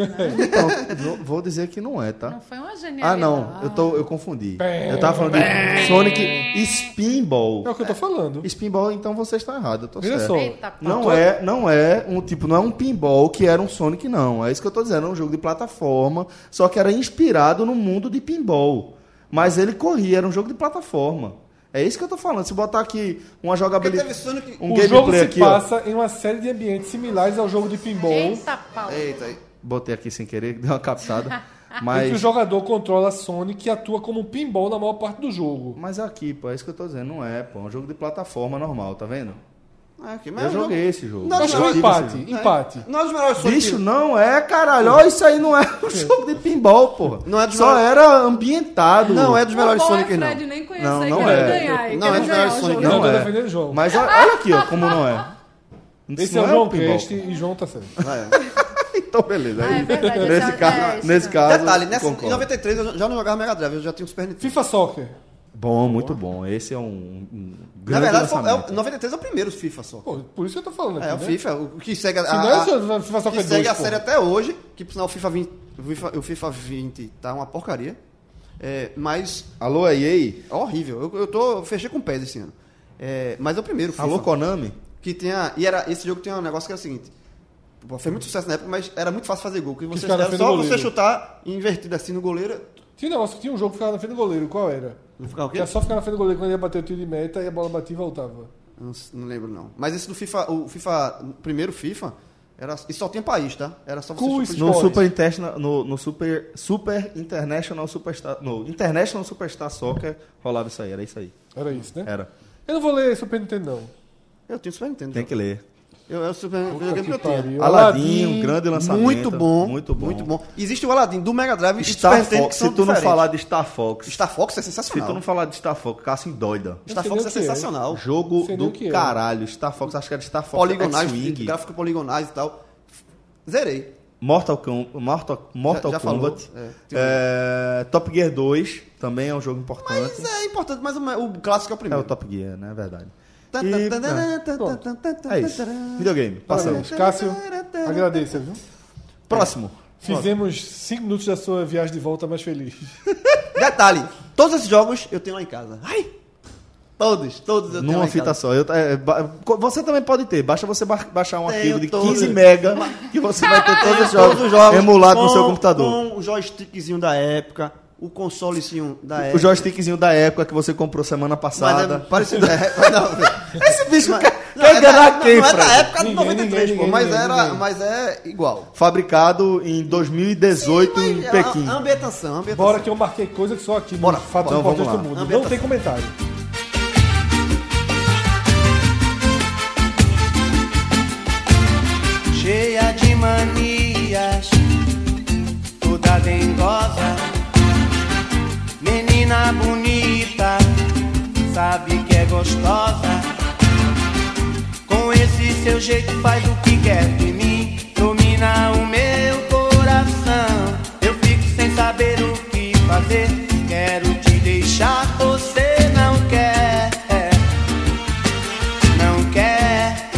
[SPEAKER 5] né?
[SPEAKER 2] Então, vou dizer que não é, tá?
[SPEAKER 5] Não foi uma
[SPEAKER 2] Ah,
[SPEAKER 5] genialidade.
[SPEAKER 2] não, eu, tô, eu confundi. Eu tava falando de Sonic Spinball.
[SPEAKER 3] É o que eu tô falando.
[SPEAKER 2] Spinball, então você está errado, eu tô
[SPEAKER 3] Veja
[SPEAKER 2] certo.
[SPEAKER 3] só.
[SPEAKER 5] Eita, pá.
[SPEAKER 2] Não é, não é um tipo, não é um pinball que era um Sonic, não. É isso que eu tô dizendo, é um jogo de plataforma, só que era inspirado no mundo de pinball. Mas ele corria, era um jogo de plataforma. É isso que eu tô falando. Se botar aqui uma
[SPEAKER 4] Porque
[SPEAKER 2] jogabilidade.
[SPEAKER 4] teve Sonic.
[SPEAKER 2] Um
[SPEAKER 3] o jogo
[SPEAKER 2] gameplay
[SPEAKER 3] se
[SPEAKER 2] aqui, ó.
[SPEAKER 3] passa em uma série de ambientes similares ao jogo de pinball,
[SPEAKER 5] Eita, pau.
[SPEAKER 4] Um. Eita, aí.
[SPEAKER 2] Botei aqui sem querer, deu uma captada.
[SPEAKER 3] em que o
[SPEAKER 2] Mas.
[SPEAKER 3] jogador controla Sonic e atua como um pinball na maior parte do jogo.
[SPEAKER 2] Mas aqui, pô, é isso que eu tô dizendo. Não é, pô. É um jogo de plataforma normal, tá vendo?
[SPEAKER 4] Ah, ok,
[SPEAKER 2] eu
[SPEAKER 4] é um jogo-
[SPEAKER 2] joguei esse jogo.
[SPEAKER 4] Não,
[SPEAKER 3] Mas
[SPEAKER 4] não,
[SPEAKER 3] foi um
[SPEAKER 2] Tive
[SPEAKER 3] empate,
[SPEAKER 2] esse jogo.
[SPEAKER 3] empate.
[SPEAKER 4] Não é dos melhores Sonic.
[SPEAKER 2] Bicho, não é, caralho. Ó, Isso aí não é um jogo de pinball, porra.
[SPEAKER 4] Não é dos
[SPEAKER 2] Só
[SPEAKER 4] melhores-
[SPEAKER 2] era ambientado.
[SPEAKER 4] Não é dos melhores
[SPEAKER 5] Bom,
[SPEAKER 4] Sonic,
[SPEAKER 5] é
[SPEAKER 4] não.
[SPEAKER 5] Fred nem conhecer
[SPEAKER 2] Não, não
[SPEAKER 5] querer
[SPEAKER 2] é.
[SPEAKER 5] ganhar. e
[SPEAKER 4] Não,
[SPEAKER 5] querer
[SPEAKER 4] é dos
[SPEAKER 5] ganhar
[SPEAKER 4] melhores
[SPEAKER 5] o jogo.
[SPEAKER 4] Sonic,
[SPEAKER 3] Eu
[SPEAKER 2] Não
[SPEAKER 3] tô
[SPEAKER 2] é.
[SPEAKER 3] defendendo o jogo.
[SPEAKER 2] Mas ó- olha aqui, ó, como não é.
[SPEAKER 3] Esse
[SPEAKER 2] Não um
[SPEAKER 3] é o João
[SPEAKER 2] pinball,
[SPEAKER 3] Cast e João tá certo.
[SPEAKER 2] Então, beleza.
[SPEAKER 5] Ah, é verdade, esse
[SPEAKER 2] nesse,
[SPEAKER 5] é-
[SPEAKER 2] caso,
[SPEAKER 5] é isso,
[SPEAKER 2] nesse
[SPEAKER 5] né?
[SPEAKER 2] caso.
[SPEAKER 4] Detalhe, nessa, em
[SPEAKER 2] concordo.
[SPEAKER 4] 93 eu já não jogava Mega Drive, eu já tinha o Super Nintendo.
[SPEAKER 3] FIFA Soccer.
[SPEAKER 2] Bom, muito bom. Esse é um, um
[SPEAKER 4] Na
[SPEAKER 2] grande
[SPEAKER 4] verdade, foi- é
[SPEAKER 2] lançamento.
[SPEAKER 4] o- 93 é o primeiro FIFA só.
[SPEAKER 3] Pô, por isso que eu tô falando aqui,
[SPEAKER 4] É, o
[SPEAKER 3] né?
[SPEAKER 4] FIFA, o que segue a,
[SPEAKER 3] Se
[SPEAKER 2] Ah,
[SPEAKER 3] não é
[SPEAKER 4] a-
[SPEAKER 3] só- FIFA Soccer
[SPEAKER 4] que segue
[SPEAKER 3] 2,
[SPEAKER 4] a
[SPEAKER 3] pô.
[SPEAKER 4] série até hoje, que por sinal o FIFA 20, o FIFA- o FIFA 20 tá uma porcaria. É, mas
[SPEAKER 2] Alô, EA?
[SPEAKER 4] é horrível. Eu, eu tô eu fechei com pés esse ano. É, mas é o primeiro
[SPEAKER 3] Tá
[SPEAKER 4] FIFA.
[SPEAKER 2] Alô, Konami?
[SPEAKER 4] que tinha, e era esse jogo tem um negócio que é o seguinte, pô, fez muito sucesso na época, mas era muito fácil fazer gol, que você
[SPEAKER 3] os caras
[SPEAKER 4] era
[SPEAKER 3] fez
[SPEAKER 4] só
[SPEAKER 3] no
[SPEAKER 4] você
[SPEAKER 3] goleiro.
[SPEAKER 4] chutar e invertido assim no goleiro,
[SPEAKER 3] Tinha um negócio, tinha um jogo que ficava na frente do goleiro, qual era?
[SPEAKER 4] não ficava o
[SPEAKER 3] Que
[SPEAKER 4] quê?
[SPEAKER 3] era só ficar na frente do goleiro quando ele ia bater o tiro de meta e a bola batia e voltava.
[SPEAKER 4] Não, s- não lembro não. Mas esse do FIFA, o FIFA, o primeiro FIFA, era, e só tinha país, tá? Era só você
[SPEAKER 3] Cool
[SPEAKER 4] chutar-
[SPEAKER 2] No
[SPEAKER 3] Esportes.
[SPEAKER 2] Super, Interna- no, no Super, Super International Superstar. No International Superstar Soccer rolava isso aí, era isso aí.
[SPEAKER 3] Era isso, né?
[SPEAKER 2] Era.
[SPEAKER 3] Eu não vou ler Super Nintendo, não.
[SPEAKER 4] Eu tenho Super Nintendo.
[SPEAKER 2] Tem que ler.
[SPEAKER 4] Eu, eu Super
[SPEAKER 3] Puta
[SPEAKER 4] videogame que eu
[SPEAKER 3] que
[SPEAKER 4] tinha.
[SPEAKER 3] pariu.
[SPEAKER 2] Aladdin,
[SPEAKER 3] Aladdin,
[SPEAKER 2] um grande lançamento.
[SPEAKER 4] Muito bom.
[SPEAKER 2] Muito bom.
[SPEAKER 4] Muito bom. Existe o Aladdin do Mega Drive e do Super
[SPEAKER 2] Star
[SPEAKER 4] Nintendo que
[SPEAKER 2] Fox,
[SPEAKER 4] são
[SPEAKER 2] se tu não
[SPEAKER 4] diferentes.
[SPEAKER 2] falar de Star Fox.
[SPEAKER 4] Star Fox é
[SPEAKER 2] Se tu
[SPEAKER 4] sensacional.
[SPEAKER 2] não falar de Star Fox, Cassim doida.
[SPEAKER 4] Star
[SPEAKER 3] sei
[SPEAKER 4] Fox
[SPEAKER 3] nem
[SPEAKER 4] é
[SPEAKER 3] o que é.
[SPEAKER 4] sensacional.
[SPEAKER 2] Jogo
[SPEAKER 3] Sei nem
[SPEAKER 2] do
[SPEAKER 3] o que é.
[SPEAKER 2] caralho. Star Fox, acho que era Star Fox
[SPEAKER 4] Poligonais,
[SPEAKER 2] X-Wing.
[SPEAKER 4] gráfico poligonais e tal. Zerei.
[SPEAKER 2] Mortal, Com Mortal, Mortal
[SPEAKER 4] Já- já
[SPEAKER 2] Kombat.
[SPEAKER 4] falou. É, tem
[SPEAKER 2] É, Top Gear 2 também é um jogo importante.
[SPEAKER 4] Mas é importante, mas o o clássico é o
[SPEAKER 2] É o
[SPEAKER 4] primeiro.
[SPEAKER 2] Top Gear, né? É verdade.
[SPEAKER 4] Tá, tá,
[SPEAKER 2] E,
[SPEAKER 4] tá,
[SPEAKER 2] né,
[SPEAKER 4] tá, tá,
[SPEAKER 3] Pronto.
[SPEAKER 4] tá, tá, tá,
[SPEAKER 2] é isso.
[SPEAKER 4] tá, tá.
[SPEAKER 2] Videogame. Passamos.
[SPEAKER 3] Parabéns, Cássio. Agradeça, viu?
[SPEAKER 2] Próximo.
[SPEAKER 3] Fizemos 5 minutos da sua viagem de volta mais feliz.
[SPEAKER 4] Detalhe, todos esses jogos eu tenho lá em casa. Ai! Todos, todos eu tenho lá
[SPEAKER 2] Numa
[SPEAKER 4] em
[SPEAKER 2] fita
[SPEAKER 4] casa.
[SPEAKER 2] só. Eu- é, ba- co- você também pode ter. Basta você ba- baixar um
[SPEAKER 4] Tenho
[SPEAKER 2] arquivo de
[SPEAKER 4] todos.
[SPEAKER 2] 15 mega que você vai ter todos os jogos,
[SPEAKER 4] Todos os jogos
[SPEAKER 2] emulados no
[SPEAKER 4] com-
[SPEAKER 2] seu computador.
[SPEAKER 4] Com o joystickzinho da época, o consolezinho da
[SPEAKER 2] O
[SPEAKER 4] época.
[SPEAKER 2] joystickzinho da época que você comprou semana
[SPEAKER 4] Ah, é. Mas
[SPEAKER 2] passada.
[SPEAKER 4] é parecido. É, mas não,
[SPEAKER 2] Esse bicho
[SPEAKER 4] mas-
[SPEAKER 2] quer,
[SPEAKER 4] não,
[SPEAKER 2] quer
[SPEAKER 4] é
[SPEAKER 2] enganar
[SPEAKER 4] da,
[SPEAKER 2] quem,
[SPEAKER 4] não, é
[SPEAKER 2] Fred?
[SPEAKER 4] da época de
[SPEAKER 3] Ninguém,
[SPEAKER 4] 93,
[SPEAKER 3] ninguém,
[SPEAKER 4] pô, mas,
[SPEAKER 3] ninguém,
[SPEAKER 4] era,
[SPEAKER 3] ninguém.
[SPEAKER 4] mas é igual.
[SPEAKER 2] Fabricado em 2018 em
[SPEAKER 4] Mas, é,
[SPEAKER 2] Pequim.
[SPEAKER 4] a- a Ambientação, a ambientação.
[SPEAKER 3] Bora que eu marquei coisa que só aqui.
[SPEAKER 4] Bora,
[SPEAKER 3] Fato
[SPEAKER 2] bora. Então,
[SPEAKER 3] importante
[SPEAKER 2] vamos
[SPEAKER 3] do
[SPEAKER 2] lá.
[SPEAKER 3] mundo. Não
[SPEAKER 4] Ambientação.
[SPEAKER 3] tem comentário.
[SPEAKER 11] cheia de manias, toda dengosa. Menina bonita, sabe que é gostosa. Com esse seu jeito faz o que quer de mim, domina o meu coração. Eu fico sem saber o que fazer, quero te deixar, você não quer. Não quer.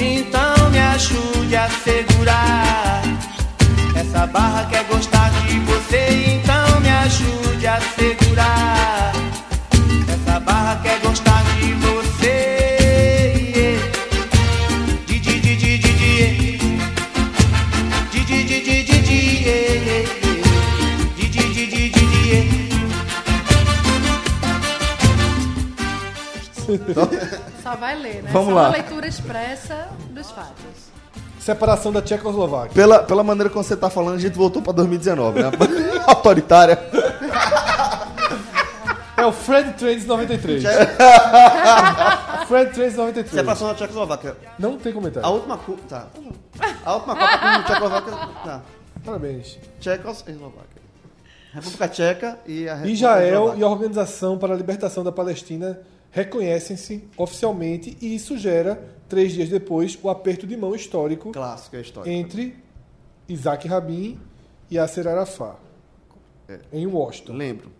[SPEAKER 11] Então me ajude a segurar essa barra quer gostar de você. Então me ajude a segurar essa barra quer gostar de você. yeah. Di, di, di, di, di, di,
[SPEAKER 5] Só vai ler, né?
[SPEAKER 2] Vamos
[SPEAKER 5] Só
[SPEAKER 2] lá.
[SPEAKER 5] uma leitura expressa dos fatos.
[SPEAKER 3] Separação da Tchecoslováquia.
[SPEAKER 2] Pela, pela maneira como você tá falando, a gente voltou pra 2019, né? Autoritária.
[SPEAKER 3] É o Fred Trends 93. Fred Trends 93.
[SPEAKER 4] Separação da Tchecoslováquia.
[SPEAKER 3] Não tem
[SPEAKER 4] A
[SPEAKER 3] comentário.
[SPEAKER 4] última Copa. Tá. A última Copa com Tchecoslováquia. Tá.
[SPEAKER 3] Parabéns.
[SPEAKER 4] Tchecoslováquia. República Tcheca e a República
[SPEAKER 3] Israel
[SPEAKER 4] Eslováquia.
[SPEAKER 3] e a Organização para a Libertação da Palestina reconhecem-se oficialmente e isso gera, três dias depois, o aperto de mão histórico
[SPEAKER 4] Clássica história.
[SPEAKER 3] entre Isaac Rabin e Yasser Arafat,
[SPEAKER 4] É.
[SPEAKER 3] em Washington.
[SPEAKER 4] Lembro.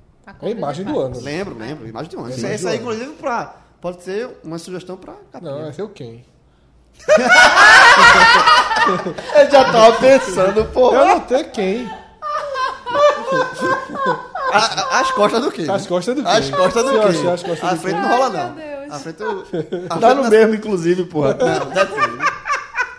[SPEAKER 3] É a imagem do ano.
[SPEAKER 4] Lembro, lembro. Imagem de onde.
[SPEAKER 3] Sim.
[SPEAKER 4] Essa aí, inclusive, pra... pode ser uma sugestão pra capinha.
[SPEAKER 3] Não, esse é o quem?
[SPEAKER 2] Eu já tava pensando, pô.
[SPEAKER 3] Eu não tenho quem.
[SPEAKER 4] As, as costas do quê?
[SPEAKER 3] As
[SPEAKER 4] né?
[SPEAKER 3] costas do quem?
[SPEAKER 4] As costas do
[SPEAKER 3] Se eu
[SPEAKER 4] quê?
[SPEAKER 3] achar as costas
[SPEAKER 4] A
[SPEAKER 3] do
[SPEAKER 4] frente
[SPEAKER 3] quem?
[SPEAKER 4] não rola,
[SPEAKER 5] Ai,
[SPEAKER 4] não.
[SPEAKER 5] meu Deus.
[SPEAKER 4] A frente... eu- A
[SPEAKER 2] Tá
[SPEAKER 4] frente
[SPEAKER 2] no
[SPEAKER 4] não-
[SPEAKER 2] mesmo, inclusive, porra.
[SPEAKER 4] Não, depende.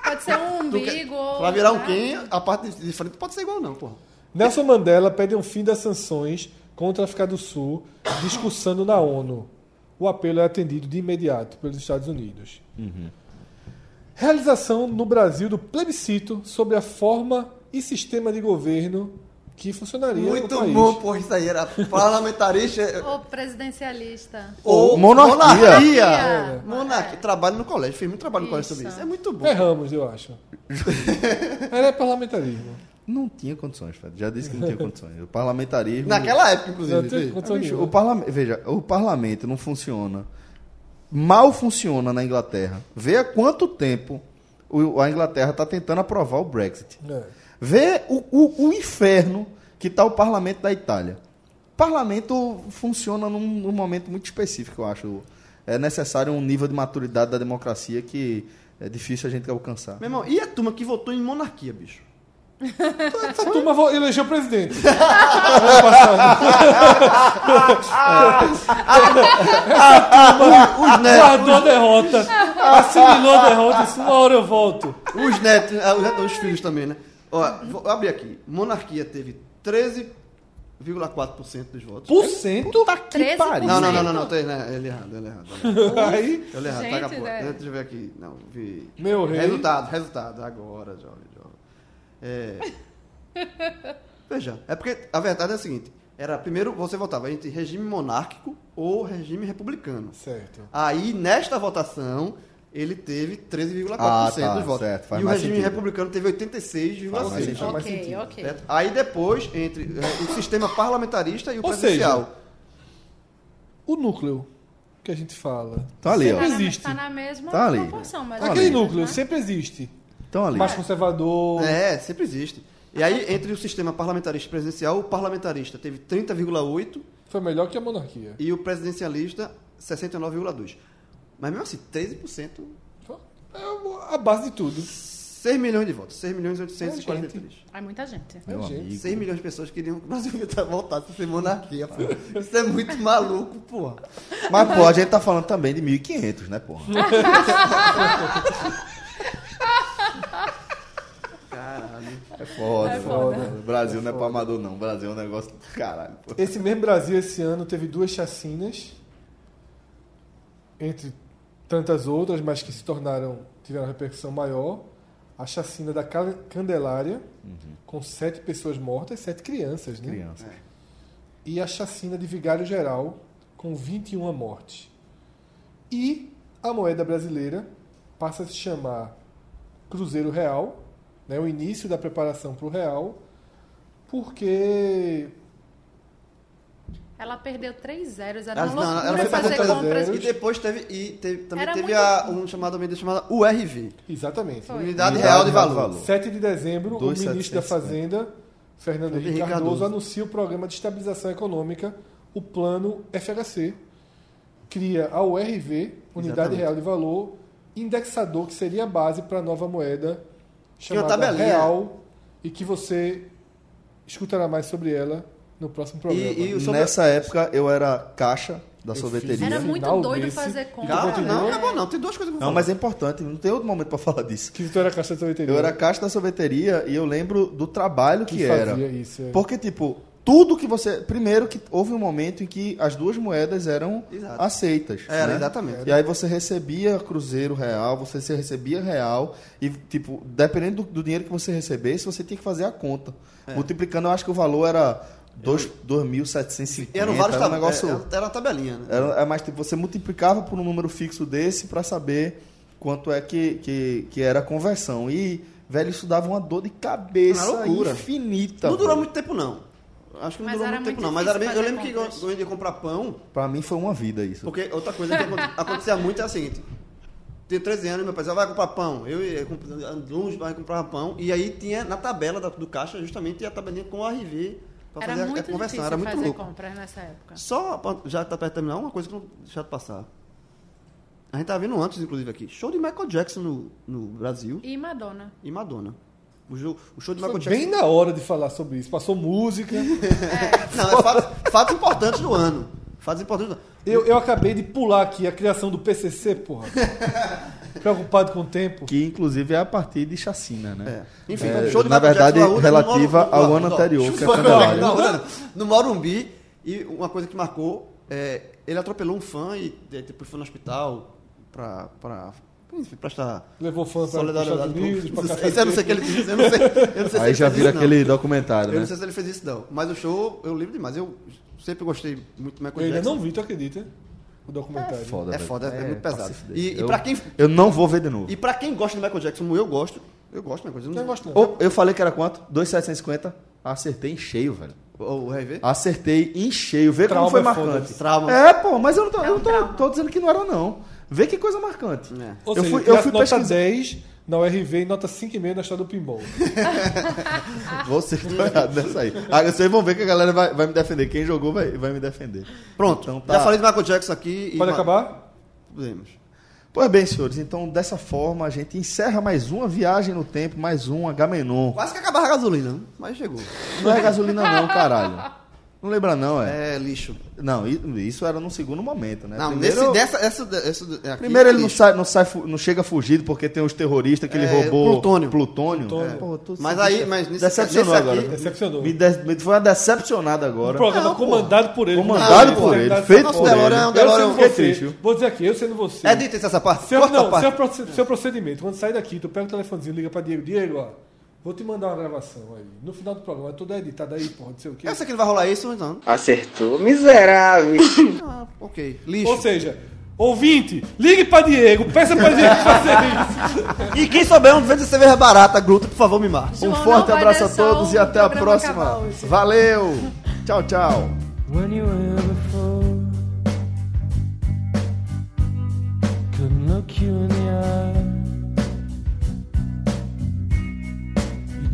[SPEAKER 5] Pode ser um
[SPEAKER 4] Tu quer-
[SPEAKER 5] umbigo. ou-
[SPEAKER 4] Pra virar um
[SPEAKER 5] né?
[SPEAKER 4] quem, a parte de frente pode ser igual, não, porra.
[SPEAKER 3] Nelson Mandela pede um fim das sanções contra a África do Sul, discursando na ONU. O apelo é atendido de imediato pelos Estados Unidos. Realização no Brasil do plebiscito sobre a forma e sistema de governo que funcionaria no
[SPEAKER 4] Muito
[SPEAKER 3] país.
[SPEAKER 4] bom, porra, isso aí era parlamentarista
[SPEAKER 5] Ou presidencialista.
[SPEAKER 4] ou
[SPEAKER 2] Monarquia.
[SPEAKER 4] monarquia.
[SPEAKER 5] É.
[SPEAKER 4] Monarquia. Trabalho no colégio, fiz muito trabalho no colégio sobre
[SPEAKER 5] Isso.
[SPEAKER 4] isso. É muito bom.
[SPEAKER 3] Erramos, eu acho. Era parlamentarismo.
[SPEAKER 2] Não tinha condições, Fred. Já disse que não tinha condições. O parlamentarismo. Ah,
[SPEAKER 4] Naquela época,
[SPEAKER 3] Não
[SPEAKER 4] inclusive.
[SPEAKER 3] tem
[SPEAKER 4] veja.
[SPEAKER 3] condição
[SPEAKER 2] Bicho,
[SPEAKER 3] nenhuma.
[SPEAKER 2] o parlamento, veja, o parlamento não funciona. Mal funciona na Inglaterra. Vê há quanto tempo o- a Inglaterra está tentando aprovar o Brexit.
[SPEAKER 3] É.
[SPEAKER 2] Vê o, o- o inferno que está o parlamento da Itália. O parlamento funciona num, num momento muito específico, eu acho. É necessário um nível de maturidade da democracia que é difícil a gente alcançar.
[SPEAKER 4] Meu irmão, e a turma que votou em monarquia, bicho?
[SPEAKER 3] Essa turma vo- elegeu presidente.
[SPEAKER 4] Os netos, Ah.
[SPEAKER 3] Guardou a derrota. Assimilou a derrota. Isso uma hora eu volto.
[SPEAKER 4] os netos, ah, os, netos, os filhos também, né? Ó, vou abrir aqui. Monarquia teve 13,4% dos votos.
[SPEAKER 3] Por cento?
[SPEAKER 5] 13%.
[SPEAKER 4] Não, não, não, não, não, tá errado, ele errado, ele errado. ele errado.
[SPEAKER 3] Aí,
[SPEAKER 4] Eu li errado,
[SPEAKER 5] Gente,
[SPEAKER 4] tá com a porra.
[SPEAKER 5] né?
[SPEAKER 4] Deixa eu ver aqui. Não, vi.
[SPEAKER 3] Meu rei.
[SPEAKER 4] Resultado, resultado. Agora, jovem, jovem. É... Veja, é porque a verdade é a seguinte. Era, primeiro, você votava entre regime monárquico ou regime republicano.
[SPEAKER 3] Certo.
[SPEAKER 4] Aí, nesta votação, ele teve 13,4%
[SPEAKER 2] Ah, tá,
[SPEAKER 4] dos votos.
[SPEAKER 2] certo, faz
[SPEAKER 4] e o
[SPEAKER 2] mais
[SPEAKER 4] regime
[SPEAKER 2] sentido.
[SPEAKER 4] republicano teve 86,6%.
[SPEAKER 3] Ou seja, faz mais
[SPEAKER 5] Ok,
[SPEAKER 3] sentido.
[SPEAKER 5] ok.
[SPEAKER 4] Certo? Aí depois, entre eh, o sistema parlamentarista e o
[SPEAKER 3] Ou
[SPEAKER 4] presidencial.
[SPEAKER 3] seja, O núcleo que a gente fala.
[SPEAKER 2] Então ali,
[SPEAKER 5] Tá
[SPEAKER 2] ó.
[SPEAKER 5] na,
[SPEAKER 3] existe.
[SPEAKER 5] tá na mesma
[SPEAKER 2] Tá ali.
[SPEAKER 5] proporção, mas
[SPEAKER 2] Tá
[SPEAKER 3] Aquele
[SPEAKER 2] ali.
[SPEAKER 3] núcleo sempre existe.
[SPEAKER 2] Então ali.
[SPEAKER 3] Mais conservador.
[SPEAKER 4] É, sempre existe. E aí, entre o sistema parlamentarista e presidencial, o parlamentarista teve 30,8%
[SPEAKER 3] Foi melhor que a monarquia.
[SPEAKER 4] e o presidencialista 69,2%. Mas mesmo assim, 13%,
[SPEAKER 3] É a base de tudo.
[SPEAKER 4] 6 milhões de votos. 6 milhões e
[SPEAKER 3] É,
[SPEAKER 4] 843.
[SPEAKER 5] É muita gente.
[SPEAKER 2] Meu
[SPEAKER 3] gente.
[SPEAKER 2] amigo.
[SPEAKER 4] 6 milhões de pessoas queriam que o Brasil voltasse a ser monarquia, pô. Isso é muito maluco, porra.
[SPEAKER 2] Mas, pô, a gente tá falando também de 1.500, né, porra?
[SPEAKER 4] Caralho.
[SPEAKER 2] É foda,
[SPEAKER 5] É
[SPEAKER 2] foda.
[SPEAKER 5] foda.
[SPEAKER 2] O Brasil não é pra amador, não. O Brasil é um negócio do caralho. Pô.
[SPEAKER 3] Esse mesmo Brasil, esse ano, teve duas chacinas. Entre tantas outras, mas que se tornaram. tiveram repercussão maior. A chacina da Cal- Candelária, com sete pessoas mortas, sete crianças, né?
[SPEAKER 2] Criança.
[SPEAKER 3] e a chacina de Vigário Geral, com 21 mortes. E a moeda brasileira passa a se chamar Cruzeiro Real, né, o início da preparação para o Real, porque
[SPEAKER 5] Ela perdeu três zeros. Era
[SPEAKER 4] Ela-
[SPEAKER 5] uma loucura
[SPEAKER 4] Ah, não, ela foi
[SPEAKER 5] fazer
[SPEAKER 4] fazer
[SPEAKER 5] compras.
[SPEAKER 4] E depois teve, e teve- também
[SPEAKER 5] Era
[SPEAKER 4] teve
[SPEAKER 5] muito-
[SPEAKER 4] a- um chamado, uma medida chamada URV.
[SPEAKER 3] Exatamente.
[SPEAKER 5] Foi.
[SPEAKER 4] Unidade Real de Valor.
[SPEAKER 3] 7 de dezembro,
[SPEAKER 2] Dois,
[SPEAKER 3] o ministro da
[SPEAKER 2] 750.
[SPEAKER 3] Fazenda, Fernando Henrique
[SPEAKER 4] Henrique
[SPEAKER 3] Cardoso,
[SPEAKER 4] Cardoso.
[SPEAKER 3] anuncia o programa de estabilização econômica, o Plano FHC. Cria a URV, Unidade
[SPEAKER 4] Exatamente.
[SPEAKER 3] Real de Valor, indexador, que seria a base para a nova moeda
[SPEAKER 4] Tinha uma
[SPEAKER 3] chamada
[SPEAKER 4] tabelinha.
[SPEAKER 3] Real, e que você escutará mais sobre ela no próximo programa.
[SPEAKER 4] E- e o- sobre-
[SPEAKER 2] Nessa época eu era caixa da sorveteria.
[SPEAKER 5] Era
[SPEAKER 3] no
[SPEAKER 5] muito
[SPEAKER 3] final
[SPEAKER 5] doido
[SPEAKER 3] desse-
[SPEAKER 5] fazer
[SPEAKER 3] e tu
[SPEAKER 5] compra.
[SPEAKER 4] Calma,
[SPEAKER 3] continua?
[SPEAKER 4] não, acabou não. Tem duas coisas que eu vou
[SPEAKER 2] Não,
[SPEAKER 4] falar.
[SPEAKER 2] mas é importante, não tem outro momento pra falar disso.
[SPEAKER 3] Que Vitória Caixa da Sorveteria.
[SPEAKER 2] Eu era caixa da sorveteria e eu lembro do trabalho que,
[SPEAKER 3] Uhum. que fazia
[SPEAKER 2] era.
[SPEAKER 3] isso. é.
[SPEAKER 2] Porque, tipo, tudo que você. Primeiro que houve um momento em que as duas moedas eram
[SPEAKER 4] Exato.
[SPEAKER 2] aceitas.
[SPEAKER 4] Era,
[SPEAKER 2] né?
[SPEAKER 4] exatamente.
[SPEAKER 2] E aí você recebia Cruzeiro Real, você se recebia real, e, tipo, dependendo do, do dinheiro que você recebesse, você tinha que fazer a conta. Multiplicando, eu acho que o valor era dois- 2.750.
[SPEAKER 4] E eram vários
[SPEAKER 2] era um
[SPEAKER 4] tab-
[SPEAKER 2] negócio.
[SPEAKER 4] era- Era uma tabelinha, né?
[SPEAKER 2] Era, é mais tipo, você multiplicava por um número fixo desse para saber quanto é que, que, que era a conversão. E, velho, isso dava uma dor de cabeça
[SPEAKER 4] Uma loucura.
[SPEAKER 3] Tá
[SPEAKER 2] infinita.
[SPEAKER 4] não durou
[SPEAKER 2] pô.
[SPEAKER 4] muito tempo, não. Acho que não
[SPEAKER 5] Mas
[SPEAKER 4] durou
[SPEAKER 5] era
[SPEAKER 4] muito tempo,
[SPEAKER 5] muito
[SPEAKER 4] não. Mas era bem, eu
[SPEAKER 5] difícil
[SPEAKER 4] lembro que
[SPEAKER 5] fazer
[SPEAKER 4] eu eu ia comprar pão,
[SPEAKER 2] Pra mim foi uma vida isso.
[SPEAKER 4] porque outra coisa que aconte- acontecia muito é a seguinte. Tinha 13 anos, meu pai dizia, vai comprar pão. Eu ia comp- longe, vai comprar pão. E aí tinha, na tabela da- do caixa, justamente, a tabelinha com o RV pra
[SPEAKER 5] Era
[SPEAKER 4] fazer a- a,
[SPEAKER 5] muito
[SPEAKER 4] conversão.
[SPEAKER 5] difícil
[SPEAKER 4] Era muito
[SPEAKER 5] fazer
[SPEAKER 4] louco.
[SPEAKER 5] compras nessa época.
[SPEAKER 4] Só, pra- já tá perto de terminar, uma coisa que não deixa de passar. A gente tava vendo antes, inclusive, aqui. Show de Michael Jackson no, no Brasil
[SPEAKER 5] E Madonna.
[SPEAKER 4] e Madonna. O, jo- o show de Michael
[SPEAKER 3] Foi
[SPEAKER 4] Jackson...
[SPEAKER 3] bem na hora de falar sobre isso. Passou música.
[SPEAKER 4] Não, é fato, fato importante do ano. Fatos importantes do ano.
[SPEAKER 3] Eu, eu acabei de pular aqui a criação do PCC, porra. Preocupado com o tempo.
[SPEAKER 2] Que inclusive é a partir de chacina, né?
[SPEAKER 4] É. Enfim,
[SPEAKER 2] É,
[SPEAKER 4] show de
[SPEAKER 2] na
[SPEAKER 4] Michael
[SPEAKER 2] verdade,
[SPEAKER 4] Jackson, a Urna,
[SPEAKER 2] relativa
[SPEAKER 4] no Moro-
[SPEAKER 2] ao
[SPEAKER 4] no-
[SPEAKER 2] ano
[SPEAKER 4] no-
[SPEAKER 2] anterior, que é
[SPEAKER 4] Não,
[SPEAKER 2] Candelária.
[SPEAKER 4] não, não, não. tá No Morumbi, e uma coisa que marcou, é, ele atropelou um fã e é, tipo, foi no hospital pra, pra, enfim, prestar
[SPEAKER 3] Levou fã para os Estados
[SPEAKER 4] solidariedade.
[SPEAKER 3] Unidos,
[SPEAKER 4] com-
[SPEAKER 3] pra
[SPEAKER 4] Isso-
[SPEAKER 3] cacete.
[SPEAKER 4] Isso eu não sei o que ele disse, eu não sei. eu não sei se
[SPEAKER 2] Aí
[SPEAKER 4] ele
[SPEAKER 2] já
[SPEAKER 4] É.
[SPEAKER 2] vira
[SPEAKER 4] fez isso, não.
[SPEAKER 2] aquele documentário,
[SPEAKER 4] Eu
[SPEAKER 2] né?
[SPEAKER 4] não sei se ele fez isso, não. Mas o show, eu lembro demais. Eu sempre gostei muito do
[SPEAKER 3] Eu
[SPEAKER 4] Michael
[SPEAKER 3] ainda
[SPEAKER 4] Jackson.
[SPEAKER 3] não vi, tu acredita? O documentário.
[SPEAKER 4] É
[SPEAKER 2] velho.
[SPEAKER 4] foda, é, muito pesado.
[SPEAKER 2] pacífico
[SPEAKER 4] E,
[SPEAKER 2] dele.
[SPEAKER 4] e,
[SPEAKER 2] eu,
[SPEAKER 4] pra quem,
[SPEAKER 2] eu não vou ver de novo.
[SPEAKER 4] e pra quem gosta do Michael Jackson, como eu gosto, eu gosto do Michael Jackson. Eu não gosto não.
[SPEAKER 2] Ou, eu falei que era quanto? 2,750. Acertei em cheio, velho.
[SPEAKER 4] Ou o Rever?
[SPEAKER 2] Acertei em cheio. Vê
[SPEAKER 3] Trauma
[SPEAKER 2] como foi
[SPEAKER 3] é foda.
[SPEAKER 2] marcante.
[SPEAKER 4] Trauma.
[SPEAKER 2] É, pô, mas eu não, tô, eu não tô-
[SPEAKER 5] trauma.
[SPEAKER 2] tô dizendo que não era, não. Vê que coisa marcante.
[SPEAKER 4] É.
[SPEAKER 3] Ou
[SPEAKER 2] eu
[SPEAKER 3] seja,
[SPEAKER 2] fui-
[SPEAKER 3] ele
[SPEAKER 2] eu fui
[SPEAKER 3] gasta nota
[SPEAKER 2] pesquisar.
[SPEAKER 3] 10 na URV e nota 5,5 na história do pinball.
[SPEAKER 2] Vocês estão errados nessa aí. Ah, vocês vão ver que a galera vai, vai me defender. Quem jogou vai, vai me defender.
[SPEAKER 4] Pronto,
[SPEAKER 2] Então tá.
[SPEAKER 4] já falei de Michael Jackson aqui. e
[SPEAKER 3] Pode
[SPEAKER 4] ma-
[SPEAKER 3] acabar?
[SPEAKER 4] Podemos.
[SPEAKER 2] Pois bem, senhores, então dessa forma a gente encerra mais uma viagem no tempo, mais um Agamenon.
[SPEAKER 4] Quase que acabava a gasolina, mas chegou.
[SPEAKER 2] Não é gasolina não, caralho. Não lembra não, é?
[SPEAKER 4] É lixo.
[SPEAKER 2] Não, i- isso era num segundo momento, né?
[SPEAKER 4] Não,
[SPEAKER 2] Primeiro-
[SPEAKER 4] nesse, dessa, essa, essa, é aqui,
[SPEAKER 2] Primeiro ele não
[SPEAKER 4] lixo.
[SPEAKER 2] sai, não sai, fu- não chega fugido porque tem os terroristas que ele
[SPEAKER 4] É,
[SPEAKER 2] roubou
[SPEAKER 4] plutônio.
[SPEAKER 2] plutônio.
[SPEAKER 3] Plutônio.
[SPEAKER 2] É. Pô, tô
[SPEAKER 4] Mas
[SPEAKER 2] sentindo-
[SPEAKER 4] aí, mas nesse,
[SPEAKER 2] decepcionou
[SPEAKER 4] nesse
[SPEAKER 2] agora.
[SPEAKER 4] aqui-
[SPEAKER 3] Decepcionou.
[SPEAKER 2] Me de- me- foi uma decepcionada
[SPEAKER 3] Um
[SPEAKER 2] agora.
[SPEAKER 3] programa
[SPEAKER 4] Não,
[SPEAKER 3] comandado por ele.
[SPEAKER 2] Comandado
[SPEAKER 3] Não,
[SPEAKER 2] por ele,
[SPEAKER 3] verdade,
[SPEAKER 2] feito
[SPEAKER 3] só
[SPEAKER 2] por
[SPEAKER 4] ele.
[SPEAKER 3] Eu
[SPEAKER 4] Delorão,
[SPEAKER 3] sendo
[SPEAKER 2] fiquei
[SPEAKER 3] você,
[SPEAKER 2] triste.
[SPEAKER 3] Vou dizer aqui, eu sendo você.
[SPEAKER 4] É dito isso essa parte.
[SPEAKER 3] Seu,
[SPEAKER 4] Corta a
[SPEAKER 3] não,
[SPEAKER 4] parte.
[SPEAKER 3] seu, proce- seu procedimento. Quando sair daqui, tu pega o telefonezinho, liga pra Diego. Diego, ó, vou te mandar uma gravação aí. No final do programa, é tudo editado aí, porra, não sei o quê.
[SPEAKER 4] Eu sei que ele vai rolar isso, mas não.
[SPEAKER 11] Ah.
[SPEAKER 1] Acertou, miserável.
[SPEAKER 4] Ah, ok. Lixo.
[SPEAKER 3] Ou seja, ouvinte, ligue pra Diego, peça pra Diego fazer isso.
[SPEAKER 4] E quem souber um onde vende cerveja barata, gruta, por favor, me marque.
[SPEAKER 2] Um
[SPEAKER 5] João, não
[SPEAKER 2] forte
[SPEAKER 5] vai
[SPEAKER 2] abraço a
[SPEAKER 5] deixar
[SPEAKER 2] todos
[SPEAKER 5] o
[SPEAKER 2] e até a
[SPEAKER 5] programa
[SPEAKER 2] próxima.
[SPEAKER 5] acabar hoje.
[SPEAKER 2] Valeu. Tchau, tchau.
[SPEAKER 12] when you were before. Couldn't look you in the eye. You're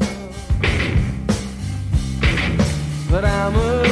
[SPEAKER 12] But I'm a